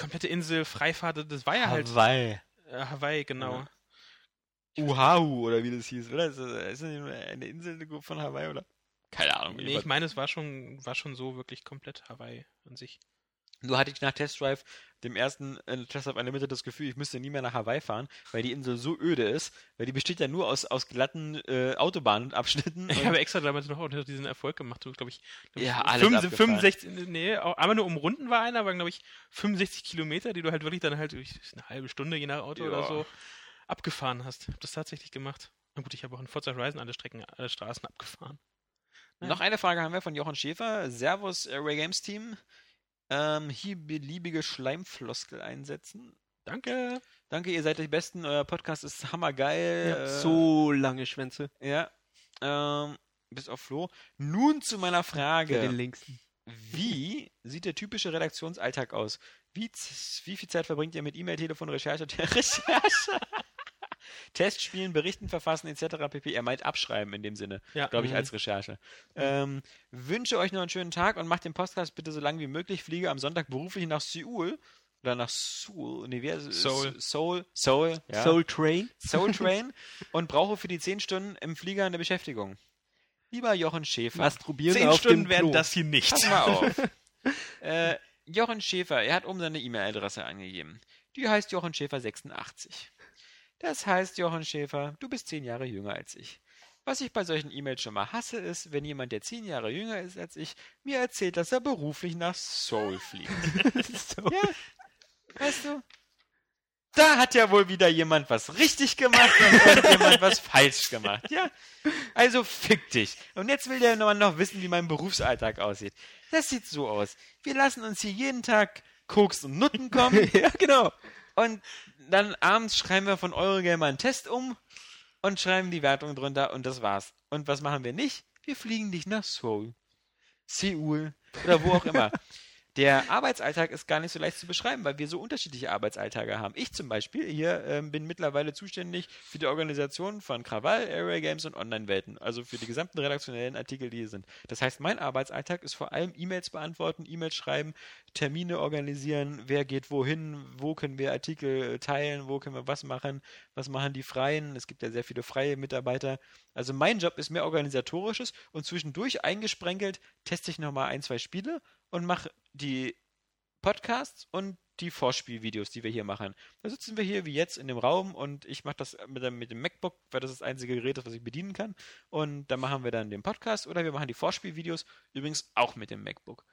Speaker 3: komplette Insel, Freifahrt, das war ja halt
Speaker 1: Hawaii.
Speaker 3: äh, Hawaii, genau.
Speaker 1: Ja. Oahu oder wie das hieß, oder? Ist das, ist das nicht nur eine Insel von Hawaii oder? Keine Ahnung.
Speaker 3: Nee, ich meine, es war schon, war schon so wirklich komplett Hawaii an sich.
Speaker 1: Nur hatte ich nach Test Drive, dem ersten äh, Test Drive Unlimited, das Gefühl, ich müsste nie mehr nach Hawaii fahren, weil die Insel so öde ist, weil die besteht ja nur aus, aus glatten äh, Autobahnabschnitten.
Speaker 3: Ich
Speaker 1: und-
Speaker 3: habe extra damals noch auch noch diesen Erfolg gemacht, glaube ich. Glaub
Speaker 1: Ja,
Speaker 3: ich
Speaker 1: alles abgefahren.
Speaker 3: 65, nee, auch einmal nur umrunden war einer, aber glaube ich 65 Kilometer, die du halt wirklich dann halt durch eine halbe Stunde je nach Auto
Speaker 2: Ja.
Speaker 3: oder so abgefahren hast. Ich habe das tatsächlich gemacht. Na gut, ich habe auch in Forza Horizon alle Strecken, alle Straßen abgefahren. Ja.
Speaker 1: Noch eine Frage haben wir von Jochen Schäfer. Servus, äh, Ray Games Team. Ähm, hier beliebige Schleimfloskel einsetzen.
Speaker 3: Danke.
Speaker 1: Danke, ihr seid die Besten. Euer Podcast ist hammergeil.
Speaker 4: Ja,
Speaker 1: äh,
Speaker 4: so lange Schwänze.
Speaker 1: Ja. Ähm, bis auf Flo. Nun zu meiner
Speaker 4: Für den
Speaker 1: Frage.
Speaker 4: längsten.
Speaker 1: Wie sieht der typische Redaktionsalltag aus? Wie, z- wie viel Zeit verbringt ihr mit E-Mail, Telefon, Recherche, der Recherche? Testspielen, Berichten verfassen etc. pp. Er meint abschreiben in dem Sinne,
Speaker 3: Ja.
Speaker 1: glaube ich,
Speaker 4: Mhm.
Speaker 1: als Recherche. Ähm, wünsche euch noch einen schönen Tag und macht den Podcast bitte so lange wie möglich. Fliege am Sonntag beruflich nach Seoul oder nach Seoul. Nee, wie heißt es?
Speaker 3: Seoul.
Speaker 1: Seoul. Seoul. ja.
Speaker 4: Soul Train.
Speaker 1: Soul Train und brauche für die 10 Stunden im Flieger eine Beschäftigung. Lieber Jochen Schäfer.
Speaker 4: Masturbieren
Speaker 3: Zehn
Speaker 4: auf
Speaker 3: Stunden
Speaker 4: dem
Speaker 3: werden
Speaker 4: Klo.
Speaker 3: das hier nicht.
Speaker 1: Pass mal auf. äh, Jochen Schäfer, er hat oben seine E-Mail-Adresse angegeben. Die heißt Jochen Schäfer 86. Das heißt, Jochen Schäfer, du bist 10 Jahre jünger als ich. Was ich bei solchen E-Mails schon mal hasse, ist, wenn jemand, der 10 Jahre jünger ist als ich, mir erzählt, dass er beruflich nach Seoul fliegt.
Speaker 4: so.
Speaker 1: Ja, weißt du. Da hat ja wohl wieder jemand was richtig gemacht und irgendjemand was falsch gemacht. Ja, also fick dich. Und jetzt will der Mann noch wissen, wie mein Berufsalltag aussieht. Das sieht so aus. Wir lassen uns hier jeden Tag Koks und Nutten kommen
Speaker 4: ja, genau.
Speaker 1: und dann abends schreiben wir von Eurogamer einen Test um und schreiben die Wertung drunter und das war's. Und was machen wir nicht? Wir fliegen dich nach Seoul, Seoul oder wo auch immer. Der Arbeitsalltag ist gar nicht so leicht zu beschreiben, weil wir so unterschiedliche Arbeitsalltage haben. Ich zum Beispiel hier ähm, bin mittlerweile zuständig für die Organisation von Krawall, Area Games und Online-Welten, also für die gesamten redaktionellen Artikel, die hier sind. Das heißt, mein Arbeitsalltag ist vor allem E-Mails beantworten, E-Mails schreiben, Termine organisieren, wer geht wohin, wo können wir Artikel teilen, wo können wir was machen, was machen die Freien. Es gibt ja sehr viele freie Mitarbeiter. Also mein Job ist mehr organisatorisches und zwischendurch eingesprenkelt teste ich nochmal ein, zwei Spiele und mache die Podcasts und die Vorspielvideos, die wir hier machen. Da sitzen wir hier wie jetzt in dem Raum und ich mache das mit dem, mit dem MacBook, weil das das einzige Gerät ist, was ich bedienen kann. Und da machen wir dann den Podcast oder wir machen die Vorspielvideos übrigens auch mit dem MacBook.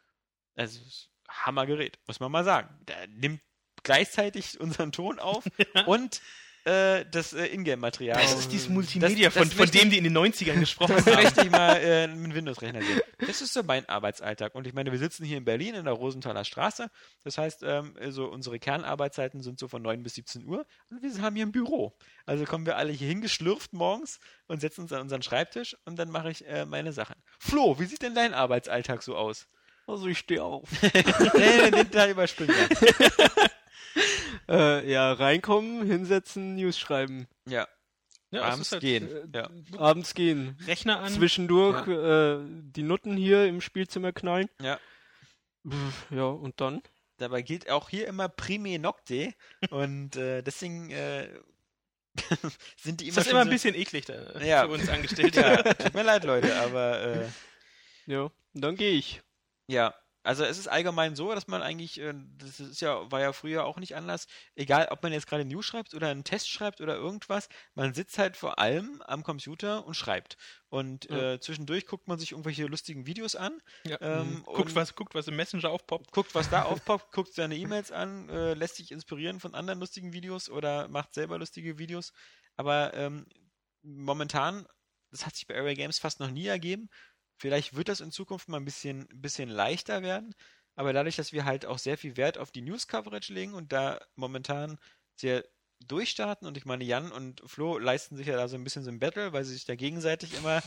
Speaker 1: Also es ist ein Hammergerät, muss man mal sagen. Da nimmt gleichzeitig unseren Ton auf und äh, das äh, Ingame-Material.
Speaker 3: Das ist dieses Multimedia,
Speaker 1: das
Speaker 3: von, von
Speaker 1: möchte
Speaker 3: dem die in den 90ern gesprochen
Speaker 1: das
Speaker 3: haben.
Speaker 1: möchte ich mal äh, einen Windows-Rechner sehen. Das ist so mein Arbeitsalltag. Und ich meine, wir sitzen hier in Berlin in der Rosenthaler Straße. Das heißt, ähm, also unsere Kernarbeitszeiten sind so von 9 bis 17 Uhr. Und wir haben hier ein Büro. Also kommen wir alle hier hingeschlürft morgens und setzen uns an unseren Schreibtisch und dann mache ich äh, meine Sachen. Flo, wie sieht denn dein Arbeitsalltag so aus?
Speaker 4: Also ich stehe auf.
Speaker 1: nee, den Teil überspringen wir.
Speaker 4: äh, ja, reinkommen, hinsetzen, News schreiben.
Speaker 1: Ja,
Speaker 3: Ja, es
Speaker 1: abends
Speaker 3: ist halt,
Speaker 1: gehen.
Speaker 4: Äh,
Speaker 1: Ja.
Speaker 4: Abends gehen.
Speaker 3: Rechner an.
Speaker 4: Zwischendurch äh, die Nutten hier im Spielzimmer knallen.
Speaker 1: Ja.
Speaker 4: Pff, Ja, und dann?
Speaker 1: Dabei gilt auch hier immer Prime Nocte und äh, deswegen äh, sind die immer,
Speaker 3: Ist das
Speaker 1: schon
Speaker 3: immer ein
Speaker 1: so-
Speaker 3: bisschen eklig da,
Speaker 1: Ja.
Speaker 3: für uns Angestellte.
Speaker 1: Ja, tut mir leid, Leute, aber äh,
Speaker 4: Ja, und dann gehe ich.
Speaker 1: ja. Also es ist allgemein so, dass man eigentlich, äh, das ist ja, war ja früher auch nicht anders, egal ob man jetzt gerade News schreibt oder einen Test schreibt oder irgendwas, man sitzt halt vor allem am Computer und schreibt. Und
Speaker 4: Ja.
Speaker 1: äh, zwischendurch guckt man sich irgendwelche lustigen Videos an,
Speaker 3: Ja.
Speaker 1: Ähm,
Speaker 3: guckt,
Speaker 1: und-
Speaker 3: was, guckt, was im Messenger aufpoppt.
Speaker 1: guckt, was da aufpoppt, guckt seine E-Mails an, äh, lässt sich inspirieren von anderen lustigen Videos oder macht selber lustige Videos. Aber ähm, momentan, das hat sich bei Area Games fast noch nie ergeben. Vielleicht wird das in Zukunft mal ein bisschen, bisschen leichter werden. Aber dadurch, dass wir halt auch sehr viel Wert auf die News-Coverage legen und da momentan sehr durchstarten und ich meine, Jan und Flo leisten sich ja da so ein bisschen so ein Battle, weil sie sich da gegenseitig immer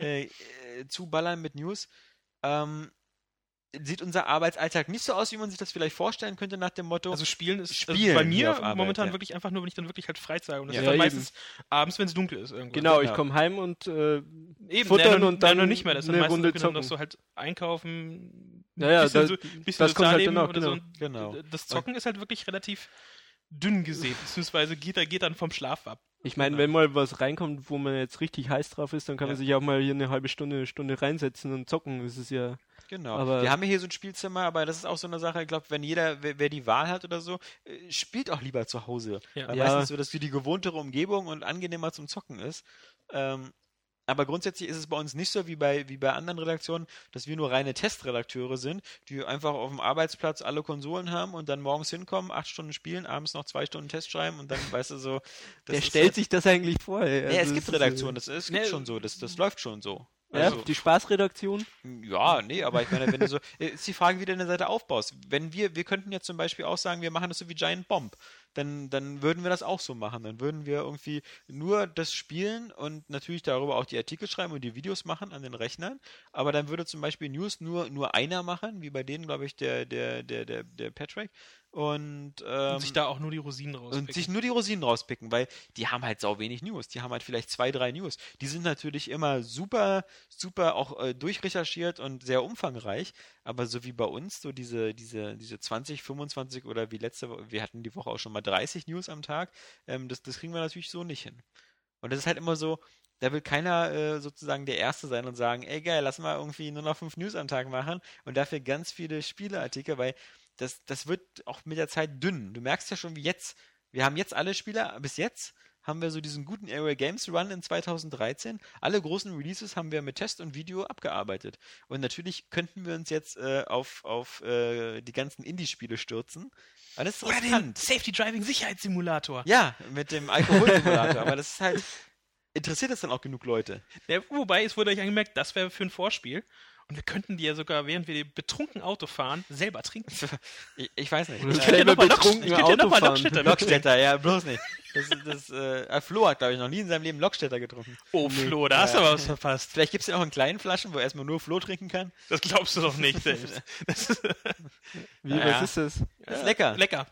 Speaker 1: äh, äh, zuballern mit News. Ähm, sieht unser Arbeitsalltag nicht so aus, wie man sich das vielleicht vorstellen könnte, nach dem Motto.
Speaker 3: Also spielen ist
Speaker 1: Spielen
Speaker 3: also bei
Speaker 1: hier
Speaker 3: mir
Speaker 1: auf Arbeit,
Speaker 3: momentan
Speaker 1: ja.
Speaker 3: wirklich einfach nur, wenn ich dann wirklich halt Freizeit habe. Und das
Speaker 4: Ja,
Speaker 3: ist dann
Speaker 4: ja,
Speaker 3: meistens abends, wenn es dunkel ist irgendwo.
Speaker 4: Genau,
Speaker 1: genau.
Speaker 4: ich komme heim und äh,
Speaker 3: Eben,
Speaker 4: futtern
Speaker 3: nein, noch-
Speaker 4: und
Speaker 3: nein,
Speaker 4: dann
Speaker 3: noch nicht mehr. Das ist dann
Speaker 4: eine
Speaker 3: meistens
Speaker 4: Runde
Speaker 3: genau noch
Speaker 4: zocken.
Speaker 3: so halt einkaufen,
Speaker 4: Ja, ja,
Speaker 3: bisschen,
Speaker 4: das-
Speaker 3: so, bisschen
Speaker 4: das kommt halt
Speaker 3: Sozialleben
Speaker 4: danach,
Speaker 3: oder so.
Speaker 4: genau.
Speaker 3: Und
Speaker 1: Genau.
Speaker 3: Das Zocken ist halt wirklich relativ dünn gesät, beziehungsweise geht, er- geht dann vom Schlaf ab.
Speaker 4: Ich meine, wenn mal was reinkommt, wo man jetzt richtig heiß drauf ist, dann kann man
Speaker 3: Ja.
Speaker 4: sich auch mal hier eine halbe Stunde, eine Stunde reinsetzen und zocken. Das ist ja.
Speaker 1: Genau.
Speaker 4: Aber-
Speaker 1: wir haben ja hier so ein Spielzimmer, aber das ist auch so eine Sache, ich glaube, wenn jeder, wer, wer die Wahl hat oder so, äh, spielt auch lieber zu Hause.
Speaker 3: Ja.
Speaker 1: Weil
Speaker 4: Ja.
Speaker 1: meistens so, dass die, die gewohntere Umgebung und angenehmer zum Zocken ist. Ähm, aber grundsätzlich ist es bei uns nicht so wie bei, wie bei anderen Redaktionen, dass wir nur reine Testredakteure sind, die einfach auf dem Arbeitsplatz alle Konsolen haben und dann morgens hinkommen, acht Stunden spielen, abends noch zwei Stunden Test schreiben und dann, weißt du, so. das
Speaker 4: Wer
Speaker 1: ist
Speaker 4: stellt
Speaker 1: halt-
Speaker 4: sich das eigentlich vor? ey?
Speaker 1: Nee,
Speaker 4: Also,
Speaker 1: es
Speaker 4: das
Speaker 1: gibt
Speaker 4: ist,
Speaker 1: Redaktionen, das also es gibt
Speaker 3: Nee.
Speaker 1: schon so, das, das läuft schon so.
Speaker 4: äh, Ja, die Spaßredaktion.
Speaker 1: Ja, nee, aber ich meine, wenn du so, äh, ist die Frage, wie du deine Seite aufbaust. Wenn wir, wir könnten jetzt zum Beispiel auch sagen, wir machen das so wie Giant Bomb, dann, dann würden wir das auch so machen. Dann würden wir irgendwie nur das spielen und natürlich darüber auch die Artikel schreiben und die Videos machen an den Rechnern. Aber dann würde zum Beispiel News nur, nur einer machen, wie bei denen, glaube ich, der, der, der, der, der Patrick. Und, ähm,
Speaker 3: und sich da auch nur die Rosinen rauspicken.
Speaker 1: und sich nur die Rosinen rauspicken, weil die haben halt sau wenig News. Die haben halt vielleicht zwei, drei News. Die sind natürlich immer super, super auch äh, durchrecherchiert und sehr umfangreich, aber so wie bei uns, so diese, diese, diese 20, 25 oder wie letzte Woche, wir hatten die Woche auch schon mal 30 News am Tag, ähm, das, das kriegen wir natürlich so nicht hin. Und das ist halt immer so, da will keiner äh, sozusagen der Erste sein und sagen, ey geil, lass mal irgendwie nur noch fünf News am Tag machen und dafür ganz viele Spieleartikel, weil das, das wird auch mit der Zeit dünn. Du merkst ja schon, wie jetzt, wir haben jetzt alle Spieler, bis jetzt haben wir so diesen guten Aerial Games Run in 2013. Alle großen Releases haben wir mit Test und Video abgearbeitet. Und natürlich könnten wir uns jetzt äh, auf, auf äh, die ganzen Indie-Spiele stürzen. Aber das ist
Speaker 3: Oder den
Speaker 1: riskant.
Speaker 3: Safety Driving Sicherheitssimulator.
Speaker 1: Ja, mit dem Alkoholsimulator. aber das ist halt. Interessiert das dann auch genug Leute?
Speaker 3: Ja, wobei, es wurde euch angemerkt, das wäre für ein Vorspiel. Und wir könnten die ja sogar, während wir betrunken Auto fahren, selber trinken.
Speaker 1: Ich, ich weiß nicht.
Speaker 4: Oder
Speaker 1: Äh,
Speaker 4: Selber
Speaker 3: noch mal
Speaker 4: betrunken
Speaker 3: ich könnte ja noch mal
Speaker 4: Auto fahren.
Speaker 3: Lockstädter mitbringen.
Speaker 1: Lokstädter, ja, bloß nicht. Das, das, äh, Flo hat, glaube ich, noch nie in seinem Leben Lokstädter getrunken.
Speaker 3: Oh, Flo, da hast du aber was verpasst.
Speaker 1: Vielleicht gibt es den auch in kleinen Flaschen, wo erstmal nur Flo trinken kann.
Speaker 3: Das glaubst du doch nicht selbst. Das ist
Speaker 4: Wie,
Speaker 1: Ja.
Speaker 4: was ist das?
Speaker 1: Das ist lecker.
Speaker 3: lecker.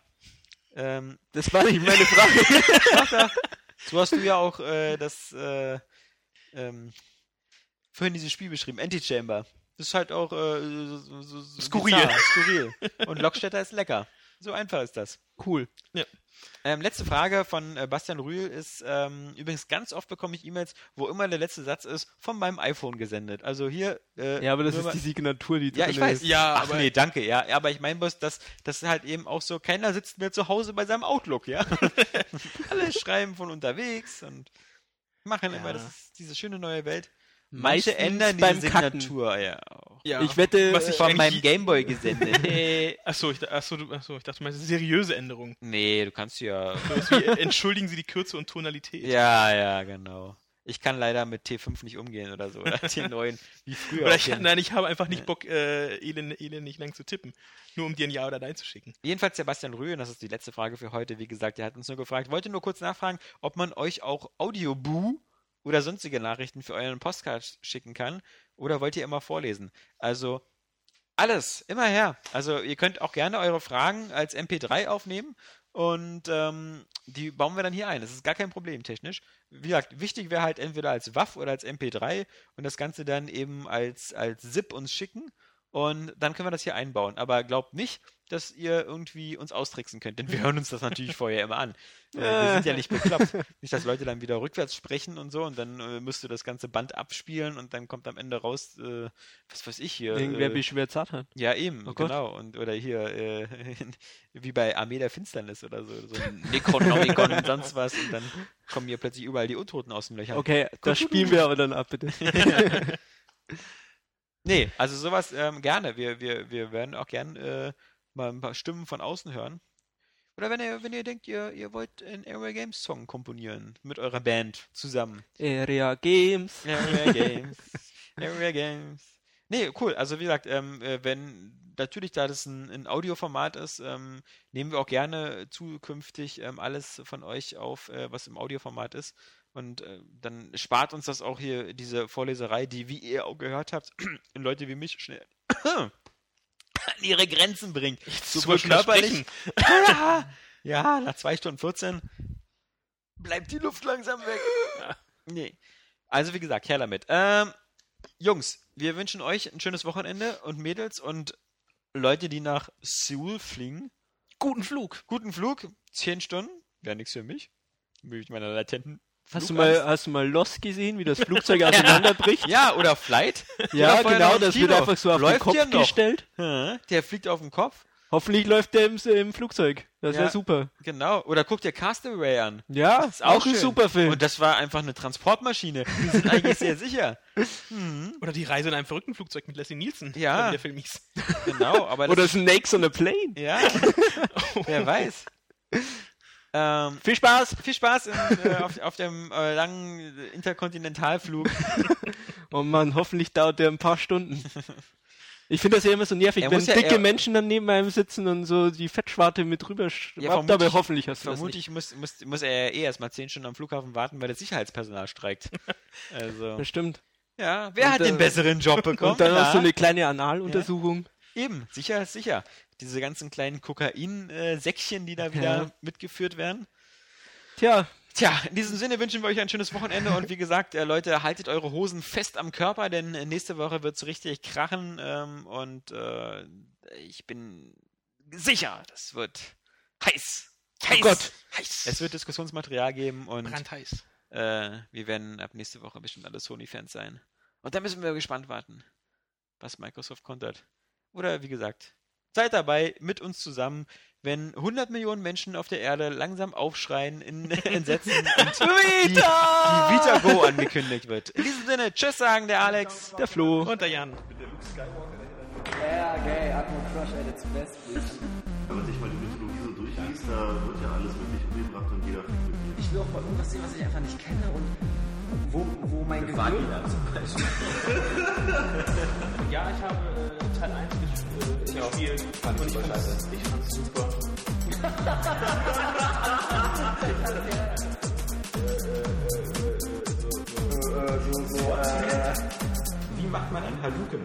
Speaker 1: ähm,
Speaker 4: Das war nicht meine Frage.
Speaker 1: so hast du ja auch äh, das äh, ähm, vorhin dieses Spiel beschrieben, Antichamber. Das ist halt auch äh, so, so, so- so
Speaker 3: Skurril.
Speaker 1: bizarr, skurril. Und Lokstädter ist lecker. So einfach ist das.
Speaker 4: cool.
Speaker 1: Ähm, letzte Frage von äh, Bastian Rühl ist, ähm, übrigens ganz oft bekomme ich E-Mails, wo immer der letzte Satz ist, von meinem iPhone gesendet. Also hier... Äh,
Speaker 4: Ja, aber das
Speaker 1: nur
Speaker 4: ist
Speaker 1: mal-
Speaker 4: die Signatur, die
Speaker 1: Ja,
Speaker 4: drin
Speaker 1: ich weiß.
Speaker 4: ist.
Speaker 3: Ja,
Speaker 1: Ach
Speaker 3: aber-
Speaker 1: nee, danke, ja. Ja, Aber ich meine bloß, dass das halt eben auch so, keiner sitzt mehr zu Hause bei seinem Outlook, ja. Alle schreiben von unterwegs und machen immer, das ist diese schöne neue Welt. Manche
Speaker 4: Meistens
Speaker 1: ändern
Speaker 4: beim
Speaker 1: diese
Speaker 4: Kacken.
Speaker 1: Signatur ja auch.
Speaker 3: Ja.
Speaker 4: Ich wette,
Speaker 3: Was ich
Speaker 4: äh,
Speaker 1: Von
Speaker 3: eigentlich-
Speaker 1: meinem Gameboy gesendet. Hey.
Speaker 3: Achso, ich, achso, du- achso, ich dachte, du meinst seriöse Änderungen.
Speaker 1: nee, du kannst ja.
Speaker 3: Sowas wie, äh, entschuldigen Sie die Kürze und Tonalität.
Speaker 1: Ja, ja, genau. Ich kann leider mit T5 nicht umgehen oder so. Oder T9, wie früher.
Speaker 3: Oder
Speaker 1: auf
Speaker 3: ich,
Speaker 1: jeden-
Speaker 3: nein, ich habe einfach nicht Bock, äh, Elend, Elend nicht lang zu tippen. Nur um dir ein Ja oder Nein zu schicken.
Speaker 1: Jedenfalls Sebastian Rühl, und das ist die letzte Frage für heute, wie gesagt, er hat uns nur gefragt, wollte nur kurz nachfragen, ob man euch auch Audioboo oder sonstige Nachrichten für euren Podcast schicken kann oder wollt ihr immer vorlesen? Also alles, immer her. Also ihr könnt auch gerne eure Fragen als MP3 aufnehmen und ähm, die bauen wir dann hier ein. Das ist gar kein Problem technisch. Wie gesagt, wichtig wäre halt entweder als WAV oder als MP3 und das Ganze dann eben als, als ZIP uns schicken und dann können wir das hier einbauen. Aber glaubt nicht, dass ihr irgendwie uns austricksen könnt, denn wir hören uns das natürlich vorher immer an. Äh, wir sind ja nicht bekloppt. Nicht, dass Leute dann wieder rückwärts sprechen und so und dann äh, müsst ihr das ganze Band abspielen und dann kommt am Ende raus, äh, was weiß ich hier.
Speaker 4: Irgendwer
Speaker 1: äh,
Speaker 4: beschwert Satan.
Speaker 1: ja, eben,
Speaker 4: Oh Gott.
Speaker 1: genau. Und, oder hier, äh, wie bei Armee der Finsternis oder so. so ein Necronomicon und sonst was. Und dann kommen hier plötzlich überall die Untoten aus den Löchern.
Speaker 4: Okay, das spielen wir aber dann ab, bitte.
Speaker 1: Nee, also sowas ähm, gerne. Wir, wir, wir werden auch gern äh, mal ein paar Stimmen von außen hören. Oder wenn ihr, wenn ihr denkt, ihr, ihr wollt einen Airway Games Song komponieren mit eurer Band zusammen.
Speaker 4: Area Äh, Games.
Speaker 1: Airway Games. Airway Games. Nee, cool. Also wie gesagt, ähm, äh, wenn natürlich da das ein, ein Audioformat ist, ähm, nehmen wir auch gerne zukünftig ähm, alles von euch auf, äh, was im Audioformat ist. Und äh, dann spart uns das auch hier diese Vorleserei, die, wie ihr auch gehört habt, Leute wie mich schnell an ihre Grenzen bringt. Sowohl
Speaker 3: Zwischen das
Speaker 1: körperlich.
Speaker 3: Sprechen.
Speaker 1: ja, nach 2 Stunden 14 bleibt die Luft langsam weg. Nee. Also wie gesagt, her damit. Ähm, Jungs, wir wünschen euch ein schönes Wochenende und Mädels und Leute, die nach Seoul fliegen,
Speaker 3: Guten Flug.
Speaker 1: Guten Flug, 10 Stunden, wäre nichts für mich. Mit meiner latenten.
Speaker 4: Hast du, mal, hast du mal Lost gesehen, wie das Flugzeug auseinanderbricht?
Speaker 1: Ja, oder Flight?
Speaker 4: Ja,
Speaker 1: Oder vorher noch
Speaker 4: genau,
Speaker 1: im
Speaker 4: das wird
Speaker 1: Kino.
Speaker 4: einfach so auf den
Speaker 1: Läuft ja
Speaker 4: Kopf
Speaker 1: noch.
Speaker 4: gestellt.
Speaker 1: Hä? Der fliegt auf den Kopf.
Speaker 4: Hoffentlich läuft der im, im Flugzeug. Das
Speaker 1: Ja.
Speaker 4: wäre super.
Speaker 1: Genau. Oder guck dir Castaway an.
Speaker 4: Ja, ist auch, ein
Speaker 1: schön.
Speaker 4: super Film.
Speaker 1: Und das war einfach eine Transportmaschine. Die sind eigentlich sehr sicher.
Speaker 3: Oder die Reise in einem verrückten Flugzeug mit Leslie Nielsen.
Speaker 1: Ja.
Speaker 3: oder Wie der Film hieß.
Speaker 1: Genau, aber das,
Speaker 4: Oder Snakes on a Plane.
Speaker 1: ja, wer weiß. Ähm,
Speaker 4: Viel Spaß!
Speaker 1: viel Spaß im, äh, auf, auf dem äh, langen Interkontinentalflug.
Speaker 4: Oh Mann, hoffentlich dauert der ein paar Stunden. Ich finde das ja immer so nervig,
Speaker 1: Er
Speaker 4: wenn
Speaker 1: muss ja-
Speaker 4: dicke
Speaker 1: er-
Speaker 4: Menschen dann neben einem sitzen und so die Fettschwarte mit rüber schwappt,
Speaker 1: vermutlich-
Speaker 4: aber hoffentlich hast du das nicht.
Speaker 1: Vermutlich muss, muss, muss er eh erstmal zehn Stunden am Flughafen warten, weil das Sicherheitspersonal streikt. Also,
Speaker 4: Das stimmt.
Speaker 1: ja, wer
Speaker 4: Und,
Speaker 1: hat den
Speaker 4: äh,
Speaker 1: besseren Job bekommen?
Speaker 4: Und dann
Speaker 1: Na?
Speaker 4: noch so eine kleine Analuntersuchung.
Speaker 1: Eben, sicher ist sicher. Diese ganzen kleinen Kokain-Säckchen, die da wieder
Speaker 4: Ja.
Speaker 1: mitgeführt werden.
Speaker 4: Tja,
Speaker 1: Tja, in diesem Sinne wünschen wir euch ein schönes Wochenende und wie gesagt, äh, Leute, haltet eure Hosen fest am Körper, denn äh, nächste Woche wird es richtig krachen ähm, und äh, ich bin sicher, das wird heiß. Heiß.
Speaker 4: Gott.
Speaker 1: heiß. Es wird Diskussionsmaterial geben und
Speaker 3: Brandheiß.
Speaker 1: äh, wir werden ab nächste Woche bestimmt alle Sony-Fans sein. Und da müssen wir gespannt warten, was Microsoft kontert. Oder wie gesagt, seid dabei mit uns zusammen, wenn 100 Millionen Menschen auf der Erde langsam aufschreien in Entsetzen und die, die Vita Go angekündigt wird. In diesem Sinne, tschüss sagen der Alex.
Speaker 4: der Flo.
Speaker 3: Und der Jan.
Speaker 5: Yeah, gay, Atmo Crush at its best, bitch.
Speaker 6: Wenn man sich mal die Mythologie so durchliest, da wird ja alles wirklich umgebracht und jeder fickt mit jedem.
Speaker 5: Ich will auch mal irgendwas sehen, was ich einfach nicht kenne und wo, wo mein Gewalt.
Speaker 3: Ja, ich habe äh, Teil 1 gespielt. ich fand es super.
Speaker 1: Wie macht man einen Haluken?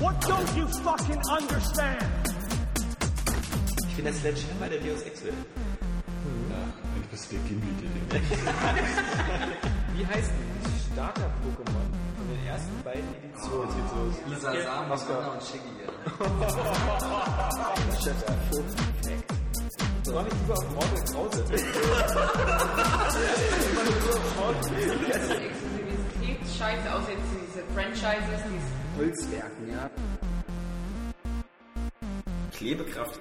Speaker 7: What don't you fucking understand?
Speaker 1: Ich bin der Sledgehammer der Deus Ex will.
Speaker 6: Eigentlich bist du der Gimli, der
Speaker 1: Wie heißt die Starter-Pokémon von den ersten beiden Editionen?
Speaker 5: Lisa Sam, Mascara und Shiggy.
Speaker 1: Soll ich lieber auf Mortal Krause?
Speaker 8: Exklusivitätsscheiße aus jetzt diese Franchises, diese
Speaker 5: Holzwerken, ja. Klebekraft